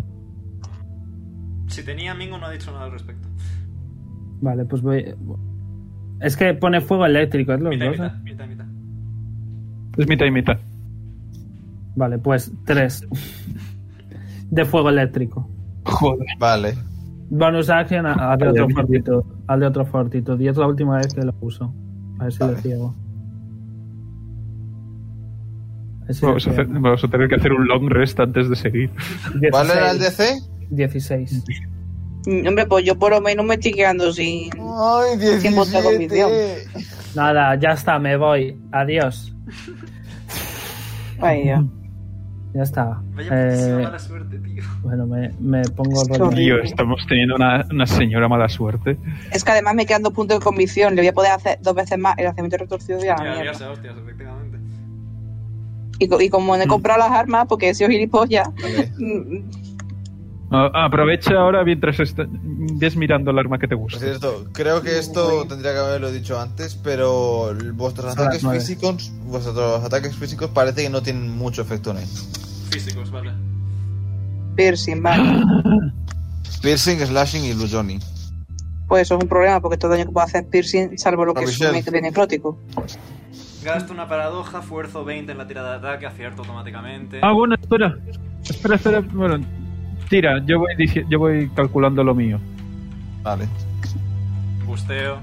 Si tenía Mingo, no ha dicho nada al respecto. Vale, pues voy. Es que pone fuego eléctrico, es lo Mitad que y pasa. mitad, mitad y mitad. Es mitad y mitad. Vale, pues 3. De fuego eléctrico. Joder. vale. Bonus action a- al de Vale, otro mira. fortito. Al de otro fortito. Y es la última vez que lo uso. A ver si lo Vale. ciego. A ver si Vamos a, lo hacer- ciego. vamos a tener que hacer un long rest antes de seguir. ¿Cuál era el 16. DC? 16. Hombre, pues yo por lo menos me estoy quedando sin. Ay, Tiempo está 17. Nada, ya está, me voy. Adiós. Ay, Dios. Ya está. Vaya Eh, putísima mala suerte, tío. bueno, me, me pongo Es que rollo. horrible. Tío, estamos teniendo una, una señora mala suerte. Es que además me quedan dos puntos de convicción. Le voy a poder hacer dos veces más el hacimiento retorcido y a la Ya, ya mierda. se hostias, efectivamente. Mm. Y, co- y como no he comprado las armas, porque he sido gilipollas, Vale. mm, Ah, aprovecha ahora mientras est- ves mirando el arma que te Por gusta. cierto, creo que esto tendría que haberlo dicho antes, pero el- vuestros las ataques nueve. físicos, vuestros ataques físicos parece que no tienen mucho efecto en esto. Físicos, vale. Piercing, vale. Piercing, slashing y bludgeoning. Pues eso es un problema porque todo daño que puedo hacer es piercing, salvo lo que Michelle. sume que viene necrótico. Gasto una paradoja, fuerzo 20 en la tirada de ataque, acierto automáticamente. Ah, bueno, espera. Espera, espera. Bueno, tira, yo voy, dici- yo voy calculando lo mío. Vale. Busteo.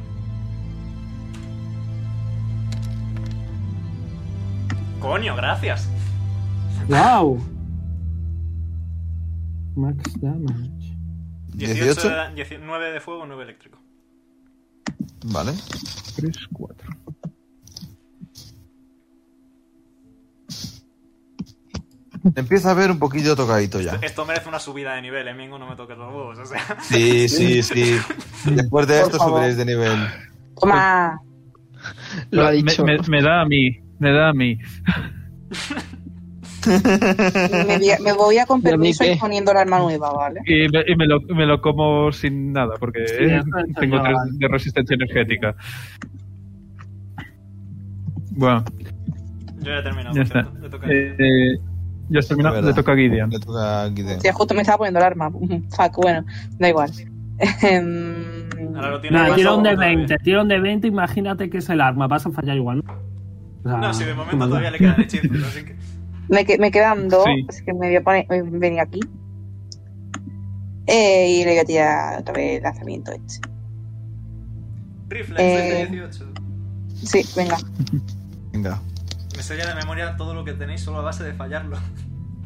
Coño, gracias. ¡Wow! Max damage. 18 18. de da- 19 de fuego, 9 eléctrico. Vale. 3, 4. Empieza a ver un poquillo tocadito ya. Esto merece una subida de nivel, eh, Mingo, no me toques los huevos, o sea. Sí, sí, sí. Después de Por esto favor. subiréis de nivel. Toma. Lo ha Me- dicho. Me, me da a mí, me da a mí. Me, voy a- me voy a con Ya me permiso qué. y poniendo el arma nueva, ¿vale? Y me, y me lo, me lo como sin nada, porque eh, Sí, eso es tengo genial. tres de resistencia energética. Bueno, Yo ya he terminado, por ya está. cierto. Le toca a Eh, eh, ya has terminado, Verdad. le toca a Gideon. Le toca a Gideon. Sí, justo me estaba poniendo el arma. Fuck, bueno, da igual. Em, Ahora lo tiene Nah, más tira un de abajo todavía. 20, tira un de 20, imagínate que es el arma, vas a fallar igual. O sea, No, si de momento todavía le quedan hechizos, así que. me, que- me quedan dos, Sí. así que me voy a poner, me- venir aquí. Eh, y le voy a tirar otra vez el lanzamiento este. Riflex Eh. de 18. Sí, venga. Venga. Me sella de memoria todo lo que tenéis solo a base de fallarlo.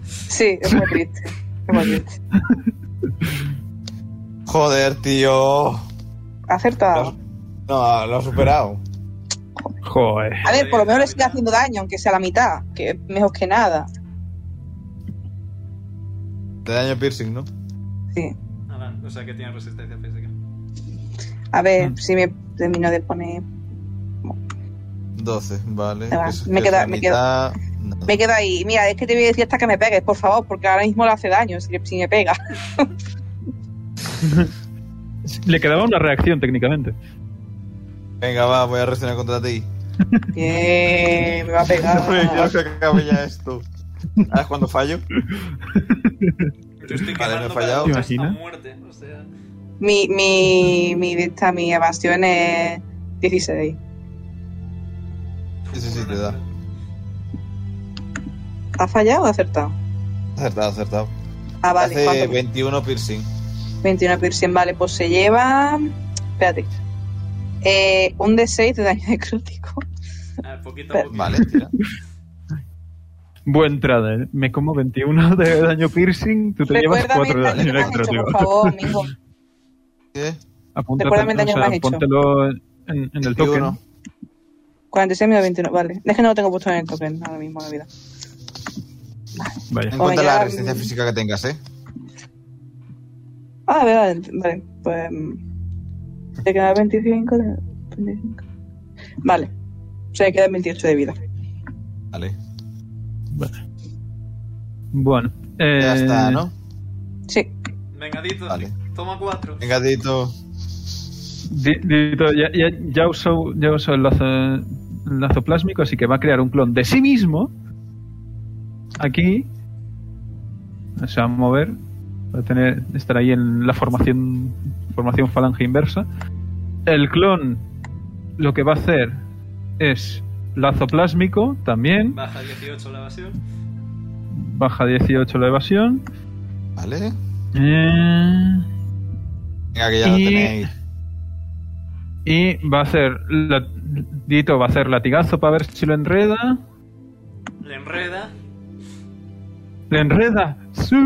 Sí, es muy triste. Es muy triste. Joder, tío. Acertado. No, lo ha superado. Joder. A ver, por lo menos le sigue haciendo daño, aunque sea la mitad, que es mejor que nada. Te daño piercing, ¿no? Sí. Ahora, o sea que tiene resistencia física. A ver Mm. si me termino de poner. 12, vale. Me va, Eso Ah, me Eh, es queda- la me queda- mitad. Nada. Me quedo ahí. Mira, es que te voy a decir hasta que me pegues, por favor, porque ahora mismo le hace daño si, si me pega. Le quedaba una reacción técnicamente. Venga, va, voy a reaccionar contra ti. Bien, me va a Ya pegar. se acaba ya esto. ¿Sabes cuando fallo? Yo Vale, me he estoy quemando fallado. para la ¿Te a imaginas? muerte, o sea. mi, mi, mi, de esta, mi evasión es 16. Sí, sí, sí, te da. ¿Ha fallado o ha acertado? Acertado, acertado. Ah, vale. Hace ¿cuánto? 21 piercing. 21 piercing, vale, pues se lleva. Espérate. Eh, un D6 de daño necrótico. A ver, poquito a Pero- poquito. Vale, tira. Buen entrada, ¿eh? Me como 21 de daño piercing, tú te llevas Recuérdame 4 de daño el daño que me has hecho, electrónico. por favor, amigo. ¿Qué? Apúntate, Recuérdame el daño o que me sea, has hecho. póntelo en, en el token. 21. 46 menos 21, vale. Es que no lo tengo puesto en el token ahora mismo, la vida. Vaya. En Como cuenta ya- la resistencia física que tengas, ¿eh? Ah, vale, vale, vale, pues. mm, Te queda 25, de- 25. Vale. O sea, queda 28 de vida. Vale. Bueno. Eh, Ya está, ¿no? Sí. Venga, Dito, Vale. toma 4. Venga, Dito. Di- Dito, ya, ya, ya usó, ya usó el, lazo, el lazo plásmico, así que va a crear un clon de sí mismo. Aquí. Se va a mover. Va a tener, estar ahí en la formación, formación falange inversa. El clon lo que va a hacer es lazo plásmico también. Baja 18 la evasión. Baja 18 la evasión. Vale. Eh, Venga, que ya lo Y- tenéis. y va a hacer. la- Dito va a hacer latigazo para ver si lo enreda. Le enreda. Le enreda. ¡Su!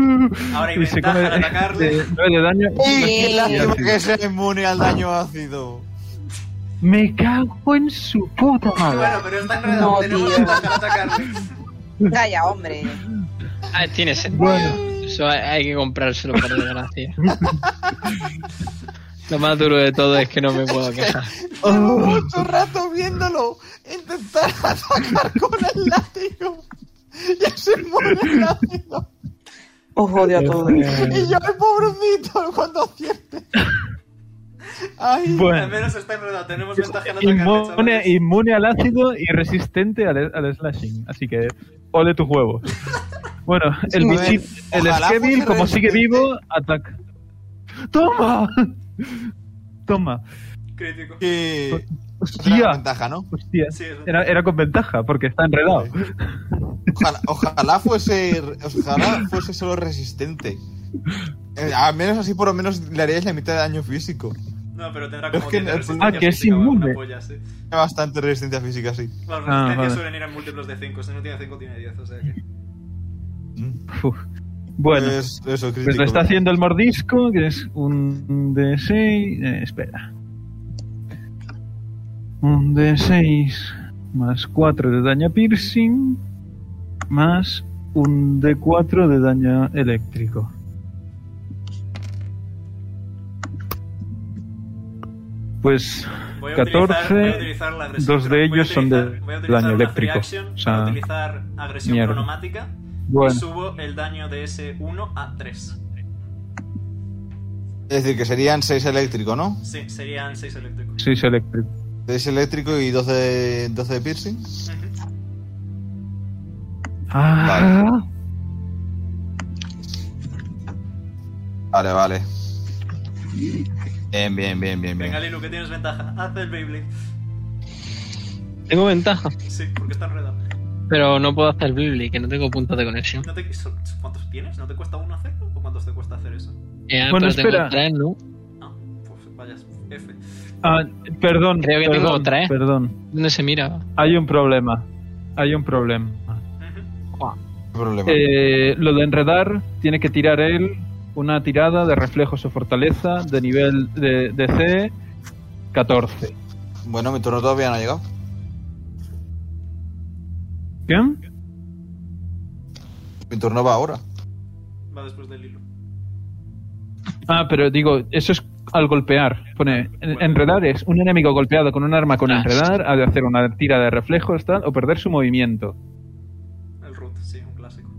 Ahora hay Y se ventaja come al atacarle. eh, nueve de daño. ¡Y lástima ácido. que sea inmune al daño ácido! Me cago en su puta madre. Bueno, pero está enredado. No, tenemos tío. ventaja al atacarle. Calla, hombre. Ah, tiene sentido. Eso hay- hay que comprárselo por desgracia. Lo más duro de todo es que no me puedo quejar. Llevo mucho rato viéndolo intentar atacar con el látigo. Ya se muere el látigo. Os odio a todos. Eh. Y yo, el pobrecito, cuando acierte. Ay, Al Bueno, menos está enredado, tenemos ventaja en atacarle, inmune, chavales. inmune al ácido y resistente al, al slashing. Así que, ole tus huevos. Bueno, el Joder, bichito, el ojalá Skevil, fuese como sigue resistente. vivo, ataca. ¡Toma! Toma. Crítico. que. Hostia. Era la ventaja, ¿no? Hostia. Sí, es Era, era con ventaja, porque está enredado. Ojalá, ojalá fuese. Ojalá fuese solo resistente. Eh, al menos así, por lo menos le haríais la mitad de daño físico. No, pero tendrá como Es que 10 de el- resistencia Ah, que es física pues o alguna inmune. polla, sí. Bastante resistencia física, sí. Las Ah, resistencias vale. suelen ir en múltiplos de 5. Si no tiene 5, tiene 10. O sea que. Uf. Bueno, Pues Mm. eso, crítico. pues le está haciendo el mordisco, que es un D6. eh, espera. Un D6 más 4 de daño piercing, más un D4 de daño eléctrico. Pues Voy a 14, utilizar, voy a utilizar la agresión. dos de voy a ellos son utilizar- de voy a utilizar daño la free eléctrico. action, O sea, voy a utilizar agresión mierda. cronomática. bueno. Y subo el daño de ese 1 a 3. Es decir, que serían 6 eléctrico, ¿no? Sí, serían 6 eléctricos. 6 eléctrico. 6 eléctrico y 12 de, 12 de piercing. Ujú. Ah, Vale, vale. Bien, bien, bien, bien, Venga, bien. Lilu, que tienes ventaja. Haz el Beyblade. Tengo ventaja, Sí, porque está enredado. pero no puedo hacer el Bibli, que no tengo puntos de conexión. ¿No te- son- ¿Cuántos tienes? ¿No te cuesta uno hacerlo? ¿O cuántos te cuesta hacer eso? Eh, Bueno, pero espera. tengo tres, ¿no? Ah, pues vaya, F. ah, perdón, Creo que tengo perdón, tres. perdón. ¿Dónde se mira? Hay un problema. Hay un problema. Ujú. No hay problema. Eh, lo de enredar, tiene que tirar él una tirada de reflejos o fortaleza de nivel de, de C 14. Bueno, mi turno todavía no ha llegado. ¿Bien? Mi turno va ahora. Va después del hilo. Ah, pero digo, eso es al golpear. Pone, en- enredar es un enemigo golpeado con un arma con Ah, enredar, ha de hacer una tira de reflejos tal, o perder su movimiento. El root, sí, un clásico.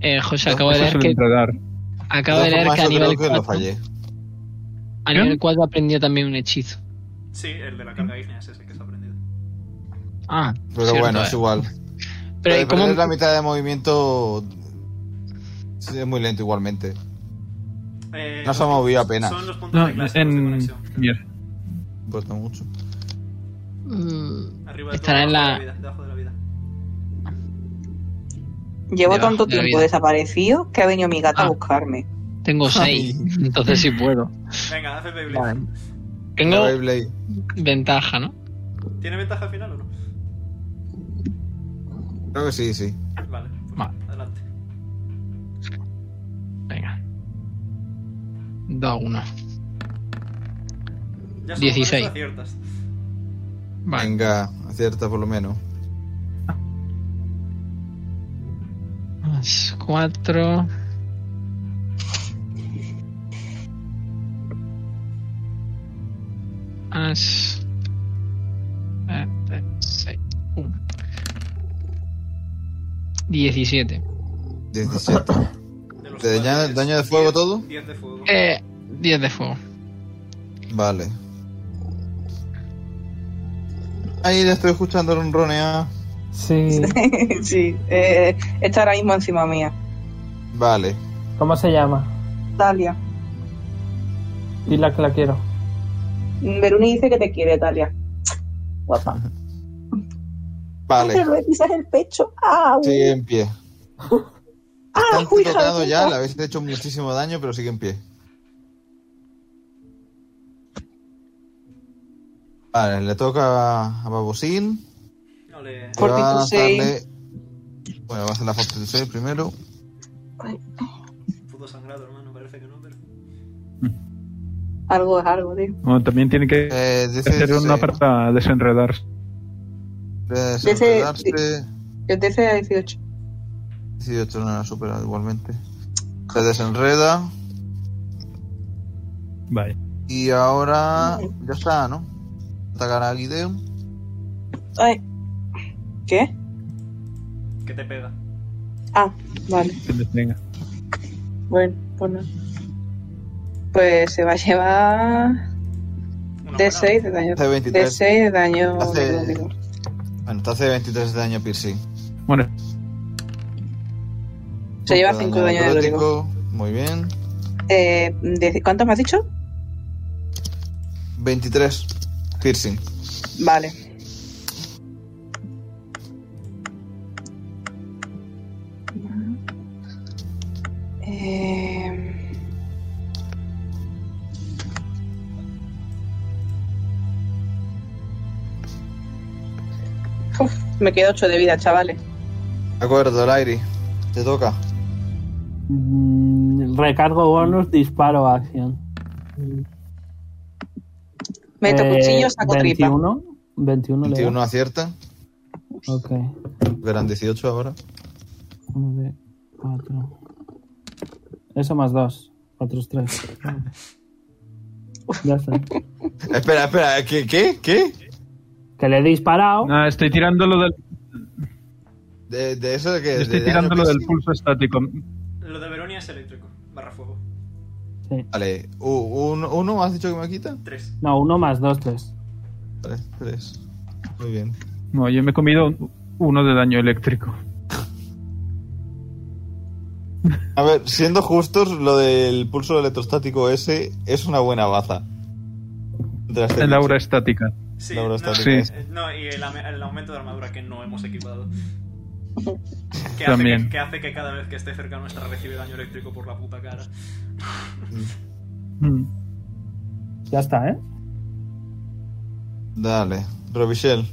Eh, José, No, acabo de Eso es leer el que, enredar. acabo todas de leer formas, que a yo nivel creo que lo 4, fallé. a ¿Eh? nivel 4 aprendió también un hechizo. Sí, el de la carga ígnea es ese que se ha aprendido. Ah, Pero cierto, bueno, eh. es igual. Pero Pero ¿y cómo- perder la mitad de movimiento sí, es muy lento igualmente. Eh, No se ha movido apenas. Son los puntos No, de en, clásicos de conexión. mierda. Importa mucho. Mm, Arriba de todo, Estará en debajo de la- vida, debajo de la vida. Llevo Debajo tanto de la tiempo vida. desaparecido que ha venido mi gata Ah. a buscarme. tengo 6, entonces sí puedo. Venga, haz el Beyblade. Vale. La Tengo Beyblade. ventaja, ¿no? ¿Tiene ventaja al final o no? Creo que sí, sí. Vale, pues Vale. adelante. Venga. 2 a 1. Ya son 16. buenas aciertas. Vale. Venga, acierta por lo menos. Más 4. Más. eh, 6. 17. 17. De los ¿Te daña- cuales, daño de fuego todo? 10 de fuego. Eh, 10 de fuego. Vale. Ahí le estoy escuchando ronronear. Sí. sí, eh, está ahora mismo encima mía. Vale. ¿Cómo se llama? Talia. Dile que la quiero. Veruni dice que te quiere, Talia. Guapa. Vale. Pero le pisas el pecho. ¡Ah! Sigue en pie. ¡Ah! Están ¡Hija tocado de ya, le puta! habéis hecho muchísimo daño, pero sigue en pie. Vale, le toca a Babosín. No le... que va a Fortitude darle- Bueno, va a hacer la Fortitude save primero. Puto sangrado, hermano, parece que no, pero... Algo es algo, tío. Bueno, también tiene que Eh, hacer una para desenredar. desenredarse. Yo te hice a 18. 18 no la supera igualmente. Se desenreda. Vale. Y ahora. Ya está, ¿no? Atacar a Gideon. Ay. ¿Qué? Que te pega. Ah, vale. Que les tenga. Bueno, pues no. Pues se va a llevar Una buena. D6 de daño. Hace 23. D6 de daño. Hace- necrótico. Bueno, te hace 23 de daño piercing. Bueno, Se lleva Punto 5 de daño necrótico. necrótico. Muy bien. Eh, de- ¿Cuánto me has dicho? 23 piercing. Vale. Eh, uf, me queda 8 de vida, chavales. De acuerdo, Lairi. Te toca. Mm, recargo bonus, disparo acción. Meto Eh, cuchillo, saco tripa. 21, 21, 21 le acierta. da. Ok. Porque eran 18 ahora. Uno de cuatro. Eso más dos. Cuatro es tres. ya está. Espera, espera. ¿Qué? ¿Qué? ¿Qué? Que le he disparado. ah, estoy tirando lo del, ¿De, de eso de que estoy de daño tirando lo del piercing? pulso estático. Lo de Veronia es eléctrico. Barra fuego. Vale. u- un- ¿Uno has dicho que me quita? 3. No, uno más dos, tres. Vale, tres. Muy bien. No, yo me he comido un- uno de daño eléctrico. A ver, siendo justos, lo del pulso electrostático ese es una buena baza. De las El aura técnicas. estática. Sí, La no, aura estática. eh, no, y el, ame- el aumento de armadura que no hemos equipado. Que hace que, También. que hace que cada vez que esté cerca nuestra recibe daño eléctrico por la puta cara. Mm. Ya está, ¿eh? Dale. Robichel,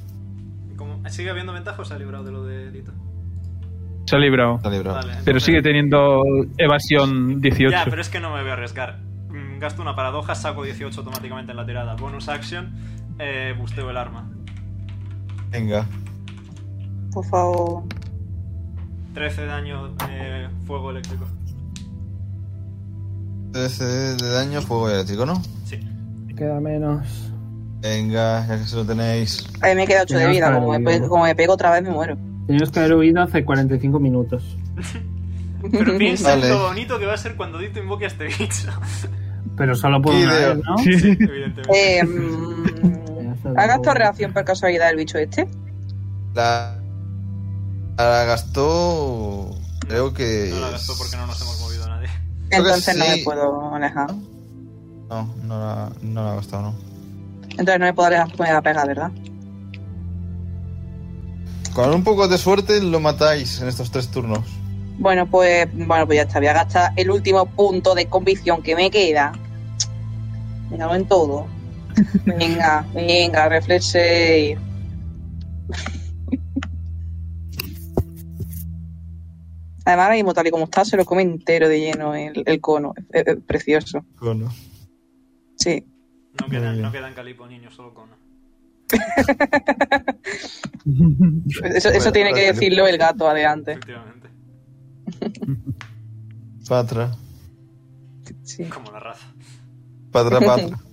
Como- ¿Sigue habiendo ventaja o se ha librado de lo de Dito? Se ha librado. está librado. Vale, Pero entonces- sigue teniendo evasión 18. Ya, pero es que no me voy a arriesgar. Mm, Gasto una paradoja, saco 18 automáticamente en la tirada. Bonus action, eh, busteo el arma. Venga. Por favor. 13 daño eh, fuego eléctrico. 13 de daño, fuego eléctrico, ¿no? Sí. Queda menos. Venga, ya que se lo tenéis. A mí me queda 8 de Ya vida. está, Como me, bien. pe- como me pego otra vez, me muero. Teníamos que haber huido hace 45 minutos. Pero piensa Vale. en lo bonito que va a ser cuando Dito invoque a este bicho. Pero solo por Qué una idea. vez, ¿no? Sí. Evidentemente. Eh, Ya está, ¿Ha gastado luego- reacción por casualidad el bicho este? La, la gastó. Creo que. No la gastó porque no nos hemos movido nadie. Creo que Entonces no sí. me puedo alejar. No, no la, no la ha gastado, no. Entonces no me puedo alejar porque me va a pegar, ¿verdad? Con un poco de suerte lo matáis en estos tres turnos. Bueno, pues bueno, pues ya está. Voy a gastar el último punto de convicción que me queda. Me cago en todo. Venga, venga, reflexe. Además, ahora mismo, tal y como está, se lo come entero de lleno el, el cono. Es, es precioso. Bueno. Sí. No quedan, bien. no quedan calipo, niños, solo con. Eso, eso Bueno, tiene que gracias. decirlo el gato adelante. Efectivamente. Patra. Sí. Como la raza. Patra, patra.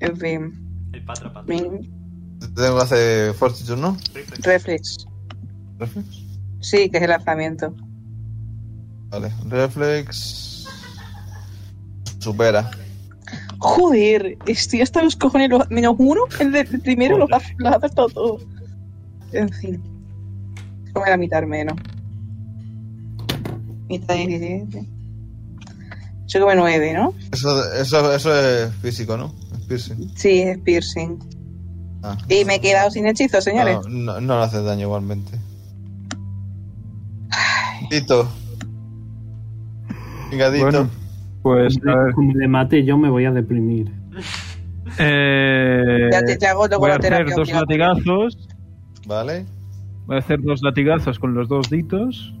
En fin. El patra patra. Ven, Tengo que hacer fortitude, ¿no? Perfecto. Reflex. Reflex. Sí, que es el lanzamiento. Vale. Reflex. Supera. Joder, estoy hasta los cojones. Los, menos uno, el de el primero lo ha, lo ha acertado todo. En fin. Como la mitad menos. Mitad de 17. Yo como 9, ¿no? Eso, eso, eso es físico, ¿no? Es piercing. Sí, es piercing. Ah. Y me he quedado sin hechizo, señores. No, no, Ah. no le hace daño igualmente. Dito. Venga, Dito. Bueno, pues a ver. Como le mate yo me voy a deprimir. Eh, ya te, te hago luego voy a la hacer terapia. dos obligatoria. latigazos. Vale. Voy a hacer dos latigazos con los dos ditos.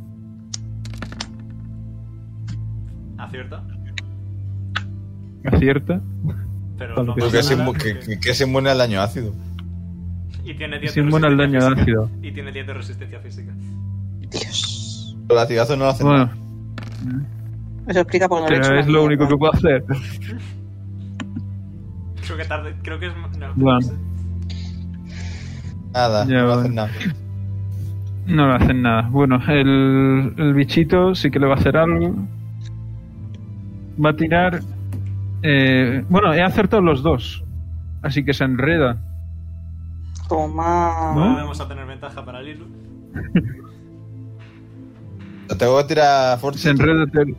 Acierta. Acierta. Pero Claro no que pasa Porque es, nada inmu- que, que- que es inmune al daño ácido. Y tiene 10 Es de inmune al resistencia daño física. ácido. Y tiene 10 de resistencia física. Dios. Los latigazos no lo hacen Bueno, Eso explica por no Ah, pues lo he hecho. pero es una lo mierda. único que puedo hacer. Creo que tarde. Creo que es. No, Bueno. no sé. nada. Ya, no vale. hacen nada. No le hacen nada. Bueno, el, el bichito sí que le va a hacer algo. Va a tirar. eh, bueno, he acertado los dos. Así que se enreda. Toma. ¿No? Vamos a tener ventaja para Lilo. Te tengo que tirar Fortitude. Se enreda. te-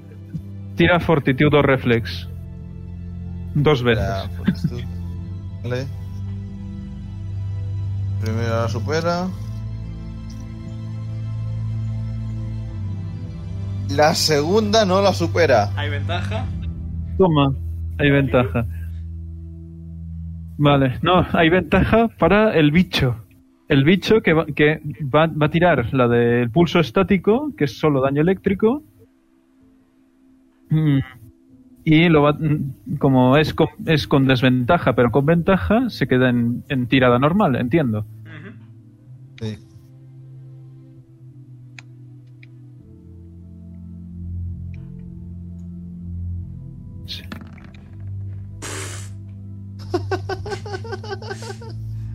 Tira Fortitude o Reflex. Dos veces. Tira Fortitude. pues Vale. Primero la supera. La segunda no la supera. Hay ventaja. Toma, hay ventaja. Vale, no, hay ventaja para el bicho. El bicho que va, que va, va a tirar la del pulso estático, que es solo daño eléctrico. Mm. Y lo va, mm, como es con, es con desventaja, pero con ventaja, se queda en, en tirada normal, entiendo. Ujú. Sí.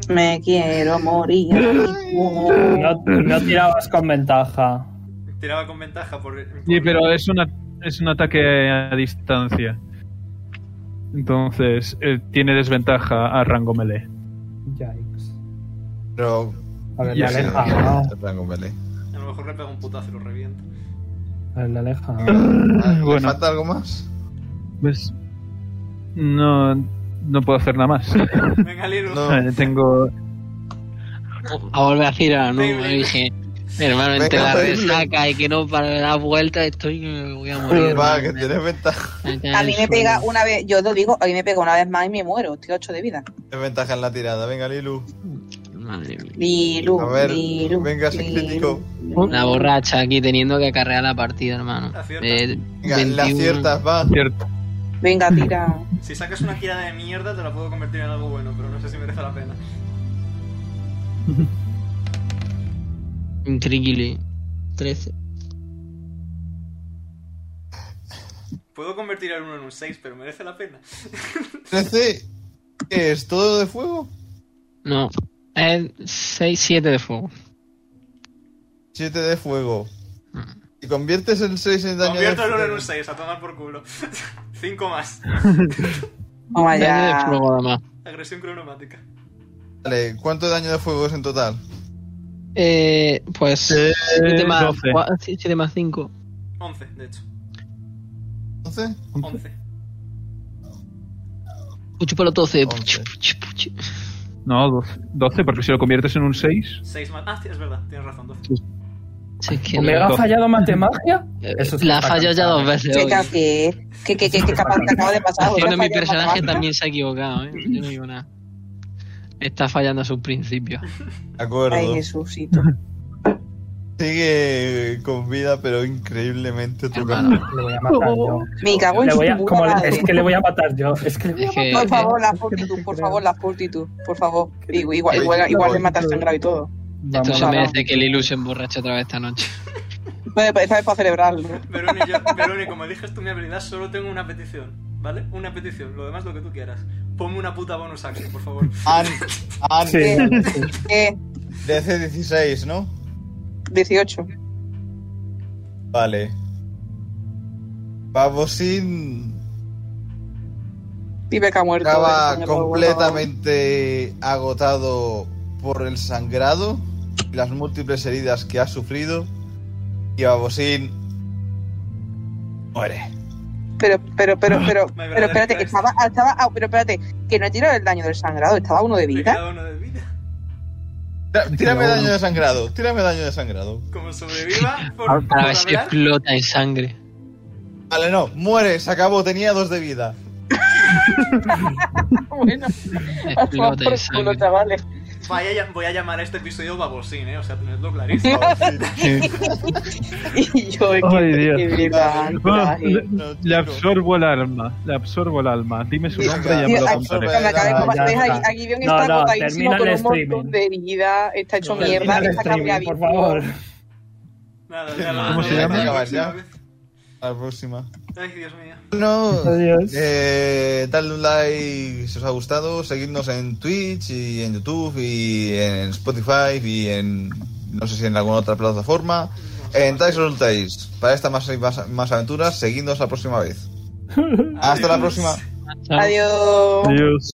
Me quiero morir. No, no tirabas con ventaja. Tiraba con ventaja por. por- Sí, pero es, una, es un ataque a distancia. Entonces, eh, tiene desventaja a rango melee. Yikes. Pero. A ver, Ya la sé. aleja, ¿no? Rango melee. A lo mejor le pega un putazo y lo revienta. A ver, la aleja. Ah, ¿le Bueno. falta algo más? Pues no, no puedo hacer nada más. Venga, Lilo. No. Eh, Tengo. A volver a girar a la nube. Venga. Y dije, normalmente Venga, la venga. resaca y que no para dar vueltas, estoy me voy a morir. Va, hermano. que tienes ventaja, Me cae A el mí me suelo. pega una vez, yo lo digo, a mí me pega una vez más y me muero. Estoy a 8 de vida. tienes ventaja en la tirada. Venga, Lilu. Madre mía. Lilu, A ver, Lilu, venga, ese Lilu. crítico. La borracha aquí teniendo que acarrear la partida, hermano. Acierta. Eh, Venga, la 21. aciertas, va. Cierto. Venga, tira. Si sacas una tirada de mierda, te la puedo convertir en algo bueno, pero no sé si merece la pena. Increíble. 13. Puedo convertir el 1 en un 6, pero merece la pena. 13. ¿Qué es? ¿Todo de fuego? No. Es 6, 7 de fuego. 7 de fuego. Mm. Y conviertes el 6 en daño Convierto el 1 en de un 6, a tomar por culo. 5 más. Vamos Daño de allá. fuego, además. Agresión cronomática. Vale, ¿cuánto daño de fuego es en total? Eh, pues 7 más, 12. 7 más 5. 11, de hecho. 11. 11. Puchu para los 12. Once. Puchu, puchu, puchu. No, 12, 12, porque si lo conviertes en un 6. 6 más. Ah, sí, es verdad, tienes razón, 12. Si es que no- ¿Omega ha fallado matemagia? eh, Eso sí la ha está fallado ya cantado. dos veces. hoy. Checa que, que, que, que, que capaz te acabo de pasar. Haciendo Ahora mi falla el personaje matamata. también se ha equivocado, ¿eh? Yo no digo nada. Está fallando a sus principios. De acuerdo. Ay, Jesucito. Sigue con vida, pero increíblemente tocando. Hermano, Le voy a matar Oh, yo. Me cago en Le su voy a- puta como le- madre. es que le voy a matar yo. Es que le voy es a que. Por favor, la Es que fortitud, no por te favor, creo. la fortitud, por favor. Igual, igual, igual, igual de matar sangrado y todo. Esto Vamos, se no, no. merece que el ilusión borracha otra vez esta noche. Puede ¿sabes? Para celebrarlo. Veroni, yo, Veroni, como dijes tú mi habilidad, solo tengo una petición, ¿vale? Una petición, lo demás lo que tú quieras. Ponme una puta bonus action, por favor. An, An, Sí. Eh, DC 16, ¿no? 18. Vale. Vamos sin. Pibe que ha muerto. eh, Acaba Coño, por favor. completamente agotado por el sangrado y las múltiples heridas que ha sufrido. Y Babosín muere. Pero, pero, pero, pero, My pero brother espérate, que Christ. estaba, estaba, ah, pero espérate, que no he tirado el daño del sangrado, estaba uno de Me he vida. quedado uno de vida. Tira- Tírame daño de sangrado, tírame daño de sangrado. Como sobreviva, por, por Para ver si hablar, explota en sangre. Vale, no, muere, se acabó, tenía dos de vida. Bueno, a tomar Explota por en culo, sangre. chavales. vaya, ya- voy a llamar a este episodio babosín, ¿eh? O sea, tenedlo clarísimo. Y yo, qué, Ay, Dios. qué verdad, Bueno, traje. le, No, le chico. absorbo el alma. Le absorbo el alma. Dime su Dios, nombre y ya me lo Dios, contaré. Ah, Con la cabeza, Ya ¿ves? está. Aquí- aquí Guión No, está no, agotadísimo termina con el un montón streaming. de heridas, está hecho Termina mierda, Termina el está streaming, cabreadito. por favor. Nada, ya lo- ¿Cómo lo se voy a llama? hacer la Acabar ya. próxima A la próxima. vez. Ay, Dios mío. No, Adiós. eh, dadle un like si os ha gustado, seguidnos en Twitch y en YouTube y en Spotify y en no sé si en alguna otra plataforma. En Tais Resultáis, para estas más, más, más aventuras, seguidnos la próxima vez. Hasta la próxima. Chao. Adiós. Adiós.